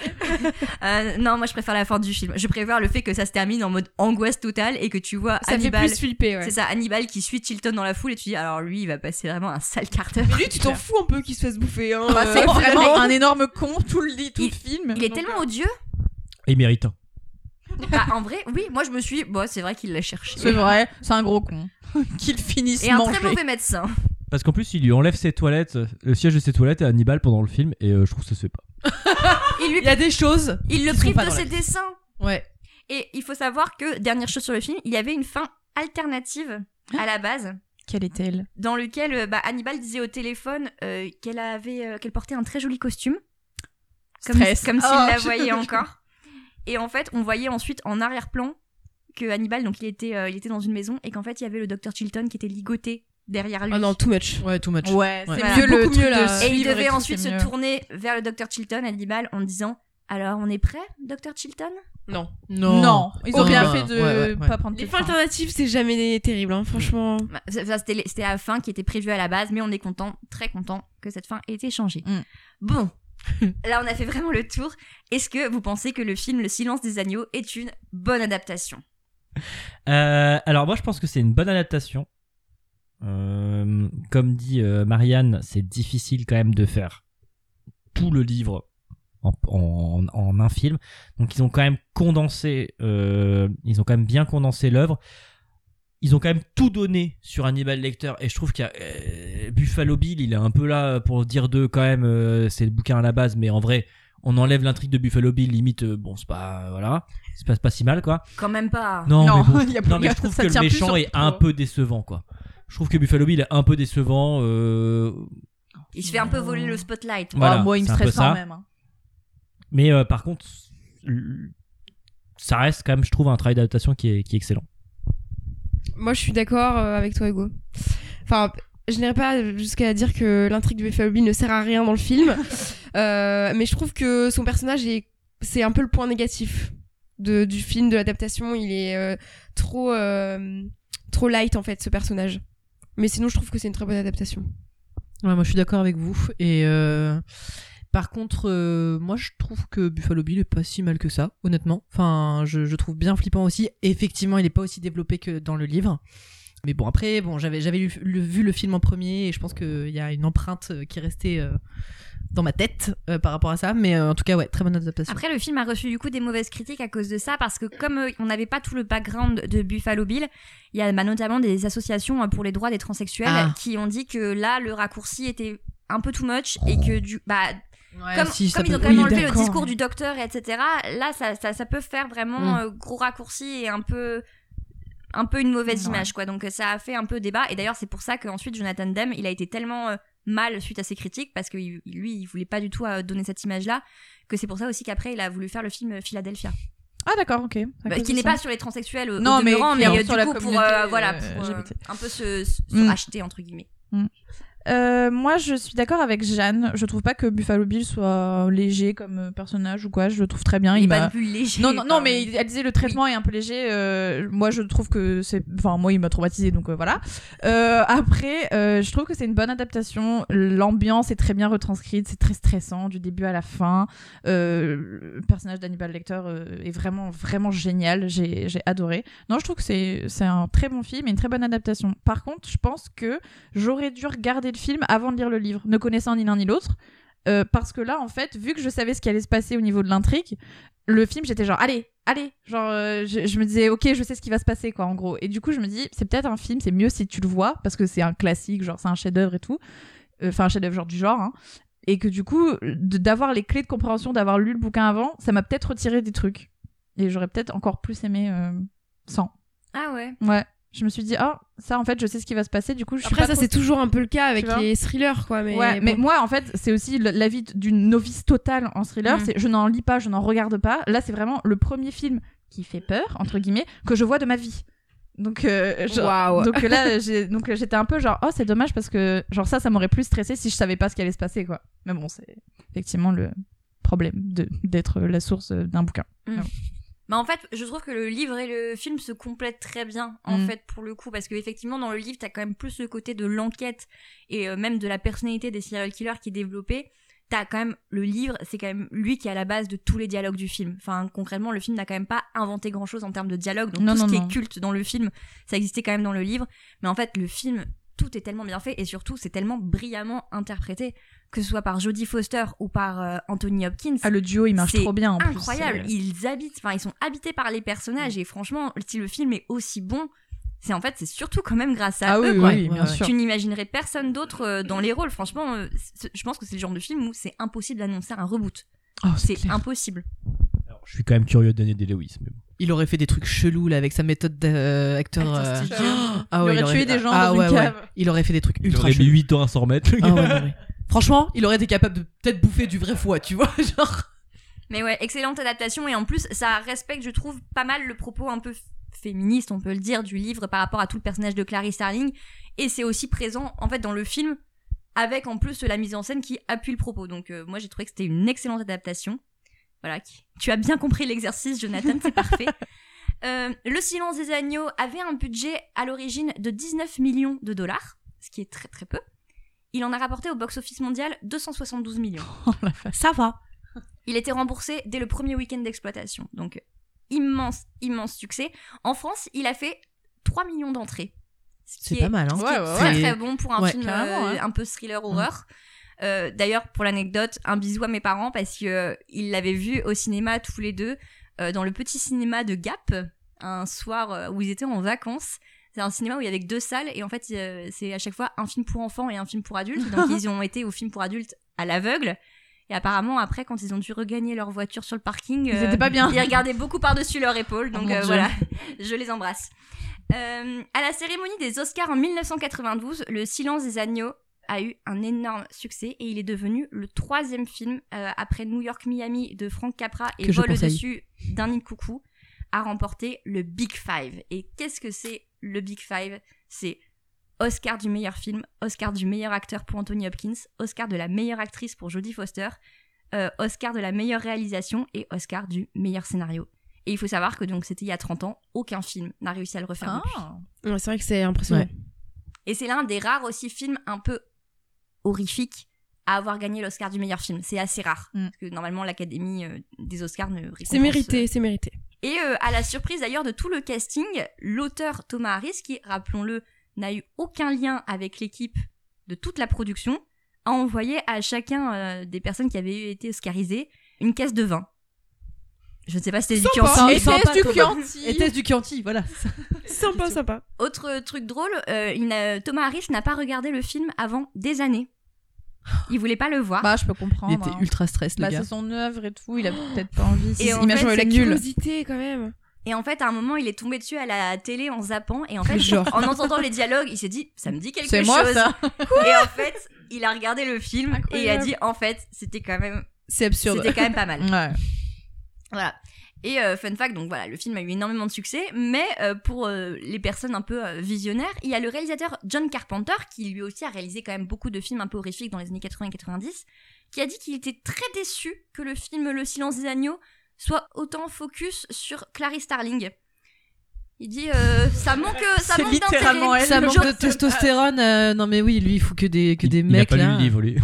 Speaker 1: Euh, non, moi, je préfère la fin du film. Je préfère le fait que ça se termine en mode angoisse totale et que tu vois
Speaker 7: Ça
Speaker 1: Hannibal.
Speaker 7: fait plus flipper, ouais.
Speaker 1: C'est ça, Hannibal qui suit Chilton dans la foule et tu dis alors lui il va passer vraiment un sale quart d'heure.
Speaker 7: Mais lui, tu t'en fous un peu qu'il se fasse bouffer. Hein,
Speaker 2: Bah,
Speaker 7: euh,
Speaker 2: c'est vraiment
Speaker 7: finalement.
Speaker 2: un énorme con tout le, tout le
Speaker 1: Il-
Speaker 2: film.
Speaker 1: Il est
Speaker 2: Donc,
Speaker 1: tellement odieux.
Speaker 8: Et hein. méritant.
Speaker 1: Bah en vrai, oui, moi je me suis dit, bon c'est vrai qu'il l'a cherché.
Speaker 2: C'est vrai, c'est un gros con. Qu'il finisse
Speaker 1: Et un
Speaker 2: manger.
Speaker 1: très mauvais médecin.
Speaker 8: Parce qu'en plus, il lui enlève ses toilettes, euh, le siège de ses toilettes à Hannibal pendant le film, et euh, je trouve que ça se fait pas.
Speaker 1: Il, lui,
Speaker 6: Il y a des choses.
Speaker 1: il le
Speaker 6: qui sont
Speaker 1: prive
Speaker 6: pas
Speaker 1: de
Speaker 6: dans la
Speaker 1: ses
Speaker 6: liste.
Speaker 1: dessins.
Speaker 6: Ouais.
Speaker 1: Et il faut savoir que, dernière chose sur le film, il y avait une fin alternative à la base.
Speaker 2: Quelle est-elle
Speaker 1: dans lequel euh, bah, Hannibal disait au téléphone euh, qu'elle avait euh, qu'elle portait un très joli costume comme
Speaker 2: Stress.
Speaker 1: comme s'il
Speaker 2: Oh,
Speaker 1: la
Speaker 2: je-
Speaker 1: voyait encore et en fait on voyait ensuite en arrière-plan que Hannibal donc il était euh, il était dans une maison et qu'en fait il y avait le docteur Chilton qui était ligoté derrière
Speaker 2: Oh,
Speaker 1: lui
Speaker 7: Ah non, too much.
Speaker 6: Ouais, too much.
Speaker 2: Ouais,
Speaker 6: Ouais.
Speaker 2: c'est
Speaker 1: Voilà.
Speaker 2: mieux le
Speaker 7: Beaucoup
Speaker 2: truc de
Speaker 7: mieux, là.
Speaker 1: et il
Speaker 2: suivre
Speaker 1: devait
Speaker 2: tout,
Speaker 1: ensuite
Speaker 2: c'est
Speaker 1: se
Speaker 2: mieux.
Speaker 1: tourner vers le docteur Chilton Hannibal en disant alors on est prêt docteur Chilton
Speaker 7: Non.
Speaker 6: Non.
Speaker 2: Non, ils ont
Speaker 6: Horrible.
Speaker 2: bien fait de
Speaker 6: Ouais, ouais, ouais.
Speaker 2: pas prendre
Speaker 7: Les
Speaker 2: de
Speaker 7: fins alternatives, c'est jamais terrible, hein, franchement.
Speaker 1: Bah, ça- ça, c'était les- c'était la fin qui était prévue à la base mais on est content très content que cette fin ait été changée
Speaker 2: Mm.
Speaker 1: bon là on a fait vraiment le tour est-ce que vous pensez que le film Le silence des agneaux est une bonne adaptation
Speaker 8: Euh, alors moi, je pense que c'est une bonne adaptation. Euh, comme dit euh, Marianne, c'est difficile quand même de faire tout le livre en, en- en un film. Donc ils ont quand même condensé, euh, ils ont quand même bien condensé l'œuvre. Ils ont quand même tout donné sur Hannibal Lecter et je trouve qu'il y a euh, Buffalo Bill, il est un peu là pour dire de quand même euh, c'est le bouquin à la base, mais en vrai on enlève l'intrigue de Buffalo Bill, limite euh, bon c'est pas voilà, c'est pas, c'est pas si mal quoi.
Speaker 1: quand même pas
Speaker 8: Non,
Speaker 2: Ah. Non,
Speaker 8: mais, bon,
Speaker 2: il y a
Speaker 8: non,
Speaker 2: plus-
Speaker 8: mais je trouve
Speaker 2: ça
Speaker 8: que le
Speaker 2: tient plus
Speaker 8: méchant
Speaker 2: sur-
Speaker 8: est un peu décevant, quoi. Je trouve que Buffalo Bill est un peu décevant. euh,
Speaker 1: il se fait un peu voler le spotlight
Speaker 8: Voilà,
Speaker 2: Oh, moi, il me
Speaker 8: c'est un peu
Speaker 2: stresse quand
Speaker 8: ça.
Speaker 2: même. hein.
Speaker 8: Mais euh, par contre, l- ça reste quand même, je trouve, un travail d'adaptation qui est, qui est excellent.
Speaker 7: Moi, je suis d'accord euh, avec toi, Hugo. Enfin, je n'irai pas jusqu'à dire que l'intrigue de Buffalo Bill ne sert à rien dans le film, Euh, mais je trouve que son personnage est, c'est un peu le point négatif de, du film, de l'adaptation. Il est euh, trop, euh, trop light en fait, ce personnage. Mais sinon, je trouve que c'est une très bonne adaptation.
Speaker 6: Ouais, moi je suis d'accord avec vous. Et euh, par contre, euh, moi je trouve que Buffalo Bill est pas si mal que ça, honnêtement. Enfin, je, je trouve bien flippant aussi. Effectivement, il est pas aussi développé que dans le livre. Mais bon, après, bon, j'avais j'avais lu- le- vu le film en premier et je pense qu'il y a une empreinte euh, qui est restée euh, dans ma tête euh, par rapport à ça. Mais euh, en tout cas, ouais, très bonne adaptation.
Speaker 1: Après, le film a reçu du coup des mauvaises critiques à cause de ça, parce que comme euh, on n'avait pas tout le background de Buffalo Bill, il y a bah, notamment des associations euh, pour les droits des transsexuels
Speaker 6: Ah.
Speaker 1: qui ont dit que là, le raccourci était un peu too much et que du bah comme,
Speaker 6: Ah, si, ça
Speaker 1: comme ils
Speaker 6: peut-
Speaker 1: ont quand même
Speaker 6: oui,
Speaker 1: enlevé le
Speaker 6: d'accord.
Speaker 1: discours du docteur etc là ça, ça, ça peut faire vraiment
Speaker 6: Mm.
Speaker 1: euh, gros raccourci et un peu un peu une mauvaise image quoi donc euh, ça a fait un peu débat et d'ailleurs c'est pour ça qu'ensuite Jonathan Demme il a été tellement euh, mal suite à ses critiques parce que il- lui il voulait pas du tout euh, donner cette image là que c'est pour ça aussi qu'après il a voulu faire le film euh, Philadelphia
Speaker 2: Ah, d'accord, ok. À
Speaker 1: Bah,
Speaker 2: cause
Speaker 1: qui
Speaker 2: de
Speaker 1: n'est
Speaker 2: ça.
Speaker 1: pas sur les transsexuels au,
Speaker 2: Non,
Speaker 1: au
Speaker 2: mais
Speaker 1: demeurant, mais,
Speaker 2: clairement
Speaker 1: euh,
Speaker 2: sur
Speaker 1: du
Speaker 2: la
Speaker 1: coup pour
Speaker 2: communauté,
Speaker 1: euh, voilà
Speaker 2: euh,
Speaker 1: pour, euh,
Speaker 2: LGBT.
Speaker 1: un peu se, se
Speaker 2: Mm.
Speaker 1: racheter entre guillemets
Speaker 2: Euh, moi, je suis d'accord avec Jeanne. Je trouve pas que Buffalo Bill soit léger comme euh, personnage ou quoi. Je le trouve très bien.
Speaker 1: il
Speaker 2: Il
Speaker 1: est pas
Speaker 2: m'a-
Speaker 1: non plus léger
Speaker 2: Non, non, non,
Speaker 1: enfin,
Speaker 2: mais elle disait le traitement est un peu léger. euh, moi, je trouve que c'est. Enfin, moi, il m'a traumatisé, donc euh, voilà. Euh, après, euh, je trouve que c'est une bonne adaptation. L'ambiance est très bien retranscrite, c'est très stressant du début à la fin. Euh, le personnage d'Hannibal Lecter euh, est vraiment, vraiment génial. J'ai j'ai adoré. Non, je trouve que c'est c'est un très bon film et une très bonne adaptation. Par contre, je pense que j'aurais dû regarder le film avant de lire le livre, ne connaissant ni l'un ni l'autre. Euh, parce que là, en fait, vu que je savais ce qui allait se passer au niveau de l'intrigue, le film, j'étais genre, allez, allez, genre, euh, je, je me disais, ok, je sais ce qui va se passer, quoi, en gros. Et du coup, je me dis, c'est peut-être un film, c'est mieux si tu le vois, parce que c'est un classique, genre, c'est un chef-d'œuvre et tout. Euh, Enfin, un chef-d'œuvre, genre, du genre, hein. Et que du coup, de- d'avoir les clés de compréhension, d'avoir lu le bouquin avant, ça m'a peut-être retiré des trucs. Et j'aurais peut-être encore plus aimé euh, sans.
Speaker 1: Ah ouais.
Speaker 2: Ouais. Je me suis dit, oh, ça, en fait, je sais ce qui va se passer, du coup, je suis
Speaker 7: Après,
Speaker 2: pas
Speaker 7: ça,
Speaker 2: trop-
Speaker 7: c'est toujours un peu le cas avec
Speaker 2: Tu vois
Speaker 7: les thrillers, quoi. Mais,
Speaker 2: ouais,
Speaker 7: bon.
Speaker 2: mais moi en fait c'est aussi le- l'avis d'une novice totale en thriller
Speaker 1: Mm.
Speaker 2: c'est je n'en lis pas je n'en regarde pas là c'est vraiment le premier film qui fait peur entre guillemets que je vois de ma vie donc euh, genre-
Speaker 7: Waouh.
Speaker 2: donc là j'ai donc euh, j'étais un peu genre oh c'est dommage parce que genre ça ça m'aurait plus stressé si je savais pas ce qui allait se passer quoi mais bon c'est effectivement le problème de d'être la source euh, d'un bouquin
Speaker 1: Bah en fait, je trouve que le livre et le film se complètent très bien, en
Speaker 2: Mm.
Speaker 1: fait, pour le coup, parce que effectivement, dans le livre, t'as quand même plus le côté de l'enquête et euh, même de la personnalité des serial killers qui est développée. T'as quand même le livre, c'est quand même lui qui est à la base de tous les dialogues du film. Enfin, concrètement, le film n'a quand même pas inventé grand chose en termes de dialogue, donc
Speaker 2: Non,
Speaker 1: tout
Speaker 2: non,
Speaker 1: ce qui
Speaker 2: non.
Speaker 1: est culte dans le film, ça existait quand même dans le livre. Mais en fait, le film, tout est tellement bien fait et surtout, c'est tellement brillamment interprété, que ce soit par Jodie Foster ou par euh, Anthony Hopkins
Speaker 2: ah le duo il marche
Speaker 1: C'est
Speaker 2: trop bien en plus,
Speaker 1: incroyable.
Speaker 2: euh, Mm.
Speaker 1: Ils habitent, enfin, ils sont habités par les personnages et franchement, si le film est aussi bon, c'est en fait, c'est surtout quand même grâce à
Speaker 2: ah oui,
Speaker 1: eux.
Speaker 2: oui,
Speaker 1: quoi.
Speaker 2: oui,
Speaker 6: ouais,
Speaker 2: bien
Speaker 6: ouais.
Speaker 2: sûr Mm.
Speaker 1: Tu n'imaginerais personne d'autre euh, dans les rôles. Franchement, euh, c'est- je pense que c'est le genre de film où c'est impossible d'annoncer un reboot.
Speaker 2: Oh,
Speaker 6: Ah,
Speaker 2: c'est
Speaker 1: C'est
Speaker 2: clair.
Speaker 1: impossible.
Speaker 8: Alors, je suis quand même curieux de donner des Lewis. Mais bon.
Speaker 6: Il aurait fait des trucs chelous là avec sa méthode d'acteur.
Speaker 1: Acteur
Speaker 6: euh,
Speaker 1: studio.
Speaker 6: ah ouais,
Speaker 2: Il aurait tué des gens
Speaker 6: ah
Speaker 2: dans
Speaker 6: ouais,
Speaker 2: une
Speaker 6: ouais.
Speaker 2: cave.
Speaker 6: Il aurait fait des trucs
Speaker 8: Il
Speaker 6: ultra
Speaker 8: aurait mis
Speaker 6: chelous.
Speaker 8: 8 ans à s'en remettre. le
Speaker 6: Ah
Speaker 8: gars.
Speaker 6: ouais, non, mais- Franchement, il aurait été capable de peut-être bouffer du vrai foie, tu vois, genre.
Speaker 1: Mais ouais, excellente adaptation et en plus, ça respecte, je trouve, pas mal le propos un peu f- féministe, on peut le dire, du livre par rapport à tout le personnage de Clary Starling. Et c'est aussi présent, en fait, dans le film, avec en plus la mise en scène qui appuie le propos. Donc euh, moi, j'ai trouvé que c'était une excellente adaptation. Voilà, qui- tu as bien compris l'exercice, Jonathan, c'est parfait. Euh, le silence des agneaux avait un budget à l'origine de 19 millions de dollars, ce qui est très très peu. Il en a rapporté au box-office mondial 272 millions.
Speaker 2: Oh,
Speaker 6: Ça va.
Speaker 1: Il était remboursé dès le premier week-end d'exploitation. Donc, immense, immense succès. En France, il a fait 3 millions d'entrées. Ce qui
Speaker 6: C'est
Speaker 1: est
Speaker 6: pas mal, hein.
Speaker 1: ce qui est
Speaker 2: Ouais, ouais,
Speaker 1: très,
Speaker 6: ouais.
Speaker 1: très bon pour un
Speaker 6: Ouais,
Speaker 1: film
Speaker 2: carrément,
Speaker 1: euh,
Speaker 2: hein.
Speaker 1: un peu thriller horreur. Euh, D'ailleurs, pour l'anecdote, un bisou à mes parents parce que euh, ils l'avaient vu au cinéma tous les deux euh, dans le petit cinéma de Gap un soir euh, où ils étaient en vacances. C'est un cinéma où il y avait que deux salles et en fait euh, c'est à chaque fois un film pour enfants et un film pour adultes. Donc ils ont été au film pour adultes à l'aveugle. Et apparemment après quand ils ont dû regagner leur voiture sur le parking,
Speaker 2: Ils
Speaker 1: euh,
Speaker 2: étaient pas bien.
Speaker 1: ils regardaient beaucoup par-dessus leur épaule.
Speaker 2: Oh
Speaker 1: Donc
Speaker 2: mon
Speaker 1: euh,
Speaker 2: Dieu.
Speaker 1: voilà, je les embrasse. Euh, à la cérémonie des Oscars en 1992, Le Silence des Agneaux a eu un énorme succès et il est devenu le troisième film euh, après New York Miami de Frank Capra et
Speaker 6: Que je
Speaker 1: Vol
Speaker 6: conseille.
Speaker 1: au-dessus d'un nid de coucou à remporter le Big Five. Et qu'est-ce que c'est le Big Five C'est Oscar du meilleur film, Oscar du meilleur acteur pour Anthony Hopkins, Oscar de la meilleure actrice pour Jodie Foster, euh, Oscar de la meilleure réalisation et Oscar du meilleur scénario. Et il faut savoir que donc c'était il y a 30 ans, aucun film n'a réussi à le refaire. depuis.
Speaker 2: Ah.
Speaker 7: Ouais, c'est vrai que c'est impressionnant.
Speaker 6: Ouais.
Speaker 1: Et c'est l'un des rares aussi films un peu horrifiques à avoir gagné l'Oscar du meilleur film. C'est assez rare.
Speaker 2: Mm.
Speaker 1: Parce que normalement, l'Académie euh, des Oscars ne
Speaker 7: C'est
Speaker 1: récompense-
Speaker 7: mérité, c'est mérité.
Speaker 1: Et euh, à la surprise d'ailleurs de tout le casting, l'auteur Thomas Harris, qui, rappelons-le, n'a eu aucun lien avec l'équipe de toute la production, a envoyé à chacun euh, des personnes qui avaient été oscarisées une caisse de vin. Je ne sais pas si c'était du
Speaker 7: Sympa. Ah
Speaker 1: Chianti.
Speaker 2: Et
Speaker 6: Sympa,
Speaker 2: test du
Speaker 6: Thomas.
Speaker 2: Chianti.
Speaker 6: Et test du Chianti, voilà.
Speaker 7: Sympa, sympa.
Speaker 1: Autre truc drôle, euh, il n'a- Thomas Harris n'a pas regardé le film avant des années. Il voulait pas le voir.
Speaker 2: bah je peux
Speaker 6: Il
Speaker 2: comprendre
Speaker 6: était
Speaker 2: hein.
Speaker 6: ultra stress, le
Speaker 2: Bah,
Speaker 6: gars.
Speaker 2: c'est son œuvre et tout, il a peut-être pas envie.
Speaker 1: Et
Speaker 2: Si,
Speaker 1: en
Speaker 2: imagine,
Speaker 1: fait,
Speaker 2: il est
Speaker 1: c'est
Speaker 2: nul.
Speaker 7: Curiosité, quand même.
Speaker 1: Et en fait, à un moment, il est tombé dessus à la télé en zappant. Et en fait,
Speaker 7: Genre.
Speaker 1: en entendant les dialogues, il s'est dit, ça me dit quelque
Speaker 2: C'est
Speaker 1: chose.
Speaker 2: moi ça.
Speaker 1: Et en fait, il a regardé le film et il a
Speaker 7: Incroyable.
Speaker 1: dit, en fait, c'était quand même,
Speaker 6: C'est absurde.
Speaker 1: c'était quand même pas mal.
Speaker 2: Ouais.
Speaker 1: Voilà. Et euh, fun fact, donc voilà, le film a eu énormément de succès, mais euh, pour euh, les personnes un peu euh, visionnaires, il y a le réalisateur John Carpenter, qui lui aussi a réalisé quand même beaucoup de films un peu horrifiques dans les années 80 et 90, qui a dit qu'il était très déçu que le film Le silence des agneaux soit autant focus sur Clary Starling. Il dit euh, ça manque, ça
Speaker 2: C'est
Speaker 1: manque d'intérêt.
Speaker 2: littéralement elle,
Speaker 6: Ça
Speaker 1: Je-
Speaker 6: manque de testostérone. euh, non, mais oui, lui, il faut que des, que
Speaker 8: Il-
Speaker 6: des
Speaker 8: il a
Speaker 6: mecs
Speaker 8: pas lu
Speaker 6: là.
Speaker 8: le livre, lui.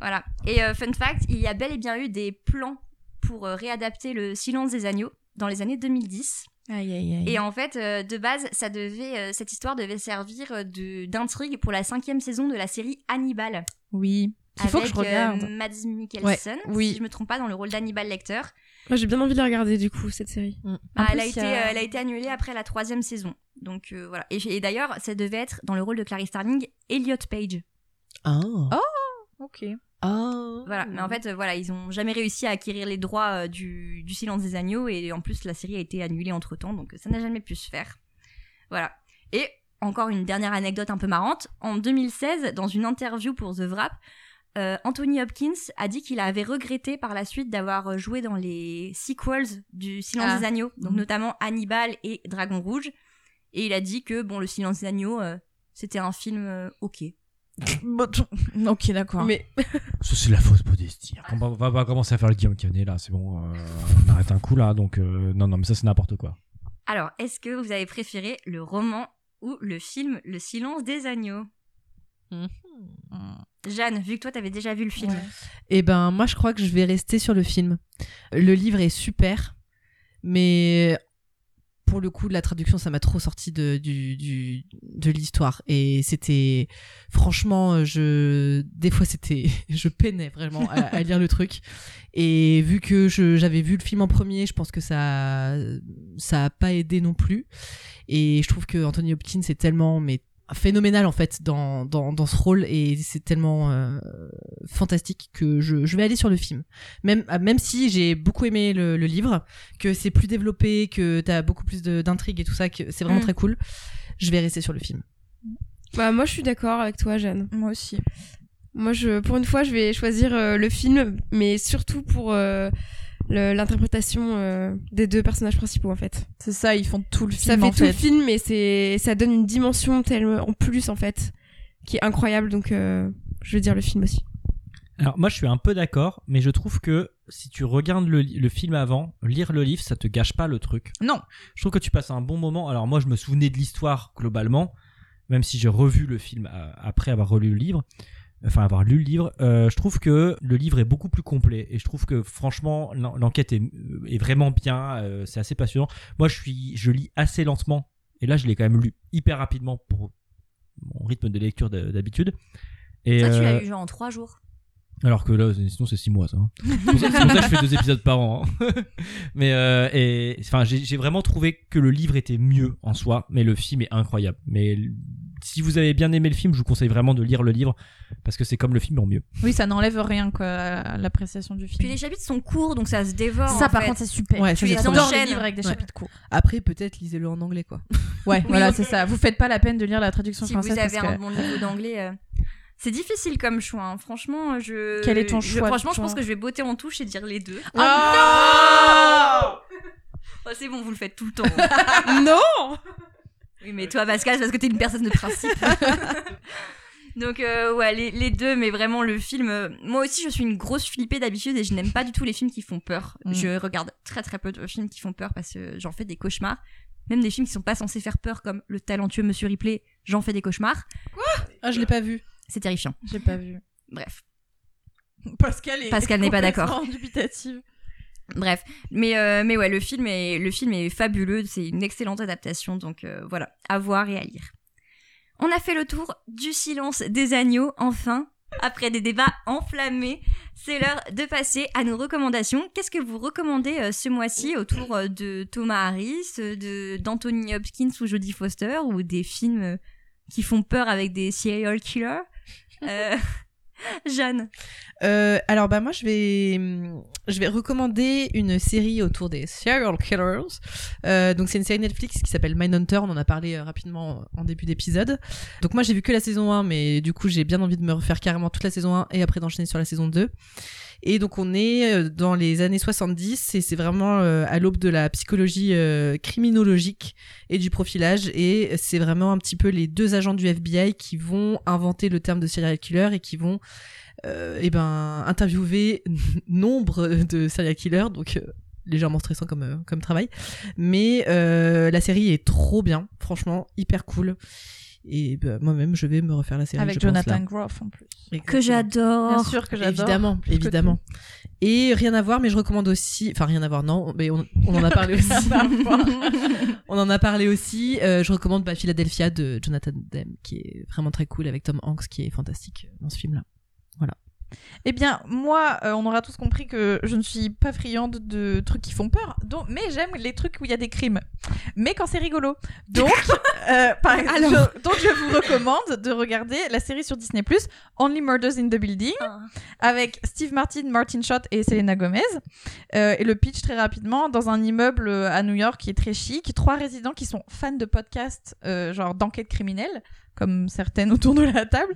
Speaker 1: Voilà. Et euh, fun fact, il y a bel et bien eu des plans pour euh, réadapter Le silence des agneaux dans les années 2010.
Speaker 6: Aïe, aïe, aïe.
Speaker 2: Mm.
Speaker 1: Et en fait, euh, de base, ça devait, euh, cette histoire devait servir euh, de- d'intrigue pour la cinquième saison de la série Hannibal.
Speaker 2: Oui. Qu'il faut que je
Speaker 1: avec, euh,
Speaker 2: regarde.
Speaker 1: Mads Mikkelsen,
Speaker 2: oui.
Speaker 1: si je me trompe pas, dans le rôle d'Hannibal Lecter.
Speaker 7: Moi, j'ai bien envie de la regarder du coup, cette série.
Speaker 1: Ah,
Speaker 2: En
Speaker 1: elle, a
Speaker 2: plus,
Speaker 1: été,
Speaker 2: il y a-
Speaker 1: euh, elle a été annulée après la troisième saison. Donc euh, voilà. Et, j'ai- et d'ailleurs, ça devait être dans le rôle de Clary Starling, Elliot Page.
Speaker 6: Ah.
Speaker 2: Ok.
Speaker 6: Ah.
Speaker 1: Voilà. Mais en fait, euh, voilà, ils ont jamais réussi à acquérir les droits euh, du, du Silence des Agneaux. Et en plus, la série a été annulée entre temps. Donc euh, ça n'a jamais pu se faire. Voilà. Et encore une dernière anecdote un peu marrante. En 2016, dans une interview pour The Wrap, euh, Anthony Hopkins a dit qu'il avait regretté par la suite d'avoir euh, joué dans les sequels du Silence
Speaker 2: Ah.
Speaker 1: des Agneaux, donc
Speaker 6: Mhm.
Speaker 1: notamment Hannibal et Dragon Rouge. Et il a dit que bon, le Silence des Agneaux, euh, c'était un film euh, ok.
Speaker 2: ok, d'accord.
Speaker 7: Mais
Speaker 8: Ça, c'est de la fausse modestie. hein. On va, va- va commencer à faire le Guillaume Canet là, c'est bon. euh, on arrête un coup là, donc euh, non, non, mais ça c'est n'importe quoi.
Speaker 1: Alors, est-ce que vous avez préféré le roman ou le film Le Silence des Agneaux
Speaker 2: Mm.
Speaker 1: Jeanne, vu que toi t'avais déjà vu le film,
Speaker 6: Eh ben, moi, je crois que je vais rester sur le film. Le livre est super, mais pour le coup, la traduction, ça m'a trop sorti de, du, du- de l'histoire. Et c'était, franchement, euh, je, des fois, c'était, je peinais vraiment à, à lire le truc. Et vu que je- j'avais vu le film en premier, je pense que ça, ça a pas aidé non plus. Et je trouve que Anthony Hopkins est tellement, mais phénoménal en fait dans, dans, dans ce rôle et c'est tellement euh, fantastique que je, je vais aller sur le film. Même, ah, même si j'ai beaucoup aimé le, le livre, que c'est plus développé, que t'as beaucoup plus de- d'intrigues et tout ça, que c'est vraiment
Speaker 1: Mm.
Speaker 6: très cool, je vais rester sur le film.
Speaker 7: bah, moi, je suis d'accord avec toi, Jeanne.
Speaker 2: Moi aussi.
Speaker 7: Moi, je, pour une fois, je vais choisir euh, le film, mais surtout pour euh, le- l'interprétation euh, des deux personnages principaux, en fait.
Speaker 2: C'est ça, ils font tout le
Speaker 7: Ça
Speaker 2: film
Speaker 7: fait
Speaker 2: en
Speaker 7: tout le film, mais c'est, ça donne une dimension tellement en plus, en fait, qui est incroyable. Donc, euh, je veux dire le film aussi.
Speaker 8: Alors moi je suis un peu d'accord, mais je trouve que si tu regardes le, li- le film avant, lire le livre, ça te gâche pas le truc.
Speaker 2: Non.
Speaker 8: Je trouve que tu passes un bon moment. Alors moi je me souvenais de l'histoire globalement, même si j'ai revu le film euh, après avoir relu le livre. Enfin, avoir lu le livre, euh, je trouve que le livre est beaucoup plus complet et je trouve que franchement l'en- l'enquête est, est vraiment bien, euh, c'est assez passionnant. Moi, je suis, je lis assez lentement et là, je l'ai quand même lu hyper rapidement pour mon rythme de lecture d'- d'habitude. Et
Speaker 1: toi tu
Speaker 8: euh,
Speaker 1: l'as eu genre en trois jours.
Speaker 8: alors que là, sinon c'est 6 mois ça. hein. C'est pour ça c'est pour ça que je fais deux épisodes par an. hein. mais euh, et enfin, j'ai j'ai vraiment trouvé que le livre était mieux en soi, mais le film est incroyable. Mais l- si vous avez bien aimé le film, je vous conseille vraiment de lire le livre parce que c'est comme le film mais en mieux.
Speaker 2: Oui, ça n'enlève rien quoi, à l'appréciation du film.
Speaker 1: Puis les chapitres sont courts, donc ça se dévore. en fait.
Speaker 2: c'est super.
Speaker 6: Ouais, ça,
Speaker 1: les
Speaker 6: j'ai trop
Speaker 1: enchaînes.
Speaker 6: aimé.
Speaker 2: J'adore les livres avec des
Speaker 6: Ouais.
Speaker 2: chapitres courts.
Speaker 6: Après, peut-être lisez-le en anglais quoi.
Speaker 2: Ouais, voilà, c'est ça. Vous faites pas la peine de lire la traduction
Speaker 1: si vous
Speaker 2: française
Speaker 1: avez
Speaker 2: parce
Speaker 1: un
Speaker 2: que
Speaker 1: bon niveau d'anglais. euh, C'est difficile comme choix, hein. franchement. Je...
Speaker 2: Quel est ton
Speaker 1: je-
Speaker 2: choix de
Speaker 1: Franchement, je pense
Speaker 2: choix
Speaker 1: que je vais botter en touche et dire les deux.
Speaker 6: Ah
Speaker 1: Oh, c'est bon, vous le faites tout le temps.
Speaker 7: non!
Speaker 1: oui, mais toi, Pascal, c'est parce que t'es une personne de principe. Donc, euh, ouais, les, les deux, mais vraiment le film. euh, Moi aussi, je suis une grosse flippée d'habitude et je n'aime pas du tout les films qui font peur.
Speaker 2: Mm.
Speaker 1: Je regarde très très peu de films qui font peur parce que j'en fais des cauchemars. Même des films qui sont pas censés faire peur, comme Le talentueux Monsieur Ripley, j'en fais des cauchemars.
Speaker 6: Ah, je l'ai pas vu.
Speaker 1: C'est terrifiant.
Speaker 2: j'ai pas vu.
Speaker 1: Bref.
Speaker 2: Pascal est
Speaker 1: Pascal n'est pas d'accord.
Speaker 2: complètement dubitatif.
Speaker 1: Bref, mais euh, mais ouais, le film est le film est fabuleux, c'est une excellente adaptation, donc euh, voilà, à voir et à lire. On a fait le tour du silence des agneaux, enfin. Après des débats enflammés, c'est l'heure de passer à nos recommandations. Qu'est-ce que vous recommandez euh, ce mois-ci autour euh, de Thomas Harris, euh, de d'Anthony Hopkins ou Jodie Foster ou des films euh, qui font peur avec des serial killers Euh, Jeanne,
Speaker 6: Euh, alors bah moi je vais je vais recommander une série autour des serial killers. Euh, donc c'est une série Netflix qui s'appelle Mindhunter. On en a parlé euh, rapidement en début d'épisode. Donc moi j'ai vu que la saison 1, mais du coup j'ai bien envie de me refaire carrément toute la saison 1 et après d'enchaîner sur la saison 2. Et donc on est euh, dans les années 70 et c'est vraiment euh, à l'aube de la psychologie euh, criminologique et du profilage et c'est vraiment un petit peu les deux agents du FBI qui vont inventer le terme de serial killer et qui vont euh, eh ben, interviewer nombre de serial killers, donc euh, légèrement stressant comme, euh, comme travail. Mais euh, la série est trop bien, franchement, hyper cool. Et bah, moi-même, je vais me refaire la série.
Speaker 2: Avec
Speaker 6: je pense,
Speaker 2: Jonathan
Speaker 6: là.
Speaker 2: Groff en plus.
Speaker 1: que j'adore.
Speaker 2: Bien sûr que j'adore.
Speaker 6: Évidemment,
Speaker 2: que
Speaker 6: évidemment. Et rien à voir, mais je recommande aussi. Enfin, rien à voir, non, mais on, on en a parlé aussi. on en a parlé aussi. Euh, je recommande bah, Philadelphia euh, de Jonathan Demme, qui est vraiment très cool, avec Tom Hanks, qui est fantastique dans ce film-là.
Speaker 2: Eh bien, moi, euh, on aura tous compris que je ne suis pas friande de trucs qui font peur, donc, mais j'aime les trucs où il y a des crimes. Mais quand c'est rigolo. Donc, euh, par exemple, je, donc je vous recommande de regarder la série sur Disney+, Only Murders in the Building,
Speaker 1: Ah.
Speaker 2: avec Steve Martin, Martin Short et Selena Gomez. Euh, et le pitch, très rapidement, dans un immeuble euh, à New York qui est très chic, trois résidents qui sont fans de podcasts, euh, genre d'enquête criminelle, comme certaines autour de la table,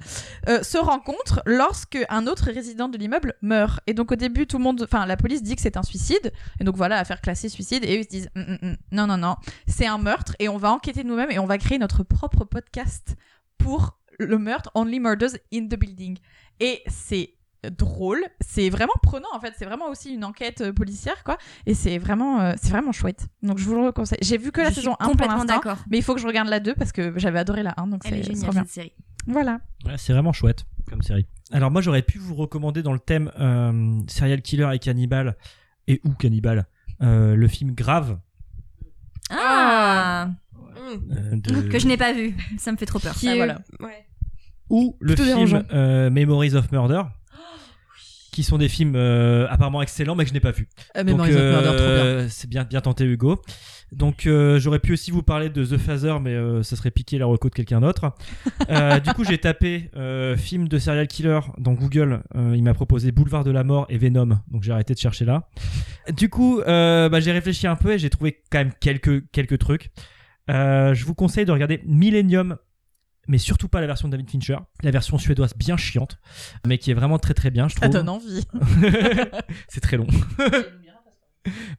Speaker 2: euh, se rencontrent lorsque un autre résident de l'immeuble meurt. Et donc au début, tout le monde, enfin la police dit que c'est un suicide. Et donc voilà, à faire classer suicide. Et eux ils se disent, Hum, hum, hum, non non non, c'est un meurtre et on va enquêter nous-mêmes et on va créer notre propre podcast pour le meurtre Only Murders in the Building. Et c'est drôle, c'est vraiment prenant en fait, c'est vraiment aussi une enquête euh, policière quoi. Et c'est vraiment, euh, c'est vraiment chouette. Donc je vous le recommande. J'ai vu que la
Speaker 1: Je suis
Speaker 2: saison 1 pour
Speaker 1: complètement
Speaker 2: l'instant,
Speaker 1: d'accord.
Speaker 2: mais il faut que je regarde la 2 parce que j'avais adoré la 1 donc
Speaker 1: Elle est,
Speaker 2: c'est c'est
Speaker 1: géniale
Speaker 2: trop bien.
Speaker 1: cette série.
Speaker 2: Voilà.
Speaker 8: Ouais, c'est vraiment chouette comme série. Alors moi j'aurais pu vous recommander dans le thème euh, serial killer et cannibale et ou cannibale euh, le film Grave
Speaker 1: Ah,
Speaker 8: euh, de-
Speaker 1: que je n'ai pas vu. Ça me fait trop peur.
Speaker 7: Qui
Speaker 2: Ah,
Speaker 7: est-
Speaker 2: Mm.
Speaker 7: euh,
Speaker 2: voilà.
Speaker 7: ouais.
Speaker 8: ou le
Speaker 7: Plutôt dérangeant.
Speaker 8: film euh, Memories of Murder qui sont des films euh, apparemment excellents mais que je n'ai pas vu.
Speaker 6: Euh,
Speaker 8: Donc,
Speaker 6: Memories of Murder, trop bien.
Speaker 8: euh, C'est bien, bien tenté, Hugo. Donc, euh, j'aurais pu aussi vous parler de The Phaser, mais euh, ça serait piquer la reco de quelqu'un d'autre. Euh, du coup, j'ai tapé euh, film de serial killer dans Google. Euh, il m'a proposé Boulevard de la mort et Venom, donc j'ai arrêté de chercher là. Du coup, euh, bah, j'ai réfléchi un peu et j'ai trouvé quand même quelques, quelques trucs. Euh, je vous conseille de regarder Millennium, mais surtout pas la version de David Fincher, la version suédoise bien chiante, mais qui est vraiment très très bien, je
Speaker 2: Ça
Speaker 8: trouve.
Speaker 2: donne envie.
Speaker 8: c'est très long.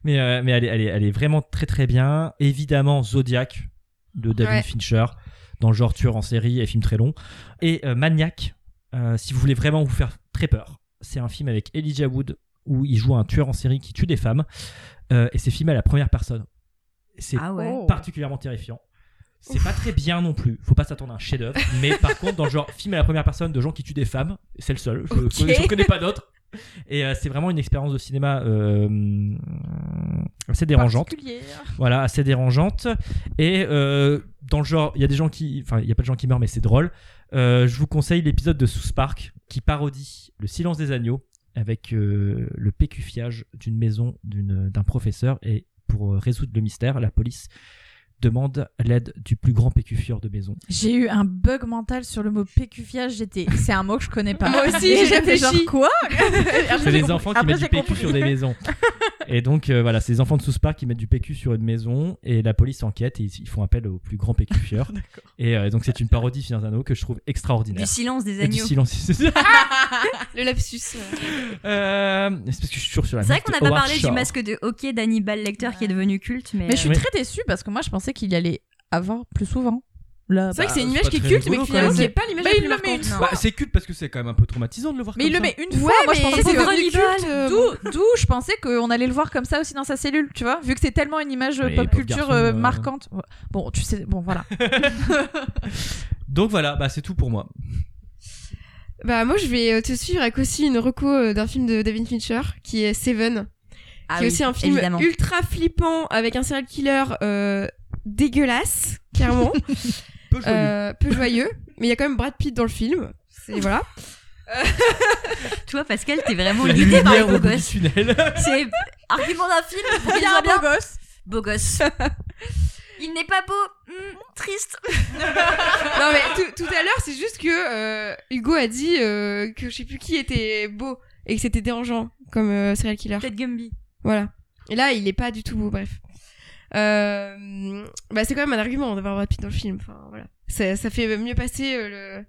Speaker 8: mais euh, mais elle, est, elle, est, elle est vraiment très très bien. Évidemment, Zodiac de David
Speaker 7: Ouais.
Speaker 8: Fincher, dans le genre tueur en série et film très long. Et euh, Maniac, euh, si vous voulez vraiment vous faire très peur. C'est un film avec Elijah Wood où il joue un tueur en série qui tue des femmes. Euh, et c'est filmé à la première personne. C'est
Speaker 1: Ah ouais.
Speaker 2: Oh.
Speaker 8: particulièrement terrifiant. C'est pas très bien non plus, faut pas s'attendre à un chef-d'œuvre, mais par contre, dans le genre film à la première personne de gens qui tuent des femmes, c'est le seul, je,
Speaker 2: Ok.
Speaker 8: je connais pas d'autres. Et euh, c'est vraiment une expérience de cinéma euh, assez dérangeante.
Speaker 2: Particulière.
Speaker 8: Voilà, assez dérangeante. Et euh, dans le genre, il y a des gens qui. Enfin, il n'y a pas de gens qui meurent, mais c'est drôle. Euh, je vous conseille l'épisode de South Park qui parodie Le silence des agneaux avec euh, le pécufiage d'une maison d'une- d'un professeur. Et pour euh, résoudre le mystère, la police demande l'aide du plus grand pécufieur de maison.
Speaker 2: J'ai eu un bug mental sur le mot pécufiage. J'étais, c'est un mot que je connais pas.
Speaker 7: Moi aussi,
Speaker 2: Et
Speaker 7: j'ai
Speaker 2: j'étais genre
Speaker 7: réfléchi.
Speaker 2: quoi Après,
Speaker 8: C'est
Speaker 2: j'ai
Speaker 8: les
Speaker 2: compris.
Speaker 8: enfants qui
Speaker 2: Après,
Speaker 8: mettent
Speaker 2: j'ai
Speaker 8: du PQ
Speaker 2: compris.
Speaker 8: sur des maisons. Et donc euh, voilà, c'est les enfants de South Park qui mettent du PQ sur une maison et la police enquête et ils, ils font appel au plus grand PQfieur. et euh, donc c'est une parodie Filins Anneaux que je trouve
Speaker 1: Du
Speaker 8: extraordinaire.
Speaker 1: silence des
Speaker 8: Et du
Speaker 1: agneaux.
Speaker 8: silence. Euh,
Speaker 7: Le lapsus.
Speaker 2: Ah,
Speaker 7: euh.
Speaker 2: bah,
Speaker 8: c'est parce que je suis toujours sur la
Speaker 1: C'est vrai
Speaker 8: mythe
Speaker 1: qu'on n'a pas
Speaker 8: Howard
Speaker 1: parlé du
Speaker 8: Shore.
Speaker 1: masque de hockey d'Hannibal Lecter qui est devenu culte, mais,
Speaker 2: Mais je suis
Speaker 8: Ouais.
Speaker 2: très déçue parce que moi, je pensais qu'il y allait avoir plus souvent. Là,
Speaker 7: C'est vrai
Speaker 8: bah,
Speaker 7: que c'est une
Speaker 8: c'est
Speaker 7: image
Speaker 8: pas
Speaker 7: qui est
Speaker 8: très
Speaker 7: culte, mais
Speaker 8: rigolo,
Speaker 7: que finalement
Speaker 2: quand
Speaker 7: qui
Speaker 2: même.
Speaker 7: est pas l'image
Speaker 2: Mais
Speaker 7: la
Speaker 2: il
Speaker 7: plus
Speaker 2: le met
Speaker 7: marquante.
Speaker 2: une fois.
Speaker 8: Bah, c'est culte parce que c'est quand même un peu traumatisant de le voir
Speaker 2: Mais
Speaker 8: comme
Speaker 2: il le
Speaker 8: ça.
Speaker 2: met une
Speaker 7: Ouais,
Speaker 2: fois. Moi, je
Speaker 7: mais
Speaker 2: pensais que
Speaker 7: c'est
Speaker 2: c'était
Speaker 7: devenu
Speaker 2: ridicule.
Speaker 7: culte, euh,
Speaker 2: D'où, d'où, je pensais qu'on allait le voir comme ça aussi dans sa cellule, tu vois, vu que c'est tellement une image euh,
Speaker 8: Oui,
Speaker 2: pop
Speaker 8: pauvre
Speaker 2: culture
Speaker 8: garçon,
Speaker 2: euh,
Speaker 8: euh,
Speaker 2: marquante. Ouais. Bon, tu sais, bon, voilà.
Speaker 8: Donc voilà, bah, c'est tout pour moi.
Speaker 7: Bah moi je vais euh, te suivre avec aussi une reco euh, d'un film de David Fincher qui est Seven,
Speaker 1: Ah
Speaker 7: qui est
Speaker 1: oui,
Speaker 7: aussi un film
Speaker 1: évidemment.
Speaker 7: ultra flippant avec un serial killer euh, dégueulasse, clairement,
Speaker 8: Peu joli.
Speaker 7: euh, peu joyeux, mais il y a quand même Brad Pitt dans le film. C'est voilà.
Speaker 1: Toi, Pascal, t'es vraiment
Speaker 8: La
Speaker 1: guidé par les
Speaker 8: lumière
Speaker 1: beaux
Speaker 8: au bout du
Speaker 1: gosses.
Speaker 8: tunnel.
Speaker 1: C'est argument d'un film pour qu'il soit bien.
Speaker 2: gosse.
Speaker 1: Beau gosse. Il n'est pas beau. Hmm, triste.
Speaker 7: non mais tout, tout à l'heure c'est juste que euh, Hugo a dit euh, que je sais plus qui était beau et que c'était dérangeant comme euh, serial killer.
Speaker 1: Peut-être Gumby.
Speaker 7: Voilà. Et là, il est pas du tout beau, bref. Euh, bah, c'est quand même un argument d'avoir Brad Pitt dans le film. Enfin, voilà. Ça, ça fait mieux passer euh,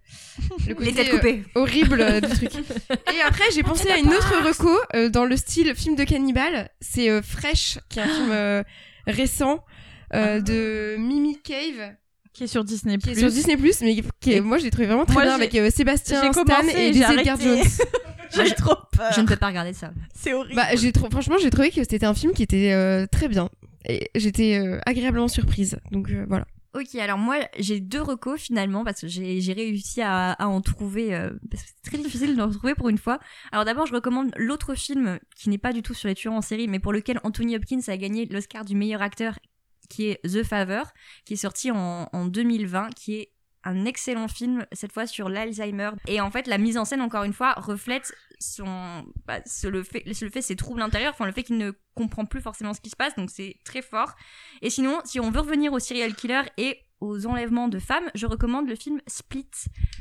Speaker 7: le, le côté
Speaker 1: Les têtes
Speaker 7: euh,
Speaker 1: coupées.
Speaker 7: horrible euh, du truc. Et après, j'ai pensé à une autre reco euh, dans le style film de cannibale. C'est euh, Fresh, qui est un
Speaker 2: Ah.
Speaker 7: film euh, récent euh, de Mimi Cave,
Speaker 2: Qui est sur Disney+.
Speaker 7: qui est sur Disney+, mais qui est- moi, je l'ai trouvé vraiment très
Speaker 2: Moi,
Speaker 7: bien
Speaker 2: j'ai-
Speaker 7: avec euh,
Speaker 2: j'ai
Speaker 7: Sébastien Stan
Speaker 2: commencé,
Speaker 7: et
Speaker 2: j'ai
Speaker 7: Lizzie Edgar Jones.
Speaker 2: arrêté. J'ai trop peur.
Speaker 1: Je ne peux pas regarder ça.
Speaker 2: C'est horrible.
Speaker 7: Bah, j'ai trou- franchement, j'ai trouvé que c'était un film qui était euh, très bien. Et j'étais euh, agréablement surprise. Donc euh, voilà.
Speaker 1: Ok, alors moi j'ai deux recos finalement parce que j'ai j'ai réussi à, à en trouver euh, parce que c'est très difficile d'en trouver pour une fois. Alors d'abord je recommande l'autre film qui n'est pas du tout sur les tueurs en série mais pour lequel Anthony Hopkins a gagné l'Oscar du meilleur acteur qui est The Favor qui est sorti en, en 2020 qui est un excellent film, cette fois sur l'Alzheimer. Et en fait, la mise en scène, encore une fois, reflète son, bah, ce- le fait, ce- le fait ses troubles intérieurs, enfin le fait qu'il ne comprend plus forcément ce qui se passe, donc c'est très fort. Et sinon, si on veut revenir au serial killer et aux enlèvements de femmes, je recommande le film Split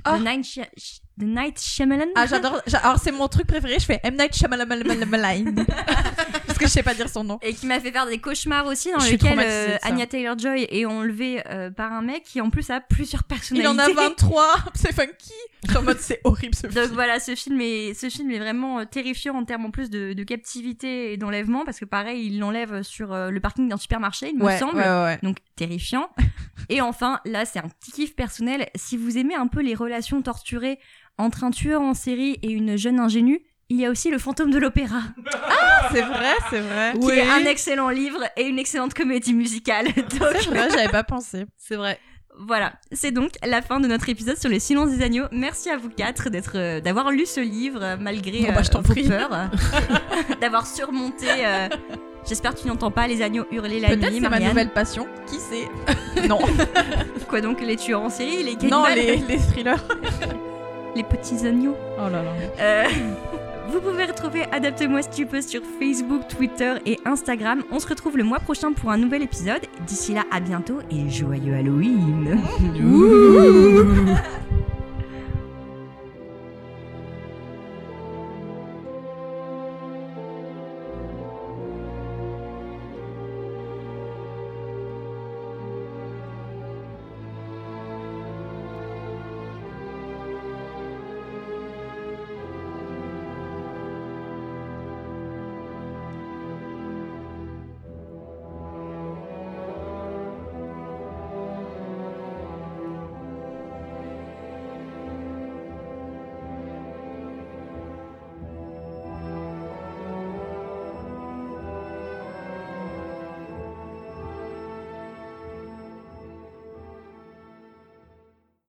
Speaker 2: Ah.
Speaker 1: de Night, Shy- Sh- de Night Shyamalan.
Speaker 2: Ah, j'adore. j'a- Alors, c'est mon truc préféré. Je fais M. Night Shyamalan. Parce que je sais pas dire son nom.
Speaker 1: et qui m'a fait faire des cauchemars aussi dans
Speaker 6: Je suis
Speaker 1: lesquels
Speaker 6: traumatisée de
Speaker 1: euh,
Speaker 6: ça.
Speaker 1: Anya Taylor-Joy est enlevée euh, par un mec qui en plus a plusieurs
Speaker 2: Il
Speaker 1: personnalités.
Speaker 2: en a 23. C'est funky. Je suis en mode, c'est horrible ce
Speaker 1: Donc
Speaker 2: film.
Speaker 1: voilà, ce film est, ce film est vraiment euh, terrifiant en termes en plus de, de captivité et d'enlèvement, parce que pareil, il l'enlève sur euh, le parking d'un supermarché, il me
Speaker 2: ouais,
Speaker 1: semble.
Speaker 2: ouais, ouais, ouais.
Speaker 1: Donc terrifiant. Et enfin, là, c'est un petit kiff personnel. Si vous aimez un peu les relations torturées entre un tueur en série et une jeune ingénue, il y a aussi Le fantôme de l'opéra,
Speaker 2: C'est vrai, c'est vrai.
Speaker 1: qui est un excellent livre et une excellente comédie musicale.
Speaker 2: C'est
Speaker 1: Donc
Speaker 2: vrai, j'avais pas pensé.
Speaker 6: C'est vrai.
Speaker 1: voilà, c'est donc la fin de notre épisode sur le silence des agneaux. Merci à vous quatre d'être, euh, d'avoir lu ce livre euh, malgré
Speaker 2: Bon, bah,
Speaker 1: euh,
Speaker 2: je t'en
Speaker 1: vos
Speaker 2: prie.
Speaker 1: peurs, euh, d'avoir surmonté. euh, J'espère que tu n'entends pas les agneaux hurler la
Speaker 2: Peut-être
Speaker 1: nuit,
Speaker 2: c'est ma
Speaker 1: Marianne.
Speaker 2: nouvelle passion. Qui sait Non,
Speaker 1: Quoi donc les tueurs en série, les
Speaker 2: non,
Speaker 1: cannibales,
Speaker 2: les, les thrillers.
Speaker 1: les petits agneaux.
Speaker 2: Oh là là.
Speaker 1: Euh, vous pouvez retrouver Adapte-moi si tu peux sur Facebook, Twitter et Instagram. On se retrouve le mois prochain pour un nouvel épisode. D'ici là, à bientôt et joyeux Halloween.